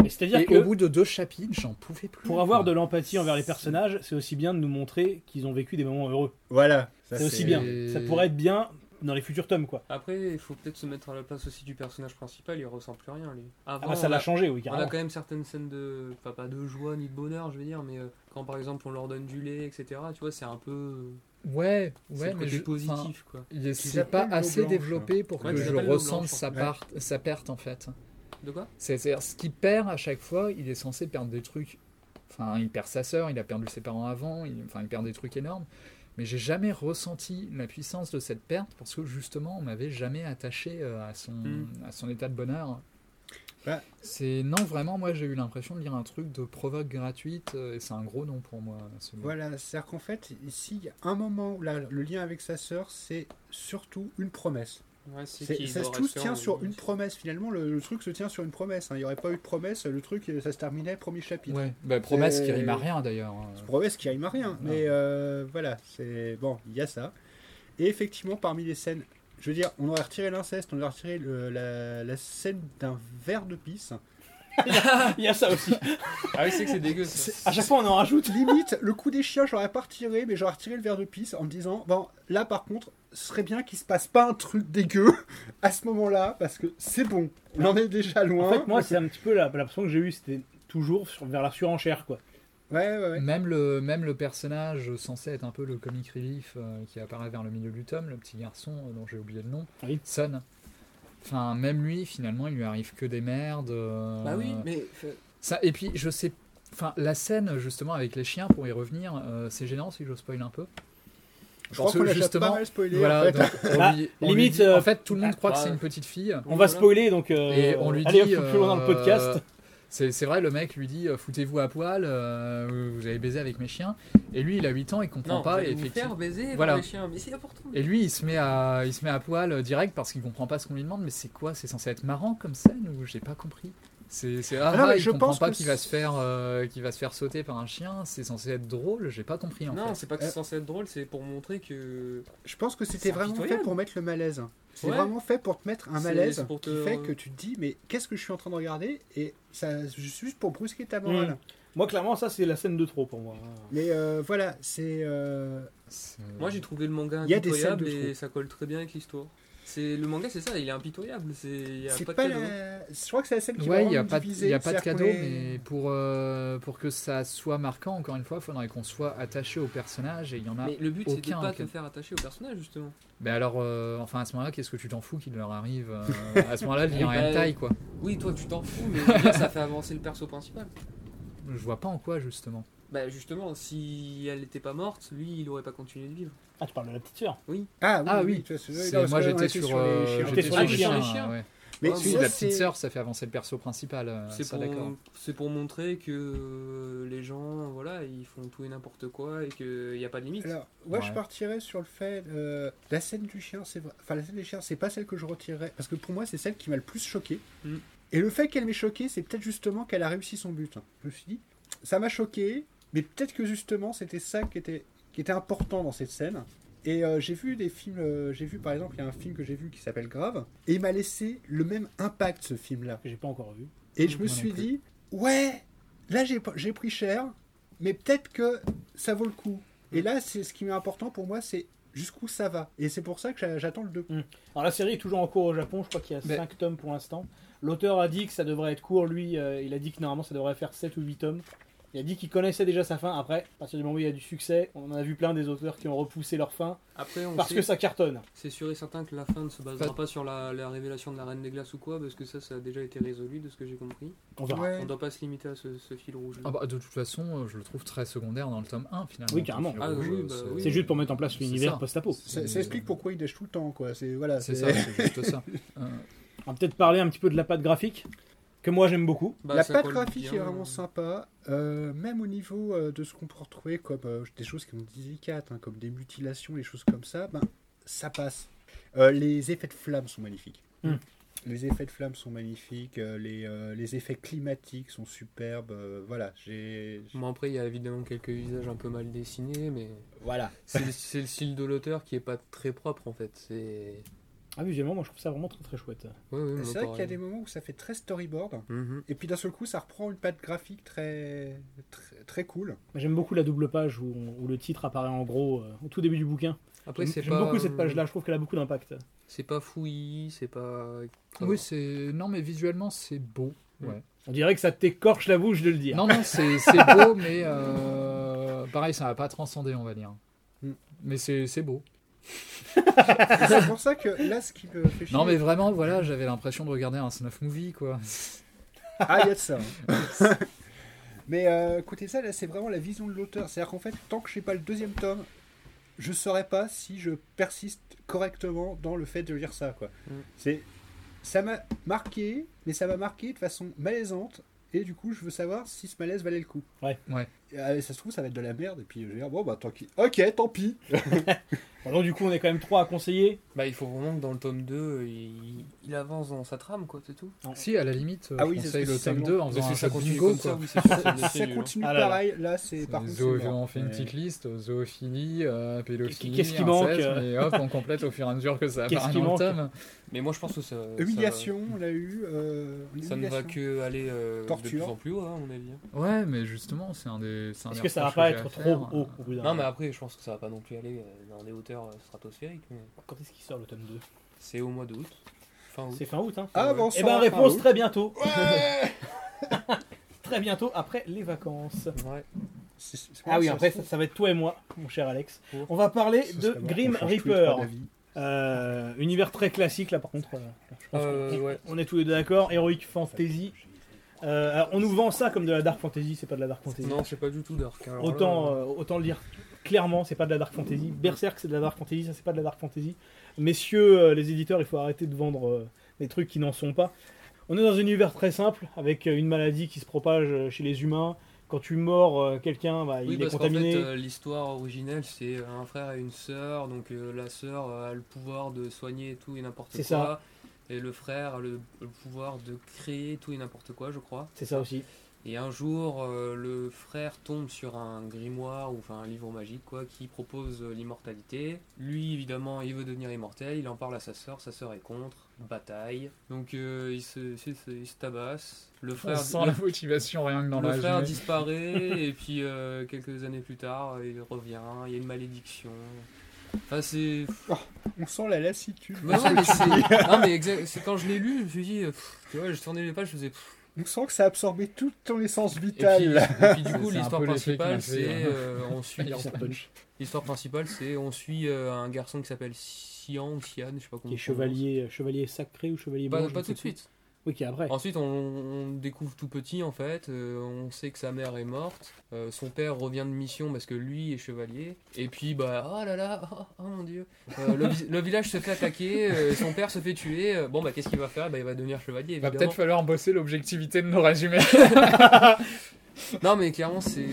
Speaker 1: Et C'est-à-dire
Speaker 2: Et
Speaker 1: que
Speaker 2: au bout de deux chapitres, j'en pouvais plus.
Speaker 1: pour avoir
Speaker 2: quoi.
Speaker 1: de l'empathie envers les personnages, c'est aussi bien de nous montrer qu'ils ont vécu des moments heureux.
Speaker 4: Voilà. Ça,
Speaker 2: Bah,
Speaker 1: C'est aussi bien. Ça pourrait être bien dans les futurs tomes, quoi.
Speaker 3: Après, il faut peut-être se mettre à la place aussi du personnage principal, il ressent plus rien, lui. Avant,
Speaker 1: Ah bah ça
Speaker 3: on
Speaker 1: l'a
Speaker 3: a-
Speaker 1: changé, oui,
Speaker 3: On a
Speaker 1: carrément.
Speaker 3: quand même certaines scènes de. Enfin, pas de joie ni de bonheur, je veux dire, mais euh, quand par exemple on leur donne du lait, etc., tu vois, c'est un peu. euh,
Speaker 2: Ouais,
Speaker 3: c'est
Speaker 2: ouais,
Speaker 3: le
Speaker 2: mais
Speaker 3: côté
Speaker 2: je. enfin,
Speaker 3: positif, quoi.
Speaker 2: il-
Speaker 4: Ils
Speaker 2: C'est
Speaker 4: appellent
Speaker 2: pas
Speaker 4: l'eau
Speaker 2: assez
Speaker 4: blanche,
Speaker 2: développé pour
Speaker 3: Ouais,
Speaker 2: que
Speaker 3: ils
Speaker 2: je
Speaker 3: appellent l'eau
Speaker 2: ressente
Speaker 3: blanche,
Speaker 2: sa,
Speaker 3: en
Speaker 4: fait.
Speaker 2: part, sa perte en fait.
Speaker 3: De quoi
Speaker 2: C'est- C'est-à-dire, ce qu'il perd à chaque fois, il est censé perdre des trucs. Enfin, il perd sa sœur, il a perdu ses parents avant, il, enfin, il perd des trucs énormes. Mais j'ai jamais ressenti la puissance de cette perte parce que justement, on m'avait jamais attaché euh, à son,
Speaker 3: Mm.
Speaker 2: à son état de bonheur.
Speaker 4: Bah.
Speaker 2: C'est non vraiment, moi j'ai eu l'impression de lire un truc de provoque gratuite euh, et c'est un gros nom pour moi. ce mot.
Speaker 4: Voilà, c'est-à-dire qu'en fait, ici, il y a un moment où là, le lien avec sa sœur, c'est surtout une promesse.
Speaker 3: Ouais, c'est
Speaker 4: C'est-
Speaker 3: qu'il
Speaker 4: ça
Speaker 3: doit
Speaker 4: tout se
Speaker 3: rester en-
Speaker 4: tient sur une promesse. Finalement, le, le truc se tient sur une promesse. hein. Il n'y aurait pas eu de promesse, le truc, euh, ça se terminait premier chapitre.
Speaker 2: Ouais, bah, promesse qui
Speaker 4: C'est-
Speaker 2: rime à rien d'ailleurs. hein.
Speaker 4: Promesse qui rime à rien. Mais euh, voilà, c'est bon, il y a ça. Et effectivement, parmi les scènes, je veux dire, on aurait retiré l'inceste, on aurait retiré le- la, la scène d'un verre de pisse.
Speaker 1: [laughs] Il y a ça aussi.
Speaker 3: Ah oui, c'est que c'est dégueu ça.
Speaker 1: À chaque fois, on
Speaker 4: Ah,
Speaker 1: en rajoute.
Speaker 4: Limite, le coup des chiens, j'aurais pas retiré, mais j'aurais retiré le verre de pisse en me disant, bon, là par contre, ce serait bien qu'il se passe pas un truc dégueu [laughs] à ce moment-là, parce que c'est bon, on en est déjà loin.
Speaker 1: En fait, moi, c'est un petit peu la- l'impression que j'ai eue, c'était toujours sur- vers la surenchère, quoi.
Speaker 4: Ouais, ouais, ouais.
Speaker 2: Même le, même le personnage censé être un peu le comic relief euh, qui apparaît vers le milieu du tome, le petit garçon euh, dont j'ai oublié le nom,
Speaker 3: Ah
Speaker 1: Oui.
Speaker 2: Son. Enfin, même lui, finalement, il lui arrive que des merdes. euh,
Speaker 3: Bah oui, mais.
Speaker 2: ça, et puis, je sais. Enfin, la scène, justement, avec les chiens, pour y revenir, euh, c'est gênant si je spoil un peu. Parce
Speaker 4: Je crois
Speaker 2: que
Speaker 4: qu'on l'a déjà
Speaker 2: justement,
Speaker 4: pas mal spoilé.
Speaker 2: voilà,
Speaker 4: en fait.
Speaker 2: donc, on
Speaker 1: Bah,
Speaker 2: lui- on lui
Speaker 1: limite,
Speaker 2: dit-
Speaker 1: euh,
Speaker 2: en fait, tout le monde croit que
Speaker 3: bah,
Speaker 2: c'est une petite fille.
Speaker 1: On va spoiler, donc euh,
Speaker 2: Et on lui
Speaker 1: allez,
Speaker 2: dit.
Speaker 1: un peu [laughs] plus loin dans le
Speaker 2: euh,
Speaker 1: podcast.
Speaker 2: C'est c'est vrai, le mec lui dit euh, foutez-vous à poil, euh, vous avez baisé avec mes chiens. Et lui, il a 8 ans, il comprend
Speaker 3: Non,
Speaker 2: pas. Et
Speaker 3: et vous
Speaker 2: effectivement,
Speaker 3: faire baiser par
Speaker 2: Voilà.
Speaker 3: les chiens, mais c'est important.
Speaker 2: Et lui, il se met à, il se met à poil euh, direct parce qu'il comprend pas ce qu'on lui demande. Mais c'est quoi C'est censé être marrant comme scène ou j'ai pas compris C'est, c'est ah,
Speaker 4: Ah non,
Speaker 2: ah,
Speaker 4: mais
Speaker 2: il
Speaker 4: je
Speaker 2: comprend
Speaker 4: pense
Speaker 2: pas
Speaker 4: que
Speaker 2: qu'il va se
Speaker 4: c'est-
Speaker 2: faire, euh, qu'il va se faire sauter par un chien. C'est censé être drôle. J'ai pas compris en
Speaker 3: Non,
Speaker 2: fait.
Speaker 3: c'est pas que c'est censé être drôle, c'est pour montrer que.
Speaker 4: Je pense que
Speaker 3: C'est
Speaker 4: c'était vraiment fait
Speaker 3: impitoyable.
Speaker 4: pour mettre le malaise. C'est
Speaker 3: Ouais.
Speaker 4: vraiment fait pour te mettre un
Speaker 3: C'est-
Speaker 4: malaise
Speaker 3: c'est pour te-
Speaker 4: qui fait que tu te dis mais qu'est-ce que je suis en train de regarder et ça c'est juste pour brusquer ta morale.
Speaker 1: Mm. Moi, clairement, ça, c'est la scène de trop pour moi.
Speaker 3: Ah.
Speaker 4: Mais euh, voilà, c'est euh,
Speaker 2: C'est-
Speaker 3: Moi j'ai trouvé le manga
Speaker 4: Il y a des scènes de
Speaker 3: impitoyable et
Speaker 4: trop.
Speaker 3: ça colle très bien avec l'histoire. C'est le manga, c'est ça, il est impitoyable, c'est il y a
Speaker 4: c'est
Speaker 3: pas
Speaker 4: pas,
Speaker 3: de cadeau. hein.
Speaker 4: la... je crois que c'est la scène qui
Speaker 2: euh, Ouais,
Speaker 4: m'a
Speaker 2: il n'y a
Speaker 4: vraiment
Speaker 2: pas, de-
Speaker 4: divisé.
Speaker 2: y a pas de
Speaker 4: C'est-à-dire
Speaker 2: cadeau,
Speaker 4: qu'on est-
Speaker 2: mais pour, euh, pour que ça soit marquant, encore une fois, il faudrait qu'on soit attaché au personnage et il y en a.
Speaker 3: Mais le but c'est de
Speaker 2: Aucun,
Speaker 3: pas
Speaker 2: aucun.
Speaker 3: te faire attacher au personnage justement.
Speaker 2: Mais alors, euh, enfin, à ce moment-là, qu'est-ce que tu t'en fous qu'il leur arrive euh, À ce moment-là, il y a
Speaker 3: Bah,
Speaker 2: un taille, quoi.
Speaker 3: Oui, toi tu t'en fous, mais je veux dire, ça fait avancer le perso principal.
Speaker 2: Je vois pas en quoi, justement.
Speaker 3: Bah justement, si elle n'était pas morte, lui il aurait pas continué de vivre.
Speaker 1: Ah, tu parles de la petite sœur.
Speaker 4: Ah oui,
Speaker 2: Ah
Speaker 4: oui,
Speaker 2: oui.
Speaker 4: tu vois, c'est-
Speaker 2: C'est-
Speaker 4: non, parce
Speaker 2: moi
Speaker 4: que là, on
Speaker 2: j'étais
Speaker 4: était
Speaker 2: sur,
Speaker 4: les
Speaker 2: euh,
Speaker 4: chiens.
Speaker 2: j'étais sur les chiens.
Speaker 3: les chiens.
Speaker 2: ouais.
Speaker 4: Mais
Speaker 3: Ouais,
Speaker 2: Si,
Speaker 4: ça,
Speaker 2: la petite
Speaker 4: c'est-
Speaker 2: sœur, ça fait avancer le perso principal. euh,
Speaker 3: C'est
Speaker 2: ça,
Speaker 3: pour,
Speaker 2: d'accord.
Speaker 3: c'est pour montrer que euh, les gens, voilà, ils font tout et n'importe quoi et qu'il n'y a pas de limite.
Speaker 4: Alors, moi je
Speaker 2: Ouais.
Speaker 4: partirais sur le fait. euh, la scène du chien, c'est vrai. Enfin, la scène des chiens, c'est pas celle que je retirerais. Parce que pour moi, c'est celle qui m'a le plus choqué.
Speaker 3: Mm.
Speaker 4: Et le fait qu'elle m'ait choqué, c'est peut-être justement qu'elle a réussi son but. hein. Je me suis dit, ça m'a choqué, mais peut-être que justement, c'était ça qui était, qui était important dans cette scène. Et euh, j'ai vu des films, euh, j'ai vu par exemple, il y a un film que j'ai vu qui s'appelle Grave, et il m'a laissé le même impact ce film-là.
Speaker 1: que j'ai pas encore vu.
Speaker 4: Et je me
Speaker 2: Moi non
Speaker 4: suis
Speaker 2: plus.
Speaker 4: dit, ouais, là j'ai j'ai
Speaker 2: Mm.
Speaker 4: pris cher, mais peut-être que ça vaut le coup. Et là, c'est ce qui est important pour moi, c'est jusqu'où ça va. Et c'est pour ça que j'a- j'attends le 2.
Speaker 1: Alors la série est toujours en cours au Japon, je crois qu'il y a
Speaker 4: Mais-
Speaker 1: 5 tomes pour l'instant. L'auteur a dit que ça devrait être court, lui, euh, il a dit que normalement ça devrait faire 7 ou 8 tomes. Il a dit qu'il connaissait déjà sa fin, après, à partir du moment où il y a du succès, on en a vu plein des auteurs qui ont repoussé leur fin,
Speaker 3: Après, on
Speaker 1: parce
Speaker 3: sait-
Speaker 1: que ça cartonne.
Speaker 3: c'est sûr et certain que la fin ne se basera pas sur la, la révélation de la Reine des Glaces ou quoi, parce que ça, ça a déjà été résolu de ce que j'ai compris.
Speaker 1: On verra.
Speaker 3: On doit pas se limiter à ce, ce fil rouge. hein.
Speaker 2: Ah bah, de toute façon, euh, je le trouve très secondaire dans le tome 1 finalement.
Speaker 1: Oui, carrément.
Speaker 2: Le
Speaker 3: Ah
Speaker 2: rouge,
Speaker 3: oui,
Speaker 2: euh,
Speaker 3: bah oui.
Speaker 1: C'est juste pour mettre en place
Speaker 2: c'est
Speaker 1: l'univers
Speaker 2: ça.
Speaker 1: post-apo.
Speaker 4: Ça, ça explique pourquoi il dèche tout le temps, quoi. C'est voilà,
Speaker 2: C'est
Speaker 4: c'est-
Speaker 2: ça, c'est juste ça. Euh,
Speaker 1: On va peut-être parler un petit peu de la patte graphique, que moi j'aime beaucoup.
Speaker 3: Bah,
Speaker 4: la
Speaker 3: ça
Speaker 4: pâte
Speaker 3: colle
Speaker 4: graphique
Speaker 3: bien.
Speaker 4: est vraiment sympa, euh, même au niveau euh, de ce qu'on peut retrouver comme euh, des choses qui sont délicates, hein, comme des mutilations, des choses comme ça, ben, ça passe. Euh, les effets de flammes sont magnifiques.
Speaker 2: Hmm.
Speaker 1: Mm.
Speaker 4: Les effets de flammes sont magnifiques, euh, les, euh, les effets climatiques sont superbes. euh, voilà, j'ai.
Speaker 2: Hmm.
Speaker 4: j'ai-
Speaker 3: Bon, après, il y a évidemment quelques visages un peu mal dessinés,
Speaker 4: [laughs]
Speaker 3: mais
Speaker 4: Voilà.
Speaker 3: c'est le- c'est le style de l'auteur qui est pas très propre en fait. C'est.
Speaker 1: Ah, visuellement, moi je trouve ça vraiment très très chouette.
Speaker 3: Ouais, ouais, moi,
Speaker 4: C'est vrai qu'il y a
Speaker 3: pareil.
Speaker 4: des moments où ça fait très storyboard,
Speaker 3: Mhm.
Speaker 4: et puis d'un seul coup, ça reprend une patte graphique très, très, très
Speaker 2: [laughs]
Speaker 4: cool.
Speaker 1: J'aime beaucoup la double page où, on- où le titre apparaît en gros euh, au tout début du bouquin.
Speaker 3: Après,
Speaker 1: J'aime
Speaker 3: c'est
Speaker 1: j'aime
Speaker 3: pas. euh,
Speaker 1: beaucoup cette page-là, je trouve qu'elle a beaucoup d'impact.
Speaker 3: C'est pas fouillis, c'est pas.
Speaker 2: Oui, c'est. Non, mais visuellement, c'est beau.
Speaker 1: On dirait que ça t'écorche la bouche de le dire.
Speaker 2: Non, non, c'est c'est beau, mais euh, pareil, ça va pas transcender, on va dire.
Speaker 4: Mm.
Speaker 2: Mais c'est c'est beau.
Speaker 4: c'est pour ça que là, ce qui me fait chier.
Speaker 2: Non, mais vraiment, voilà, j'avais l'impression de regarder un snuff movie, quoi.
Speaker 4: Ah, il y a de ça. hein. Mais euh, côté ça, là, c'est vraiment la vision de l'auteur. C'est-à-dire qu'en fait, tant que je n'ai pas le deuxième tome, je ne saurais pas si je persiste correctement dans le fait de lire ça. Quoi.
Speaker 3: Mm.
Speaker 4: C'est, ça m'a marqué, mais ça m'a marqué de façon malaisante. Et du coup, je veux savoir si ce malaise valait le coup.
Speaker 1: Ouais.
Speaker 2: Ouais.
Speaker 4: Et, euh, ça se trouve, ça va être de la merde. Et puis, je vais dire, bon, bah, tant pis. Ok, tant pis.
Speaker 1: Bon, donc du coup, on est quand même trois à conseiller.
Speaker 3: Bah, il faut vraiment que dans le tome 2, il, il avance dans sa trame, quoi, c'est tout.
Speaker 2: Si, à la limite, euh,
Speaker 4: Ah
Speaker 2: je
Speaker 4: oui, c'est
Speaker 2: conseille
Speaker 4: ce que
Speaker 2: le
Speaker 4: c'est
Speaker 2: tome
Speaker 4: long.
Speaker 2: 2 en faisant
Speaker 3: si
Speaker 2: un
Speaker 3: ça
Speaker 2: jeu de
Speaker 3: continue
Speaker 2: bingo,
Speaker 3: comme ça,
Speaker 2: quoi.
Speaker 3: oui,
Speaker 4: [laughs]
Speaker 3: c'est sûr, c'est
Speaker 4: ça
Speaker 3: nul, hein.
Speaker 4: continue
Speaker 1: Ah là là.
Speaker 4: pareil. Là, c'est par contre. c'est
Speaker 2: Zo-
Speaker 4: mort.
Speaker 2: on fait une
Speaker 4: Mais-
Speaker 2: petite liste, euh, zoophilie, euh, pédophilie,
Speaker 1: Qu'est-ce qui manque,
Speaker 2: inceste,
Speaker 1: euh
Speaker 2: mais hop, on complète au fur et à mesure que ça
Speaker 1: Qu'est-ce
Speaker 2: apparaît
Speaker 1: qui
Speaker 2: dans
Speaker 1: manque
Speaker 2: le tome.
Speaker 3: Mais moi, je pense que ça. Euh, ça-
Speaker 4: Humiliation, on l'a eu. euh,
Speaker 3: Ça, ne va
Speaker 4: humiliation.
Speaker 3: que aller euh, de
Speaker 4: Torture.
Speaker 3: plus en plus haut, hein, à mon avis. hein.
Speaker 2: Ouais, mais justement, c'est un des. c'est un
Speaker 1: Est-ce
Speaker 2: des
Speaker 1: que ça va
Speaker 2: reproches
Speaker 1: pas
Speaker 2: j'ai à
Speaker 1: être trop
Speaker 2: faire.
Speaker 1: haut au bout d'un
Speaker 3: Non, mais
Speaker 1: moment
Speaker 3: après, je pense que ça va pas non plus aller euh, dans des hauteurs euh, stratosphériques. mais
Speaker 1: Quand est-ce qu'il sort le tome 2
Speaker 3: C'est au mois d'août. Fin août.
Speaker 1: C'est fin août, hein
Speaker 4: Ah, bon
Speaker 1: Eh
Speaker 4: sang,
Speaker 1: ben,
Speaker 4: enfin,
Speaker 1: réponse
Speaker 4: oui.
Speaker 1: très bientôt [laughs] Très bientôt après les vacances.
Speaker 3: Ouais.
Speaker 4: C'est- c'est
Speaker 1: Ah oui,
Speaker 4: ça
Speaker 1: après,
Speaker 4: se
Speaker 1: ça,
Speaker 4: trouve.
Speaker 1: ça va être toi et moi, mon cher Alex. On va parler
Speaker 4: Ce
Speaker 1: de
Speaker 4: serait marrant
Speaker 1: Grim
Speaker 4: qu'on change tous les trois
Speaker 1: Reaper.
Speaker 4: d'avis.
Speaker 1: Euh, univers très classique, là, par contre. euh, je pense
Speaker 3: Euh,
Speaker 1: qu'on-
Speaker 3: ouais.
Speaker 1: On est tous les deux d'accord. Heroic Fantasy. Euh, alors, on nous vend ça comme de la Dark Fantasy, c'est pas de la Dark Fantasy.
Speaker 3: Non, c'est pas du tout dark. alors là,
Speaker 1: Autant,
Speaker 3: euh,
Speaker 1: euh, autant le dire clairement, c'est pas de la Dark Fantasy. Berserk, c'est de la Dark Fantasy, ça, c'est pas de la Dark Fantasy. Messieurs euh, les éditeurs, il faut arrêter de vendre euh, des trucs qui n'en sont pas. On est dans un univers très simple, avec euh, une maladie qui se propage euh, chez les humains. Quand tu mords euh, quelqu'un, bah,
Speaker 3: Oui,
Speaker 1: il est
Speaker 3: parce qu'en
Speaker 1: contaminé.
Speaker 3: fait, euh, l'histoire originelle, c'est euh, un frère et une sœur. Donc, euh, la sœur euh, a le pouvoir de soigner et tout et n'importe quoi.
Speaker 1: C'est ça.
Speaker 3: Et le frère a le, le pouvoir de créer tout et n'importe quoi, je crois.
Speaker 1: C'est ça aussi.
Speaker 3: Et un jour, euh, le frère tombe sur un grimoire ou enfin un livre magique quoi, qui propose euh, l'immortalité. Lui, évidemment, il veut devenir immortel. Il en parle à sa sœur. Sa sœur est contre. Bataille. Donc, euh, il, se, se- se- il se tabasse. Le
Speaker 2: On
Speaker 3: frère,
Speaker 2: sent la motivation rien que dans
Speaker 3: le
Speaker 2: la [laughs]
Speaker 3: frère disparaît. et puis, euh, quelques années plus tard, il revient. Il y a une malédiction. Enfin, c'est.
Speaker 4: On sent la lassitude.
Speaker 3: Mais ouais, mais c'est- non, mais exact- c'est quand je l'ai lu, je me suis dit. euh, pff, tu vois, je tournais les pages, je faisais. pff,
Speaker 4: On sent que ça a absorbé tout ton essence
Speaker 3: Et puis,
Speaker 4: vitale.
Speaker 3: et puis du
Speaker 2: C'est-
Speaker 3: coup,
Speaker 2: c'est un
Speaker 3: l'histoire
Speaker 2: peu l'effet
Speaker 3: principale,
Speaker 2: qu'on a fait,
Speaker 3: c'est
Speaker 2: hein.
Speaker 3: euh, on
Speaker 2: [laughs]
Speaker 3: suit
Speaker 2: D'ailleurs, punch.
Speaker 3: l'histoire principale, c'est on suit euh, un garçon qui s'appelle Sian ou Sian, je sais
Speaker 1: Qui est
Speaker 3: pas comment. on prononce.
Speaker 1: chevalier, euh, chevalier sacré ou chevalier
Speaker 3: Pas,
Speaker 1: blanc, je
Speaker 3: Bah, pas
Speaker 1: ne sais
Speaker 3: tout de
Speaker 1: plus.
Speaker 3: suite.
Speaker 1: Oui, qui est après.
Speaker 3: Ensuite, on, on découvre tout petit en fait. euh, on sait que sa mère est morte. euh, son père revient de mission parce que lui est chevalier. Et puis bah oh là [laughs] là, oh, oh mon dieu. Euh, le, vi- le village se fait attaquer. euh, son père se fait tuer. euh, Bon bah qu'est-ce qu'il va faire Bah il va devenir chevalier.
Speaker 2: Il va
Speaker 3: Évidemment.
Speaker 2: peut-être falloir bosser l'objectivité de nos résumés.
Speaker 3: Non mais clairement c'est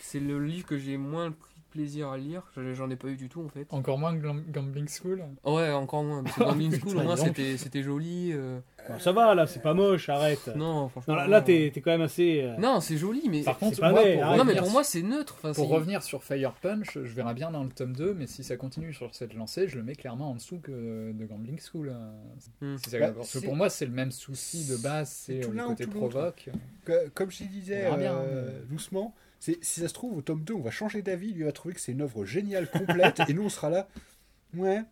Speaker 3: c'est le livre que j'ai moins pris de plaisir à lire. Je- J'en ai pas eu du tout en fait.
Speaker 2: Encore moins que Glam- Gambling School.
Speaker 3: Ouais encore moins. Parce que
Speaker 1: [laughs]
Speaker 3: dans Lean School au moins
Speaker 1: dis donc.
Speaker 3: c'était c'était joli. euh,
Speaker 1: Non, ça va, là, c'est pas moche, arrête.
Speaker 3: Non, franchement.
Speaker 1: Non, là, là, t'es t'es quand même assez. euh,
Speaker 3: Non, c'est joli, mais.
Speaker 2: Par contre,
Speaker 1: pas
Speaker 2: moi,
Speaker 1: vrai,
Speaker 2: pour,
Speaker 1: arrête.
Speaker 3: Non,
Speaker 2: revenir,
Speaker 3: mais pour moi, c'est neutre. Enfin,
Speaker 2: pour
Speaker 3: c'est-
Speaker 2: revenir sur Fire Punch, je verrai bien dans le tome 2, mais si ça continue sur cette lancée, je le mets clairement en dessous que de Gambling School. hein.
Speaker 3: Hmm.
Speaker 2: Si ça-
Speaker 4: Bah,
Speaker 2: parce que
Speaker 4: c'est-
Speaker 2: pour moi, c'est le même souci de base, c'est
Speaker 4: tout
Speaker 2: euh,
Speaker 4: l'un
Speaker 2: le
Speaker 4: ou
Speaker 2: côté
Speaker 4: tout l'autre.
Speaker 2: provoque.
Speaker 4: Que- Comme je
Speaker 2: On
Speaker 4: disais
Speaker 2: verra bien,
Speaker 4: euh,
Speaker 2: mais-
Speaker 3: [laughs]
Speaker 4: doucement, c'est- si ça se trouve, au tome 2, on va changer d'avis. Lui va trouver que c'est une œuvre géniale, complète. et nous, on sera là. Ouais.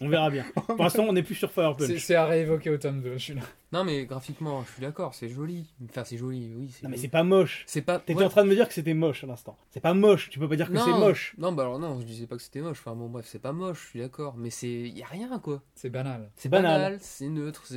Speaker 1: On verra bien. Pour l'instant, on n'est plus sur Fire
Speaker 2: C'est-
Speaker 1: Punch.
Speaker 2: C'est à réévoquer au tome 2, je suis là.
Speaker 3: Non, mais graphiquement, je suis d'accord, c'est joli. Enfin, c'est joli, oui.
Speaker 1: Non, mais c'est
Speaker 3: joli.
Speaker 1: pas moche.
Speaker 3: C'est pas.
Speaker 1: T'étais
Speaker 3: ouais.
Speaker 1: en train de me dire que c'était moche à l'instant. C'est pas moche, tu peux pas dire que
Speaker 3: Non,
Speaker 1: c'est moche.
Speaker 3: Non, bah alors non, je disais pas que c'était moche. Enfin, bon, bref, c'est pas moche, je suis d'accord. Mais c'est. Y a rien, quoi.
Speaker 2: C'est banal.
Speaker 1: C'est
Speaker 3: banal,
Speaker 1: banal.
Speaker 3: c'est neutre, c'est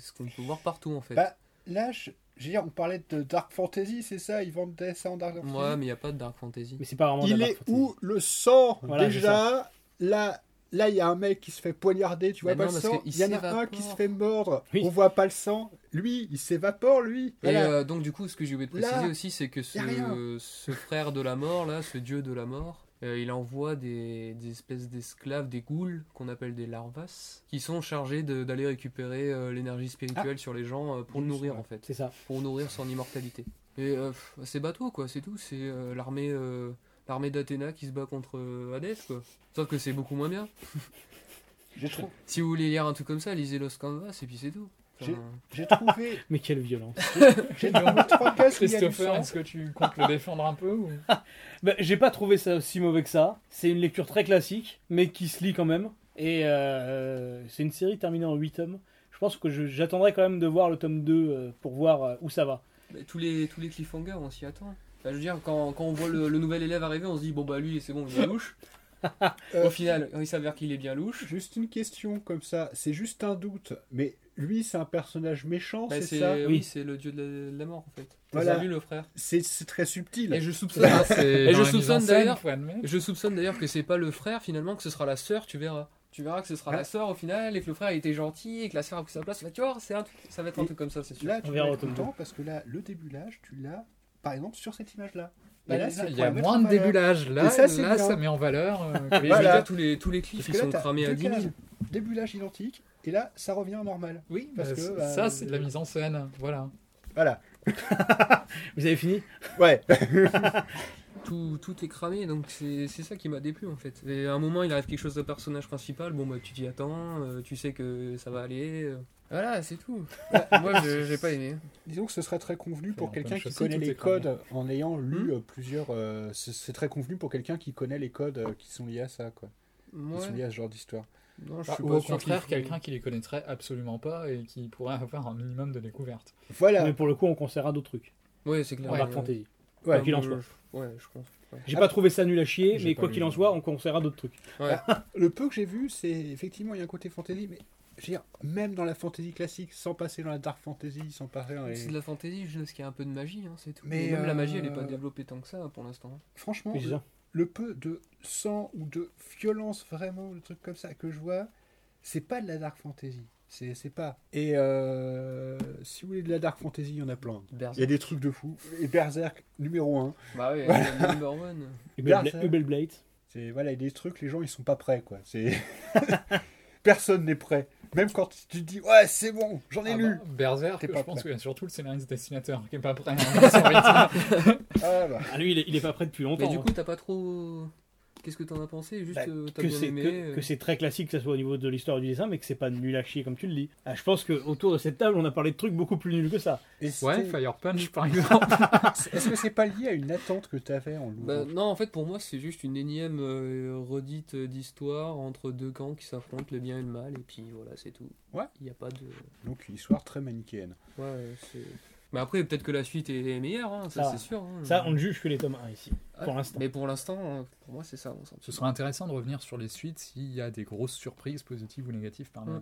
Speaker 3: ce qu'on peut voir partout en fait.
Speaker 4: Bah, Là, je... je veux dire, on parlait de Dark Fantasy, c'est ça Ils vendaient ça en Dark Fantasy.
Speaker 3: ouais, mais il n'y a pas de Dark Fantasy.
Speaker 1: Mais c'est pas vraiment de
Speaker 4: Il
Speaker 1: la
Speaker 4: est
Speaker 1: Dark Fantasy.
Speaker 4: où le sang
Speaker 1: Voilà, c'est
Speaker 4: Déjà, là, là, il y a un mec qui se fait poignarder, tu vois
Speaker 3: Mais
Speaker 4: pas
Speaker 3: Bah non,
Speaker 4: le
Speaker 3: parce
Speaker 4: sang.
Speaker 3: qu'il
Speaker 4: Il y en a un
Speaker 3: s'évapore.
Speaker 4: qui se fait mordre,
Speaker 1: Oui.
Speaker 4: on voit pas le sang. Lui, il s'évapore, lui.
Speaker 3: Et
Speaker 4: Voilà.
Speaker 3: euh, donc, du coup, ce que j'ai oublié de
Speaker 4: Là,
Speaker 3: préciser aussi, c'est que
Speaker 4: y a rien.
Speaker 3: ce, ce frère de la mort, là, ce dieu de la mort, euh, il envoie des, des espèces d'esclaves, des ghouls, qu'on appelle des larvas, qui sont chargés de- d'aller récupérer euh, l'énergie
Speaker 4: Ah.
Speaker 3: spirituelle sur les gens euh, pour le nourrir en fait,
Speaker 1: C'est ça.
Speaker 3: pour nourrir son immortalité. Et euh, pff, c'est bateau quoi, c'est tout, c'est euh, l'armée. euh, L'armée d'Athéna qui se bat contre euh, Hadès, quoi. Sauf que c'est beaucoup moins bien.
Speaker 4: J'ai
Speaker 3: [laughs]
Speaker 4: trou-
Speaker 3: Si vous voulez lire un truc comme ça, lisez Los Canvas et puis c'est tout.
Speaker 4: J'ai-
Speaker 3: Enfin,
Speaker 4: j'ai trouvé,
Speaker 1: Mais quelle violence.
Speaker 4: [laughs]
Speaker 1: [laughs]
Speaker 4: j'ai trouvé trois cases où il y a du
Speaker 2: Christopher,
Speaker 4: sang.
Speaker 2: est-ce que tu comptes le défendre un peu [laughs] ou...
Speaker 1: Bah, j'ai pas trouvé ça aussi mauvais que ça. C'est une lecture très classique, mais qui se lit quand même. Et euh, c'est une série terminée en 8 tomes. Je pense que je- j'attendrai quand même de voir le tome 2 euh, pour voir euh, où ça va.
Speaker 3: Mais tous les tous les cliffhangers, on s'y attend. Enfin, je veux dire, quand, quand on voit le, le nouvel élève arriver, on se dit bon bah lui c'est bon, il est louche.
Speaker 4: [laughs] Euh,
Speaker 3: Au final, il s'avère qu'il est bien louche.
Speaker 4: Juste une question comme ça, c'est juste un doute, mais lui, c'est un personnage méchant,
Speaker 3: Bah,
Speaker 4: Oh, c'est
Speaker 3: c'est
Speaker 4: ça
Speaker 3: oui,
Speaker 1: oui.
Speaker 3: c'est le dieu de la, de la mort en fait.
Speaker 4: Voilà.
Speaker 3: Voilà. vu le frère.
Speaker 4: C'est c'est très subtil.
Speaker 3: Et je soupçonne.
Speaker 2: Et
Speaker 3: je soupçonne d'ailleurs- je soupçonne d'ailleurs que c'est pas le frère finalement, que ce sera la sœur, tu verras. Tu verras que ce sera
Speaker 4: Ah.
Speaker 3: la sœur au final et que le frère était gentil et que la sœur a pris sa place. Bah, tu vois, c'est un truc- ça va être un
Speaker 4: Et
Speaker 3: truc comme ça, c'est sûr.
Speaker 4: Là,
Speaker 1: On
Speaker 4: tu
Speaker 1: verra
Speaker 4: es
Speaker 1: au tome
Speaker 4: content parce que là, le débulage, tu l'as, par exemple, sur cette image-là.
Speaker 3: Bah,
Speaker 4: Et là, c'est
Speaker 2: Il y
Speaker 4: pour
Speaker 2: a
Speaker 4: la mettre en
Speaker 2: moins de
Speaker 4: valeur.
Speaker 2: débulage. Là,
Speaker 4: Et
Speaker 2: ça,
Speaker 4: ça, c'est
Speaker 2: là,
Speaker 4: bien.
Speaker 2: ça met en valeur. [laughs] euh, que
Speaker 3: Mais
Speaker 2: les
Speaker 3: je veux
Speaker 4: Voilà.
Speaker 3: dire, tous les, tous les cliffs
Speaker 4: Parce
Speaker 3: ils
Speaker 4: que là,
Speaker 3: sont
Speaker 4: t'as
Speaker 3: cramés à
Speaker 4: deux
Speaker 3: 10 000.
Speaker 4: cases. Débulage identique, et là, ça revient en normal.
Speaker 2: Oui,
Speaker 4: parce
Speaker 2: parce
Speaker 4: que,
Speaker 2: que
Speaker 4: bah,
Speaker 2: ça, c'est de la mise en scène. Voilà.
Speaker 4: Voilà.
Speaker 1: Vous avez fini
Speaker 4: Ouais.
Speaker 3: tout, tout est cramé, donc c'est c'est ça qui m'a déplu en fait. Et à un moment, il arrive quelque chose au personnage principal, bon bah tu t'y attends, euh, tu sais que ça va aller. euh. Voilà, c'est tout. Moi, je- j'ai pas aimé.
Speaker 4: [laughs] Disons que ce serait très convenu pour
Speaker 2: un
Speaker 4: quelqu'un
Speaker 2: punch
Speaker 4: qui
Speaker 2: aussi,
Speaker 4: connaît
Speaker 2: tout
Speaker 4: les
Speaker 2: est cramé.
Speaker 4: codes en ayant lu
Speaker 3: Hmm.
Speaker 4: euh, plusieurs. euh, c'est c'est très convenu pour quelqu'un qui connaît les codes euh, qui sont liés à ça, quoi. Qui sont
Speaker 3: Ouais.
Speaker 4: liés à ce genre d'histoire.
Speaker 3: Non, je
Speaker 2: Bah,
Speaker 3: suis
Speaker 2: ou
Speaker 3: pas
Speaker 2: au
Speaker 3: sûr
Speaker 2: contraire,
Speaker 3: qu'il faut-
Speaker 2: quelqu'un qui les connaîtrait absolument pas et qui pourrait avoir un minimum de découverte.
Speaker 4: Voilà.
Speaker 1: Mais pour le coup, on conseillera d'autres trucs.
Speaker 3: Ouais, c'est clair.
Speaker 1: En Dark
Speaker 3: ouais.
Speaker 1: Fantasy.
Speaker 4: Ouais,
Speaker 1: quoi qu'il en
Speaker 3: je-
Speaker 1: soit.
Speaker 3: Ouais, je pense. ouais.
Speaker 1: J'ai pas trouvé ça nul à chier,
Speaker 2: Ah J'ai
Speaker 1: mais
Speaker 2: pas
Speaker 1: quoi
Speaker 2: lu.
Speaker 1: qu'il en soit, on conseillera d'autres trucs.
Speaker 4: Le peu que j'ai vu, c'est effectivement, il y a un côté fantasy, mais je veux dire, même dans la fantasy classique, sans passer dans la dark fantasy, sans passer dans les-
Speaker 3: C'est de la fantasy, juste qu'il y a un peu de magie, hein, c'est tout.
Speaker 4: Mais,
Speaker 3: Et même la magie,
Speaker 4: euh,
Speaker 3: elle est pas développée tant que ça pour l'instant. Oh,
Speaker 4: Franchement,
Speaker 1: Oui, c'est ça.
Speaker 4: le peu de sang ou de violence, vraiment, le truc comme ça que je vois, c'est pas de la dark fantasy. C'est c'est pas. Et euh, si vous voulez de la dark fantasy, il y en a plein. Il y a
Speaker 3: Berserk.
Speaker 4: des trucs de fou. Et Berserk, numéro 1.
Speaker 3: Bah ouais, le number one.
Speaker 1: Hubble
Speaker 4: Berserk.
Speaker 1: Hubble Blade.
Speaker 4: C'est voilà, il y a des trucs, les gens ils sont pas prêts quoi. C'est [laughs] personne n'est prêt. Même quand tu te dis ouais c'est bon, j'en ai
Speaker 2: Ah
Speaker 4: lu.
Speaker 2: bah, Berserk,
Speaker 4: T'es
Speaker 2: je
Speaker 4: pas
Speaker 2: pense
Speaker 4: prêt.
Speaker 2: qu'il y a surtout le scénariste dessinateur qui est pas prêt. hein, son rythme.
Speaker 4: Ah, bah.
Speaker 1: Ah, lui, il est, il est pas prêt depuis longtemps.
Speaker 3: Mais du
Speaker 1: hein.
Speaker 3: coup, t'as pas trop. Qu'est-ce que t'en as pensé Juste,
Speaker 4: Bah,
Speaker 3: euh, t'as
Speaker 1: que
Speaker 3: bien
Speaker 1: c'est
Speaker 3: aimé.
Speaker 1: que,
Speaker 3: euh,
Speaker 1: que c'est très classique que ce soit au niveau de l'histoire du dessin mais que c'est pas nul à chier comme tu le dis Ah, je pense que autour de cette table on a parlé de trucs beaucoup plus nuls que ça
Speaker 2: [laughs]
Speaker 4: Et
Speaker 2: ouais,
Speaker 4: [laughs] c'était-
Speaker 2: Fire Punch par exemple.
Speaker 4: Est-ce que c'est pas lié à une attente que tu avais en
Speaker 3: Bah,
Speaker 4: l'ouvrant
Speaker 3: non, en fait, pour moi, c'est juste une énième euh, redite euh, d'histoire entre deux camps qui s'affrontent, le bien et le mal, et puis voilà, c'est tout.
Speaker 4: Ouais.
Speaker 3: Il n'y a pas de.
Speaker 4: Donc une histoire très manichéenne.
Speaker 3: Ouais, c'est. Mais après, peut-être que la suite est meilleure, hein, ça,
Speaker 1: Ça,
Speaker 3: c'est sûr. hein.
Speaker 1: ça on ne juge que les tomes 1 ici
Speaker 3: Ah,
Speaker 1: pour l'instant
Speaker 3: Mais pour l'instant, euh, pour moi, c'est ça, mon sentiment.
Speaker 2: Ce serait intéressant de revenir sur les suites s'il y a des grosses surprises positives ou négatives par là.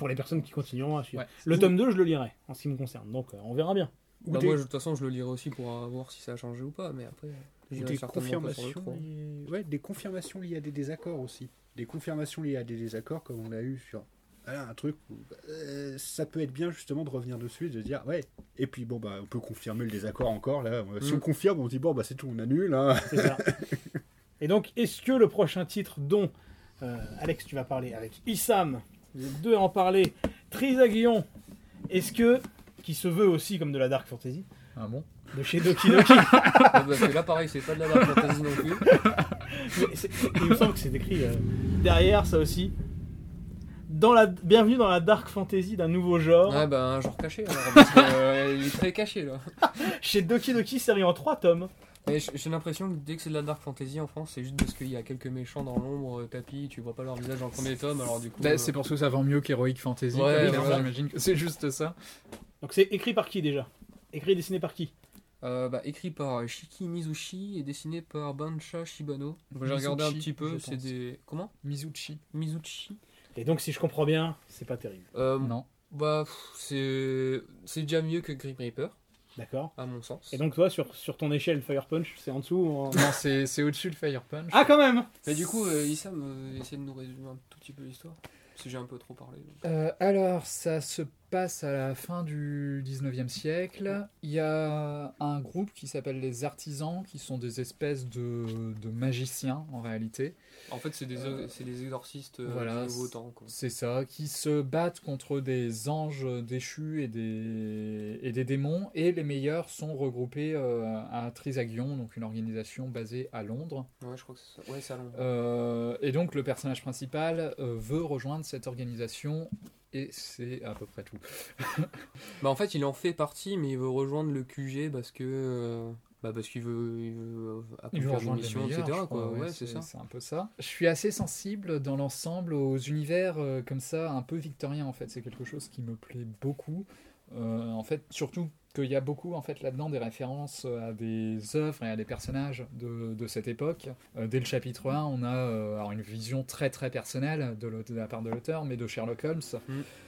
Speaker 1: pour les personnes qui continueront à suivre
Speaker 2: Ouais.
Speaker 1: le tome 2 je le lirai en ce qui me concerne donc euh, on verra bien
Speaker 4: Ou
Speaker 3: Bah,
Speaker 4: des-
Speaker 3: Moi, je- de toute façon, je le lirai aussi pour euh, voir si ça a changé ou pas, mais après. euh, [laughs]
Speaker 4: ou
Speaker 3: j'irai
Speaker 4: des
Speaker 3: certainement pas sur le
Speaker 4: confirmations, liées- ouais, des confirmations liées à des désaccords aussi. Des confirmations liées à des désaccords comme on a eu sur voilà, un truc où euh, ça peut être bien justement de revenir dessus et de dire ouais. Et puis bon bah on peut confirmer le désaccord encore là. Euh, Si
Speaker 3: Mm.
Speaker 4: on confirme on dit bon bah c'est tout on annule. Hein.
Speaker 1: c'est ça et donc est-ce que le prochain titre dont euh, Alex tu vas parler avec Issam vous êtes deux à en parler Trisagion est-ce que qui se veut aussi comme de la dark fantasy
Speaker 2: Ah bon
Speaker 1: de chez Doki Doki
Speaker 3: trois. Ah, parce que là, pareil, c'est pas de la Dark Fantasy non plus.
Speaker 1: Mais c'est- Il me semble que c'est écrit euh, derrière ça aussi. Dans la, bienvenue dans la dark fantasy d'un nouveau genre.
Speaker 3: Ouais, bah, un genre caché, alors, parce que, euh, il est très caché, là.
Speaker 1: Chez Doki Doki, série en 3 tomes.
Speaker 3: Mais j- j'ai l'impression que dès que c'est de la dark fantasy en France, c'est juste parce qu'il y a quelques méchants dans l'ombre euh, tapis, tu vois pas leur visage dans le premier tome, alors du coup.
Speaker 2: Bah,
Speaker 3: euh,
Speaker 2: c'est pour ça que ça vend mieux qu'Heroic Fantasy.
Speaker 3: Ouais,
Speaker 2: comme
Speaker 3: ouais,
Speaker 2: ça,
Speaker 3: voilà.
Speaker 2: J'imagine que c'est juste ça.
Speaker 6: Donc c'est écrit par qui déjà Écrit et dessiné par qui
Speaker 3: euh, bah, écrit par Shiki Mizushi et dessiné par Bancha Shibano. Donc, J'ai
Speaker 2: Mizuchi,
Speaker 3: regardé un petit
Speaker 2: je
Speaker 3: peu, c'est
Speaker 2: pense.
Speaker 3: des. Comment
Speaker 2: Mizuchi.
Speaker 3: Mizuchi
Speaker 6: Et donc si je comprends bien, c'est pas terrible.
Speaker 3: Euh,
Speaker 2: Non.
Speaker 3: Bah, pff, c'est c'est déjà mieux que Grim Reaper,
Speaker 6: D'accord
Speaker 3: à mon sens.
Speaker 6: Et donc toi, sur, sur ton échelle Fire Punch, c'est en dessous ou en-
Speaker 2: Non, c'est c'est au-dessus le Fire Punch.
Speaker 6: Ah quand même
Speaker 3: Mais du coup, euh, Issam, euh, essaie de nous résumer un tout petit peu l'histoire. Parce que j'ai un peu trop parlé. donc.
Speaker 2: Euh, alors, ça se passe à la fin du 19e siècle. Il y a un groupe qui s'appelle les artisans, qui sont des espèces de, de magiciens en réalité.
Speaker 3: En fait, c'est des,
Speaker 2: Euh,
Speaker 3: c'est des exorcistes euh,
Speaker 2: voilà,
Speaker 3: du nouveau
Speaker 2: c'est-
Speaker 3: temps. Quoi.
Speaker 2: C'est ça, qui se battent contre des anges déchus et des, et des démons. Et les meilleurs sont regroupés euh, à Trisagion, donc une organisation basée à Londres.
Speaker 3: Ouais, je crois que c'est ça. Ouais, c'est à Londres.
Speaker 2: Euh, et donc le personnage principal euh, veut rejoindre cette organisation. Et c'est à peu près tout.
Speaker 3: Bah, en fait, il en fait partie, mais il veut rejoindre le QG parce que. euh, bah, parce qu'il veut, il veut euh,
Speaker 2: Ils
Speaker 3: accomplir
Speaker 2: vont
Speaker 3: des
Speaker 2: rejoindre les
Speaker 3: missions,
Speaker 2: meilleurs,
Speaker 3: etc.
Speaker 2: je crois,
Speaker 3: Quoi. Ouais,
Speaker 2: ouais,
Speaker 3: c'est ça.
Speaker 2: un peu ça. Je suis assez sensible dans l'ensemble aux univers euh, comme ça, un peu victoriens en fait. C'est quelque chose qui me plaît beaucoup. Euh, en fait, surtout qu'il y a beaucoup en fait là-dedans des références euh, à des œuvres et à des personnages de, de cette époque. Euh, dès le chapitre 1, on a euh, alors une vision très très personnelle de, l'aute- de la part de l'auteur, mais de Sherlock Holmes.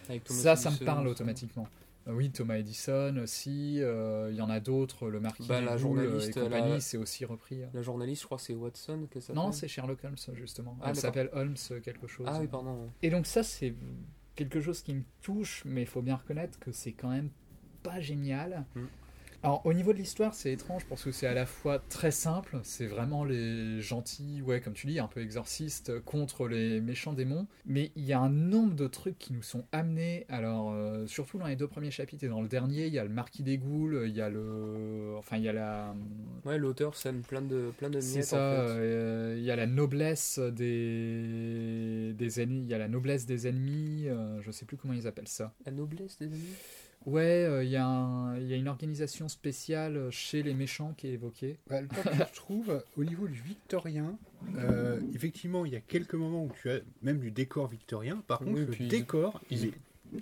Speaker 3: Avec Thomas
Speaker 2: ça, ça me
Speaker 3: Edison,
Speaker 2: parle
Speaker 3: ça.
Speaker 2: automatiquement. Euh, Oui, Thomas Edison aussi, euh, il y en a d'autres, le marquis
Speaker 3: Bah,
Speaker 2: des
Speaker 3: la
Speaker 2: Boules, euh,
Speaker 3: journaliste,
Speaker 2: et compagnie,
Speaker 3: la-
Speaker 2: c'est aussi repris. euh.
Speaker 3: La journaliste, je crois que c'est Watson que ça
Speaker 2: Non, c'est Sherlock Holmes, justement.
Speaker 3: Ah,
Speaker 2: Elle
Speaker 3: d'accord.
Speaker 2: s'appelle Holmes euh, quelque chose.
Speaker 3: Ah oui, pardon. ouais.
Speaker 2: Et donc ça, c'est quelque chose qui me touche, mais il faut bien reconnaître que c'est quand même pas génial.
Speaker 3: Mm.
Speaker 2: Alors au niveau de l'histoire, c'est étrange parce que c'est à la fois très simple, c'est vraiment les gentils, ouais, comme tu dis, un peu exorcistes contre les méchants démons, mais il y a un nombre de trucs qui nous sont amenés. Alors euh, surtout dans les deux premiers chapitres et dans le dernier, il y a le marquis des Goules, il y a le, enfin il y a la,
Speaker 3: Ouais, l'auteur sème plein de, plein de
Speaker 2: c'est
Speaker 3: miettes
Speaker 2: ça.
Speaker 3: en fait.
Speaker 2: euh, Il y a la noblesse des, des ennemis. Il y a la noblesse des ennemis. euh, je sais plus comment ils appellent ça.
Speaker 3: La noblesse des amis
Speaker 2: Ouais, euh, il y, a un- il y a une organisation spéciale chez les méchants qui est évoquée.
Speaker 4: Bah, le problème, je trouve, au niveau du victorien, euh, effectivement, il y a quelques moments où tu as même du décor victorien. Par contre,
Speaker 3: Oui,
Speaker 4: le
Speaker 3: puis-
Speaker 4: décor, il est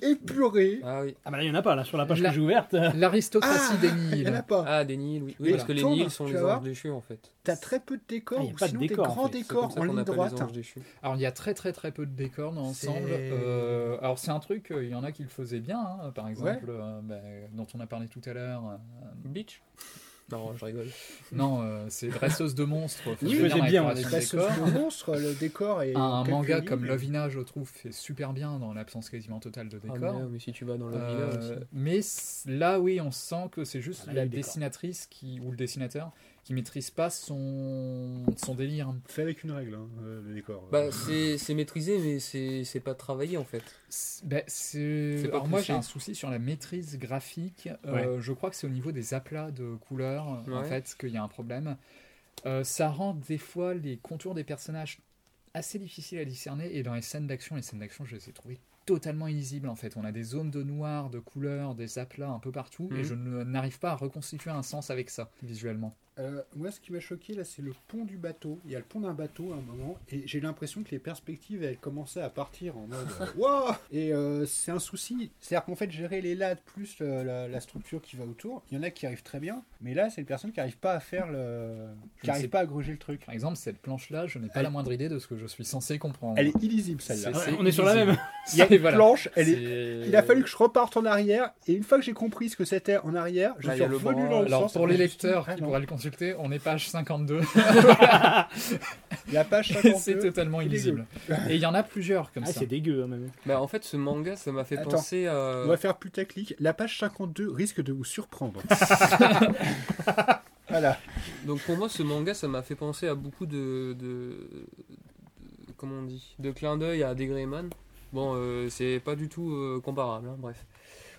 Speaker 4: épuré.
Speaker 3: Ah oui.
Speaker 6: Ah bah là, il y en a pas là, sur la page
Speaker 2: Là.
Speaker 6: que j'ai ouverte.
Speaker 2: L'aristocratie
Speaker 4: Ah, [laughs]
Speaker 2: des
Speaker 4: Il n'y en
Speaker 2: Nils.
Speaker 4: a pas.
Speaker 3: Ah, des Nils, oui. Oui,
Speaker 4: Et
Speaker 3: parce que les
Speaker 4: tombe,
Speaker 3: Nils sont
Speaker 4: tu
Speaker 3: les
Speaker 4: vas voir.
Speaker 3: anges déchus en fait.
Speaker 4: Tu as très peu de décors,
Speaker 6: Ah, il y a
Speaker 4: ou
Speaker 6: pas de
Speaker 4: sinon
Speaker 6: décor,
Speaker 4: des
Speaker 6: en
Speaker 4: grands
Speaker 6: fait. C'est
Speaker 3: C'est comme
Speaker 4: décors
Speaker 3: ça
Speaker 4: en
Speaker 3: qu'on
Speaker 4: ligne
Speaker 3: appelle
Speaker 4: droite.
Speaker 3: les anges déchus.
Speaker 2: Alors il y a très très très peu de décors dans l'ensemble.
Speaker 4: C'est-
Speaker 2: Euh, alors c'est un truc, euh, il y en a qui le faisaient bien, hein, par exemple, euh, bah, dont on a parlé tout à l'heure. euh,
Speaker 3: Bitch Non, je rigole. Ah,
Speaker 2: non, euh, c'est Dresseuse de monstres. faut
Speaker 6: Oui,
Speaker 2: dire,
Speaker 6: j'ai
Speaker 2: la
Speaker 6: bien,
Speaker 2: décoration
Speaker 6: on est
Speaker 2: des
Speaker 4: Parce que
Speaker 2: décors.
Speaker 4: le monstre, le décor est.
Speaker 2: un
Speaker 4: quelques
Speaker 2: manga
Speaker 4: lignes.
Speaker 2: comme Lovina, je trouve, fait super bien dans l'absence quasiment totale de
Speaker 3: Ah,
Speaker 2: décor.
Speaker 3: mais, ouais, mais si tu vas dans le
Speaker 2: Euh,
Speaker 3: village aussi.
Speaker 2: mais c- là, oui, on sent que c'est
Speaker 6: Ah,
Speaker 2: juste
Speaker 6: là, il y a
Speaker 2: la
Speaker 6: du décor.
Speaker 2: dessinatrice qui, ou le dessinateur qui maîtrise pas son, son délire.
Speaker 4: Fait avec une règle, hein, euh, le décor.
Speaker 3: Bah, c'est c'est maîtrisé, mais c'est c'est pas travaillé en fait.
Speaker 2: C'est- ben, c'est-
Speaker 3: C'est pas
Speaker 2: alors moi,
Speaker 3: poussé.
Speaker 2: j'ai un souci sur la maîtrise graphique. Euh, Je crois que c'est au niveau des aplats de couleurs en
Speaker 3: Ouais.
Speaker 2: fait qu'il y a un problème. Euh, ça rend des fois les contours des personnages assez difficiles à discerner et dans les scènes d'action, les scènes d'action, je les ai trouvées totalement illisibles en fait. On a des zones de noir, de couleurs, des aplats un peu partout
Speaker 3: Mhm.
Speaker 2: et je ne- n'arrive pas à reconstituer un sens avec ça visuellement.
Speaker 4: Euh, moi, ce qui m'a choqué, là, c'est le pont du bateau. Il y a le pont d'un bateau à un moment, et j'ai l'impression que les perspectives, elles commençaient à partir en mode [laughs] euh, Wow Et euh, c'est un souci. C'est-à-dire qu'en fait, gérer les lattes plus euh, la, la structure qui va autour, il y en a qui arrivent très bien, mais là, c'est les personnes qui n'arrivent pas à faire le.
Speaker 2: Je
Speaker 4: qui
Speaker 2: ne sais
Speaker 4: n'arrivent pas à gruger le truc.
Speaker 2: Par exemple, cette planche-là, je n'ai pas
Speaker 4: Elle-
Speaker 2: la moindre idée de ce que je suis censé comprendre.
Speaker 4: Elle est illisible, celle-là.
Speaker 2: C'est-
Speaker 6: on est sur la
Speaker 2: illisible.
Speaker 4: Il y a
Speaker 2: [laughs] C'est-
Speaker 4: une
Speaker 2: voilà.
Speaker 4: planche, elle est.
Speaker 2: C'est-
Speaker 4: Il a fallu que je reparte en arrière, et une fois que j'ai compris ce que c'était en arrière, je
Speaker 3: Là, il y
Speaker 4: suis
Speaker 3: a le
Speaker 4: revenu
Speaker 3: bras.
Speaker 4: dans le
Speaker 2: Alors
Speaker 4: sens.
Speaker 2: pour
Speaker 4: et
Speaker 2: les
Speaker 4: je me suis dit,
Speaker 2: lecteurs
Speaker 4: Ah
Speaker 2: qui
Speaker 4: non,
Speaker 2: pourraient le consulter, on est page 52,
Speaker 4: La
Speaker 3: [laughs]
Speaker 4: page
Speaker 2: [laughs] c'est
Speaker 3: euh,
Speaker 4: 52.
Speaker 2: totalement illisible. Et il y en a plusieurs comme
Speaker 6: Ah,
Speaker 2: ça.
Speaker 6: c'est dégueu hein, même.
Speaker 3: Bah, en fait, ce manga, ça m'a fait
Speaker 4: Attends.
Speaker 3: penser à.
Speaker 4: On va faire putaclic. La page 52 risque de vous
Speaker 3: [laughs]
Speaker 4: surprendre. [laughs] voilà.
Speaker 3: Donc pour moi, ce manga, ça m'a fait penser à beaucoup de, de, de- comment on dit, de clins d'œil à des Greyman. Bon, euh, c'est pas du tout euh, comparable, hein, bref.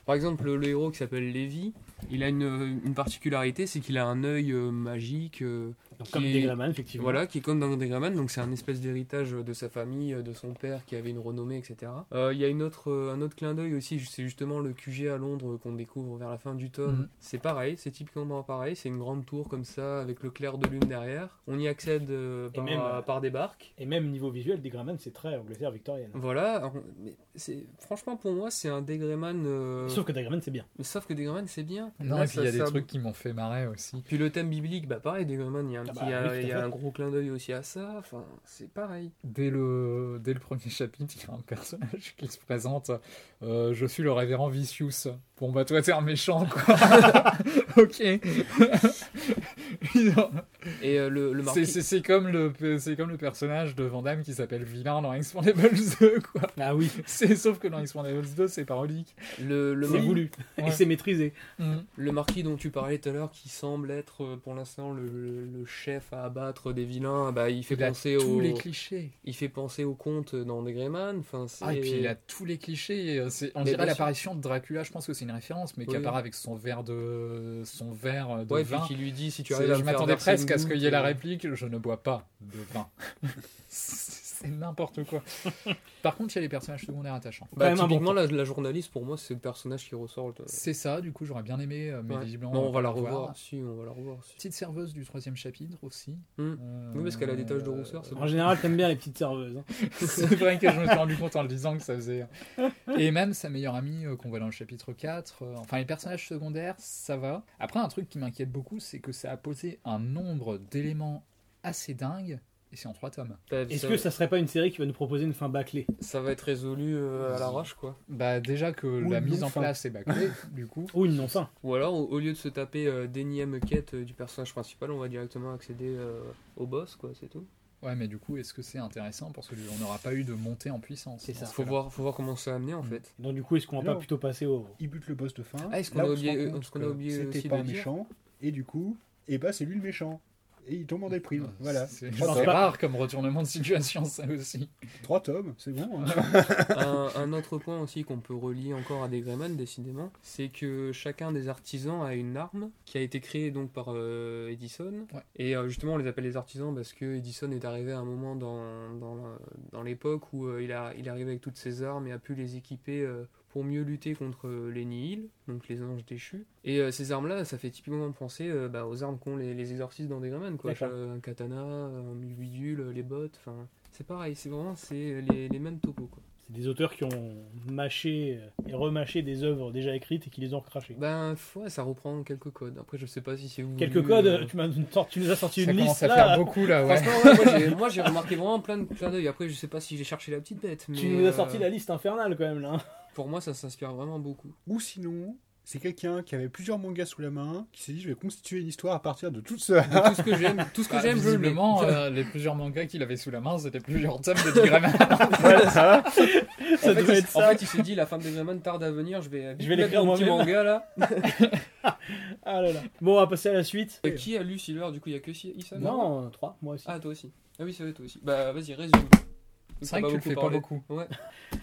Speaker 3: Par exemple, le, le héros qui s'appelle Levi, il a une, une particularité, c'est qu'il a un œil euh, magique, euh,
Speaker 6: Donc, comme
Speaker 3: Qui-
Speaker 6: des Greyman,
Speaker 1: Mhm.
Speaker 6: effectivement.
Speaker 3: Voilà, qui est comme dans Greyman, donc c'est un espèce d'héritage euh, de sa famille, de son père qui avait une renommée, etc. Euh, Il y a une autre, euh, un autre clin d'œil aussi, c'est justement le QG à Londres euh, qu'on découvre vers la fin du tome.
Speaker 2: Mhm.
Speaker 3: C'est pareil, c'est typiquement pareil, c'est une grande tour comme ça, avec le clair de lune derrière. On y accède euh,
Speaker 6: Et
Speaker 3: par,
Speaker 6: même, euh,
Speaker 3: par des barques.
Speaker 6: Et même niveau visuel, des Greyman, c'est très Angleterre victorienne.
Speaker 2: Euh.
Speaker 3: Voilà, alors, mais c'est- franchement pour moi c'est un Degreman, euh,
Speaker 6: Sauf que des Greyman, c'est bien.
Speaker 3: mais sauf que Degreman c'est bien.
Speaker 2: Non,
Speaker 3: Là,
Speaker 2: et puis
Speaker 3: ça
Speaker 2: il y a des
Speaker 3: sert-
Speaker 2: trucs qui m'ont fait marrer aussi.
Speaker 3: Puis le thème biblique, bah pareil, Degreman, il y a un,
Speaker 6: Ah
Speaker 3: petit-
Speaker 6: bah
Speaker 3: il y a-
Speaker 6: oui, tout à
Speaker 3: il y a
Speaker 6: fait.
Speaker 3: un gros clin d'œil aussi à ça, enfin c'est pareil.
Speaker 2: Dès le, dès le premier chapitre, il y a un personnage qui se présente. euh, je suis le révérend Vicious. Bon, bah, toi, t'es un méchant, quoi. [laughs] ok. [laughs]
Speaker 3: Et euh, le, le
Speaker 2: C'est-
Speaker 3: marquis-
Speaker 2: c'est c'est comme, le- c'est comme le personnage de Van Damme qui s'appelle Vilain dans Expandables [laughs] 2, quoi.
Speaker 6: Ah oui,
Speaker 2: C'est- Sauf que dans Expandables 2, c'est parodique.
Speaker 3: le, le
Speaker 6: c'est
Speaker 3: marquis-
Speaker 6: voulu.
Speaker 2: Ouais.
Speaker 6: Et c'est maîtrisé.
Speaker 2: Mm.
Speaker 3: Le marquis dont tu parlais tout à l'heure, qui semble être euh, pour l'instant le, le- le chef à abattre des vilains, bah, il fait
Speaker 2: Il a
Speaker 3: penser
Speaker 2: tous
Speaker 3: au
Speaker 2: les clichés.
Speaker 3: il fait penser au conte dans des Greyman. Enfin, c'est-
Speaker 2: Ah, et puis il a tous les clichés. euh, C'est, on
Speaker 3: Mais bien
Speaker 2: dirait
Speaker 3: sûr.
Speaker 2: l'apparition de Dracula, je pense que c'est une référence, mais qui
Speaker 3: Oui.
Speaker 2: apparaît avec son verre de, son verre de
Speaker 3: ouais, puis
Speaker 2: vin.
Speaker 3: qui lui dit si tu
Speaker 2: C'est-
Speaker 3: arrives à
Speaker 2: je
Speaker 3: me faire
Speaker 2: m'attendais
Speaker 3: verser une
Speaker 2: presque à ce qu'il y ait la
Speaker 3: goutte, euh,
Speaker 2: réplique je ne bois pas de vin. [laughs] c'est c'est n'importe
Speaker 3: [laughs]
Speaker 2: quoi. Par contre, il y a les personnages secondaires attachants.
Speaker 3: Bah,
Speaker 6: Quand même un bon
Speaker 3: typiquement, la, la journaliste, pour moi, c'est le personnage qui ressort. le-
Speaker 2: C'est ça, du coup, j'aurais bien aimé, euh, mais
Speaker 3: Ouais.
Speaker 2: visiblement,
Speaker 3: Non, on va
Speaker 2: pas
Speaker 3: la
Speaker 2: le voir.
Speaker 3: revoir. Si, on va la revoir. si.
Speaker 2: Petite serveuse du troisième chapitre aussi.
Speaker 3: Hmm.
Speaker 2: Euh,
Speaker 3: Oui, parce qu'elle a des taches de rousseur, c'est
Speaker 6: En général, t'aimes bien les petites serveuses. hein.
Speaker 2: [laughs] C'est vrai que je me suis rendu compte en le disant que ça faisait. euh, Et même sa meilleure amie euh, qu'on voit dans le chapitre 4. euh, enfin, les personnages secondaires, ça va. Après, un truc qui m'inquiète beaucoup, c'est que ça a posé un nombre d'éléments assez dingue. Et c'est en trois tomes.
Speaker 3: Bah,
Speaker 6: Est-ce
Speaker 3: ça,
Speaker 6: que ça serait pas une série qui va nous proposer une fin bâclée
Speaker 3: ça va être résolu euh, à l'arrache, quoi.
Speaker 2: Bah, déjà que la
Speaker 1: une
Speaker 2: mise en
Speaker 1: longue fin.
Speaker 2: place est bâclée, du coup.
Speaker 6: Ou une non-fin
Speaker 3: Ou alors, au, au lieu de se taper euh, d'énième quête euh, du personnage principal, on va directement accéder euh, au boss, quoi, c'est tout.
Speaker 2: Ouais, mais du coup, est-ce que c'est intéressant Parce qu'on n'aura pas eu de montée en puissance.
Speaker 6: C'est
Speaker 2: dans
Speaker 6: ça.
Speaker 2: ce
Speaker 3: Faut
Speaker 2: cas-là.
Speaker 3: voir, faut voir comment c'est amené en
Speaker 2: Hmm.
Speaker 3: fait.
Speaker 6: Donc, du coup, est-ce qu'on va pas
Speaker 4: Alors.
Speaker 6: plutôt passer au.
Speaker 4: Il bute le boss de fin.
Speaker 3: Ah, est-ce qu'on
Speaker 4: Là,
Speaker 3: a
Speaker 4: on se
Speaker 3: oublié-
Speaker 4: rend compte
Speaker 3: est-ce qu'on a
Speaker 4: que
Speaker 3: oublié aussi
Speaker 4: C'était pas
Speaker 3: de
Speaker 4: un
Speaker 3: dire
Speaker 4: méchant. Et du coup, et bah c'est lui le méchant. Et il tombe en déprime.
Speaker 3: Ah,
Speaker 2: Ouais,
Speaker 4: voilà.
Speaker 2: euh, C'est
Speaker 4: Trois
Speaker 2: c'est
Speaker 4: tomes.
Speaker 2: rare comme retournement de situation, ça aussi.
Speaker 4: Trois tomes, c'est bon. hein.
Speaker 3: un, un autre point aussi qu'on peut relier encore à des Greyman, décidément, c'est que chacun des artisans a une arme qui a été créée donc par euh, Edison.
Speaker 2: Ouais.
Speaker 3: Et euh, justement, on les appelle les artisans parce que Edison est arrivé à un moment dans, dans, la- dans l'époque où euh, il, a, il est arrivé avec toutes ses armes et a pu les équiper. euh, pour mieux lutter contre euh, les Nihil, donc les anges déchus. Et euh, ces armes-là, ça fait typiquement penser euh, bah, aux armes qu'ont les, les exorcistes dans des Greyman, quoi.
Speaker 6: D'accord.
Speaker 3: Euh, Un katana, un bidule, les bottes, enfin... C'est pareil, c'est vraiment c'est les, les mêmes topos, quoi.
Speaker 6: C'est des auteurs qui ont mâché euh, et remâché des œuvres déjà écrites et qui les ont recrachées.
Speaker 2: Bah,
Speaker 3: Ben, ouais, ça reprend quelques codes. Après, je sais pas si c'est vous. euh,
Speaker 6: Quelques codes, tu, m'as sorti- tu nous as sorti
Speaker 2: euh, ça
Speaker 6: une liste
Speaker 2: commence à
Speaker 6: là.
Speaker 2: faire beaucoup, là, ouais.
Speaker 3: [laughs] moi, j'ai remarqué vraiment plein de clins d'œil. Après, je sais pas si j'ai cherché la petite bête. Mais,
Speaker 6: Tu nous
Speaker 3: euh,
Speaker 6: as sorti la liste infernale quand même là. hein.
Speaker 3: Pour moi, ça s'inspire vraiment beaucoup.
Speaker 4: Ou sinon, c'est quelqu'un qui avait plusieurs mangas sous la main, qui s'est dit je vais constituer une histoire à partir de tout ça.
Speaker 3: Tout ce que j'aime, tout ce que
Speaker 2: Bah,
Speaker 3: j'aime, je le mets. [laughs]
Speaker 2: visiblement, euh, les plusieurs mangas qu'il avait sous la main, c'était plusieurs tomes de Digraman.
Speaker 3: [laughs]
Speaker 6: [laughs] Ça
Speaker 3: en, fait,
Speaker 6: doit
Speaker 3: il,
Speaker 6: être
Speaker 3: en
Speaker 6: ça.
Speaker 3: fait, il s'est dit, la femme de Greyman tarde à venir. Je vais,
Speaker 6: Je vais
Speaker 3: mettre
Speaker 6: l'écrire
Speaker 3: mon petit
Speaker 6: moi-même.
Speaker 3: manga
Speaker 6: [laughs]
Speaker 3: là.
Speaker 6: Ah là là. Bon, on va passer à la suite.
Speaker 3: Euh, qui a lu Silver Du coup, il y a que Si- Issa
Speaker 6: Non, euh, trois, moi aussi.
Speaker 3: Ah, toi aussi. Ah oui, c'est vrai, toi aussi. Bah, vas-y, résume.
Speaker 2: C'est vrai que tu le fais pas
Speaker 3: parler.
Speaker 2: beaucoup.
Speaker 3: Ouais.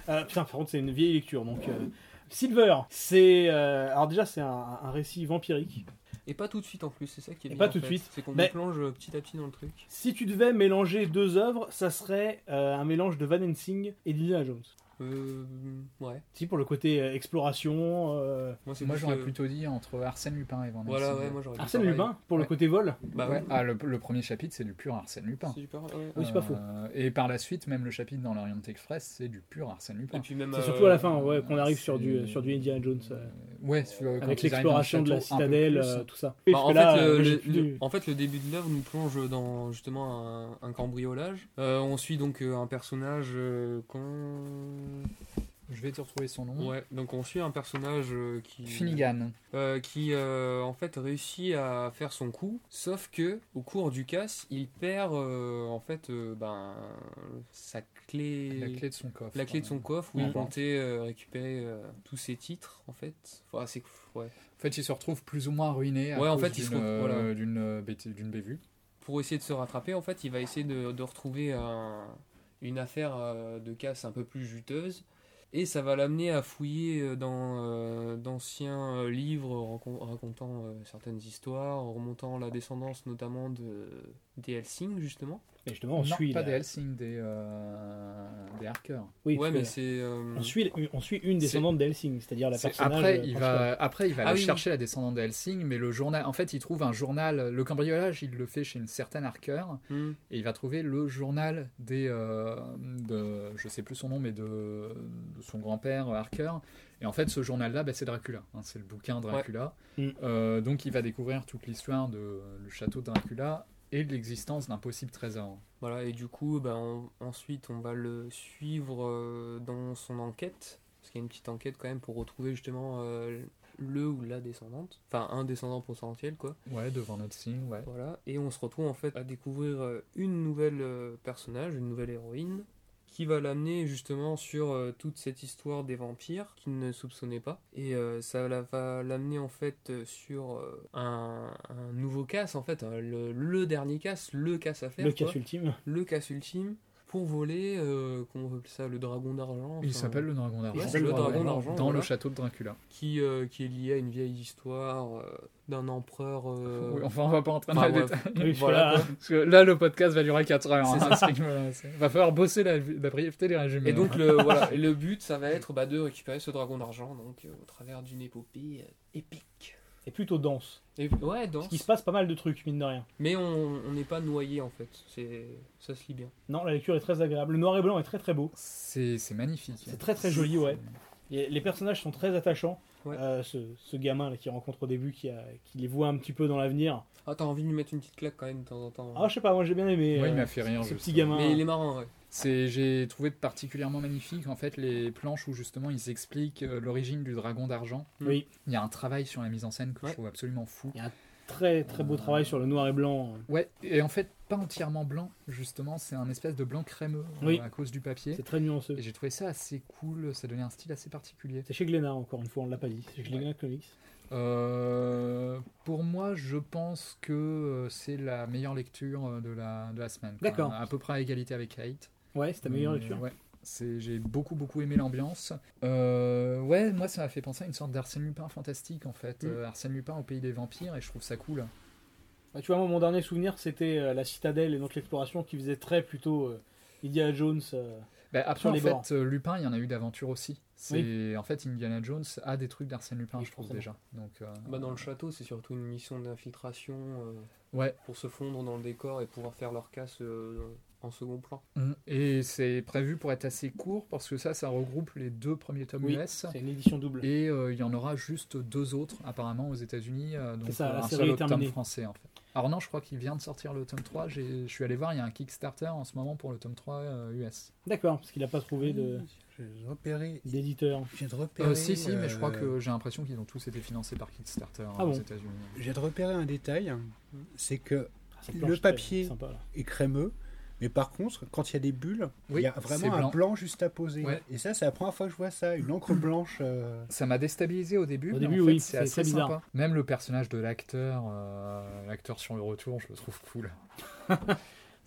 Speaker 6: Euh, putain, par contre, c'est une vieille lecture. Donc, euh, Silver, c'est. euh, alors, déjà, c'est un, un récit vampirique.
Speaker 3: Et pas tout de suite en plus, c'est ça qui est
Speaker 6: Et
Speaker 3: bien,
Speaker 6: pas
Speaker 3: en
Speaker 6: tout de
Speaker 3: fait.
Speaker 6: suite.
Speaker 3: C'est qu'on
Speaker 6: Mais-
Speaker 3: me plonge euh, petit à petit dans le truc.
Speaker 6: Si tu devais mélanger deux œuvres, ça serait euh, un mélange de Van Helsing et d'Indiana Jones.
Speaker 3: Euh. Ouais.
Speaker 6: Si, pour le côté euh, exploration. euh,
Speaker 3: Moi, c'est
Speaker 2: Moi,
Speaker 3: plus
Speaker 2: j'aurais
Speaker 3: le-
Speaker 2: plutôt dit entre Arsène Lupin et Van Helsing.
Speaker 3: Voilà, ouais, moi j'aurais dit
Speaker 6: Arsène
Speaker 3: Ah, pareil.
Speaker 6: Lupin, pour le
Speaker 2: Ouais.
Speaker 6: côté vol.
Speaker 3: Bah
Speaker 2: Ouais.
Speaker 3: ouais.
Speaker 2: Ah, le, le premier chapitre, c'est du pur Arsène Lupin.
Speaker 3: C'est du parrain, ouais.
Speaker 6: Oui, c'est pas faux.
Speaker 2: Euh, et par la suite, même le chapitre dans l'Orient Express, c'est du pur Arsène Lupin.
Speaker 3: Et puis même.
Speaker 6: C'est
Speaker 3: euh,
Speaker 6: surtout à la fin ouais, qu'on arrive sur
Speaker 2: c'est-
Speaker 6: du, sur du Indiana Jones. euh,
Speaker 2: Ouais, euh, quand
Speaker 6: avec
Speaker 2: ils arrivent dans le
Speaker 6: l'exploration de la
Speaker 2: château, un peu
Speaker 6: citadelle,
Speaker 2: plus.
Speaker 6: euh, tout ça.
Speaker 3: bah,
Speaker 6: Parce que
Speaker 3: en, fait,
Speaker 6: là,
Speaker 3: le,
Speaker 6: euh,
Speaker 3: le-
Speaker 6: j'ai plus
Speaker 3: le-
Speaker 6: de-
Speaker 3: en fait, le début de l'œuvre nous plonge dans justement un, un cambriolage. Euh, on suit donc euh, un personnage. euh, qu'on-
Speaker 2: Je vais te retrouver son nom.
Speaker 3: Ouais, donc on suit un personnage euh, qui.
Speaker 2: Hum. Finnegan.
Speaker 3: euh, qui euh, en fait réussit à faire son coup, sauf que au cours du casse, il perd euh, en fait euh, ben, sa
Speaker 2: La clé de son coffre.
Speaker 3: la clé de son coffre où
Speaker 2: Oui.
Speaker 3: il comptait euh, récupérer euh, tous ses titres en fait. Enfin, c'est ouais.
Speaker 2: En fait, il se retrouve plus ou moins ruiné à
Speaker 3: Ouais, en
Speaker 2: cause
Speaker 3: fait, il se
Speaker 2: d'une,
Speaker 3: retrouve-
Speaker 2: euh,
Speaker 3: voilà.
Speaker 2: d'une, euh, bêti- d'une bévue.
Speaker 3: Pour essayer de se rattraper, en fait, il va essayer de, de retrouver un- une affaire euh, de casse un peu plus juteuse. Et ça va l'amener à fouiller euh, dans euh, d'anciens euh, livres racon- racontant euh, certaines histoires, en remontant la descendance notamment de, Des Helsing, justement.
Speaker 1: Mais justement, on
Speaker 2: non,
Speaker 1: suit.
Speaker 2: pas
Speaker 1: la-
Speaker 2: des Helsing, des, euh, des Harker.
Speaker 1: Oui, parce
Speaker 3: ouais,
Speaker 1: que
Speaker 3: mais c'est. euh,
Speaker 1: on suit, on suit une descendante d'Helsing, c'est-à-dire la
Speaker 2: C'est-
Speaker 1: personnage.
Speaker 2: Après,
Speaker 1: euh,
Speaker 2: il
Speaker 1: principale.
Speaker 2: va, après, il va
Speaker 3: Ah
Speaker 2: aller
Speaker 3: oui,
Speaker 2: chercher la descendante d'Helsing, mais le journal, en fait, il trouve un journal. Le cambriolage, il le fait chez une certaine Harker,
Speaker 3: hmm.
Speaker 2: et il va trouver le journal des, euh, de, je sais plus son nom, mais de, de son grand-père euh, Harker. Et en fait, ce journal-là, bah, c'est Dracula. hein, c'est le bouquin Dracula.
Speaker 1: Mm.
Speaker 2: Euh, donc, il va découvrir toute l'histoire de le château de Dracula et de l'existence d'un possible trésor.
Speaker 3: Voilà, et du coup, ben, on- ensuite, on va le suivre euh, dans son enquête, parce qu'il y a une petite enquête quand même pour retrouver justement euh, le ou la descendante, enfin un descendant potentiel, quoi.
Speaker 2: Ouais, devant notre signe, ouais.
Speaker 3: Voilà, et on se retrouve en fait à découvrir euh, une nouvelle euh, personnage, une nouvelle héroïne, qui va l'amener justement sur euh, toute cette histoire des vampires qu'il ne soupçonnait pas. Et euh, ça la- va l'amener en fait euh, sur euh, un, un nouveau casse, en fait, hein, le, le dernier casse, le casse à faire,
Speaker 1: le
Speaker 3: quoi
Speaker 1: casse ultime.
Speaker 3: le casse ultime pour voler, euh, comment on appelle ça, le dragon d'argent.
Speaker 2: Il
Speaker 3: enfin,
Speaker 2: s'appelle le Dragon d'Argent.
Speaker 3: s'appelle
Speaker 1: le
Speaker 2: Ouais,
Speaker 1: Dragon
Speaker 3: d'Argent,
Speaker 2: Dans
Speaker 3: voilà.
Speaker 2: le château de Dracula.
Speaker 3: Qui, euh, qui est lié à une vieille histoire euh, d'un empereur. euh,
Speaker 2: [laughs] Oui, enfin, on va pas entrer dans
Speaker 1: bah,
Speaker 2: [laughs]
Speaker 3: enfin,
Speaker 2: les
Speaker 3: bref.
Speaker 2: détails.
Speaker 1: Oui,
Speaker 3: Voilà,
Speaker 1: voilà.
Speaker 2: Parce que là, le podcast va durer 4 heures.
Speaker 3: C'est
Speaker 2: hein,
Speaker 3: ça.
Speaker 2: ce rythme-là, c'est- va falloir bosser la, la brièveté des régimes.
Speaker 3: Et donc, le, voilà, et le but, ça va être bah, de récupérer ce dragon d'argent donc euh, au travers d'une épopée euh, épique.
Speaker 1: Et plutôt dense.
Speaker 3: Et, ouais,
Speaker 1: Parce
Speaker 3: danse.
Speaker 1: qu'il se passe pas mal de trucs, mine de rien.
Speaker 3: Mais on on n'est pas noyé en fait, c'est ça se lit bien.
Speaker 1: Non, la lecture est très agréable. Le noir et blanc est très très beau.
Speaker 2: c'est c'est magnifique.
Speaker 1: C'est très très joli, ouais. Et les personnages sont très attachants.
Speaker 3: Ouais.
Speaker 1: Euh, ce, ce gamin là, qui rencontre au début, qui, a- qui les voit un petit peu dans l'avenir.
Speaker 3: Ah, t'as envie de lui mettre une petite claque quand même de temps en temps. hein.
Speaker 1: Ah, je sais pas, moi j'ai bien aimé.
Speaker 2: Moi, il
Speaker 1: euh,
Speaker 2: m'a fait rire.
Speaker 1: ce petit gamin.
Speaker 2: justement.
Speaker 3: Mais il est marrant, ouais.
Speaker 2: C'est- J'ai trouvé particulièrement magnifique en fait les planches où justement ils expliquent euh, l'origine du dragon d'argent.
Speaker 1: Oui,
Speaker 2: Il y a un travail sur la mise en scène que
Speaker 3: Ouais.
Speaker 2: je trouve absolument fou.
Speaker 1: très très beau travail sur le noir et blanc.
Speaker 2: Ouais, et en fait pas entièrement blanc justement, c'est un espèce de blanc crémeux euh,
Speaker 1: Oui.
Speaker 2: à cause du papier.
Speaker 1: C'est très nuanceux.
Speaker 2: Et j'ai trouvé ça assez cool, ça donnait un style assez particulier.
Speaker 1: C'est chez Glénat, encore une fois, on l'a pas dit. C'est chez Glénat Comics.
Speaker 2: Euh, pour moi, je pense que euh, c'est la meilleure lecture euh, de la, de la semaine. quoi.
Speaker 1: D'accord.
Speaker 2: À peu près à égalité avec Hate.
Speaker 1: Ouais, c'est ta meilleure
Speaker 2: Mais,
Speaker 1: lecture.
Speaker 2: ouais, c'est- J'ai beaucoup, beaucoup aimé l'ambiance. Euh, ouais, moi, ça m'a fait penser à une sorte d'Arsène Lupin fantastique, en fait.
Speaker 1: Mm.
Speaker 2: Euh, Arsène Lupin au pays des vampires, et je trouve ça cool.
Speaker 1: Bah, tu vois, moi, mon dernier souvenir, c'était euh, la citadelle et donc l'exploration qui faisait très plutôt euh, Indiana Jones. euh,
Speaker 2: Bah, après,
Speaker 1: Sur
Speaker 2: en
Speaker 1: les
Speaker 2: fait,
Speaker 1: bords.
Speaker 2: euh, Lupin, il y en a eu d'aventures aussi. C'est En fait, Indiana Jones a des trucs d'Arsène Lupin,
Speaker 1: Oui,
Speaker 2: je trouve, déjà.
Speaker 1: forcément.
Speaker 2: Donc, euh,
Speaker 3: Bah, dans le château, c'est surtout une mission d'infiltration euh,
Speaker 2: Ouais.
Speaker 3: pour se fondre dans le décor et pouvoir faire leur casse euh, en second plan.
Speaker 2: Mm. Et c'est prévu pour être assez court, parce que ça, ça regroupe les deux premiers tomes
Speaker 1: Oui,
Speaker 2: US.
Speaker 1: c'est une édition double.
Speaker 2: Et euh, il y en aura juste deux autres, apparemment, aux États-Unis. euh, donc,
Speaker 1: C'est ça,
Speaker 2: euh,
Speaker 1: la
Speaker 2: un
Speaker 1: série
Speaker 2: seul
Speaker 1: est
Speaker 2: autre
Speaker 1: terminée.
Speaker 2: tome français, en fait. Alors, non, je crois qu'il vient de sortir le tome 3. J'ai- Je suis allé voir, il y a un Kickstarter en ce moment pour le tome 3 euh, US.
Speaker 1: D'accord, parce qu'il n'a pas trouvé de-
Speaker 4: J'ai repéré.
Speaker 1: d'éditeur.
Speaker 4: Je viens de
Speaker 2: Euh,
Speaker 4: repérer.
Speaker 2: si, si, mais je crois
Speaker 4: euh,
Speaker 2: que j'ai l'impression qu'ils ont tous été financés par Kickstarter
Speaker 1: Ah
Speaker 2: euh,
Speaker 1: bon
Speaker 2: aux États-Unis.
Speaker 4: Je viens de repérer un détail. C'est que
Speaker 1: Ah, cette
Speaker 4: Le
Speaker 1: planche est
Speaker 4: papier.
Speaker 1: très sympa, là.
Speaker 4: est crémeux. Mais par contre, quand il y a des bulles, il
Speaker 2: Oui,
Speaker 4: y a
Speaker 2: c'est
Speaker 4: vraiment un
Speaker 2: blanc.
Speaker 4: blanc juste à poser.
Speaker 2: Ouais.
Speaker 4: Et ça, c'est la première fois que je vois ça. Une encre blanche. euh,
Speaker 2: Ça m'a déstabilisé au début.
Speaker 1: Au
Speaker 2: mais
Speaker 1: début,
Speaker 2: en fait,
Speaker 1: oui,
Speaker 2: c'est
Speaker 1: c'est
Speaker 2: assez
Speaker 1: très bizarre.
Speaker 2: sympa. Même le personnage de l'acteur, euh, l'acteur sur le retour, je le trouve cool.
Speaker 1: Bah,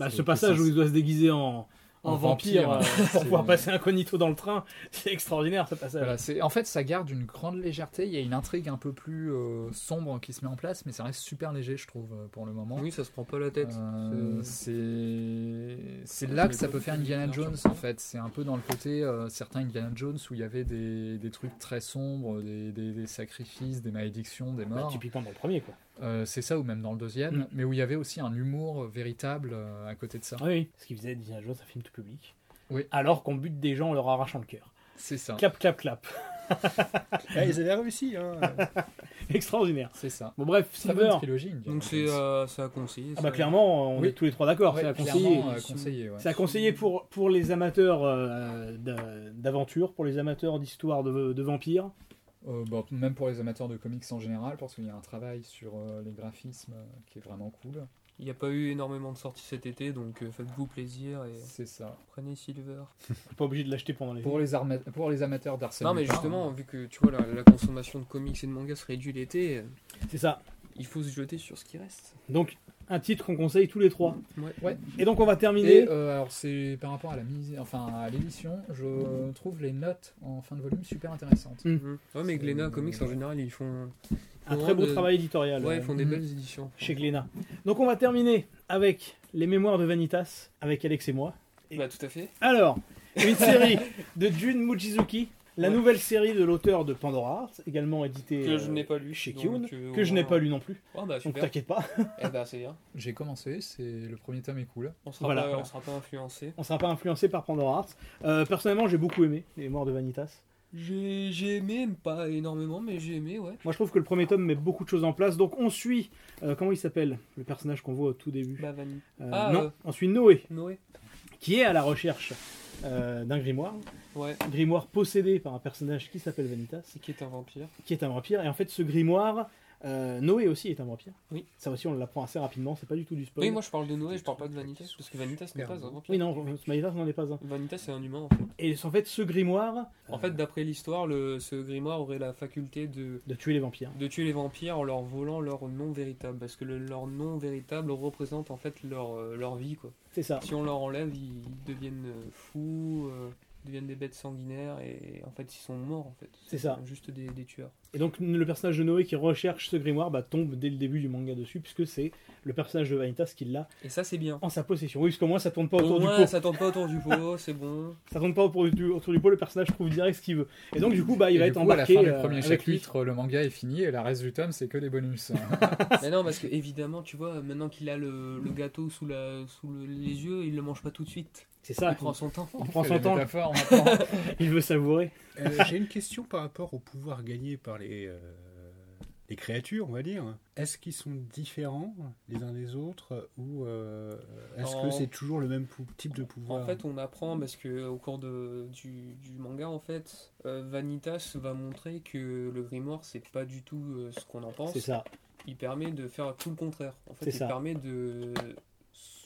Speaker 2: C'est-
Speaker 1: ce passage
Speaker 2: c'est-
Speaker 1: où il doit se déguiser en, en
Speaker 2: En
Speaker 1: vampire,
Speaker 2: vampire,
Speaker 1: euh, pour
Speaker 2: c'est-
Speaker 1: pouvoir passer incognito dans le train, [laughs] c'est extraordinaire ce passage.
Speaker 2: Voilà, c'est- en fait, ça garde une grande légèreté. Il y a une intrigue un peu plus euh, sombre qui se met en place, mais ça reste super léger, je trouve, euh, pour le moment.
Speaker 3: Oui, ça se prend pas la tête.
Speaker 2: Euh,
Speaker 3: C'est-
Speaker 2: c'est c'est là que ça peut faire Indiana Jones en fait. C'est un peu dans le côté euh, certains Indiana Jones où il y avait des, des trucs très sombres, des, des- des sacrifices, des malédictions, des
Speaker 1: Bah,
Speaker 2: morts.
Speaker 1: typiquement dans le premier, quoi.
Speaker 2: Euh, c'est ça ou même dans le deuxième,
Speaker 1: Mm.
Speaker 2: mais où il y avait aussi un humour euh, véritable euh, à côté de ça.
Speaker 1: Ah oui, ce qu'il faisait Indiana Jones, un film tout public.
Speaker 2: Oui.
Speaker 1: Alors qu'on bute des gens en leur arrachant le cœur.
Speaker 2: C'est ça.
Speaker 1: Clap, clap, clap. [laughs]
Speaker 4: Ah, ils avaient
Speaker 2: [laughs]
Speaker 4: réussi. Hein.
Speaker 1: Extraordinaire.
Speaker 2: C'est ça.
Speaker 1: Bon, bref,
Speaker 2: Très bonne
Speaker 1: Silver.
Speaker 2: trilogie. Indiana
Speaker 3: Donc c'est
Speaker 2: Jones.
Speaker 3: euh, c'est à conseiller.
Speaker 1: Ah
Speaker 3: ça.
Speaker 1: bah clairement, on
Speaker 2: Oui.
Speaker 1: est tous les trois d'accord,
Speaker 2: Ouais,
Speaker 1: c'est à conseiller.
Speaker 2: clairement, euh, conseillé, ouais.
Speaker 1: C'est à conseiller pour, pour les amateurs euh, d'a- d'aventure, pour les amateurs d'histoire de, de vampires.
Speaker 2: Euh, bon, même pour les amateurs de comics en général, parce qu'il y a un travail sur euh, les graphismes euh, qui est vraiment cool.
Speaker 3: Il n'y a pas eu énormément de sorties cet été, donc euh, faites-vous plaisir et
Speaker 2: C'est ça.
Speaker 3: prenez Silver.
Speaker 1: Pas obligé de l'acheter pendant les.
Speaker 2: Pour les, arma- pour les amateurs d'Arsène
Speaker 3: non mais
Speaker 2: Lupin,
Speaker 3: justement, vu que tu vois la, la consommation de comics et de mangas se réduit l'été, euh,
Speaker 1: C'est ça.
Speaker 3: il faut se jeter sur ce qui reste.
Speaker 1: Donc, un titre qu'on conseille tous les trois.
Speaker 3: Ouais.
Speaker 2: Ouais.
Speaker 1: Et donc on va terminer.
Speaker 2: Et euh, alors c'est par rapport à la mise, enfin à l'édition, je trouve les notes en fin de volume super intéressantes.
Speaker 1: Hum.
Speaker 3: Mhm. Ouais, mais
Speaker 2: C'est-
Speaker 3: Glénat Comics en général, ils font.
Speaker 1: un
Speaker 3: font
Speaker 1: très beau
Speaker 3: de-
Speaker 1: travail éditorial
Speaker 3: Ouais,
Speaker 1: euh,
Speaker 3: ils font des
Speaker 2: Mhm.
Speaker 3: belles éditions.
Speaker 1: chez Glénat. Donc on va terminer avec les mémoires de Vanitas avec Alex et moi. Et-
Speaker 3: Bah, tout à fait.
Speaker 1: Alors, une
Speaker 3: [laughs]
Speaker 1: série de Jun Mujizuki, la
Speaker 3: Ouais.
Speaker 1: nouvelle série de l'auteur de Pandora Hearts, également éditée
Speaker 3: Que je
Speaker 1: euh,
Speaker 3: n'ai pas lu.
Speaker 1: chez
Speaker 3: donc,
Speaker 1: Kyun,
Speaker 3: euh,
Speaker 1: que je n'ai pas lu non plus.
Speaker 3: Ah, bah,
Speaker 1: Donc
Speaker 3: super.
Speaker 1: t'inquiète pas,
Speaker 3: Eh bah, c'est bien.
Speaker 2: J'ai commencé, c'est le premier tome est cool.
Speaker 3: On sera
Speaker 1: Voilà,
Speaker 3: pas,
Speaker 1: voilà.
Speaker 3: on sera pas influencé.
Speaker 1: on sera pas influencé par Pandora Hearts. Euh, personnellement, j'ai beaucoup aimé les mémoires de Vanitas.
Speaker 3: J'ai j'ai aimé, pas énormément, mais j'ai aimé, ouais.
Speaker 1: Moi, je trouve que le premier tome met beaucoup de choses en place. Donc on suit, euh, comment il s'appelle, le personnage qu'on voit au tout début
Speaker 3: Bah, Vanille.
Speaker 1: Euh,
Speaker 3: ah,
Speaker 1: Non,
Speaker 3: euh.
Speaker 1: on suit Noé,
Speaker 3: Noé.
Speaker 1: qui est à la recherche euh, d'un grimoire.
Speaker 3: Ouais,
Speaker 1: grimoire possédé par un personnage qui s'appelle Vanitas,
Speaker 3: c'est qui est un vampire.
Speaker 1: qui est un vampire. Et en fait, ce grimoire, euh, Noé aussi est un vampire.
Speaker 3: Oui.
Speaker 1: Ça aussi, on l'apprend assez rapidement, c'est pas du tout du spoil.
Speaker 3: Oui, moi je parle de Noé, je parle pas de Vanitas, parce que Vanitas n'est
Speaker 4: Super
Speaker 3: pas un
Speaker 4: beau.
Speaker 3: vampire.
Speaker 1: Oui, non, Vanitas n'en est pas un.
Speaker 3: Vanitas c'est un humain en fait.
Speaker 1: Et en fait, ce grimoire,
Speaker 3: En fait, d'après l'histoire, le- ce grimoire aurait la faculté de,
Speaker 1: de tuer les vampires.
Speaker 3: de tuer les vampires en leur volant leur nom véritable, parce que le- leur nom véritable représente en fait leur, euh, leur vie quoi.
Speaker 1: C'est ça.
Speaker 3: Si on leur enlève, ils deviennent euh, fous, euh, ils deviennent des bêtes sanguinaires et en fait ils sont morts en fait.
Speaker 1: C'est ça.
Speaker 3: Juste des, des tueurs.
Speaker 1: Et donc, le personnage de Noé qui recherche ce grimoire bah, tombe dès le début du manga dessus, puisque c'est le personnage de Vanitas qui l'a
Speaker 3: Et ça c'est bien.
Speaker 1: en sa possession. Oui, parce qu'au moins, ça tourne pas autour
Speaker 3: Au
Speaker 1: du
Speaker 3: moins,
Speaker 1: pot. Ça...
Speaker 3: ça tourne pas autour du pot, [laughs] c'est bon.
Speaker 1: tourne pas autour du, autour du pot, le personnage trouve direct ce qu'il veut. Et donc, du coup, bah, il
Speaker 2: Et
Speaker 1: va
Speaker 2: du
Speaker 1: être
Speaker 2: coup,
Speaker 1: embarqué
Speaker 2: à la fin
Speaker 1: euh,
Speaker 2: du premier
Speaker 1: avec lui.
Speaker 2: chapitre, le manga est fini et la reste du tome c'est que
Speaker 1: [laughs]
Speaker 2: des bonus.
Speaker 3: Mais non, parce que évidemment, tu vois, maintenant qu'il a le, le gâteau sous, la, sous le- les yeux, il le mange pas tout de suite.
Speaker 1: C'est
Speaker 3: Il
Speaker 1: ça,
Speaker 3: prend son temps.
Speaker 1: il prend
Speaker 2: C'est
Speaker 1: son
Speaker 2: la
Speaker 1: temps,
Speaker 2: métaphore, maintenant.
Speaker 1: il veut savourer.
Speaker 4: Euh, J'ai une question par rapport au pouvoir gagné par les, euh, les créatures, on va dire. Est-ce qu'ils sont différents les uns des autres ou euh, est-ce
Speaker 3: En-
Speaker 4: que c'est toujours le même pou- type de pouvoir
Speaker 3: En fait, on apprend parce que au cours de, du, du manga, en fait, euh, Vanitas va montrer que le grimoire, c'est pas du tout euh, ce qu'on en pense.
Speaker 1: C'est ça.
Speaker 3: Il permet de faire tout le contraire. En fait,
Speaker 1: C'est
Speaker 3: il
Speaker 1: ça.
Speaker 3: permet de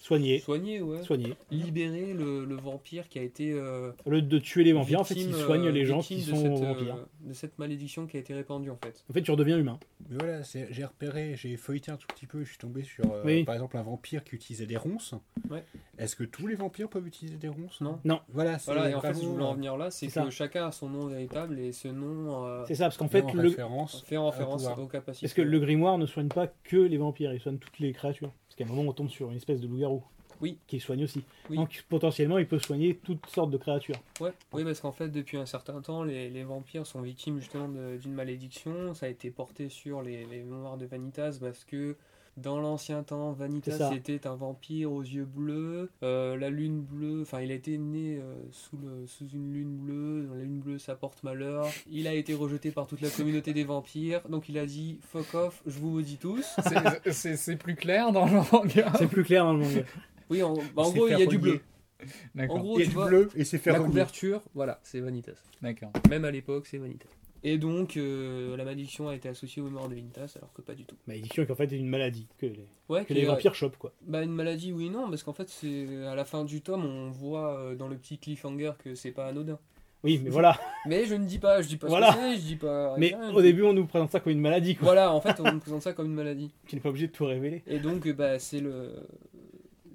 Speaker 1: Soigner.
Speaker 3: soigner, ouais.
Speaker 1: Soigner.
Speaker 3: libérer le, le vampire qui a été euh,
Speaker 1: Au lieu de tuer les vampires, en
Speaker 3: victime,
Speaker 1: fait, ils soignent
Speaker 3: euh,
Speaker 1: les gens
Speaker 3: victime
Speaker 1: qui
Speaker 3: de
Speaker 1: sont
Speaker 3: cette, euh,
Speaker 1: vampires.
Speaker 3: de cette malédiction qui a été répandue en fait.
Speaker 1: En fait, tu redeviens humain.
Speaker 4: Mais voilà, c'est- j'ai repéré, j'ai feuilleté un tout petit peu, je suis tombé sur euh,
Speaker 1: Oui.
Speaker 4: par exemple un vampire qui utilisait des ronces.
Speaker 3: Ouais.
Speaker 4: Est-ce que tous les vampires peuvent utiliser des ronces
Speaker 3: Non.
Speaker 1: Non.
Speaker 4: Voilà, c'est
Speaker 3: Voilà, et en fait,
Speaker 4: vraiment,
Speaker 3: je voulais en
Speaker 4: euh,
Speaker 3: venir là, c'est
Speaker 1: c'est ça.
Speaker 3: que chacun a son nom véritable et ce nom euh,
Speaker 1: C'est ça, parce qu'en
Speaker 4: fait,
Speaker 1: fait,
Speaker 4: en
Speaker 1: le...
Speaker 4: référence.
Speaker 3: fait référence
Speaker 4: pouvoir.
Speaker 3: aux capacités.
Speaker 1: parce que le grimoire ne soigne pas que les vampires, il soigne toutes les créatures. Parce qu'à un moment, on tombe sur une espèce de loup-garou.
Speaker 3: Oui.
Speaker 1: Qui soigne aussi.
Speaker 3: Oui.
Speaker 1: Donc, potentiellement, il peut soigner toutes sortes de créatures.
Speaker 3: Ouais. Oui, parce qu'en fait, depuis un certain temps, les, les vampires sont victimes justement de- d'une malédiction. Ça a été porté sur les, les mémoires de Vanitas parce que dans l'ancien temps,
Speaker 1: C'est
Speaker 3: Vanitas
Speaker 1: ça.
Speaker 3: était un vampire aux yeux bleus, euh, la lune bleue, enfin il a été né euh, sous, le, sous une lune bleue, la lune bleue ça porte malheur, il a été rejeté par toute la communauté des vampires, donc il a dit fuck off, je vous maudis tous.
Speaker 2: C'est- c'est- c'est plus clair dans le
Speaker 3: Ah.
Speaker 2: manga.
Speaker 1: C'est plus clair dans le manga.
Speaker 3: Oui, en, bah, en
Speaker 4: s'est
Speaker 3: gros
Speaker 4: fait
Speaker 3: il y a du
Speaker 4: renier.
Speaker 3: bleu. En
Speaker 2: D'accord.
Speaker 3: gros,
Speaker 4: Il y a
Speaker 3: Oh, tu
Speaker 4: du
Speaker 3: vois,
Speaker 4: bleu et c'est fait
Speaker 3: la
Speaker 4: relier.
Speaker 3: couverture, voilà, c'est Vanitas.
Speaker 1: [laughs]
Speaker 2: D'accord.
Speaker 3: Même à l'époque, c'est Vanitas. Et donc, euh, la malédiction a été associée aux morts de Vanitas, alors que pas du tout.
Speaker 1: Malédiction qui, en fait, est une maladie. Que les,
Speaker 3: Ouais,
Speaker 1: que
Speaker 3: qui
Speaker 1: les
Speaker 3: est-
Speaker 1: vampires chopent, quoi.
Speaker 3: Bah, une maladie, oui, non, parce qu'en fait, c'est à la fin du tome, on voit euh, dans le petit cliffhanger que c'est pas anodin.
Speaker 1: Oui, mais voilà.
Speaker 3: Mais je ne dis pas, je dis pas
Speaker 1: Voilà.
Speaker 3: ce que c'est, je dis pas.
Speaker 1: mais
Speaker 3: rien,
Speaker 1: au
Speaker 3: je-
Speaker 1: début, on nous présente ça comme une maladie, quoi.
Speaker 3: Voilà, en fait, on [laughs] me présente ça comme une maladie.
Speaker 1: Tu n'es pas obligé de tout révéler.
Speaker 3: Et donc, euh, bah, c'est le.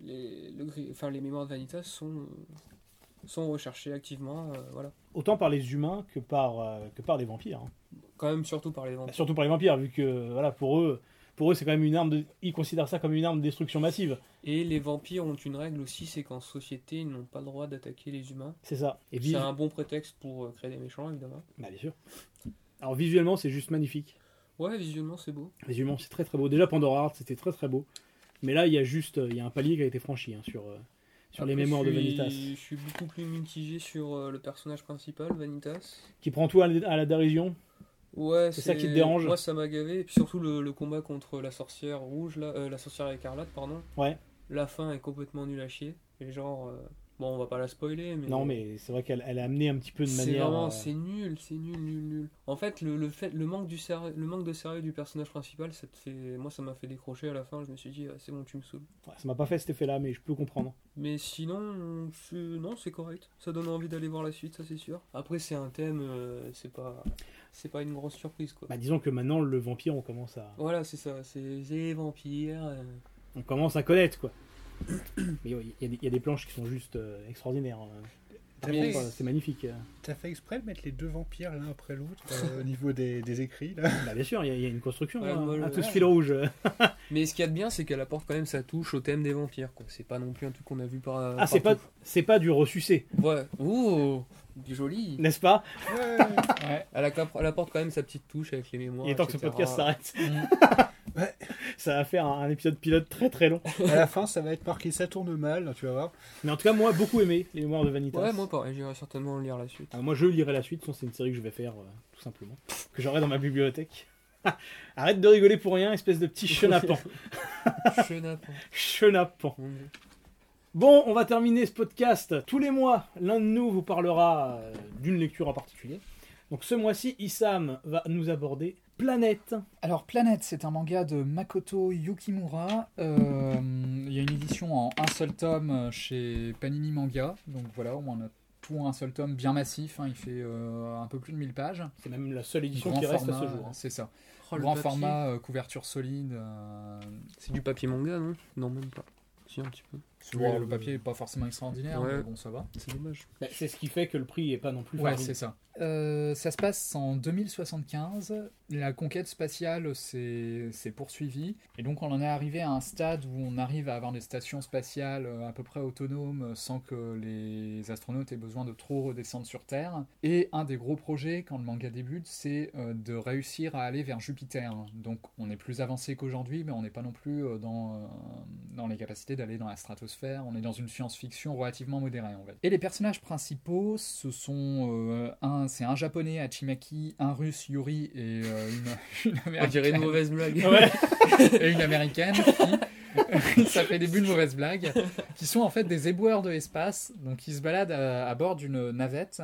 Speaker 3: Les, le gri- enfin, les mémoires de Vanitas sont, euh, sont recherchées activement, euh, voilà.
Speaker 1: Autant par les humains que par, euh, que par les vampires. hein.
Speaker 3: Quand même, surtout par les ventes.
Speaker 1: Surtout pour les vampires, vu que voilà, pour eux, pour eux c'est quand même une arme de. Ils considèrent ça comme une arme de destruction massive.
Speaker 3: Et les vampires ont une règle aussi, c'est qu'en société, ils n'ont pas le droit d'attaquer les humains.
Speaker 1: C'est ça. Et
Speaker 3: C'est
Speaker 1: visu-
Speaker 3: un bon prétexte pour euh, créer des méchants, évidemment.
Speaker 1: Bah, bien sûr. Alors visuellement, c'est juste magnifique.
Speaker 3: Ouais, visuellement, c'est beau.
Speaker 1: Visuellement, c'est très très beau. Déjà, Pandora Hearts, c'était très très beau. Mais là, il y a juste, il y a un palier qui a été franchi hein, sur, euh, sur les
Speaker 3: Après,
Speaker 1: mémoires de
Speaker 3: Ah, je suis-
Speaker 1: Vanitas,
Speaker 3: Je suis beaucoup plus mitigé sur euh, le personnage principal, Vanitas.
Speaker 1: qui prend tout à la, à la dérision.
Speaker 3: Ouais,
Speaker 1: C'est ça qui te dérange
Speaker 3: Moi, ça m'a gavé. Et puis surtout, le, le combat contre la sorcière rouge, là, euh, la sorcière écarlate, pardon.
Speaker 1: Ouais.
Speaker 3: La fin est complètement nulle à chier. Et genre, euh, bon, on va pas la spoiler, mais.
Speaker 1: Non, mais c'est vrai qu'elle elle a amené un petit peu de
Speaker 3: C'est
Speaker 1: manière.
Speaker 3: vraiment,
Speaker 1: euh,
Speaker 3: c'est nul, c'est nul, nul, nul. En fait, le, le fait, le manque du sérieux, le manque de sérieux du personnage principal, ça te fait, moi, ça m'a fait décrocher à la fin. Je me suis dit, ah, c'est bon, tu me saoules.
Speaker 1: ouais, ça m'a pas fait cet effet-là, mais je peux comprendre.
Speaker 3: Mais sinon, c'est- non, c'est correct. Ça donne envie d'aller voir la suite, ça c'est sûr. Après, c'est un thème, euh, c'est pas, c'est pas une grosse surprise quoi.
Speaker 1: Bah, disons que maintenant, le vampire, on commence à.
Speaker 3: Voilà, c'est ça, c'est les vampires. euh,
Speaker 6: on commence à connaître quoi. Mais ouais, il y, a des- il y a des planches qui sont juste euh, extraordinaires. hein. Par
Speaker 4: T'as
Speaker 6: contre,
Speaker 4: fait-
Speaker 6: euh, c'est magnifique.
Speaker 4: T'as fait exprès de mettre les deux vampires l'un après l'autre
Speaker 3: [laughs]
Speaker 4: euh, au niveau des, des écrits là.
Speaker 6: Bah, bien sûr, il y, a- il y a une construction.
Speaker 3: Ouais,
Speaker 6: hein,
Speaker 3: moi,
Speaker 6: à
Speaker 3: je-
Speaker 6: tout ce
Speaker 3: ouais.
Speaker 6: fil rouge.
Speaker 3: Mais ce qu'il y a de bien, c'est qu'elle apporte quand même sa touche au thème des vampires. quoi. C'est pas non plus un truc qu'on a vu par.
Speaker 6: Ah, c'est pas,
Speaker 3: partout.
Speaker 6: c'est pas du ressucé,
Speaker 3: Ouais. Ouh, du joli.
Speaker 6: n'est-ce pas
Speaker 4: Ouais.
Speaker 3: Elle, a- elle apporte quand même sa petite touche avec les mémoires.
Speaker 6: Il est temps que ce
Speaker 3: etc..
Speaker 6: podcast s'arrête.
Speaker 2: Mm.
Speaker 4: Ouais.
Speaker 6: Ça va faire un, un épisode pilote très très long.
Speaker 4: à la fin, ça va être marqué ça tourne mal, hein, tu vas voir.
Speaker 6: Mais en tout cas, moi, beaucoup aimé les mémoires de Vanitas.
Speaker 3: Ouais, moi pareil, j'irai certainement lire la suite. [laughs]
Speaker 6: Ah, moi, je lirai la suite. sinon C'est une série que je vais faire, euh, tout simplement. Que j'aurai dans ma bibliothèque. [laughs] Ah, Arrête de rigoler pour rien, espèce de
Speaker 3: [laughs]
Speaker 6: petit chenapan.
Speaker 3: Chenapan,
Speaker 6: chenapan.
Speaker 3: mon dieu.
Speaker 6: Bon, on va terminer ce podcast. Tous les mois, l'un de nous vous parlera euh, d'une lecture en particulier. Donc ce mois-ci, Issam va nous aborder Planète.
Speaker 2: Alors, Planète, c'est un manga de Makoto Yukimura. Euh, Il y a une édition en un seul tome euh, chez Panini Manga. Donc voilà, on a tout en un seul tome bien massif. hein. Il fait euh, un peu plus de 1000 pages.
Speaker 6: C'est même la seule édition
Speaker 2: Grand
Speaker 6: qui reste à
Speaker 2: format,
Speaker 6: ce jour. hein.
Speaker 2: euh, C'est ça.
Speaker 3: Oh, le
Speaker 2: Grand
Speaker 3: papier.
Speaker 2: format, euh, couverture solide. euh,
Speaker 3: C'est du papier manga, non Non, même pas. Si, un petit peu.
Speaker 2: bon,
Speaker 4: Ouais,
Speaker 2: le
Speaker 4: euh,
Speaker 2: papier n'est pas forcément extraordinaire,
Speaker 3: Ouais.
Speaker 2: mais bon, ça va.
Speaker 3: C'est dommage.
Speaker 6: Bah, c'est ce qui fait que le prix est pas non plus.
Speaker 2: Ouais,
Speaker 6: farfelu.
Speaker 2: c'est ça. Euh, ça se passe en 2075. La conquête spatiale s'est s'est poursuivie. Et donc, on en est arrivé à un stade où on arrive à avoir des stations spatiales euh, à peu près autonomes euh, sans que les astronautes aient besoin de trop redescendre sur Terre. Et un des gros projets, quand le manga débute, c'est euh, de réussir à aller vers Jupiter. Donc, on est plus avancé qu'aujourd'hui, mais on n'est pas non plus euh, dans, euh, dans les capacités d'aller dans la stratosphère. On est dans une science-fiction relativement modérée, en fait. Et les personnages principaux, ce sont euh, un, c'est un japonais, Hachimaki, un russe, Yuri, et euh, une, [laughs] une
Speaker 3: On dirait une
Speaker 2: américaine.
Speaker 3: mauvaise blague.
Speaker 6: [laughs] Ouais.
Speaker 2: et une américaine qui, [laughs] ça fait des bulles mauvaises blagues, qui sont en fait des éboueurs de l'espace. Donc, ils se baladent euh, à- à bord d'une navette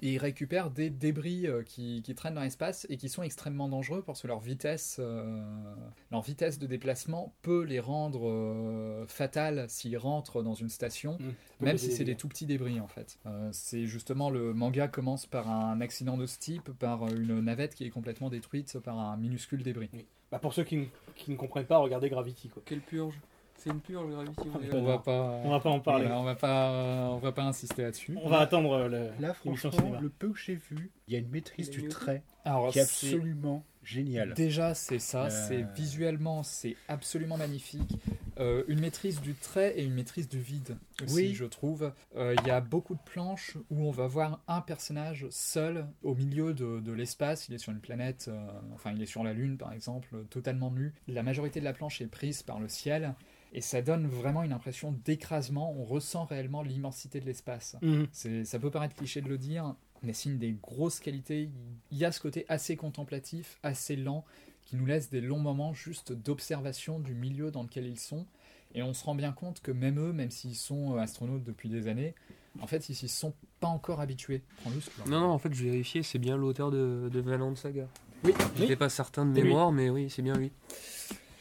Speaker 2: et ils récupèrent des débris euh, qui, qui traînent dans l'espace et qui sont extrêmement dangereux parce que leur vitesse, euh, leur vitesse de déplacement peut les rendre euh, fatales s'ils rentrent dans une station,
Speaker 6: Mmh.
Speaker 2: même si c'est des tout petits débris en fait. Euh, c'est justement le manga commence par un accident de ce type, par une navette qui est complètement détruite par un minuscule débris.
Speaker 6: Bah, pour ceux qui, ne- qui ne comprennent pas, regardez Gravity. Quoi.
Speaker 3: Quelle purge. C'est une purge, Gravity. mon gars.
Speaker 2: On va pas,
Speaker 6: On va pas en parler.
Speaker 2: voilà, on va pas, euh, on va pas insister là-dessus.
Speaker 6: On va attendre euh, le.
Speaker 4: Là,
Speaker 6: Émission
Speaker 4: franchement,
Speaker 6: cinéma.
Speaker 4: le peu que j'ai vu, il y a une maîtrise
Speaker 3: Il est
Speaker 4: du
Speaker 3: mieux.
Speaker 4: trait
Speaker 2: Alors,
Speaker 3: Oh,
Speaker 4: qui est
Speaker 2: c'est-
Speaker 4: absolument géniale.
Speaker 2: Déjà, c'est ça.
Speaker 4: Euh.
Speaker 2: C'est visuellement, c'est absolument magnifique. Euh, une maîtrise du trait et une maîtrise du vide aussi,
Speaker 4: Oui.
Speaker 2: je trouve. Euh, Il y a beaucoup de planches où on va voir un personnage seul au milieu de, de l'espace. Il est sur une planète, euh, enfin, il est sur la Lune, par exemple, euh, totalement nu. La majorité de la planche est prise par le ciel. Et ça donne vraiment une impression d'écrasement. On ressent réellement l'immensité de l'espace.
Speaker 6: Mhm.
Speaker 2: C'est- Ça peut paraître cliché de le dire, mais c'est une des grosses qualités. Il y a ce côté assez contemplatif, assez lent, qui nous laisse des longs moments juste d'observation du milieu dans lequel ils sont. Et on se rend bien compte que même eux, même s'ils sont euh, astronautes depuis des années, en fait, ils s'y sont pas encore habitués. Prends juste leur-
Speaker 3: Non, non, en fait, je vérifiais, c'est bien l'auteur de, de Valente Saga.
Speaker 2: Oui.
Speaker 3: J'étais pas certain de
Speaker 6: C'est lui.
Speaker 3: mémoire, mais oui, c'est bien lui.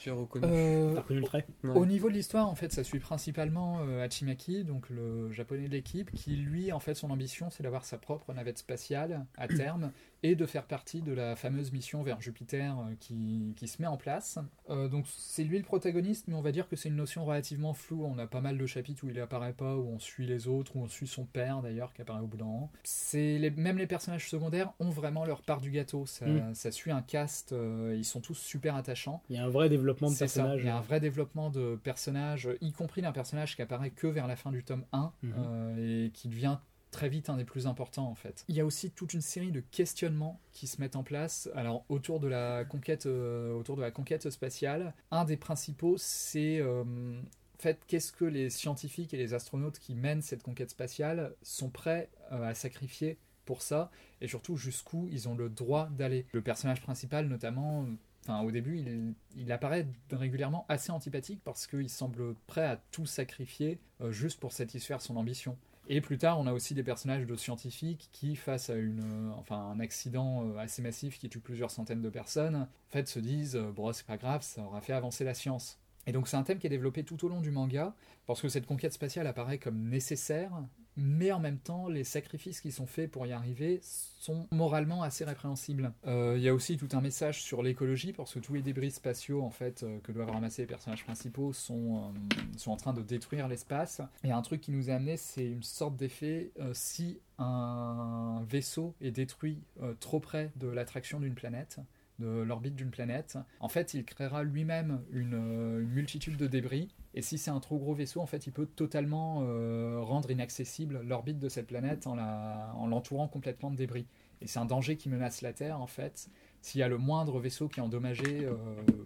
Speaker 3: J'ai reconnu.
Speaker 2: Euh,
Speaker 6: T'as reconnu le trait
Speaker 3: Ouais.
Speaker 2: Au niveau de l'histoire, en fait, ça suit principalement euh, Hachimaki, donc le japonais de l'équipe, qui lui, en fait, son ambition, c'est d'avoir sa propre navette spatiale à terme et de faire partie de la fameuse mission vers Jupiter euh, qui, qui se met en place. Euh, donc, c'est lui le protagoniste, mais on va dire que c'est une notion relativement floue. On a pas mal de chapitres où il apparaît pas, où on suit les autres, où on suit son père d'ailleurs qui apparaît au bout d'un moment. C'est les- même les personnages secondaires ont vraiment leur part du gâteau. Ça,
Speaker 6: Mm.
Speaker 2: ça suit un cast, euh, ils sont tous super attachants.
Speaker 6: Il y a un vrai développement de
Speaker 2: C'est ça,
Speaker 6: personnage.
Speaker 2: Il y a un vrai développement de personnage, y compris d'un personnage qui apparaît que vers la fin du tome 1
Speaker 6: Mhm.
Speaker 2: euh, et qui devient très vite un des plus importants en fait. Il y a aussi toute une série de questionnements qui se mettent en place. Alors autour de la conquête, euh, autour de la conquête spatiale, un des principaux c'est euh, en fait, qu'est-ce que les scientifiques et les astronautes qui mènent cette conquête spatiale sont prêts euh, à sacrifier pour ça et surtout jusqu'où ils ont le droit d'aller. Le personnage principal, notamment, euh, enfin, au début, il, il apparaît régulièrement assez antipathique parce qu'il semble prêt à tout sacrifier euh, juste pour satisfaire son ambition. Et plus tard, on a aussi des personnages de scientifiques qui, face à une, euh, enfin, un accident euh, assez massif qui tue plusieurs centaines de personnes, en fait, se disent euh, Bon, c'est pas grave, ça aura fait avancer la science. Et donc, c'est un thème qui est développé tout au long du manga, parce que cette conquête spatiale apparaît comme nécessaire, mais en même temps, les sacrifices qui sont faits pour y arriver sont moralement assez répréhensibles. Euh, Il y a aussi tout un message sur l'écologie, parce que tous les débris spatiaux en fait, euh, que doivent ramasser les personnages principaux sont, euh, sont en train de détruire l'espace. Et un truc qui nous est amené, c'est une sorte d'effet euh, si un vaisseau est détruit euh, trop près de l'attraction d'une planète de l'orbite d'une planète. En fait, il créera lui-même une, euh, une multitude de débris et si c'est un trop gros vaisseau, en fait, il peut totalement euh, rendre inaccessible l'orbite de cette planète en la- en l'entourant complètement de débris. Et c'est un danger qui menace la Terre, en fait. S'il y a le moindre vaisseau qui est endommagé euh,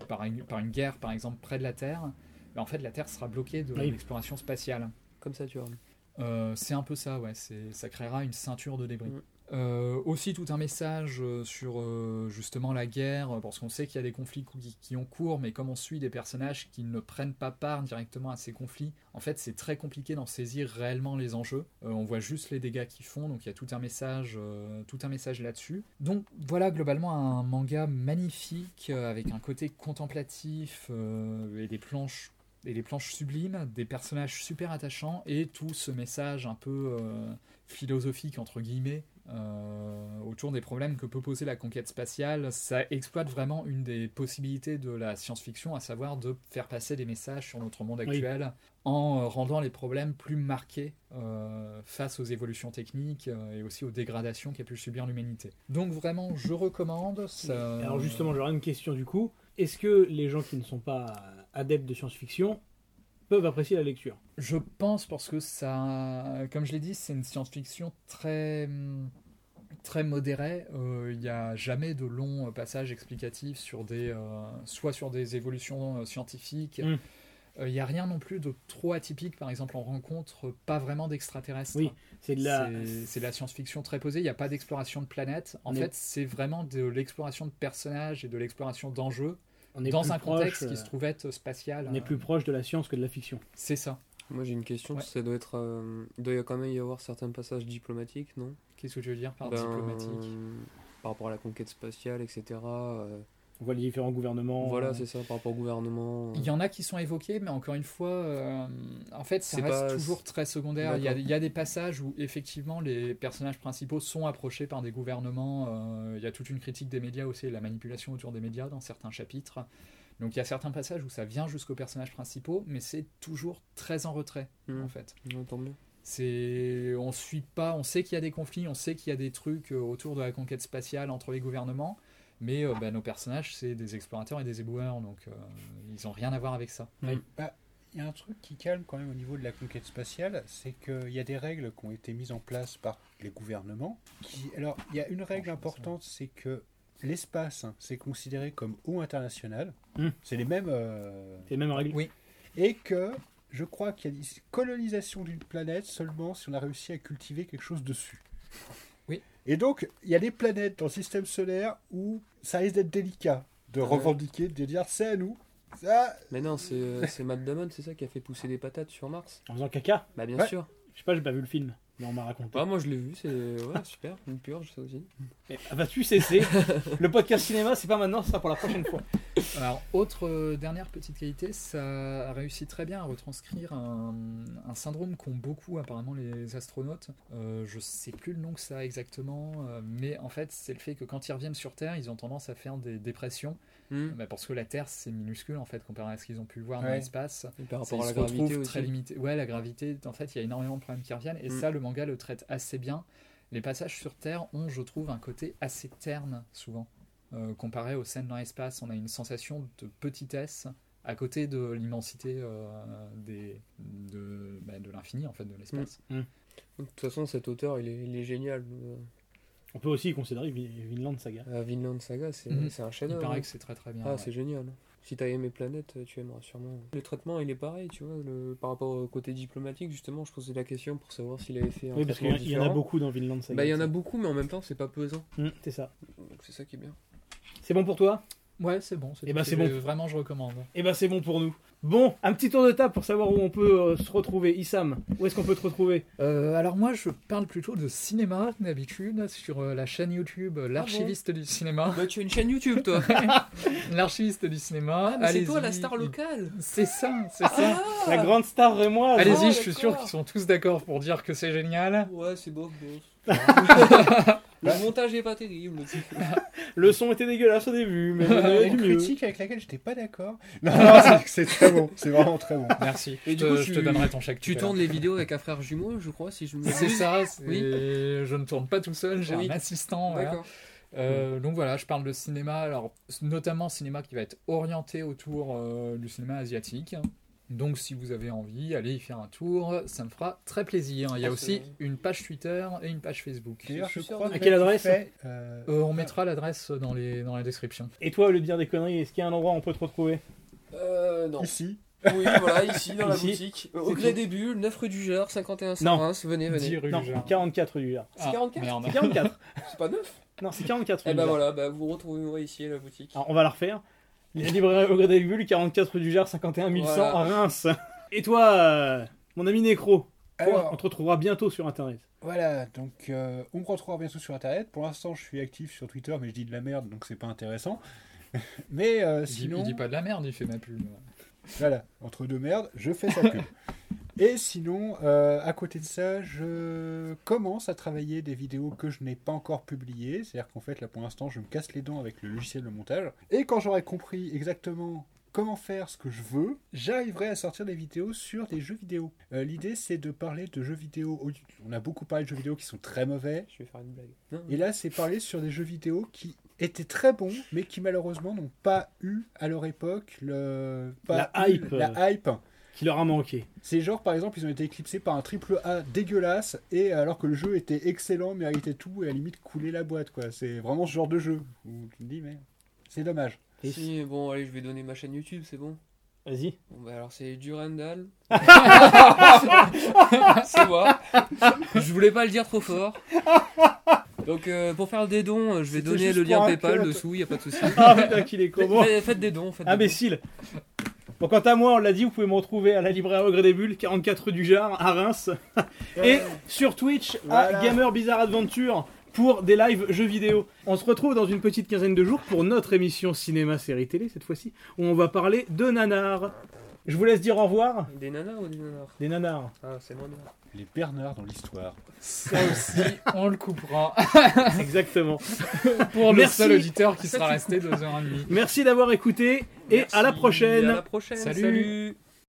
Speaker 2: par, une, par une guerre, par exemple, près de la Terre, ben, en fait, la Terre sera bloquée de
Speaker 1: Oui.
Speaker 2: l'exploration spatiale.
Speaker 3: Comme ça, tu vois.
Speaker 2: Euh, c'est un peu ça, ouais. c'est- Ça créera une ceinture de débris.
Speaker 3: Mm.
Speaker 2: Euh, aussi tout un message euh, sur euh, justement la guerre, euh, parce qu'on sait qu'il y a des conflits qui, qui ont cours, mais comme on suit des personnages qui ne prennent pas part directement à ces conflits, en fait c'est très compliqué d'en saisir réellement les enjeux. Euh, on voit juste les dégâts qu'ils font, donc il y a tout un message, euh, tout un message là-dessus. Donc voilà globalement un manga magnifique euh, avec un côté contemplatif euh, et des planches et des planches sublimes, des personnages super attachants et tout ce message un peu euh, philosophique entre guillemets euh, autour des problèmes que peut poser la conquête spatiale. Ça exploite vraiment une des possibilités de la science-fiction, à savoir de faire passer des messages sur notre monde actuel en euh, rendant les problèmes plus marqués euh, face aux évolutions techniques euh, et aussi aux dégradations qu'a pu subir l'humanité. Donc vraiment, je recommande. Ça...
Speaker 6: Alors justement, j'aurais une question du coup. Est-ce que les gens qui ne sont pas adeptes de science-fiction peuvent apprécier la lecture
Speaker 2: Je pense parce que ça, comme je l'ai dit, c'est une science-fiction très hum, très modérée. Euh, Il n'y a jamais de longs euh, passages explicatifs sur des, euh, soit sur des évolutions euh, scientifiques.
Speaker 6: Mm.
Speaker 2: Euh, Il n'y a rien non plus de trop atypique. Par exemple, on rencontre euh, pas vraiment d'extraterrestres.
Speaker 6: Oui, C'est de la...
Speaker 2: C'est- C'est de la science-fiction très posée, il n'y a pas d'exploration de planète. En
Speaker 6: Mais-
Speaker 2: fait, c'est vraiment de l'exploration de personnages et de l'exploration d'enjeux
Speaker 6: On est
Speaker 2: dans
Speaker 6: plus
Speaker 2: un contexte
Speaker 6: proche,
Speaker 2: qui
Speaker 6: euh,
Speaker 2: se trouve être spatial.
Speaker 6: On est plus proche de la science que de la fiction.
Speaker 2: C'est ça.
Speaker 3: Moi, j'ai une question.
Speaker 2: Ouais.
Speaker 3: Ça doit être. euh, il doit y a quand même y avoir certains passages diplomatiques, non
Speaker 2: Qu'est-ce que tu veux dire par
Speaker 3: Ben,
Speaker 2: diplomatique
Speaker 3: Par rapport à la conquête spatiale, etc. euh,
Speaker 6: On voit les différents gouvernements.
Speaker 3: Voilà, c'est ça, par rapport au gouvernement. euh,
Speaker 2: Il y en a qui sont évoqués, mais encore une fois, euh, en fait, ça
Speaker 3: C'est
Speaker 2: reste
Speaker 3: pas-
Speaker 2: toujours très secondaire. Il y, a,
Speaker 3: D'accord.
Speaker 2: il y a des passages où effectivement les personnages principaux sont approchés par des gouvernements. euh, il y a toute une critique des médias aussi, et la manipulation autour des médias dans certains chapitres. Donc il y a certains passages où ça vient jusqu'aux personnages principaux, mais c'est toujours très en retrait
Speaker 3: hmm,
Speaker 2: en fait.
Speaker 3: non, tant mieux.
Speaker 2: C'est, on suit pas, on sait qu'il y a des conflits, on sait qu'il y a des trucs euh, autour de la conquête spatiale entre les gouvernements, mais euh, bah, nos personnages c'est des explorateurs et des éboueurs, donc euh, ils ont rien à voir avec ça.
Speaker 4: Il y a un truc qui calme quand même au niveau de la conquête spatiale, c'est qu'il y a des règles qui ont été mises en place par les gouvernements. Qui... Alors, il y a une règle
Speaker 2: Franchement,
Speaker 4: importante, c'est que l'espace, hein, c'est considéré comme eau internationale.
Speaker 6: Hmm.
Speaker 4: C'est les mêmes. euh,
Speaker 6: C'est les mêmes règles.
Speaker 2: Oui.
Speaker 4: Et que je crois qu'il y a une colonisation d'une planète seulement si on a réussi à cultiver quelque chose dessus.
Speaker 2: Oui.
Speaker 4: Et donc, il y a des planètes dans le système solaire où ça risque d'être délicat de
Speaker 3: Ouais.
Speaker 4: revendiquer, de dire c'est à nous. Ça,
Speaker 3: Mais non, c'est euh, c'est Matt Damon, c'est ça qui a fait pousser des patates sur Mars
Speaker 6: En faisant caca.
Speaker 3: Bah, bien
Speaker 4: Ouais.
Speaker 3: sûr.
Speaker 6: Je sais pas, j'ai pas vu le film, mais on m'a raconté.
Speaker 3: Bah, moi, je l'ai vu, c'est. Ouais, super. Une purge, ça aussi.
Speaker 6: Eh, Vas-tu cesser Le podcast cinéma, c'est pas maintenant, ce sera pour la prochaine fois.
Speaker 2: Alors, autre euh, dernière petite qualité, ça réussit très bien à retranscrire un, un syndrome qu'ont beaucoup apparemment les astronautes. Euh, je sais plus le nom que ça a exactement, euh, mais en fait, c'est le fait que quand ils reviennent sur Terre, ils ont tendance à faire des dépressions,
Speaker 3: Hmm,
Speaker 2: Bah, parce que la Terre c'est minuscule en fait comparé à ce qu'ils ont pu voir dans
Speaker 4: Ouais.
Speaker 2: l'espace.
Speaker 3: et par
Speaker 2: Ça,
Speaker 3: rapport à
Speaker 2: ils
Speaker 3: la
Speaker 2: se retrouvent
Speaker 3: gravité
Speaker 2: très
Speaker 3: aussi.
Speaker 2: limité. Ouais, la gravité, en fait, il y a énormément de problèmes qui reviennent. Et
Speaker 3: Mm.
Speaker 2: ça, le manga le traite assez bien. Les passages sur Terre ont, je trouve, un côté assez terne, souvent. Euh, comparé aux scènes dans l'espace, on a une sensation de petitesse à côté de l'immensité euh, des- de, bah, de l'infini, en fait, de l'espace.
Speaker 3: De toute façon, cet auteur, il est, il est génial. Euh,
Speaker 6: On peut aussi y considérer Vin- Vinland Saga.
Speaker 3: euh, Vinland Saga, c'est
Speaker 2: Mhm.
Speaker 3: c'est un
Speaker 2: Il
Speaker 3: chef-d'œuvre.
Speaker 2: paraît
Speaker 3: hein.
Speaker 2: que c'est très très bien.
Speaker 3: Ah,
Speaker 2: ouais.
Speaker 3: c'est génial. Si t'as aimé Planète, tu aimeras sûrement. Le traitement, il est pareil, tu vois. Le... Par rapport au côté diplomatique, justement, je posais la question pour savoir s'il avait fait un
Speaker 6: Oui, parce qu'il y
Speaker 3: traitement
Speaker 6: en a- il y, en a
Speaker 3: différent.
Speaker 6: beaucoup dans Vinland Saga.
Speaker 1: Mm,
Speaker 3: Bah, il y en a beaucoup, mais en même temps, c'est pas pesant.
Speaker 6: Hmm, c'est ça.
Speaker 3: Donc, c'est ça qui est bien.
Speaker 6: C'est bon pour toi
Speaker 2: Ouais, c'est bon.
Speaker 1: Eh ben,
Speaker 2: tout.
Speaker 1: c'est bon.
Speaker 2: Vraiment, je recommande.
Speaker 1: Et ben c'est bon pour nous. Bon, un petit tour de table pour savoir où on peut euh, se retrouver. Issam, où est-ce qu'on peut te retrouver
Speaker 2: Euh, alors moi, je parle plutôt de cinéma d'habitude sur euh, la chaîne YouTube euh, l'archiviste du cinéma.
Speaker 3: Bah, tu as une chaîne YouTube, [laughs] toi.
Speaker 2: L'archiviste du cinéma.
Speaker 3: Ah, mais c'est toi
Speaker 2: allez-y.
Speaker 3: la star locale.
Speaker 2: C'est ça, c'est ça.
Speaker 1: La grande star rémoise.
Speaker 2: Allez-y,
Speaker 3: Ah,
Speaker 2: je suis sûr
Speaker 3: d'accord.
Speaker 2: qu'ils sont tous d'accord pour dire que c'est génial.
Speaker 3: Ouais, c'est bof, [laughs] bof. Le montage est pas terrible.
Speaker 1: Le son était dégueulasse au début, mais il y en
Speaker 4: [laughs]
Speaker 1: avait
Speaker 4: Une
Speaker 1: du mieux.
Speaker 4: critique avec laquelle j'étais pas d'accord. [laughs] Non, non, c'est- c'est très bon. C'est vraiment très bon.
Speaker 2: Merci. je,
Speaker 3: Et du
Speaker 2: te,
Speaker 3: coup,
Speaker 2: je
Speaker 3: tu-
Speaker 2: te donnerai ton chèque. tout
Speaker 3: Tu
Speaker 2: à l'heure.
Speaker 3: tournes les vidéos avec un frère jumeau, je crois, si je me
Speaker 2: C'est
Speaker 3: [laughs]
Speaker 2: ça. c'est-
Speaker 3: Oui.
Speaker 2: Je ne tourne pas tout seul. J'ai
Speaker 3: Oui.
Speaker 2: un assistant. voilà.
Speaker 3: D'accord.
Speaker 2: Euh, donc voilà, je parle de cinéma, alors notamment cinéma qui va être orienté autour euh, du cinéma asiatique. Donc si vous avez envie, allez y faire un tour, ça me fera très plaisir. Il y a
Speaker 3: Ah,
Speaker 2: aussi
Speaker 3: c'est vrai.
Speaker 2: une page Twitter et une page Facebook.
Speaker 4: D'ailleurs, je
Speaker 3: suis sûr
Speaker 4: crois
Speaker 3: de-
Speaker 4: que
Speaker 1: À quelle
Speaker 4: tu
Speaker 1: adresse
Speaker 4: fais, euh,
Speaker 2: Euh, on mettra l'adresse dans les dans la description.
Speaker 1: Et toi, au lieu de dire des conneries, est-ce qu'il y a un endroit où on peut te retrouver
Speaker 9: [laughs]
Speaker 3: Euh, non.
Speaker 4: Ici.
Speaker 3: Oui, voilà, ici, dans la
Speaker 1: Ici.
Speaker 3: boutique. Euh, Au gré des bulles, 9 rue du Gard, 51 120, venez, venez.
Speaker 2: 10 rue
Speaker 1: Non,
Speaker 2: du Jardin.
Speaker 1: 44 rue. là.
Speaker 2: Ah,
Speaker 3: C'est 44
Speaker 2: merde.
Speaker 1: C'est 44
Speaker 3: C'est pas 9
Speaker 1: Non, c'est 44 rue.
Speaker 3: Eh
Speaker 1: là.
Speaker 3: ben voilà, bah, vous retrouvez-moi ici à la
Speaker 9: Ah,
Speaker 3: boutique.
Speaker 1: Alors, on va la refaire. La librairie au gré des bulles, 44 rue du Gard, 51 100
Speaker 3: Voilà.
Speaker 1: à Reims. Et toi, euh, mon ami Nécro, toi,
Speaker 4: Alors,
Speaker 1: on te retrouvera bientôt sur internet.
Speaker 4: Voilà, donc euh, on me retrouvera bientôt sur Internet. Pour l'instant, je suis actif sur Twitter, mais je dis de la merde, donc c'est pas intéressant. [laughs] mais euh,
Speaker 2: Il dit-
Speaker 4: sinon,
Speaker 2: Il dit pas de la merde, il fait ma pub.
Speaker 4: voilà, entre deux merdes, je fais ça pub. Et sinon, euh, à côté de ça, je commence à travailler des vidéos que je n'ai pas encore publiées. C'est-à-dire qu'en fait, là pour l'instant, je me casse les dents avec le logiciel de montage. Et quand j'aurai compris exactement comment faire ce que je veux, j'arriverai à sortir des vidéos sur des jeux vidéo. Euh, L'idée, c'est de parler de jeux vidéo. On a beaucoup parlé de jeux vidéo qui sont très mauvais.
Speaker 9: Je vais faire une blague.
Speaker 3: Non.
Speaker 4: Et là, c'est parler sur des jeux vidéo qui étaient très bons, mais qui malheureusement n'ont pas eu à leur époque le... pas
Speaker 1: La
Speaker 4: eu
Speaker 1: hype.
Speaker 4: La hype.
Speaker 1: Qui leur a manqué.
Speaker 4: C'est genre, par exemple, ils ont été éclipsés par un triple A dégueulasse, et alors que le jeu était excellent, méritait tout, et à la limite couler la boîte, quoi. C'est vraiment ce genre de jeu où tu te dis, mais c'est dommage.
Speaker 3: Si, bon, allez, je vais donner ma chaîne YouTube, c'est bon.
Speaker 1: Vas-y.
Speaker 3: Bon, bah alors,
Speaker 1: [laughs]
Speaker 3: c'est [laughs] Durandal. c'est moi. Je voulais pas le dire trop fort. Donc, euh, pour faire des dons, euh, je vais
Speaker 4: C'était
Speaker 3: donner
Speaker 4: juste
Speaker 3: le lien
Speaker 4: pour un
Speaker 3: PayPal
Speaker 4: culotte.
Speaker 3: dessous, y a pas de souci.
Speaker 1: [laughs] Ah putain, qu'il
Speaker 3: [laughs]
Speaker 1: est
Speaker 3: Faites-
Speaker 1: comment
Speaker 3: faites- Faites des dons, faites des dons.
Speaker 1: Ah, Imbécile. Bon, quant à moi, on l'a dit, vous pouvez me retrouver à la librairie au gré des bulles, 44 rue du Jard, à Reims. [laughs] Et sur Twitch, à
Speaker 4: Voilà.
Speaker 1: Gamer Bizarre Adventure pour des lives jeux vidéo. On se retrouve dans une petite quinzaine de jours pour notre émission cinéma, série, télé, cette fois-ci, où on va parler de nanars. Je vous laisse dire au revoir.
Speaker 3: Des nanas ou des nanars
Speaker 1: Des
Speaker 3: [laughs]
Speaker 1: nanars.
Speaker 3: Ah, c'est moi, non.
Speaker 4: Les Bernard dans l'histoire.
Speaker 2: Ça aussi, on le coupera
Speaker 1: Exactement.
Speaker 2: [laughs] pour le
Speaker 1: Merci.
Speaker 2: seul auditeur qui
Speaker 3: Ça,
Speaker 2: sera
Speaker 3: tu
Speaker 2: resté deux heures et demie.
Speaker 1: Merci d'avoir écouté et à la
Speaker 3: Merci,
Speaker 1: prochaine.
Speaker 3: À la prochaine.
Speaker 2: Salut.
Speaker 3: salut.